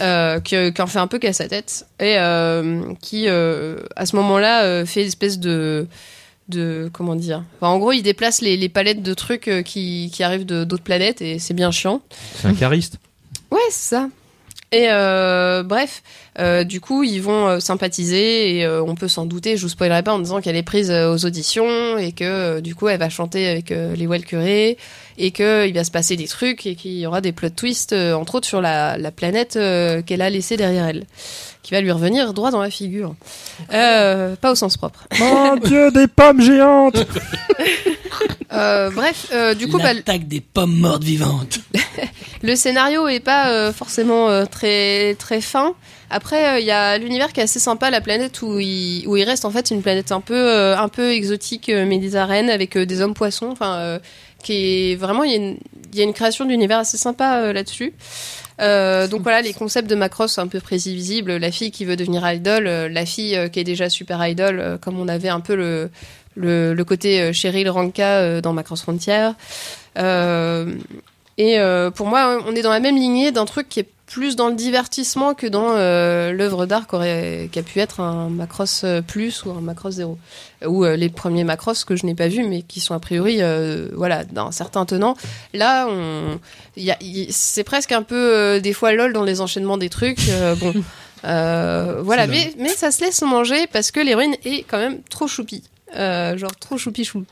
Speaker 3: euh, que- qui en fait un peu qu'à sa tête, et euh, qui, euh, à ce moment-là, euh, fait une espèce de... de comment dire Enfin, En gros, il déplace les, les palettes de trucs euh, qui, qui arrivent de- d'autres planètes, et c'est bien chiant.
Speaker 4: C'est un chariste.
Speaker 3: Ouais, c'est ça. Et euh, bref, euh, du coup, ils vont euh, sympathiser et euh, on peut s'en douter, je vous spoilerai pas en disant qu'elle est prise euh, aux auditions et que euh, du coup, elle va chanter avec euh, les Walkerés et que il va se passer des trucs et qu'il y aura des plot twists, euh, entre autres sur la, la planète euh, qu'elle a laissée derrière elle, qui va lui revenir droit dans la figure. Euh, pas au sens propre.
Speaker 4: <laughs> Mon Oh, dieu, des pommes géantes
Speaker 3: Euh, bref, euh, du coup, bah,
Speaker 1: L'attaque des pommes mortes vivantes.
Speaker 3: <laughs> Le scénario est pas euh, forcément euh, très très fin. Après, euh, il y a l'univers qui est assez sympa, la planète où il, où il reste en fait une planète un peu euh, un peu exotique euh, méditerranéenne avec euh, des hommes poissons. Enfin, euh, qui est vraiment il y a une, il y a une création d'univers assez sympa euh, là-dessus. Euh, donc voilà, les concepts de Macross sont un peu prévisibles. La fille qui veut devenir idol, euh, la fille euh, qui est déjà super idol, euh, comme on avait un peu le le, le côté euh, Cheryl Ranka euh, dans Macross Frontier. Euh, et euh, pour moi, on est dans la même lignée d'un truc qui est plus dans le divertissement que dans euh, l'œuvre d'art qu'aurait- qu'a pu être un Macross euh, Plus ou un Macross 0. Ou euh, les premiers Macross que je n'ai pas vus, mais qui sont a priori euh, voilà, d'un certain tenant. Là, on- il y a- il- c'est presque un peu euh, des fois lol dans les enchaînements des trucs. euh, bon, Euh, voilà,
Speaker 1: C'est
Speaker 3: mais, mais ça se laisse manger parce que l'héroïne est quand même trop choupie. Euh, genre trop choupi-chou.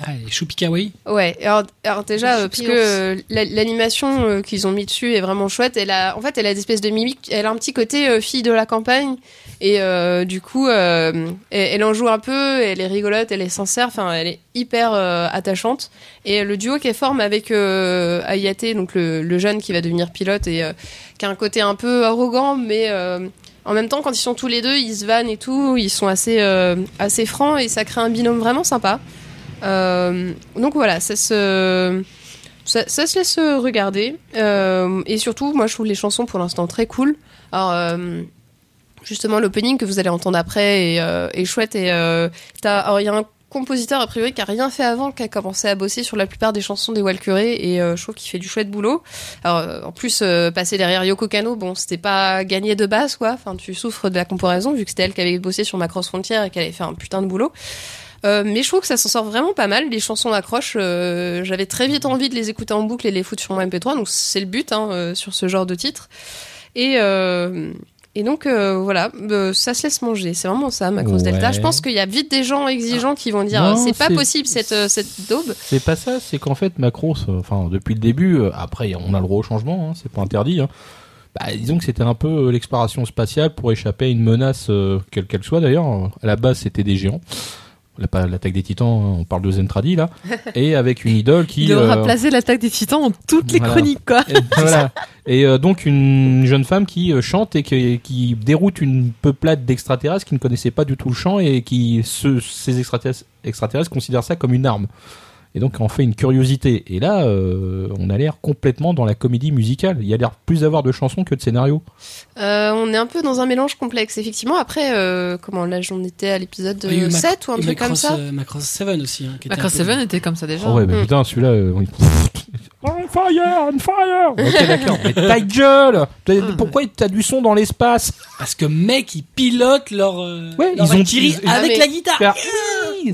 Speaker 1: Ah, les choupi kawaii.
Speaker 3: Ouais, alors, alors déjà,
Speaker 2: Les
Speaker 3: euh, parce que
Speaker 2: choupillons.
Speaker 3: euh, la- l'animation euh, qu'ils ont mis dessus est vraiment chouette. Elle a, en fait, elle a des espèces de mimiques. Elle a un petit côté euh, fille de la campagne. Et euh, du coup, euh, elle, elle en joue un peu. Elle est rigolote, elle est sincère. Enfin, elle est hyper euh, attachante. Et euh, le duo qu'elle forme avec euh, Ayate, donc le, le jeune qui va devenir pilote et euh, qui a un côté un peu arrogant, mais euh, en même temps, quand ils sont tous les deux, ils se vannent et tout. Ils sont assez, euh, assez francs et ça crée un binôme vraiment sympa. Euh, donc voilà, ça se, ça, ça se laisse regarder. Euh, et surtout, moi, je trouve les chansons pour l'instant très cool. Alors, euh, justement l'opening que vous allez entendre après est, euh, est chouette et euh, t'as alors, il y a un compositeur a priori qui a rien fait avant qui a commencé à bosser sur la plupart des chansons des Walkeré et euh, je trouve qu'il fait du chouette boulot alors euh, en plus euh, passer derrière Yoko Kano bon c'était pas gagné de base quoi enfin tu souffres de la comparaison vu que c'était elle qui avait bossé sur Macross Frontière et qu'elle avait fait un putain de boulot euh, mais je trouve que ça s'en sort vraiment pas mal. Les chansons accrochent. euh, J'avais très vite envie de les écouter en boucle et les foutre sur mon MP3. Donc c'est le but hein, euh, sur ce genre de titre. Et, euh, et donc euh, voilà, euh, ça se laisse manger. C'est vraiment ça, Macross
Speaker 5: Ouais.
Speaker 3: Delta. Je pense qu'il y a vite des gens exigeants qui vont dire
Speaker 4: Non,
Speaker 3: euh, c'est pas
Speaker 4: c'est-
Speaker 3: possible cette, euh, cette daube.
Speaker 4: C'est pas ça, c'est qu'en fait Macron, ça- enfin depuis le début, euh, après on a le droit au changement, hein, c'est pas interdit. hein. Bah, disons que c'était un peu euh, l'exploration spatiale pour échapper à une menace, euh, quelle qu'elle soit d'ailleurs. À la base, c'était des géants. La- pas L'attaque des titans, hein, on parle de
Speaker 3: <laughs>
Speaker 4: Zentradi là. Et avec une idole qui.
Speaker 2: Il aura
Speaker 4: euh,
Speaker 2: placé l'attaque des titans dans toutes les
Speaker 4: voilà.
Speaker 2: chroniques, quoi.
Speaker 4: et voilà. Et euh, donc une jeune femme qui euh, chante et qui, qui déroute une peuplade d'extraterrestres qui ne connaissaient pas du tout le chant et qui ce- ces extraterrestres, extraterrestres considèrent ça comme une arme. Et donc en fait une curiosité. Et là, euh, on a l'air complètement dans la comédie musicale. Il y a l'air plus d'avoir de chansons que de scénarios.
Speaker 3: Euh, on est un peu dans un mélange complexe, effectivement. Après, euh, comment là, j'en étais à l'épisode
Speaker 1: Il y a eu
Speaker 3: euh,
Speaker 1: Mac-
Speaker 3: 7 ou un
Speaker 1: et
Speaker 3: truc comme
Speaker 1: Macross,
Speaker 3: ça.
Speaker 1: euh, Macross 7 aussi. Hein, qui était un
Speaker 2: Macross
Speaker 1: peu-
Speaker 2: 7 Bah, était comme ça déjà.
Speaker 4: Oh ouais, mais
Speaker 3: Mm.
Speaker 4: putain, celui-là. euh, oui. <laughs> on fire, on fire. Ok, d'accord. Mais ta <laughs> gueule. T'as-
Speaker 2: Ah,
Speaker 4: Pourquoi t'as du son dans l'espace
Speaker 1: Parce que mec, ils pilotent leur. euh,
Speaker 4: Ouais,
Speaker 1: leur
Speaker 4: ils ont-
Speaker 1: Valkyrie avec
Speaker 4: ils-
Speaker 3: Ah, mais-
Speaker 1: la guitare.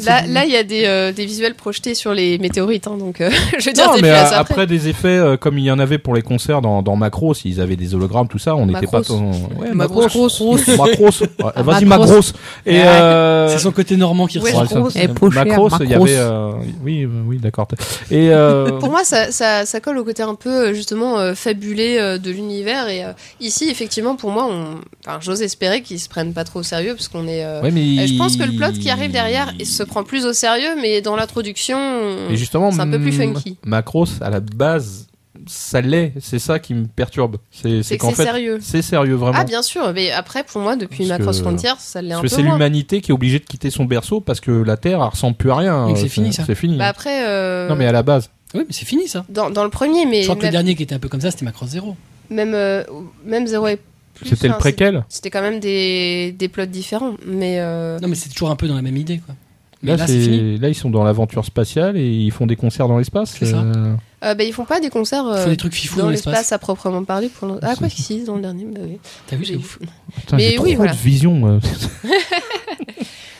Speaker 3: Là, là, il y a des, euh, des visuels projetés sur les météorites, hein, donc euh, <laughs> je veux dire,
Speaker 4: Non,
Speaker 3: t'es
Speaker 4: mais
Speaker 3: plus à
Speaker 4: euh,
Speaker 3: ça
Speaker 4: après des effets euh, comme il y en avait pour les concerts dans, dans Macros, ils avaient des hologrammes, tout ça, on n'était pas.
Speaker 3: Macros.
Speaker 4: Ton...
Speaker 3: Ma
Speaker 4: Ouais,
Speaker 3: grosse-
Speaker 4: <laughs> Macros. Ouais, Vas-y,
Speaker 2: Macros.
Speaker 4: Macros. Et
Speaker 2: Ouais.
Speaker 4: euh,
Speaker 1: C'est son côté normand qui
Speaker 3: Ouais,
Speaker 1: ressort.
Speaker 3: je comprends.
Speaker 4: ça-
Speaker 2: Et Pocher,
Speaker 4: Macros, il y
Speaker 2: Macros.
Speaker 4: avait. euh, Oui, euh, oui, d'accord. Et euh,
Speaker 3: <laughs> Pour moi, ça, ça, ça colle au côté un peu euh, justement euh, fabulé euh, de l'univers. Et euh, ici, effectivement, pour moi, on... enfin, j'ose espérer qu'ils se prennent pas trop au sérieux parce qu'on est. euh,
Speaker 4: ouais, mais
Speaker 3: euh, Je
Speaker 4: il-
Speaker 3: pense que le plot qui arrive derrière il se prend plus au sérieux, mais dans l'introduction, on-
Speaker 4: Et justement,
Speaker 3: c'est un peu plus
Speaker 4: mm,
Speaker 3: funky.
Speaker 4: Macros, à la base, ça l'est. C'est ça qui me perturbe. C'est c'est
Speaker 3: c'est que
Speaker 4: qu'en
Speaker 3: c'est
Speaker 4: fait,
Speaker 3: sérieux.
Speaker 4: c'est sérieux vraiment.
Speaker 3: Ah, bien sûr, mais après, pour moi, depuis
Speaker 4: Parce
Speaker 3: Macross
Speaker 4: que-
Speaker 3: Frontier, ça l'est un
Speaker 4: Parce
Speaker 3: peu
Speaker 4: que c'est
Speaker 3: moins.
Speaker 4: l'humanité qui est obligée de quitter son berceau parce que la Terre, elle ressemble plus à rien. Euh,
Speaker 1: Donc c'est fini, ça.
Speaker 4: C'est fini.
Speaker 3: Bah, après, euh,
Speaker 4: Non, mais à la base.
Speaker 1: Oui, mais c'est fini ça.
Speaker 3: dans, dans le premier, mais
Speaker 1: Je crois que le
Speaker 3: même,
Speaker 1: dernier qui était un peu comme ça, c'était Macross 0.
Speaker 3: même, euh, même Zero et plus. hein,
Speaker 4: C'était le
Speaker 3: enfin, c'est-
Speaker 4: préquel
Speaker 3: C'était quand même des, des plots différents, mais. euh,
Speaker 1: Ah Non, mais c'est toujours un peu dans la même idée quoi. Mais
Speaker 4: là,
Speaker 1: là, c'est fini.
Speaker 4: c'est là ils sont dans l'aventure spatiale et ils font des concerts dans l'espace.
Speaker 1: C'est ça.
Speaker 4: euh,
Speaker 3: Euh, bah, ils font pas des concerts
Speaker 1: Ils
Speaker 3: euh,
Speaker 1: font des trucs fifous
Speaker 3: dans
Speaker 1: dans
Speaker 3: l'espace
Speaker 1: l'espace.
Speaker 3: à proprement parler. Pour le- Ah,
Speaker 4: C'est-
Speaker 3: quoi que si, dans le dernier. Bah, oui.
Speaker 1: T'as vu, c'est
Speaker 3: J'ai-
Speaker 1: ouf.
Speaker 4: Putain,
Speaker 3: Mais
Speaker 4: j'ai trop
Speaker 3: oui, voilà.
Speaker 4: de vision. euh.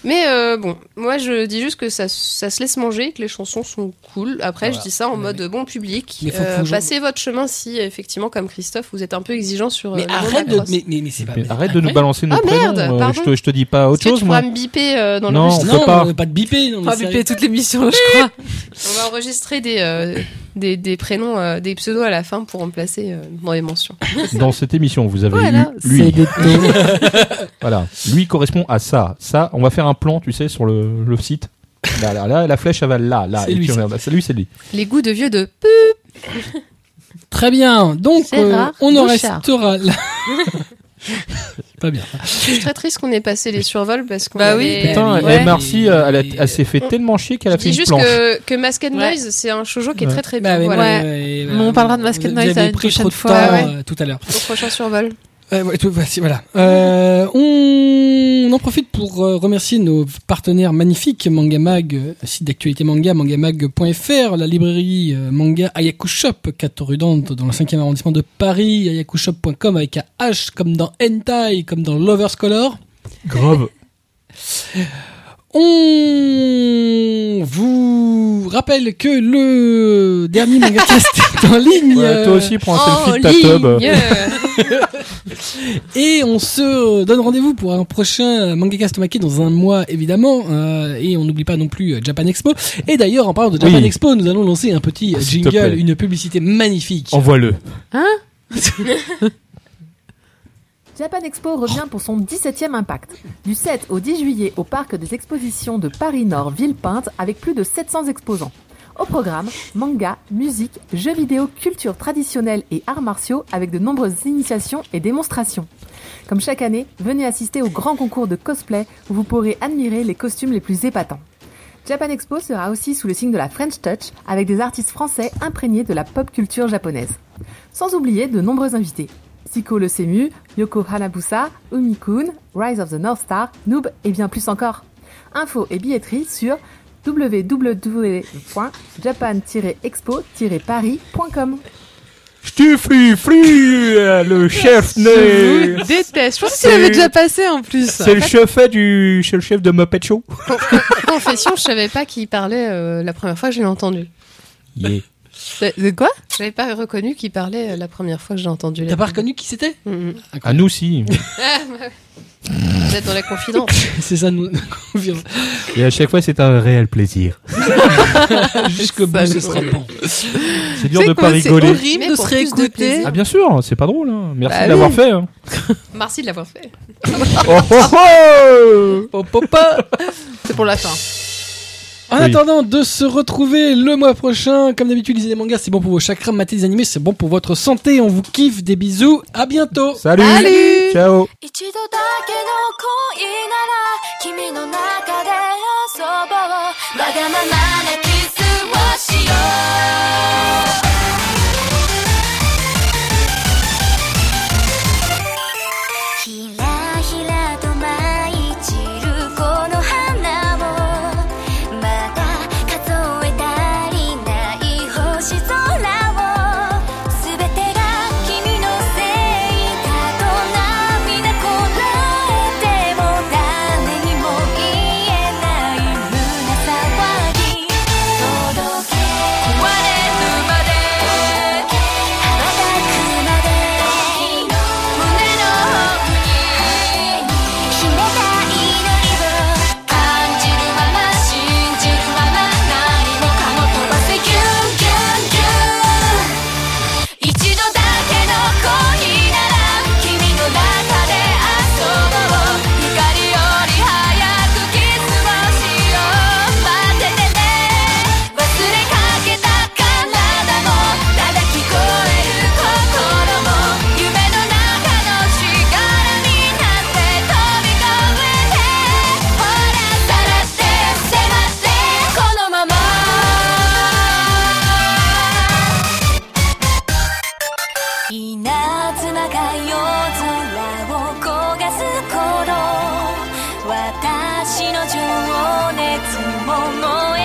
Speaker 3: Mais euh, bon, moi je dis juste que ça, ça se laisse manger, que les chansons sont cool. Après,
Speaker 1: Voilà.
Speaker 3: je dis ça en
Speaker 1: Mais-
Speaker 3: mode bon public.
Speaker 1: Mais faut- faut
Speaker 3: Euh,
Speaker 1: que-
Speaker 3: passez votre chemin si, effectivement, comme Christophe, vous êtes un peu exigeant sur. euh,
Speaker 1: Mais
Speaker 3: le
Speaker 1: arrête
Speaker 3: mot
Speaker 1: de,
Speaker 3: lacrosse.
Speaker 1: mais, mais, mais c'est pas.
Speaker 4: Mais
Speaker 1: mais
Speaker 4: arrête
Speaker 1: c'est
Speaker 4: de nous
Speaker 1: incroyable.
Speaker 4: balancer nos
Speaker 3: Ah,
Speaker 4: prénoms.
Speaker 3: merde,
Speaker 4: euh,
Speaker 3: pardon.
Speaker 4: je, te, je te dis pas
Speaker 3: Est-ce
Speaker 4: autre
Speaker 3: que
Speaker 4: chose,
Speaker 3: tu
Speaker 4: moi.
Speaker 3: pourras me biper euh, dans le
Speaker 4: Non.
Speaker 3: registre
Speaker 1: Non,
Speaker 4: fait pas.
Speaker 1: on veut pas de biper. non,
Speaker 2: On va
Speaker 1: mais c'est-
Speaker 2: biper toute l'émission, je crois.
Speaker 3: On va enregistrer des, euh, des, des prénoms, euh, des pseudos à la fin pour remplacer euh, dans les mentions.
Speaker 4: Dans cette émission, vous avez
Speaker 3: Voilà,
Speaker 4: eu lui.
Speaker 2: <laughs>
Speaker 4: Voilà. Lui correspond à ça. Ça, on va faire un plan, tu sais, sur le, le site. Là, là, là, la flèche avale là, là.
Speaker 1: C'est
Speaker 4: Et
Speaker 1: lui,
Speaker 4: puis,
Speaker 1: ça.
Speaker 4: regarde, c'est lui, c'est lui.
Speaker 3: Les goûts de
Speaker 2: <laughs>
Speaker 3: vieux de.
Speaker 1: Très bien. Donc, euh,
Speaker 3: Gérard
Speaker 1: on en
Speaker 3: Bouchard.
Speaker 1: restera là. <laughs> pas bien.
Speaker 3: Je suis très triste qu'on ait passé les survols parce qu'on.
Speaker 2: Bah oui,
Speaker 3: avait-
Speaker 4: Putain,
Speaker 1: oui. Ouais.
Speaker 4: MRC, euh, elle, a- elle s'est fait
Speaker 3: On-
Speaker 4: tellement chier qu'elle a
Speaker 3: Mm. Je
Speaker 4: fait
Speaker 3: dis
Speaker 4: une
Speaker 3: juste
Speaker 4: planche.
Speaker 3: que, que Mask and
Speaker 2: Ouais.
Speaker 3: Noise, c'est un shoujo qui est
Speaker 4: Ouais.
Speaker 3: très très bien.
Speaker 1: Bah, ouais,
Speaker 3: voilà.
Speaker 1: ouais, ouais,
Speaker 2: Mais on parlera de Masked
Speaker 1: Vous
Speaker 2: Knight à
Speaker 1: avez
Speaker 2: une
Speaker 1: pris trop de
Speaker 2: prochaine
Speaker 1: temps
Speaker 2: fois,
Speaker 3: ouais.
Speaker 1: euh, tout à l'heure.
Speaker 3: Au prochain
Speaker 4: <laughs>
Speaker 3: survol.
Speaker 1: Ouais, ouais, tout- voici, voilà. Euh, on en profite pour euh, remercier nos partenaires magnifiques, Manga Mag, euh, site d'actualité manga, mangamag.fr, la librairie euh, manga Ayaku Shop, 4 rue Dante, dans le 5e arrondissement de Paris, ayakushop.com avec un H, comme dans Hentai, comme dans Lover's Color.
Speaker 3: <laughs>
Speaker 4: Grave.
Speaker 1: On vous rappelle que le dernier <laughs> mangacast est en ligne.
Speaker 4: Ouais, toi aussi, prends
Speaker 3: Oh,
Speaker 4: un selfie de ta
Speaker 3: ligne.
Speaker 4: tub.
Speaker 1: Et on se donne rendez-vous pour un prochain Mangaka Stomaki dans un mois, évidemment. Euh, et on n'oublie pas non plus euh, Japan Expo. Et d'ailleurs, en parlant de Japan
Speaker 4: Oui.
Speaker 1: Expo, nous allons lancer un petit euh,
Speaker 4: Ah, s'il te
Speaker 1: jingle,
Speaker 4: plaît.
Speaker 1: une publicité magnifique.
Speaker 4: Envoie-le.
Speaker 6: Japan Expo revient pour son 17e impact. Du 7 au 10 juillet au parc des expositions de Paris-Nord Villepinte avec plus de 700 exposants. Au programme, manga, musique, jeux vidéo, culture traditionnelle et arts martiaux avec de nombreuses initiations et démonstrations. Comme chaque année, venez assister au grand concours de cosplay où vous pourrez admirer les costumes les plus épatants. Japan Expo sera aussi sous le signe de la French Touch avec des artistes français imprégnés de la pop culture japonaise. Sans oublier de nombreux invités. Siko le Semu, Yoko Hanabusa, Umikun, Rise of the North Star, Noob et bien plus encore. Info et billetterie sur www.japan-expo-paris.com.
Speaker 4: Stifli, fri, euh, le chef
Speaker 2: Je vous déteste. Je pense que tu l'avais
Speaker 4: C'est-
Speaker 2: déjà passé en plus.
Speaker 4: le chef euh, du, c'est le chef de Muppet Show.
Speaker 3: Confession, je savais pas qui parlait euh, la première fois que je l'ai entendu.
Speaker 2: De de quoi
Speaker 3: Je n'avais pas reconnu qui parlait euh, la première fois que j'ai entendu. la-
Speaker 1: T'as pas reconnu qui c'était
Speaker 3: Mm, mm.
Speaker 4: À Ah, nous si.
Speaker 3: Vous êtes dans la confidence.
Speaker 1: <laughs> C'est ça, nous nous confirme.
Speaker 4: Et à chaque fois, c'est un réel plaisir.
Speaker 1: <laughs> Jusqu'au bout,
Speaker 2: Ça,
Speaker 1: ce
Speaker 2: oui.
Speaker 1: sera bon.
Speaker 4: C'est
Speaker 2: Tu
Speaker 4: dur
Speaker 2: sais
Speaker 4: de
Speaker 2: quoi,
Speaker 4: pas
Speaker 2: C'est
Speaker 4: rigoler.
Speaker 2: horrible
Speaker 3: Mais
Speaker 2: de
Speaker 3: pour
Speaker 2: se
Speaker 3: plus de
Speaker 2: réécouter.
Speaker 3: plaisir.
Speaker 4: Ah bien sûr, c'est pas drôle. hein. Merci
Speaker 2: Bah
Speaker 4: de l'avoir
Speaker 2: oui.
Speaker 4: fait. hein.
Speaker 3: Merci de l'avoir fait.
Speaker 4: Oh, oh, oh
Speaker 2: Po, po, po. C'est pour la fin.
Speaker 1: En
Speaker 4: Oui.
Speaker 1: attendant de se retrouver le mois prochain, comme d'habitude, lisez des mangas, c'est bon pour vos chakras, matez des animés, c'est bon pour votre santé. On vous kiffe, des bisous, à bientôt.
Speaker 4: Salut.
Speaker 2: Salut
Speaker 4: Ciao.
Speaker 5: 一度だけの恋なら君の中で遊ぼうわがままなキスをしようひらひらと舞い散るこの花をまだ数え足りない星空を全てが君のせいだと涙こらえても誰にも言えない胸騒ぎ届け壊れるまで羽ばたくまで胸の「秘めた祈りを感じるまま信じるまま何もかも飛ばせギュンギュンギュン」「一度だけの恋なら君の中で遊ぼう」「光より早くキスをしよう」「待っててね忘れかけた体もただ聞こえる心も夢の中「力になって飛び越えて」「ほらさらって迫ってこのまま」「稲妻が夜空を焦がす頃」「私の情熱も燃え